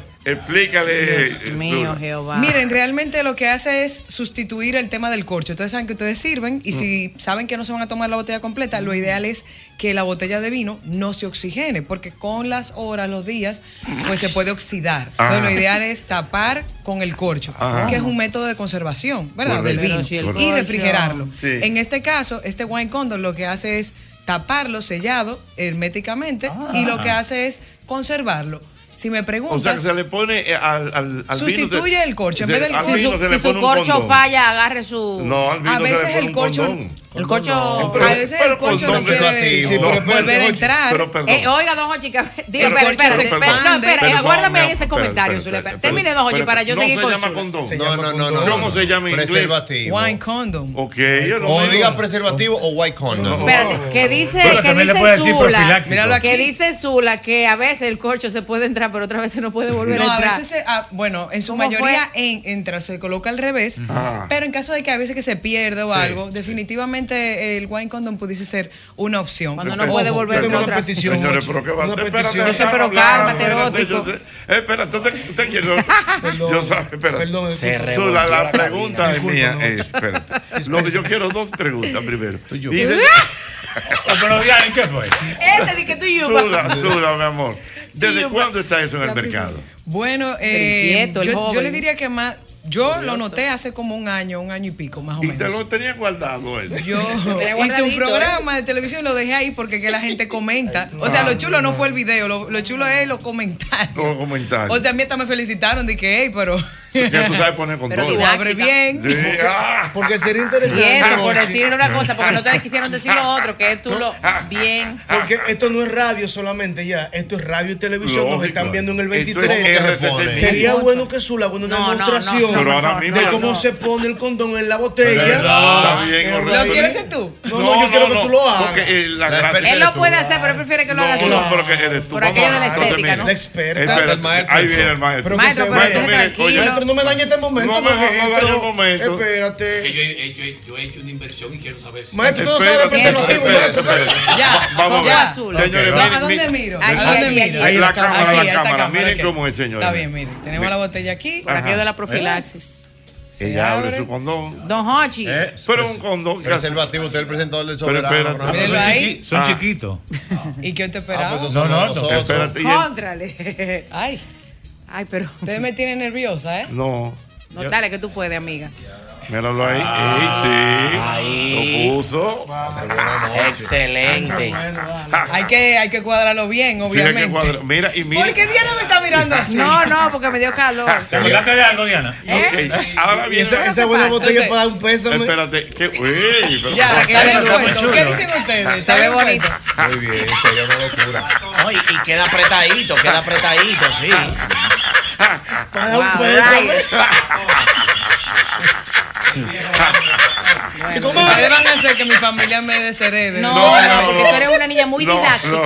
Explícale.
Dios
eh,
mío,
Zula.
Jehová.
Miren, realmente lo que hace es sustituir el tema del corcho. Ustedes saben que ustedes sirven y
Mm.
si saben que no se van a tomar la botella completa, lo ideal es que la botella de vino no se oxigene, porque con las horas, los días, pues se puede oxidar.
Ah.
Entonces lo ideal es tapar con el corcho,
Ajá.
que es un método de conservación, ¿verdad?
Correcto.
Del
Pero
vino.
si el
y
corcho-
refrigerarlo.
Sí.
En este caso, este wine condor lo que hace es taparlo sellado herméticamente
Ah.
y lo que hace es conservarlo. Si me preguntas...
O sea, que se le pone eh, al, al, al vino.
Sustituye
se-
el corcho. En
se-
vez del
al
corcho-
Si
vino
su,
se
si
le
su
pone un
corcho
condón.
falla, eh, agarre su.
No, al vino
A
se le
veces
pone
el
un
corcho,
condón.
El corcho.
Pero-
a veces
pero
el corcho no
condón
se debe
relativo. Sí, pero espérate,
volver a
oye,
entrar.
pero perdón.
Eh, oiga, don Hochi, que- digo,
El
espera,
corcho
espera,
se
espera,
expande.
no, espera,
Perdón,
eh, aguárdame
mi amor,
ese
espera,
comentario,
espera,
Zule,
espera,
Termine, don Hochi, para yo
no
seguir
se
con
llama
Zule.
condón.
Se llama condón.
¿Cómo se llama en inglés?
Preservativo.
Wine condom.
Ok, yo no
O
me-
diga preservativo o white condom.
Espérate, que dice,
Pero
que
también le
dice
puede decir
Zula,
profiláctico.
Míralo aquí.
que dice Zula que a veces el corcho se puede entrar, pero otras veces no puede volver
No,
a
a
entrar.
veces, se- ah, bueno, en su
¿Cómo
mayoría en, entra, se coloca al revés,
Ah.
pero en caso de que a veces que se pierda o
Sí,
algo, definitivamente el wine condom pudiese ser una opción.
Cuando no puede volver
Tengo
otra.
Señores, pero qué va
Una
espérate,
petición.
espérate,
Yo sé, pero
habla,
cálmate,
espérate,
erótico.
yo sé. Eh, Espérate, usted- usted quiere. Yo sabe, espérate.
Se
Zula,
revolvió
la,
la
pregunta
cabina.
es mía. eh, espérate. Lo que yo quiero dos preguntas primero. Y de-
Pero, Diane, ¿qué fue?
Ese de Este que tú y yo.
Zula, Zula, mi amor. ¿Desde cuándo está eso en el
La primera.
mercado?
Bueno, eh,
Inquieto, el
yo, yo
joven.
le diría que más, yo
Curioso.
lo noté hace como un año, un año y pico, más o
Y
menos.
te lo tenía guardado eso.
Yo hice
¿eh?
un programa de televisión y lo dejé ahí porque que la gente comenta. O sea, lo chulo no fue el video, lo, lo chulo es los comentarios.
Los comentarios.
O sea, a mí hasta me felicitaron de que, hey, pero.
Ya tú sabes poner
Pero
control.
abre bien.
Sí, ah.
Porque sería
Y
interesante.
eso, por
Ochi,
decir una cosa, porque no te quisieron decir lo otro, que es tú lo. Bien.
Porque esto no es radio solamente ya, esto es radio y televisión, nos
Lógico.
están viendo en el
Esto
23.
es RCC.
Sería bueno que Zula haga una
No, no, no,
demostración
no, Pero ahora
de
mismo
cómo
no.
se pone el condón en la botella.
Está bien,
Lo
horrible.
¿Lo quieres hacer tú?
No, no, yo quiero que tú lo hagas. la gracia-
Él lo puede hacer, pero él prefiere que lo haga tú.
No, no, pero que eres tú.
Por aquello de la
entonces,
estética,
mira,
¿no?
La experta.
espérate,
El maestro.
Ahí viene el maestro.
Pero que se vaya. Maestro, no me dañe este momento.
No me- no me dañe el momento.
Espérate.
Que yo, he, yo he- yo he hecho una inversión y quiero saber si.
Maestro, tú no sabes
Espérate,
preservativo,
espérate,
maestro.
espérate.
Ya,
Va- Vamos a ver.
ya. Azul.
Señores,
Ok,
miren,
¿a dónde
miren-
miro?
miren-
Ahí, ahí, ahí, ahí.
la
Aquí,
cámara,
ahí,
la
esta
cámara.
cámara,
Miren
ok.
cómo es, señores.
Está bien, miren.
Tenemos la botella aquí. Por
Ajá.
aquello de la profilaxis.
¿Eh?
Ella abre su condón.
Don Hochi.
Pero un condón.
Preservativo, usted es el presentador del soberano.
espérate.
¿no?
Mírenlo
Son
ahí.
chiqui- son
Ah.
chiquitos.
¿Y qué te esperaba?
pues eso No, no, no, no,
espérate, y él-
Contrale.
Ay.
Ay, pero.
Ustedes me tienen nerviosa, ¿eh?
No.
No, dale, que tú puedes, amiga.
Míralo ahí. Ey, sí. Lo puso.
Ah,
Excelente.
Hay que, hay que cuadrarlo bien,
Sí, hay que
obviamente.
cuadrar. Mira, y mira.
¿Por qué Diana me está mirando así?
No, no, porque me dio calor.
¿Te acordaste
de algo, Diana?
Ahora
¿Y
viene
esa-
la-
esa buena botella
Entonces,
para
un peso?
Espérate, que uy, pero
Ya,
pero-
que den
pero está muy
cuento.
chulo.
¿Qué dicen ustedes?
Se ve bonito.
Muy bien, sería una locura.
No, y, y queda apretadito, queda apretadito, sí.
Ah,
Para un
Wow,
peso.
¿Cómo ustedes van a hacer que mi familia me desherede?
No, No, no, no, porque no. tú eres una niña muy
No, no.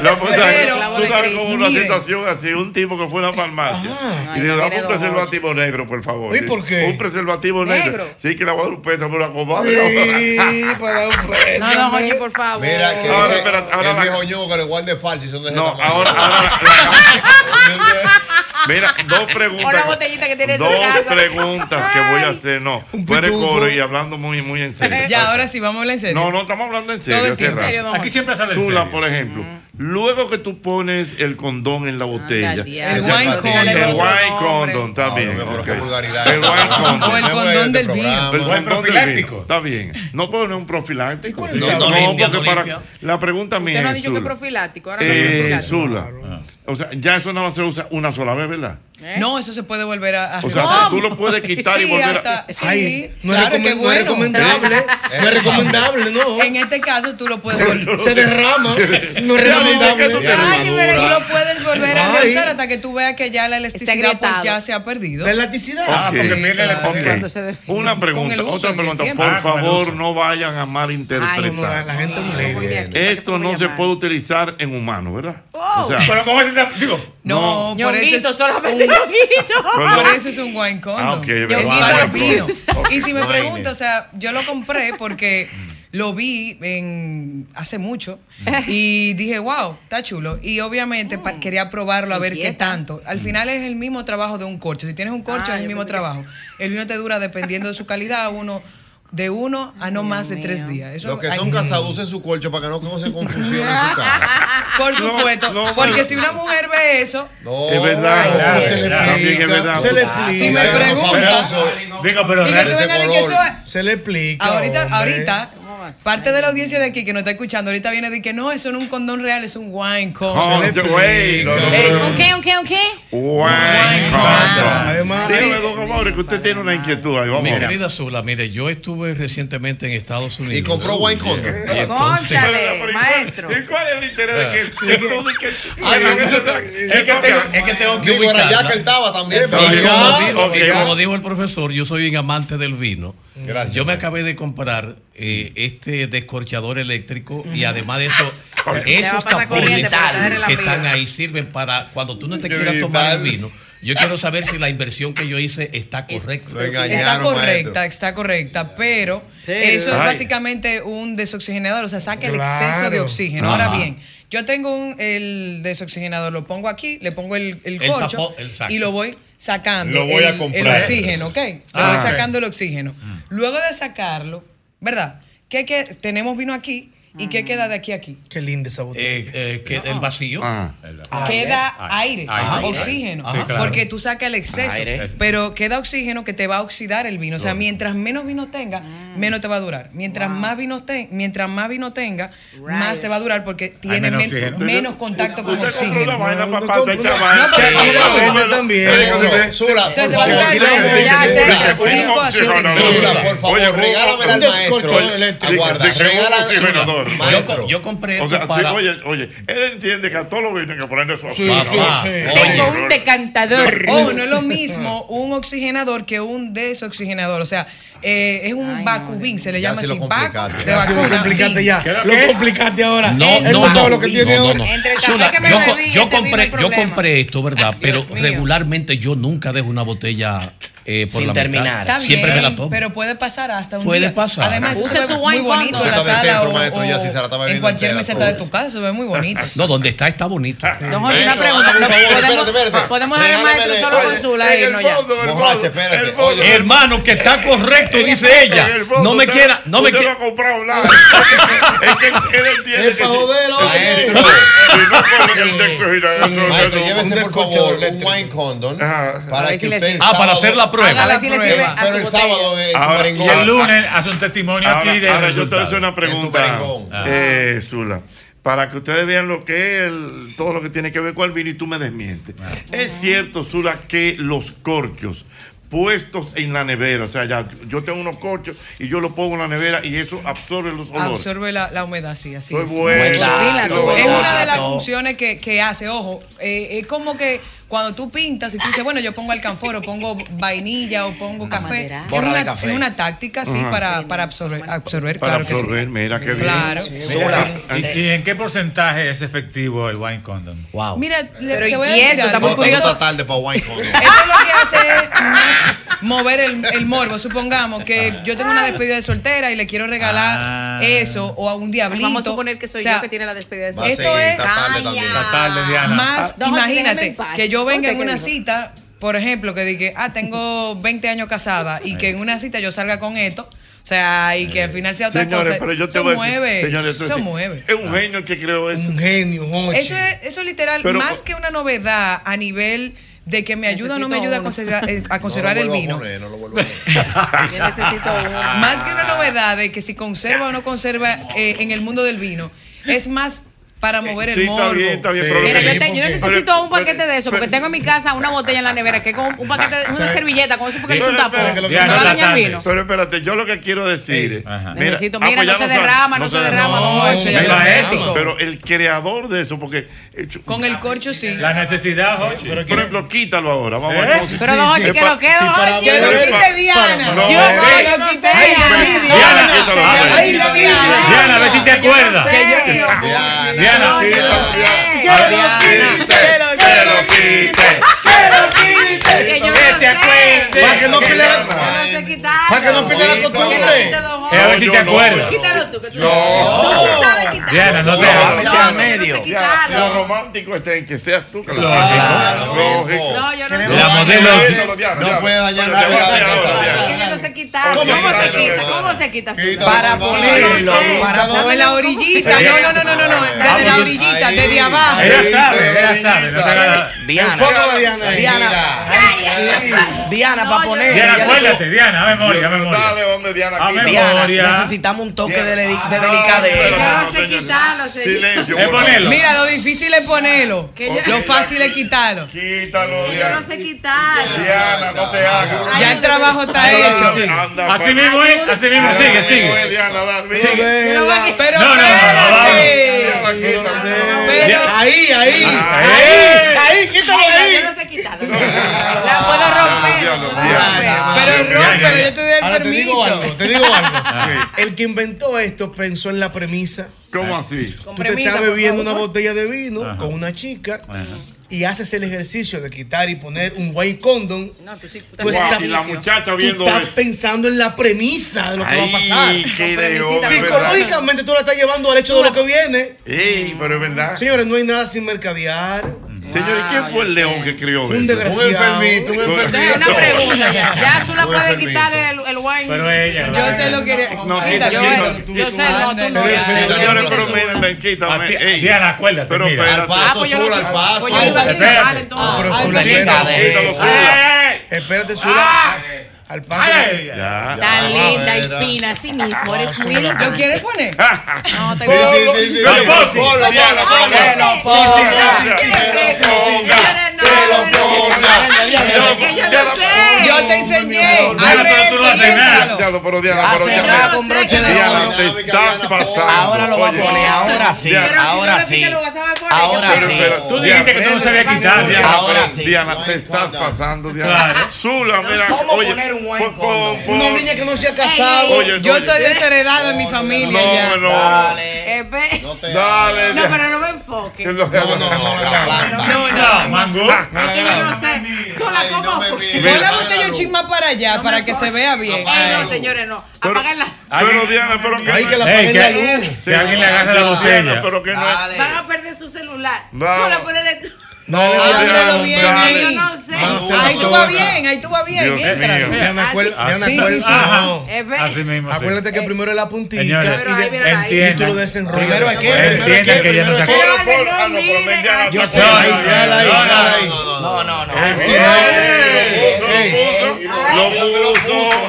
No, pues,
Pero,
tú
de
sabes
Cristo,
como una
mire.
situación así, un tipo que fue a la farmacia y le
Ay,
daba
tiene
un
dos
preservativo negro, por favor.
¿Y por qué?
Un preservativo negro.
¿Negro?
Sí, que le voy a dar un peso por la comadre.
Sí, para un peso.
No, don Hochi, por favor.
Mira, que
Ahora,
dice
espérate, ahora
el
la-
viejo ñoco que le guarde espalda y son de ese
No,
tamaño.
ahora, ahora. Mira, dos preguntas.
O la botellita que tiene en su
Dos
casa.
preguntas que voy a hacer, no. Fuera de
pitufo.
coro y hablando muy, muy en serio.
Ya, ahora sí, vamos a hablar en serio.
No, no, estamos hablando en
Todo
serio.
el
hace
tiempo.
rato.
Serio, don Aquí Jorge. siempre sale en
Zula,
serio.
por ejemplo. Luego que tú pones el condón en la botella.
diablo.
ese
El wine
platillo, El
condom. Dale otro
wine
nombre.
condom, está bien. ok. El wine condom.
O el condón del vino.
El condón del
profiláctico.
vino, Está bien. No puedo poner un profiláctico.
es la
No,
otra?
no,
Limpia,
porque
no
para.
limpia.
La pregunta mía
Usted
es.
no ha dicho que
Zula.
profiláctico. Ahora no es
Eh,
profiláctico.
Zula. O sea, ya eso nada más se usa una sola vez, ¿verdad?
No, eso se puede volver a, a
O sea,
revisar.
tú lo puedes quitar y
Sí,
volver a-
hasta- sí,
Ay,
no es
claro,
recome- no
qué
es
bueno.
recomendable, no es recomendable, no.
En este caso tú lo puedes volver.
Se derrama. No es
No,
recomendable.
Ay, pero tú lo puedes volver a
Ay.
revisar hasta que tú veas que ya la elasticidad pues,
agrietado.
ya se ha perdido.
La elasticidad.
Ah,
Ok.
porque pierde la
Claro.
cosa.
Cuando
Una
Con
pregunta,
el uso,
otra
en el
pregunta.
tiempo.
Por
Ah, con el
favor,
uso.
no vayan a
Ay, no,
malinterpretar.
la gente
Esto no se puede utilizar en humano, ¿verdad?
Oh. Pero
¿cómo se digo?
No, por eso
Ñonguito,
es
solamente
un-
ñonguito.
Por eso es un wine condom.
Ah, ok, es
Es
verdad.
para
Wine
vino.
pues.
condom.
Y si me
Wine.
pregunto, o sea, yo lo compré porque lo vi en hace mucho y dije, wow, está chulo. Y obviamente pa- quería probarlo a ver qué
Inquieta.
tanto. Al final es el mismo trabajo de un corcho. Si tienes un corcho
Ah,
es el
yo
mismo
pensé que-
trabajo. El vino te dura, dependiendo de su calidad, uno de uno a no más de tres días. Eso
Los que
hay-
son casados usen su colcho para que no causen confusión en su casa.
Por supuesto. porque si una mujer ve eso,
No,
Es verdad.
no,
Se le Ah, También es verdad.
Se le
Ah,
explica.
sí, me pregunta.
Digo,
pero Y que real- tú vengas de que eso es-
Se le explica.
Ahorita,
hombre.
ahorita, parte de la audiencia de aquí que nos está escuchando, ahorita viene de que no, eso no es un condón real, es un wine
Oh,
condom.
güey, no, no, no.
¿Un qué, un qué, un qué?
Wine condom.
Además-
Dígame, don Amaury, que usted tiene una inquietud ahí. Vamos.
Mi querida Zula, mire, yo estuve recientemente en Estados Unidos. Y
compró wine condom.
Y entonces,
maestro.
¿Y cuál es el interés de que- de todo el que
Ay, no, no, no, es que tengo, es que tengo que
Digo, era
ubicarla.
ya que él estaba también.
Y como dijo-
Ok,
y
vamos.
como dijo el profesor, yo soy un amante del vino.
Gracias,
Yo me acabé de comprar eh, este descorchador eléctrico y además de eso,
Le va a
esos
pasar corriente
tapones
para traerle la
que
pila.
están ahí sirven para cuando tú no te quieras tomar el vino. Yo quiero saber si la inversión que yo hice está correcta.
Está correcta, está correcta, pero eso es
Ay.
básicamente un desoxigenador, o sea, saca el
Claro.
exceso de oxígeno.
Ajá.
Ahora bien, yo tengo un, el desoxigenador, lo pongo aquí, le pongo el, el
El
corcho
tapó- el saco.
y lo voy sacando.
Lo voy a
el-
comprar.
El oxígeno, ¿ok? Le
Ah,
voy
ok.
sacando el oxígeno. Luego de sacarlo, ¿verdad? ¿Qué, qué, tenemos vino aquí y qué queda de aquí a aquí?
Qué linda esa botella. Eh, el vacío.
Ah.
Ah,
queda aire,
Aire.
ajá,
Aire.
oxígeno,
Sí, claro.
porque tú sacas el exceso,
Aire.
pero queda oxígeno que te va a oxidar el vino. O sea, mientras menos vino tenga, menos te va a durar. Mientras más vino te- mientras más vino tenga, más te va a durar porque tiene
menos
men-
oxígeno.
menos contacto con
Usted compró
oxígeno.
una vaina para
No,
parte de
no,
chaval.
no, pero
Sí,
mira,
no,
vende
no, no.
también.
Eh, no,
Sula,
Te-
por
te va a
favor,
durar,
dile a
no, ya,
Sula.
cerca,
Oye,
cinco a siete
Sula,
minutos.
Sula, por favor,
Oye,
regálame
un
al
descorchador
maestro.
eléctrico.
Aguarda,
De que hubo
regálame.
oxigenador.
Maestro.
Yo compré
O
esto
sea,
para-
sí, oye, oye, él entiende que a todos los vinos hay que ponerle su
Sí, sí, sí.
Tengo
un decantador.
Oh, no es lo mismo un oxigenador que un desoxigenador. O sea, Eh, es un Bacubin, se le llama
sí lo
así. Bacu
complicaste.
de
Ya sí lo
vacuna.
complicaste
Bin.
ya.
¿Qué?
Lo
¿Qué?
complicaste ahora.
No,
Él
no,
no
no,
sabe lo que tiene
no, no,
ahora.
no.
Entre el café
Zula,
que me
yo,
bebí,
co-
este
yo
vino
compré,
el
yo
problema.
compré esto, ¿verdad? Pero
mío.
regularmente yo nunca dejo una botella eh, por
Sin
la mitad.
terminar.
Está bien,
Siempre me la tomo.
Pero puede pasar hasta un
Puede
día.
pasar.
Además,
Use
se ve
su
muy
wine
bonito
bottle.
en la
Está de
sala
centro,
o-
maestro,
o
ya sí se la estaba
en
bebiendo
cualquier
entera, pues.
meseta de
todos.
tu casa, se ve muy bonito.
No, donde está está bonito.
Don Jorge, una
Eso,
pregunta,
por
¿no
favor,
podemos-
espérate, espérate.
podemos dejar al maestro
Regálame,
solo con
oye,
Zula e
en el
irnos ya?
fondo, en el
Borracha,
fondo.
espérate.
En el fondo.
Oye,
Hermano, que está correcto, dice ella.
En el fondo,
No me
usted-
quiera, no me
usted
quiera.
no ha comprado nada. es que él entiende. Es para joder,
Maestro, llévese por favor un wine condom
A
para
ver
que
si le
usted el
sirve. Ah, para
sábado-
hacer la prueba. Hágale
Haga
si
la
le sirve
prueba,
a su
Pero el sábado
botella.
es
Ahora,
tu
y el lunes
hace un testimonio
Ah, Ahora,
aquí de.
ahora yo te voy a hacer una
En
pregunta,
tu merengón.
Ah.
eh, Zula. Para que ustedes vean lo que es el- todo lo que tiene que ver con el vino y tú me desmientes.
Ah.
Es cierto, Zula, que los corchos puestos en la nevera, o sea, ya, yo tengo unos corchos y yo los pongo en la nevera y eso absorbe los olores.
Absorbe la, la humedad, sí, así
Muy
es.
bueno. Buen dato, buen
es una de
dato.
las funciones que, que hace, ojo, eh, es como que cuando tú pintas y tú dices, bueno, yo pongo alcanfor o pongo vainilla o pongo café. Es
Borra de
una,
café.
es una táctica, sí,
Ajá.
para, para absorber, absorber
Para
claro que sí.
absorber, mira qué bien. eh,
Claro.
Zula,
¿Y, y en qué porcentaje es efectivo el wine condom?
Wow.
Mira, le,
Pero
te voy a
inquieto,
decir
está
algo.
muy curioso.
tarde para wine condom.
Eso lo que hace es más mover el, el morbo. Supongamos que yo tengo una despedida de soltera y le quiero regalar
Ah.
eso o a un diablito.
Vamos a suponer que soy
O sea,
yo que tiene la despedida de
Va a Esto seguir, es- está tarde
también. Está tarde, Diana.
Más,
Don Jorge, déjeme
imagínate
en paz.
que yo venga en una
Ponte que digo.
cita, por ejemplo, que diga, ah, tengo 20 años casada y que en una cita yo salga con esto. O sea, y que
Eh.
al final sea otra
Señores,
cosa.
pero yo te
se
voy a decir-
mueve.
señores, esto
se
es así.
mueve.
Es un genio el que creó eso. Un
genio,
Eso es, eso es literal,
Pero- oh.
más que una novedad a nivel de que me ayuda o no me
Necesito
ayuda a
uno.
conservar, eh, a
No
conservar
lo
el
vuelvo a
vino.
poner,
Yo necesito uno. Más que una novedad de que si conserva o no conserva eh, en el mundo del vino, es más para mover el
Sí, está
morbo.
bien, está bien, pero-
Mira, yo, te-
Sí,
yo
porque-
necesito un paquete de eso, porque tengo en mi casa una botella en la nevera, que es con un paquete, de- una servilleta, con eso fue que le hice un tapón. Me va a dañar el vino.
Pero espérate, yo lo que quiero decir.
Necesito- mira, no se derrama, no se derrama,
derrama.
no, eso ya
Mira,
no es
eso,
ético.
Pero el creador de eso, porque. eh,
Con el corcho sí.
La necesidad, Jochi.
Por ejemplo, quítalo ahora. Vamos a ver
¿Eh?
cómo se-
Pero, don Jochi,
Es
que
pa-
lo quede, don
sí, para
Jochi. Yo lo
ver,
quité,
pa-
Diana.
para- no,
Yo no,
sí.
yo no quité.
Ay,
Ay,
sí,
Diana,
Diana,
quítalo.
quítalo.
Ay,
Ay,
Diana.
sí, Diana.
Diana, a ver si te
Yo no
acuerdas.
sé.
Que yo- Diana,
Diana. Que lo quite. Que lo quite.
Que yo no
Que se
sé.
acuerde.
Para que
no pierda
No sé quitarlo.
Para que no pierda la
Quítalo,
costumbre.
quítalo, Jorge.
A ver si te acuerdas.
Quítalo tú, que tú
No.
tú sabes quitarlo.
Diana, no te
No,
hagas.
no,
Al
no, no,
medio.
no sé quitarlo. Lo romántico está en que seas tú que lo Claro, lógico.
No, yo no sé.
La modelo.
No puede dañar la
Que yo no sé quitarlo. ¿Cómo se quita? ¿Cómo se quita? Zula?
Para
Porque
pulirlo,
yo no sé.
para
¿Cómo?
mover la orillita.
¿Cómo?
No, no, no, no, no, no. Desde la orillita, desde abajo.
Ella sabe, ella sabe. no te hagas-
Diana.
Enfócala,
Diana.
ahí.
Diana. Diana, para poner.
Diana, acuérdate, Diana, a memoria, a memoria. A
Diana,
memoria.
necesitamos un toque de, deli- de delicadeza.
No sé quitarlo, señor.
Silencio.
Es ponerlo.
Mira, lo difícil es ponerlo.
Que yo-
Lo fácil es quitarlo.
Quítalo,
Que yo no sé quitarlo.
Diana, no te hagas.
Ya el trabajo está hecho.
Así
pues.
mismo es, así mismo, sigue, sigue.
Pero
No, no, no,
espérate. Pero-
Ahí, ahí.
Ahí,
ahí, quítalo de ahí.
La puedo
Ah,
romper.
Pero rómpelo, yo te doy el
Ahora te digo
permiso.
algo, te digo algo. El que inventó esto pensó en la premisa.
¿Cómo así?
Tú te
premisa,
estás
por
bebiendo una
favor.
botella de vino con una chica y haces el ejercicio de quitar y poner un white condom.
No, tú sí. tú
Tú
estás
estás-
Y Pues la muchacha
tú
viendo
estás
eso.
pensando en la premisa de lo que va a
Ay,
pasar.
qué ideón, es verdad.
Psicológicamente tú la estás llevando al hecho de lo que viene.
Ey, pero es verdad.
Señores, no hay nada sin mercadear.
Señores, ¿quién fue el león que crió eso?
Un desgraciado.
un enfermito.
Una pregunta ya. Ya Zula
Voy a
puede
permitir.
quitarle el, el wine.
Pero ella, la
Yo sé lo que.
No,
Quítalo.
quita,
Yo-
quita.
Yo sé, no, tú no.
Señores, pero miren, ven,
A ti-
quítame. Ey.
Diana, acuérdate.
Pero
mira.
espérate.
Zula, al paso.
Espérate.
Ah, pero Zula,
Ay,
quítalo.
quítalo,
Zula. Espérate,
Ah.
Zula. Al paso.
Ya.
Tan
Ya,
linda y
era.
fina, así mismo. Eres muy
¿Lo quieres poner?
No, te
Sí, sí, sí, sí, sí.
Ay,
Ponlo, ponlo,
Diana,
ponlo.
ponlo.
Que lo
Sí, sí,
ponga.
sí, sí, sí.
Que lo ponga.
Señores, no, no, no. Que yo no sé.
Yo te enseñé.
Diana, pero tú no haces nada.
Arrepiéntalo.
Diana, pero Diana, pero Diana.
con broche de oro.
Ahora te estás pasando.
Ahora lo va a poner, ahora sí, ahora sí. Ahora sí.
Tú
dijiste que tú no sabías quitar,
Diana,
ahora
pero, Diana, te estás pasando, Diana.
Claro.
Zula, mira.
¿Cómo
oye,
poner un
pon- pon- pon-
Una niña que no se ha casado.
Oye,
Yo
oye.
estoy desheredada en mi familia.
no,
ya.
no.
Dale.
No,
Dale, Diana.
pero no me enfoque.
No, no, no, la planta.
No, ah.
no. Mango.
Es que yo no sé. Sola, ¿cómo fue? Póngame usted un chisma para allá, para que se vea bien.
Ay, no, señores, no. Apaguen la.
Pero Diana, pero que.
Ay, que la Ey, apaguen que- la luz. que alguien le agarre la
Diana,
botella.
Pero que no.
Van a perder su celular.
Bravo.
Sola, ponele tú.
No, Diana,
Ábrelo bien
dale.
ahí.
No sé.
Ahí tú vas bien, ahí tú vas bien.
Dios
Entra.
mío.
Diana, acuérdate,
Así,
Diana,
así,
acuérdate,
ajá.
no.
Eh, ve.
Así mismo, sí.
acuérdate que primero es la puntita
Señores,
y, de-
Eh, Pero ahí, pero
y tú
ahí.
lo desenrollas.
Primero es que- Entiendan primero es que- que ya no se
primero es que-
Por- ah, no, pero ven, Diana,
Yo
está
sé,
con-
ahí, déjala ahí,
No, no,
déjala
no,
ahí.
no,
No, no, no.
Ey, lo puso, lo puso.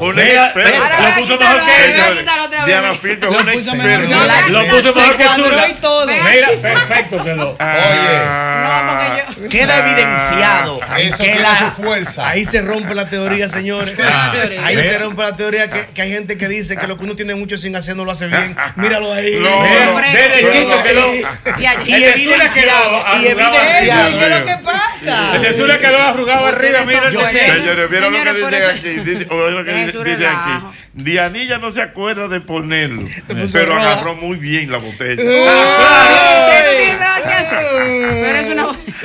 Un
Mira,
experto.
mira, Lo puso mejor que él.
Señores, Diana Filtro es un experto.
Lo puso mejor que Zula. Mira, perfecto quedó.
Queda
evidenciado
Eso
que
tiene
la-
su fuerza. Ahí se rompe la teoría, señores.
Ah.
Ahí
Mira.
se rompe la teoría que, que hay gente que dice que lo que uno tiene mucho sin hacer no lo hace bien. Míralo ahí.
No,
Mira,
no,
derechito
no, no.
quedó.
Y El de Zula evidenciado, quedó y arrugado. evidenciado.
Ey, ¿Qué es lo que pasa?
El de Zula quedó arrugado arriba, mira.
Señores, ¿vieron lo que dice
pues,
aquí? Dice- oye lo que
Es
dice
un
dice aquí.
relajo.
Dianilla no se acuerda de ponerlo,
puso
pero
roja.
agarró muy bien la botella. Ah,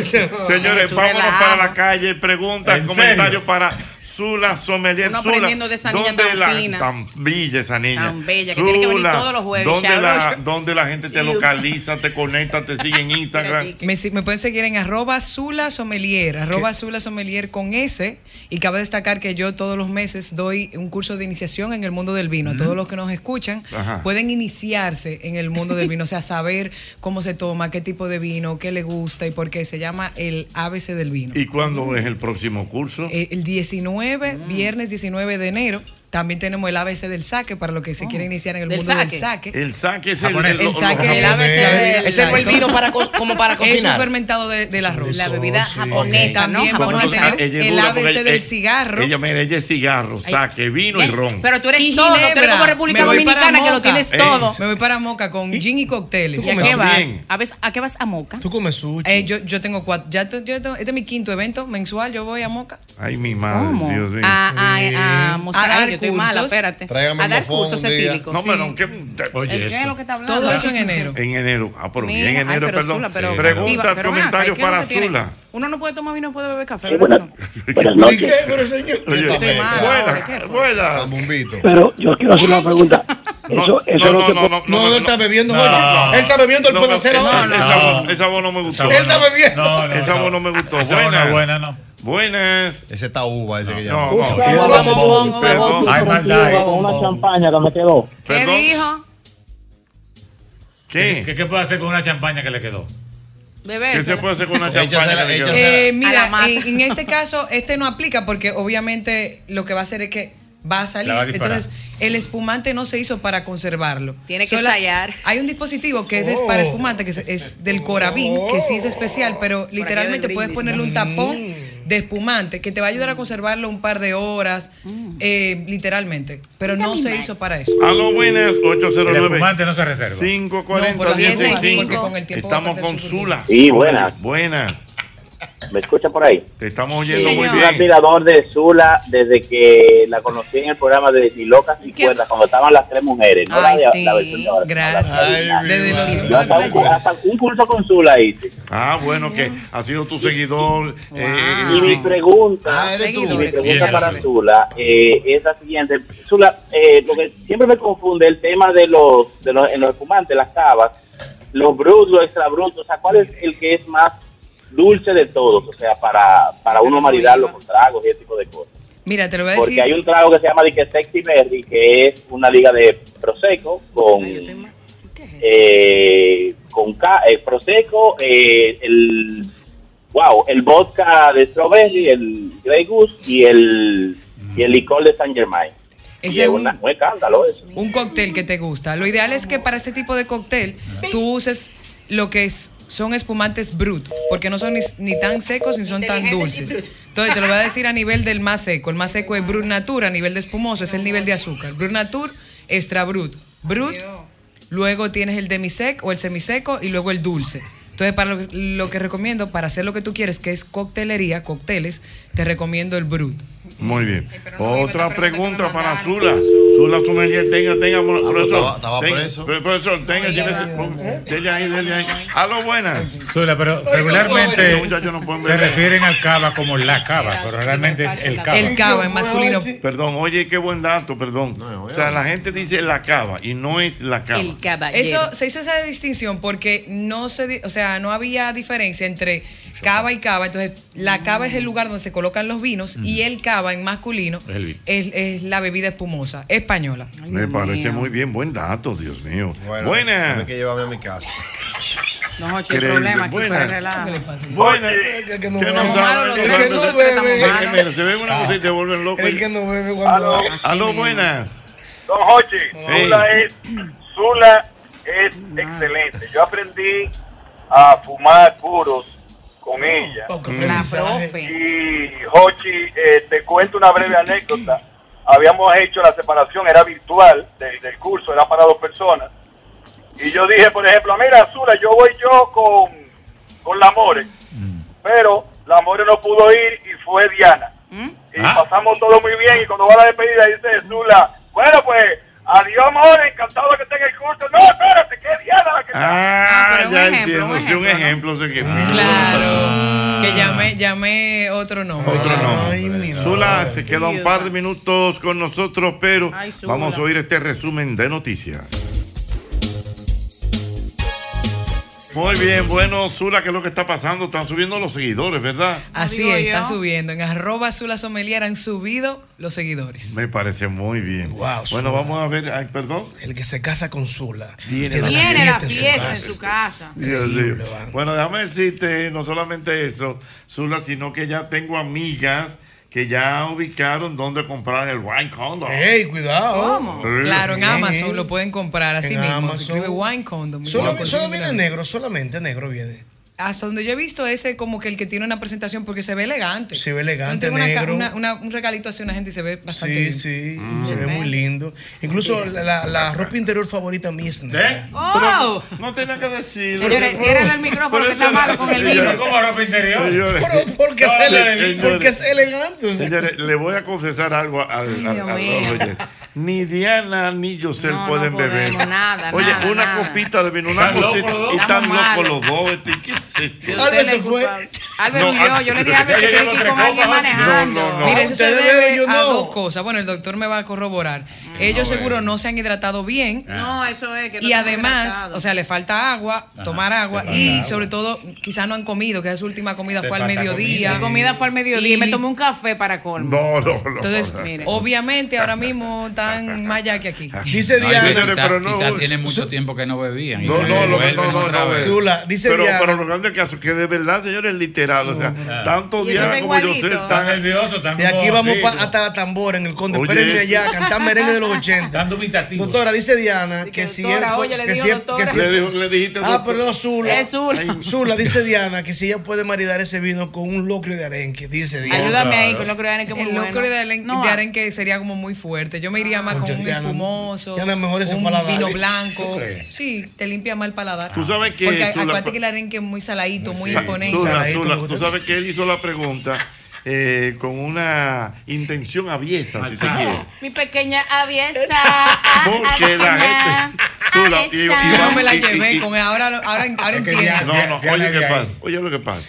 Señores,
Eso
vámonos
relaja.
para la calle. Preguntas,
¿En
comentarios para Zula Sommelier.
Uno
Zula,
aprendiendo de esa niña
¿dónde
tan
la-
fina?
Tan bella esa niña.
Tan bella, que tiene que venir todos los jueves.
¿dónde
Shout
la,
out.
dónde la gente te
Iu.
localiza, te conecta, te sigue en Instagram?
Me, si- me pueden seguir en arroba Zula Sommelier, arroba Zula Sommelier con S. Y cabe destacar que yo todos los meses doy un curso de iniciación en el mundo del vino. A todos los que nos escuchan
Ajá.
pueden iniciarse en el mundo del vino, o sea, saber cómo se toma, qué tipo de vino, qué le gusta y por qué. Se llama el ABC del vino.
¿Y cuándo es el próximo curso?
Eh, El 19, viernes 19 de enero, también tenemos el ABC del saque para los que se quieren iniciar en el
¿Del
mundo del
saque?
saque.
El saque es el,
El
los
saque es el
japoneses.
ABC del-
Ese no es el vino para co- como para
Es un
cocinar.
fermentado de- del arroz.
La bebida japonesa, ¿no?
También vamos a
Entonces,
tener
ella es
el
dura
ABC
porque eh, ella-
del
ella-
cigarro.
Ella, mira, ella es cigarro, saque, vino y ron.
Pero tú eres
Y
todo, tú eres
ginebra.
como República
Me voy para
Dominicana que lo
Moca.
tienes
Ey.
todo.
Me voy para Moca con gin y cócteles.
eh, ¿Y a qué vas? ¿A, ves- a qué vas a Moca?
Tú comes sushi.
Eh, yo, yo tengo cuatro. Ya te- yo tengo- este es mi quinto evento mensual. Yo voy a Moca
Ay, mi madre, Dios mío.
A, a, a mostrar
A dar
yo estoy mala,
cursos.
espérate.
Tráigame
ah, a dar
el mofón
cursos
un día.
etílicos.
No,
sí.
pero ¿qué?
¿El qué es lo que está hablando?
Todo eso en enero.
En enero. Ah, pero bien,
Mira,
en
ay,
enero,
pero
perdón.
Zula, pero-
Preguntas,
Diva, pero ven acá,
comentarios
¿y qué es lo
para
que tiene?
Zula.
Uno no puede tomar vino, no puede beber café.
Sí,
¿verdad?
Buenas noches.
Oye,
Yo estoy mala,
buena,
hombre, ¿qué fue?
buena.
Pero yo quiero hacer una pregunta. Eso, eso no, se puede-
No, él está bebiendo,
no,
Jorge.
no.
Él está bebiendo, él
No,
puede
no,
hacer
esa-
ahora.
Esa voz- esa voz no me gustó.
Él está bebiendo.
No, no, Esa voz no me gustó.
Esa voz no
Buenas.
es buena, no.
Buenas.
Ese está uva, ese que
No,
llama.
no. Perdón.
Hay maldad ahí.
Con una champaña que me quedó.
¿Qué dijo?
¿Qué?
¿Qué, qué puede hacer con una champaña que le quedó?
Bebé.
hacer con una
champaña que le quedó?
Eh,
A la
mira,
mata.
en, en este caso, este no aplica porque obviamente lo que va a hacer es que va a salir.
La va a disparar.
Entonces, el espumante no se hizo para conservarlo.
Tiene que
Sola-
estallar.
Hay un dispositivo que es de-
Oh.
para espumante, que es, es del Corabín, que sí es especial, pero literalmente
del
puedes
brindis,
ponerle
¿no? Mm.
un tapón
Mm.
de espumante que te va a ayudar a conservarlo un par de horas, eh, literalmente. Pero no se hizo para eso.
A lo buenas, 809.
El espumante no se reserva.
540
No, por las
10, 5.
diez, con el tiempo va a
Estamos
perder
con
su
Zula.
Sí, buenas.
Buenas.
¿Me escucha por ahí?
Te estamos oyendo muy
Un
bien.
admirador de Zula desde que la conocí en el programa de Ni Locas ni
¿Qué?
Cuerdas, cuando estaban las tres mujeres. No
Ay,
la, de-
sí.
la versión de ahora.
Gracias. Desde los tiempos
Yo
de
hasta un, cu- hasta un curso con Zula hice.
Ah, bueno, que ha sido tu seguidor. eh,
Y mi
sí.
pregunta,
Ah, eres tú.
y mi pregunta
Bien,
para
hombre.
Zula eh, es la siguiente. Zula, eh, lo que siempre me confunde el tema de los, de los, en los espumantes, las cavas, los brutos, los extra brutos, o sea, ¿cuál es el que es más dulce de todos? O sea, para, para uno maridarlo con tragos y ese tipo de cosas.
Mira, te lo voy a
Porque
decir.
hay un trago que se llama de que Sexy Berry, que es una liga de Prosecco con... eh, con ca- eh, Prosecco, eh, el wow, el vodka de Strawberry, el Grey Goose y el, y el licor de Saint Germain.
Ese
y es
es un-
una- un escándalo eso.
un cóctel que te gusta. Lo ideal es que para este tipo de cóctel tú uses lo que es- son espumantes brut, porque no son ni, ni tan secos ni son tan dulces. Entonces te lo voy a decir a nivel del más seco. El más seco es Brut Natur, a nivel de espumoso, es el nivel de azúcar. Brut Natur, extra Brut. Brut, luego tienes el demisec o el semiseco y luego el dulce. Entonces, para lo, lo que recomiendo, para hacer lo que tú quieres, que es coctelería, cócteles, te recomiendo el Brut.
Muy bien. Otra pregunta para Zula. Zula Sumelier, tenga, tenga, profesor.
Ah, estaba- estaba
Tenga,
preso.
pero, Profesor, tenga, llévese. Dele ahí, dele ahí. Aló, buenas.
Zula, pero
Estos
regularmente
muchachos no pueden
se
beber.
refieren al cava como la cava, pero realmente es el cava.
El cava en masculino.
Perdón, oye, qué buen dato, perdón. o sea, la gente dice la cava y no es la cava.
El Eso se hizo esa distinción porque no se, di- o sea, no había diferencia entre cava y cava. Entonces, la cava es el lugar donde se colocan los vinos y el cava en masculino
El-
es, es la bebida espumosa española.
Me parece muy bien, buen dato, Dios mío.
Bueno,
buenas.
Tiene que llevarme a mi casa.
No,
Jochi,
Jochi, el
el Creíble. problema
problema
aquí
aquí fue
fue Buena. el
relajo.
relajo.
Buena.
Buena.
El que no
¿Qué
bebe.
no sabe?
El que no
Entonces,
bebe.
es que, mira, se ve una cosa y te vuelven loco.
El que no bebe cuando.
Aló, buenas.
Don Hochi, Zula es, Zula es excelente. Yo aprendí a fumar puros con ella.
Oh,
Mm.
La profe.
Y Hochi, eh, te cuento una breve anécdota. Habíamos hecho la separación, era virtual del, del curso, era para dos personas. Y yo dije, por ejemplo, mira, Zula, yo voy yo con, con la More. Pero la More no pudo ir y fue Diana. Y pasamos todo muy bien. Y cuando va la despedida, dice Zula, bueno, pues, adiós, More, encantado de que esté en el curso. No, espérate, que es Diana la que
Ah,
pero un
ya
ejemplo,
entiendo.
un
Sí, un ejemplo se quedó.
Que llamé, llamé otro nombre.
Otro nombre. Zula se queda un par de minutos con nosotros, pero
Ay, Zula.
vamos a oír este resumen de noticias. Muy bien, bueno, Zula, ¿qué es lo que está pasando? Están subiendo los seguidores, ¿verdad?
Así
Digo
es,
yo.
está subiendo. En arroba Zula Sommelier han subido los seguidores.
Me parece muy bien.
Wow,
bueno,
Zula.
vamos a ver, ay, perdón.
El que se casa con Zula.
Tiene la
Tiene la
fiesta en su
fiesta en
casa.
su casa.
Dios mío. Bueno, déjame decirte, no solamente eso, Zula, sino que ya tengo amigas que ya ubicaron dónde comprar el wine condom.
¡Ey, cuidado! ¿Cómo?
Claro, en
Bien.
Amazon lo pueden comprar así
En
mismo.
Amazon.
Se escribe Wine Condom.
Solo,
Wine Condom
solo viene
grande.
negro, solamente negro viene.
Hasta donde yo he visto ese como que el que tiene una presentación porque se ve elegante.
Se ve elegante,
Tiene una ca-
negro.
una- una- un regalito hacia una gente y se ve bastante
Sí,
bien.
sí,
Mm.
se ve muy lindo. Incluso la, la- la ropa interior favorita mía es negra.
¡Oh! no tenía que decirlo.
Señores, cierren el micrófono, que está malo con el vino.
Como ropa interior.
Pero porque, es, ele- porque es elegante. o sea.
Señores, le voy a confesar algo a, a- a- a- a-
mío.
oye, Ni Diana ni Yosel
No, no
pueden beber.
podemos, nada,
oye,
nada,
una
nada.
copita de vino, una
Están locos
cosita.
los dos.
Y están
Estamos
locos
malos.
los dos. este, ¿Qué es esto?
Yo sé, la culpa- Álvaro
No,
huyó,
Al-
yo le dije a Álvaro que
Ya
tiene que ir
llevamos
con
tres
alguien
copas, Jochi.
manejando.
No, no, no.
Mira, eso se
Ustedes
debe
beben, yo
a
no.
dos cosas. Bueno, el doctor me va a corroborar.
Mm.
Ellos seguro no se han hidratado bien.
No, eso es que no
y
está
además,
hidratado.
o sea, le falta agua, tomar agua
te falta
y
agua.
sobre todo quizás no han comido, que su última comida
Te
fue al
falta
mediodía.
comida. Mi comida fue al mediodía y me tomé un café para colmo.
No, no, no.
Entonces,
Mira.
obviamente ahora mismo están más allá que aquí.
Dice
No,
Diana,
quizá-
pero no-
quizá tienen mucho tiempo que no bebían. y
No,
se
no, lo que
vuelven
no, no,
otra
no,
vez.
Zula, dice
pero,
Diana.
pero lo grande del caso es que de verdad, señores, literal. O sea, tanto
Y eso
Diana
está
como yo
igualito.
sé están
nerviosos,
De aquí vamos pa- hasta la tambora en el Conde
Oye,
Pérez
eso.
allá, cantar merengue de los 80.
Dando imitativos.
Doctora, dice Diana que si
doctora,
él-
oye, le
que
dijo
si él-
doctora.
que si-
Le dijo-
le dijiste
Ah,
doctor.
perdón, Zula.
Es Zula.
Ay, Zula, dice Diana que si ella puede maridar ese vino con un locrio de arenque, dice Diana.
Ayúdame ahí con lo que vean que es muy
el
bueno. ah.
locro de, aren- de arenque sería como muy fuerte. Yo me iría más con un espumoso,
Diana, mejor ese
un
paladar.
vino
¿Tú
blanco.
crees?
Sí, te limpia mal el paladar.
Tú sabes que
Porque
eso, la
acuérdate
pa-
que el arenque es muy saladito, muy
Sí,
imponente.
Zula, Zula, tú sabes que él hizo la pregunta eh, con una intención aviesa, si se quiere.
Mi pequeña aviesa.
Porque la gente. Zula, y, y
Yo
vamos-
me la
y- y-
llevé
y-
con ahora, ahora, ahora entiendo.
No, no,
ya
oye
nadie
qué
ahí.
pasa. Oye lo que pasa.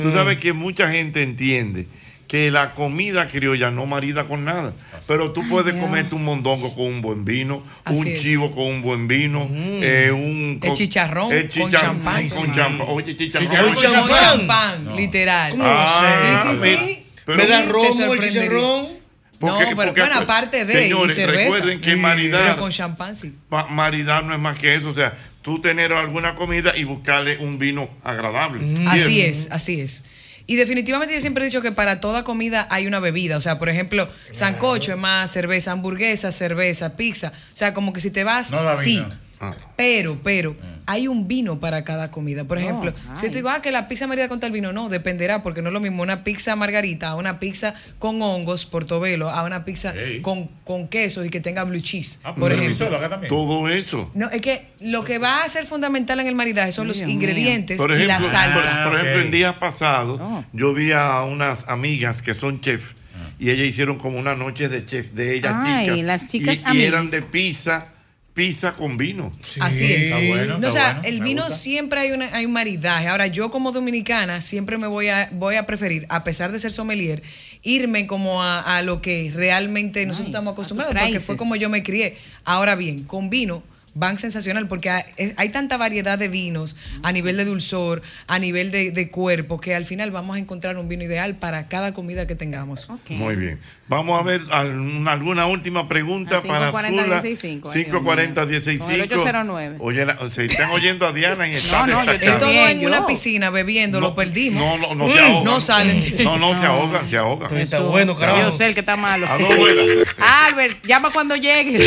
Tú sabes que mucha gente entiende que la comida criolla no marida con nada. Pero tú puedes comerte un mondongo con un buen vino,
Ah, Así
un
es. Mm.
chivo con un buen vino, eh, un
El chicharrón
el
con
chichar-
champán. Ay,
con
sí.
champa- Oye, chicharrón.
Con champán, literal.
¿Cómo lo sé?
Sí, sí, sí.
Pero- Me da
Te
romo el
sorprendería.
chicharrón.
No,
Porque-
pero
porque
bueno,
acu-
aparte de y
Señores,
cerveza.
recuerden que maridar-
Pero con champán sí.
Pa- maridar no es más que eso, o sea, tú tener alguna comida y buscarle un vino agradable.
Mm. Así
Bien.
es, así es. Y definitivamente yo siempre he dicho que para toda comida hay una bebida. O sea, por ejemplo, sancocho es más cerveza, hamburguesa, cerveza, pizza. O sea, como que si te vas,
No da
Ah.
sí.
vino.
Eh.
Pero, pero, hay un vino para cada comida. Por
Oh,
ejemplo, si yo te digo, ah, que la pizza margarita con tal vino, no, dependerá, porque no es lo mismo una pizza margarita a una pizza con hongos, portobelo, a una pizza con, con queso y que tenga blue cheese,
Ah,
por ejemplo.
Todo eso.
No, es que lo que va a ser fundamental en el maridaje son los
Dios mío.
ingredientes
Por
y la
ejemplo,
salsa. Oh.
por- por ejemplo, en días pasados, yo vi a unas amigas que son chef y ellas hicieron como una noche de chef de ellas
Ay,
chicas.
las chicas
y, y
amigas.
eran de pizza, pizza con vino.
Así es. No, o sea, el vino siempre hay, una- hay un maridaje. Ahora, yo como dominicana siempre me voy a, voy a preferir, a pesar de ser sommelier, irme como a, a lo que realmente nosotros estamos acostumbrados, porque fue
raíces.
como yo me crié. Ahora bien, con vino van sensacional porque hay, es- hay tanta variedad de vinos a nivel de dulzor, a nivel de, de cuerpo, que al final vamos a encontrar un vino ideal para cada comida que tengamos.
Muy bien. Vamos a ver al- alguna última pregunta
Al
para
540
Zula.
165, ay, Dios mío.
540 165.
Con el 809.
Oye, la- se están oyendo a Diana y está
es
destacada.
todo en una piscina bebiendo, lo perdimos. Mm,
No, no, no se ahogan.
No salen.
No, no, se ahogan, se ahogan.
está bueno,
Yo sé el que está malo.
Ah, no, bueno.
Albert, llama cuando llegues.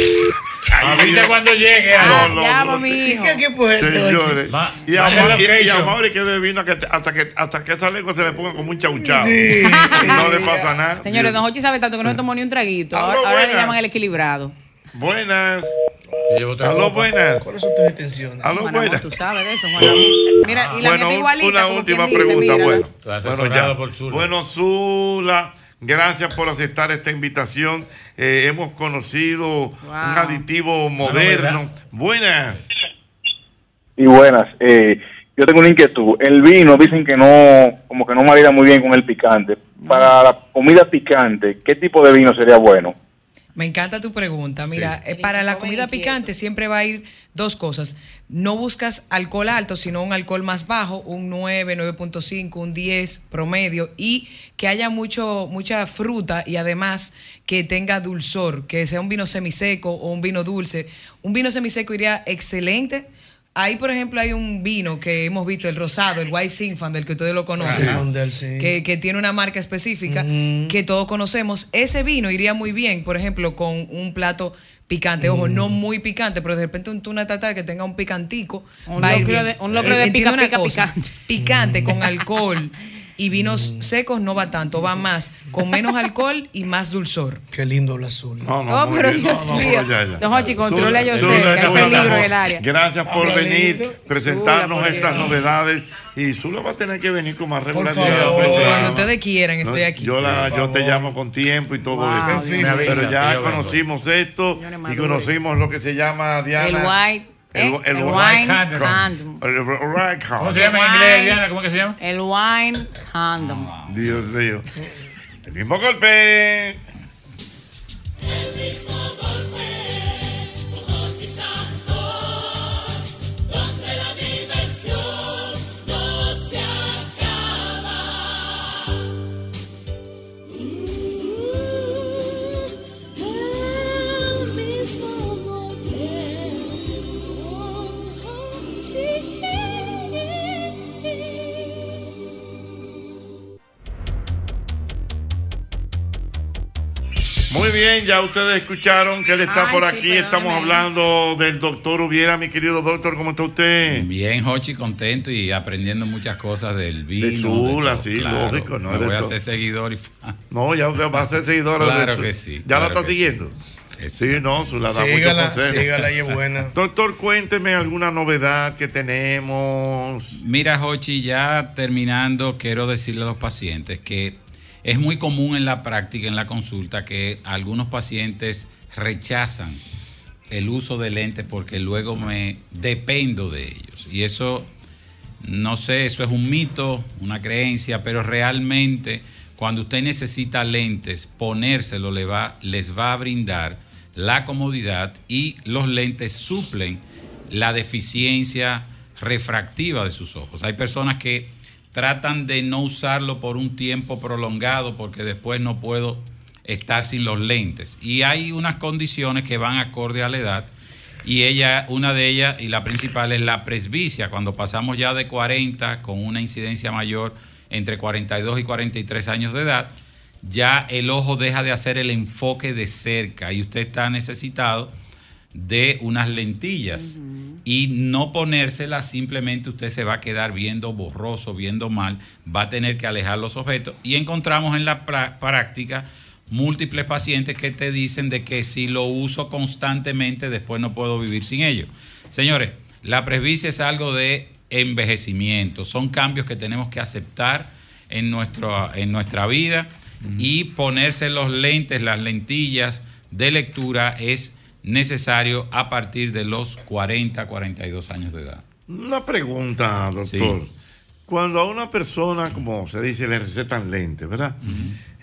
Avisa
cuando llegue.
Ah, llama, mi hijo.
Señores. Y a
vaya
Mauri- y- y a
location.
Mauri que le vino que- hasta que hasta que esa lengua se le ponga como un chauchao. No le pasa nada.
Señores, don Hochi sabe tanto que no se tomó ni un traguito.
Ah,
Ahora,
Aló,
ahora le
buenas.
llaman el equilibrado.
Buenas. Aló, buenas. ¿Cuáles son tus intenciones? Aló,
Juan Amor,
buenas.
tú sabes de eso, Juan Amor. Mira,
Ah,
y la
bueno,
mía está igualita.
una
como quien
última
dice,
pregunta.
mírala.
bueno,
Tú has
bueno,
asesorado
ya. Bueno, Zula, gracias por aceptar esta invitación. Eh, hemos conocido un aditivo moderno. Buenas.
Y buenas, eh, yo tengo una inquietud. El vino dicen que no, como que no marida muy bien con el picante. Para la comida picante, ¿qué tipo de vino sería bueno?
Me encanta tu pregunta. Mira, eh, para la comida picante siempre va a ir dos cosas. No buscas alcohol alto, sino un alcohol más bajo, un 9, 9.5, un 10 promedio y que haya mucho mucha fruta y además que tenga dulzor, que sea un vino semiseco o un vino dulce. Un vino semiseco iría excelente. Ahí, por ejemplo, hay un vino que hemos visto, el rosado, el White Sinfan, del que ustedes lo
Ah,
conocen que, que tiene una marca específica
Mm.
que todos conocemos. Ese vino iría muy bien, por ejemplo, con un plato picante. Ojo,
Mm.
no muy picante, pero de repente un tuna tatar que tenga un picantico.
Un
va a ir
locro
bien.
de- un locro de
Entiende
pica,
una
pica,
cosa,
picante.
Picante
Mm.
con alcohol. Y vinos secos no va tanto, va más, con menos alcohol y más dulzor.
Qué lindo el azul.
No,
Oh,
muy
pero
bien.
Dios mío. Don Hochi, controla
Zula,
a
Zula,
Yosel, que hay
Zula,
peligro
amor,
en el área.
Gracias por
Amorito.
venir, presentarnos
Zula, por
estas
Dios.
novedades. Y Zula va a tener que venir con más regularidad.
favor.
al programa.
Cuando ustedes quieran, estoy
No,
aquí.
Yo, la,
Por
yo te
favor.
llamo con tiempo y todo
Wow,
eso.
Dios mío. Me avisa,
Pero
que
ya
yo vengo.
conocimos esto y
madure.
conocimos lo que se llama
El
Diana.
white.
El,
eh,
el
wine
White
condom.
Condom. El White Condom.
¿Cómo se llama en inglés, Diana? ¿Cómo que se llama?
El wine condom.
Dios mío. El mismo golpe.
Donde la diversión no se acaba. El mismo modelo.
Muy bien, ya ustedes escucharon que él está
Ay,
por
sí,
aquí. Estamos
perdóneme.
hablando del doctor Ubiera, mi querido doctor. ¿Cómo está usted?
Bien, Hochi, contento y aprendiendo muchas cosas del vino. de
Zula,
todo,
sí, lógico, no,
Me
de
voy a
todo.
ser seguidor y fan.
No, ya usted va a ser seguidora de
Claro
su-
que sí.
¿Ya
claro
la está
que
siguiendo? Sí, no, su la da
Sígala,
mucho consejo.
sígala y es buena.
Doctor, cuénteme alguna novedad que tenemos.
Mira, Jochi, ya terminando, quiero decirle a los pacientes que es muy común en la práctica, en la consulta, que algunos pacientes rechazan el uso de lentes porque luego me dependo de ellos. Y eso, no sé, eso es un mito, una creencia, pero realmente cuando usted necesita lentes, ponérselo le va, les va a brindar la comodidad y los lentes suplen la deficiencia refractiva de sus ojos. Hay personas que tratan de no usarlo por un tiempo prolongado porque después no puedo estar sin los lentes. Y hay unas condiciones que van acorde a la edad y ella, una de ellas y la principal es la presbicia. Cuando pasamos ya de 40 con una incidencia mayor entre 42 y 43 años de edad, ya el ojo deja de hacer el enfoque de cerca y usted está necesitado de unas lentillas y no ponérsela, simplemente usted se va a quedar viendo borroso, viendo mal, va a tener que alejar los objetos. Y encontramos en la pra- práctica múltiples pacientes que te dicen de que si lo uso constantemente, después no puedo vivir sin ello. Señores, la presbicia es algo de envejecimiento, son cambios que tenemos que aceptar en, nuestro, en nuestra vida y ponerse los lentes, las lentillas de lectura es necesario a partir de los 40, 42 años de edad.
Una pregunta, doctor. Cuando a una persona, como se dice, le recetan lentes, ¿verdad?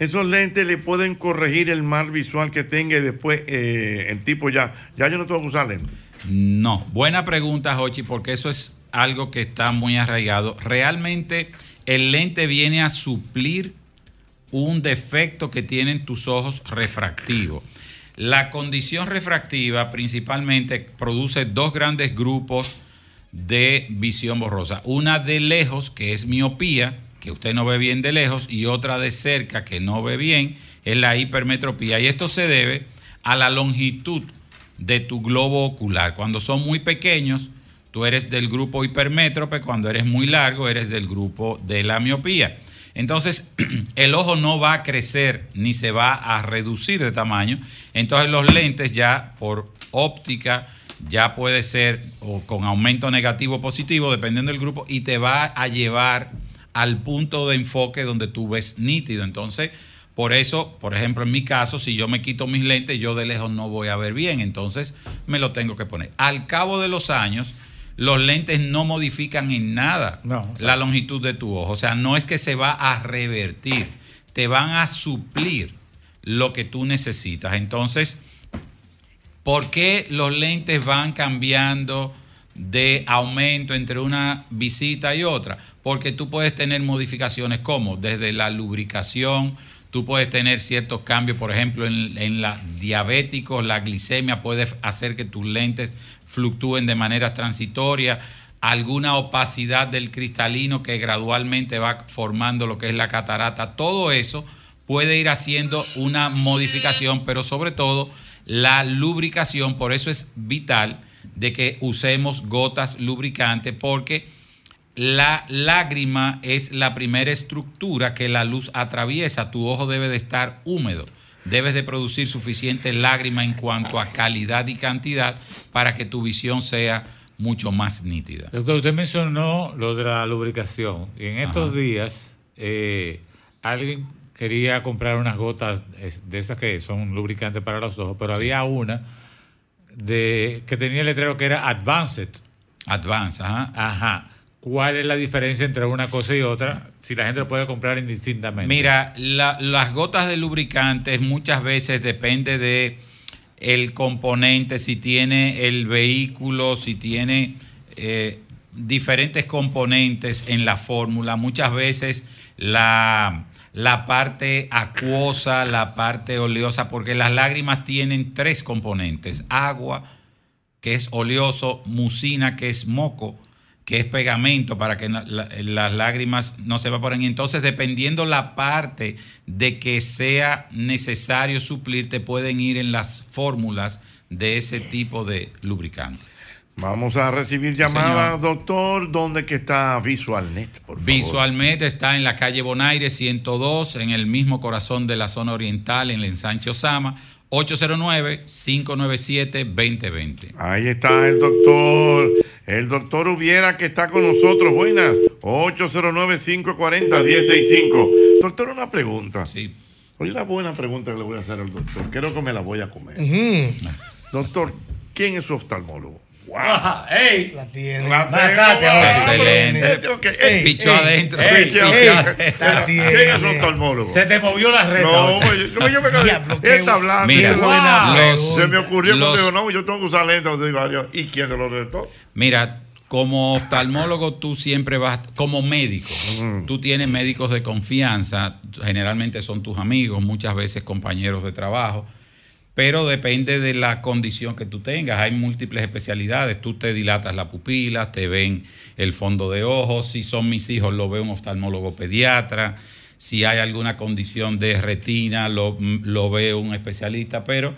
Esos lentes le pueden corregir el mal visual que tenga y después eh, el tipo ya, ya yo no tengo que usar lentes.
No, buena pregunta, Jochi, porque eso es algo que está muy arraigado. Realmente el lente viene a suplir un defecto que tienen tus ojos refractivos. La condición refractiva principalmente produce dos grandes grupos de visión borrosa. Una de lejos, que es miopía, que usted no ve bien de lejos, y otra de cerca, que no ve bien, es la hipermetropía. Y esto se debe a la longitud de tu globo ocular. Cuando son muy pequeños, tú eres del grupo hipermétrope, cuando eres muy largo, eres del grupo de la miopía. Entonces, el ojo no va a crecer ni se va a reducir de tamaño. Entonces, los lentes ya por óptica ya puede ser o con aumento negativo o positivo, dependiendo del grupo, y te va a llevar al punto de enfoque donde tú ves nítido. Entonces, por eso, por ejemplo, en mi caso, si yo me quito mis lentes, yo de lejos no voy a ver bien, entonces me lo tengo que poner. Al cabo de los años, los lentes no modifican en nada la longitud de tu ojo, o sea, no es que se va a revertir, te van a suplir lo que tú necesitas. Entonces, ¿por qué los lentes van cambiando de aumento entre una visita y otra? Porque tú puedes tener modificaciones como desde la lubricación, tú puedes tener ciertos cambios, por ejemplo, en, en la diabéticos, la glicemia puede hacer que tus lentes fluctúen de manera transitoria, alguna opacidad del cristalino que gradualmente va formando lo que es la catarata, todo eso puede ir haciendo una modificación, pero sobre todo la lubricación, por eso es vital de que usemos gotas lubricantes porque la lágrima es la primera estructura que la luz atraviesa. Tu ojo debe de estar húmedo. Debes de producir suficiente lágrima en cuanto a calidad y cantidad para que tu visión sea mucho más nítida.
Doctor, usted mencionó lo de la lubricación. Y en estos
Ajá.
días, eh, alguien quería comprar unas gotas eh, de esas que son lubricantes para los ojos, pero había una de que tenía el letrero que era Advanced.
Advanced, ajá.
Ajá. ¿Cuál es la diferencia entre una cosa y otra? Si la gente lo puede comprar indistintamente.
Mira, la- las gotas de lubricantes muchas veces depende de el componente, si tiene el vehículo, si tiene eh, diferentes componentes en la fórmula. Muchas veces la, la parte acuosa, la parte oleosa, porque las lágrimas tienen tres componentes. Agua, que es oleoso, mucina, que es moco, que es pegamento para que na- la- las lágrimas no se evaporen. Y entonces, dependiendo la parte de que sea necesario suplir, te pueden ir en las fórmulas de ese tipo de lubricantes.
Vamos a recibir
señor.
llamadas, doctor, ¿dónde que está VisualNet? Por favor.
Visualmente está en la calle Bonaire 102, en el mismo corazón de la zona oriental, en el ensanche Osama, 809-597-2020.
Ahí está el doctor, el doctor Hubiera que está con nosotros. Buenas, 809-540-165. Doctor, una pregunta.
Sí.
Oye, una buena pregunta que le voy a hacer al doctor. Creo que me la voy a comer.
Ujú.
Doctor, ¿quién es su oftalmólogo?
¡Ey! La tiene.
La
Va,
tengo,
Katia,
va.
ahora.
Excelente.
Ok,
Ey, ey, ey,
Pichó
ey,
adentro.
la tiene. ¿Quién es su oftalmólogo?
Se te movió la
reta.
No,
Ocha.
oye, yo, yo me quedé. él está hablando.
Mira,
y yo,
buena
"Wow".
pregunta.
se me ocurrió
Los-
cuando dijo, no, yo tengo que usar lentes. Digo, adiós. ¿Y quién te lo retó?
Mira, como oftalmólogo tú siempre vas, como médico, tú tienes médicos de confianza, generalmente son tus amigos, muchas veces compañeros de trabajo, pero depende de la condición que tú tengas. Hay múltiples especialidades, tú te dilatas la pupila, te ven el fondo de ojos, si son mis hijos lo ve un oftalmólogo pediatra, si hay alguna condición de retina lo, lo ve un especialista, pero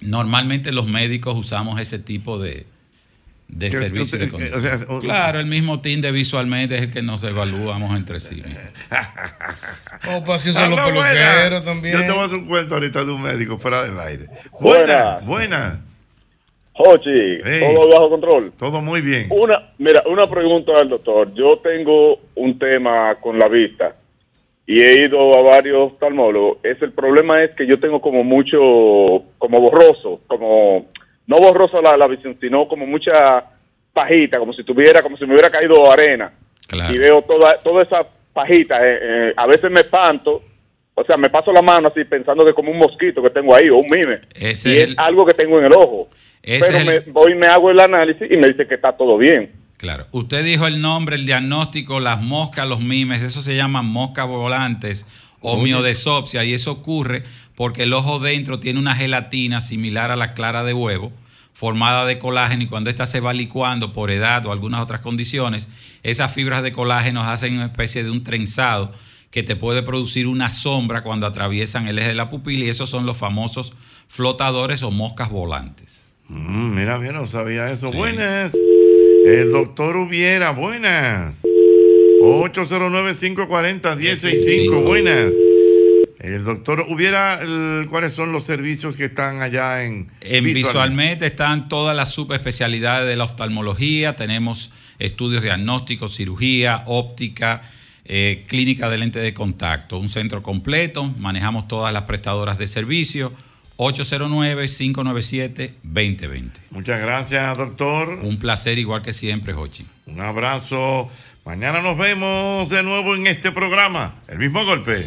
normalmente los médicos usamos ese tipo de, de
Que-
servicio y de
que-
conducta.
o sea, o-
claro, el mismo Tinder visualmente es el que nos evaluamos entre sí.
O pues así son los
Ah, no, buena.
peluqueros también.
Yo te voy a hacer un cuento ahorita de un médico fuera del aire. Buena, buena.
Jochi,
Ey.
todo bajo control.
Todo muy bien.
Una, mira, una pregunta al doctor. Yo tengo un tema con la vista y he ido a varios oftalmólogos. Es el problema es que yo tengo como mucho, como borroso, como no borroso la, la visión, sino como mucha pajita, como si tuviera, como si me hubiera caído arena. Y veo toda, toda esa pajita. eh, eh, a veces me espanto, o sea, me paso la mano así pensando que como un mosquito que tengo ahí o un mime.
Ese
y
es
es
el-
algo que tengo en el ojo.
Ese
Pero
es el-
me, voy y me hago el análisis y me dice que está todo bien.
Claro. Usted dijo el nombre, el diagnóstico, las moscas, los mimes, eso se llaman moscas volantes o
Oye.
miodesopsia y eso ocurre porque el ojo dentro tiene una gelatina similar a la clara de huevo formada de colágeno y cuando ésta se va licuando por edad o algunas otras condiciones, esas fibras de colágeno hacen una especie de un trenzado que te puede producir una sombra cuando atraviesan el eje de la pupila y esos son los famosos flotadores o moscas volantes.
Mm, mira, yo no sabía eso. Buenas. El doctor Hubiera, buenas. 809-540-165, buenas. El doctor Hubiera, el- ¿cuáles son los servicios que están allá en,
En
Visualmed?
Visualmente están todas las subespecialidades de la oftalmología, tenemos estudios diagnósticos, cirugía, óptica, eh, clínica de lente de contacto, un centro completo, manejamos todas las prestadoras de servicio, 809-597-2020.
Muchas gracias, doctor.
Un placer igual que siempre, Jochi.
Un abrazo. Mañana nos vemos de nuevo en este programa. El mismo golpe.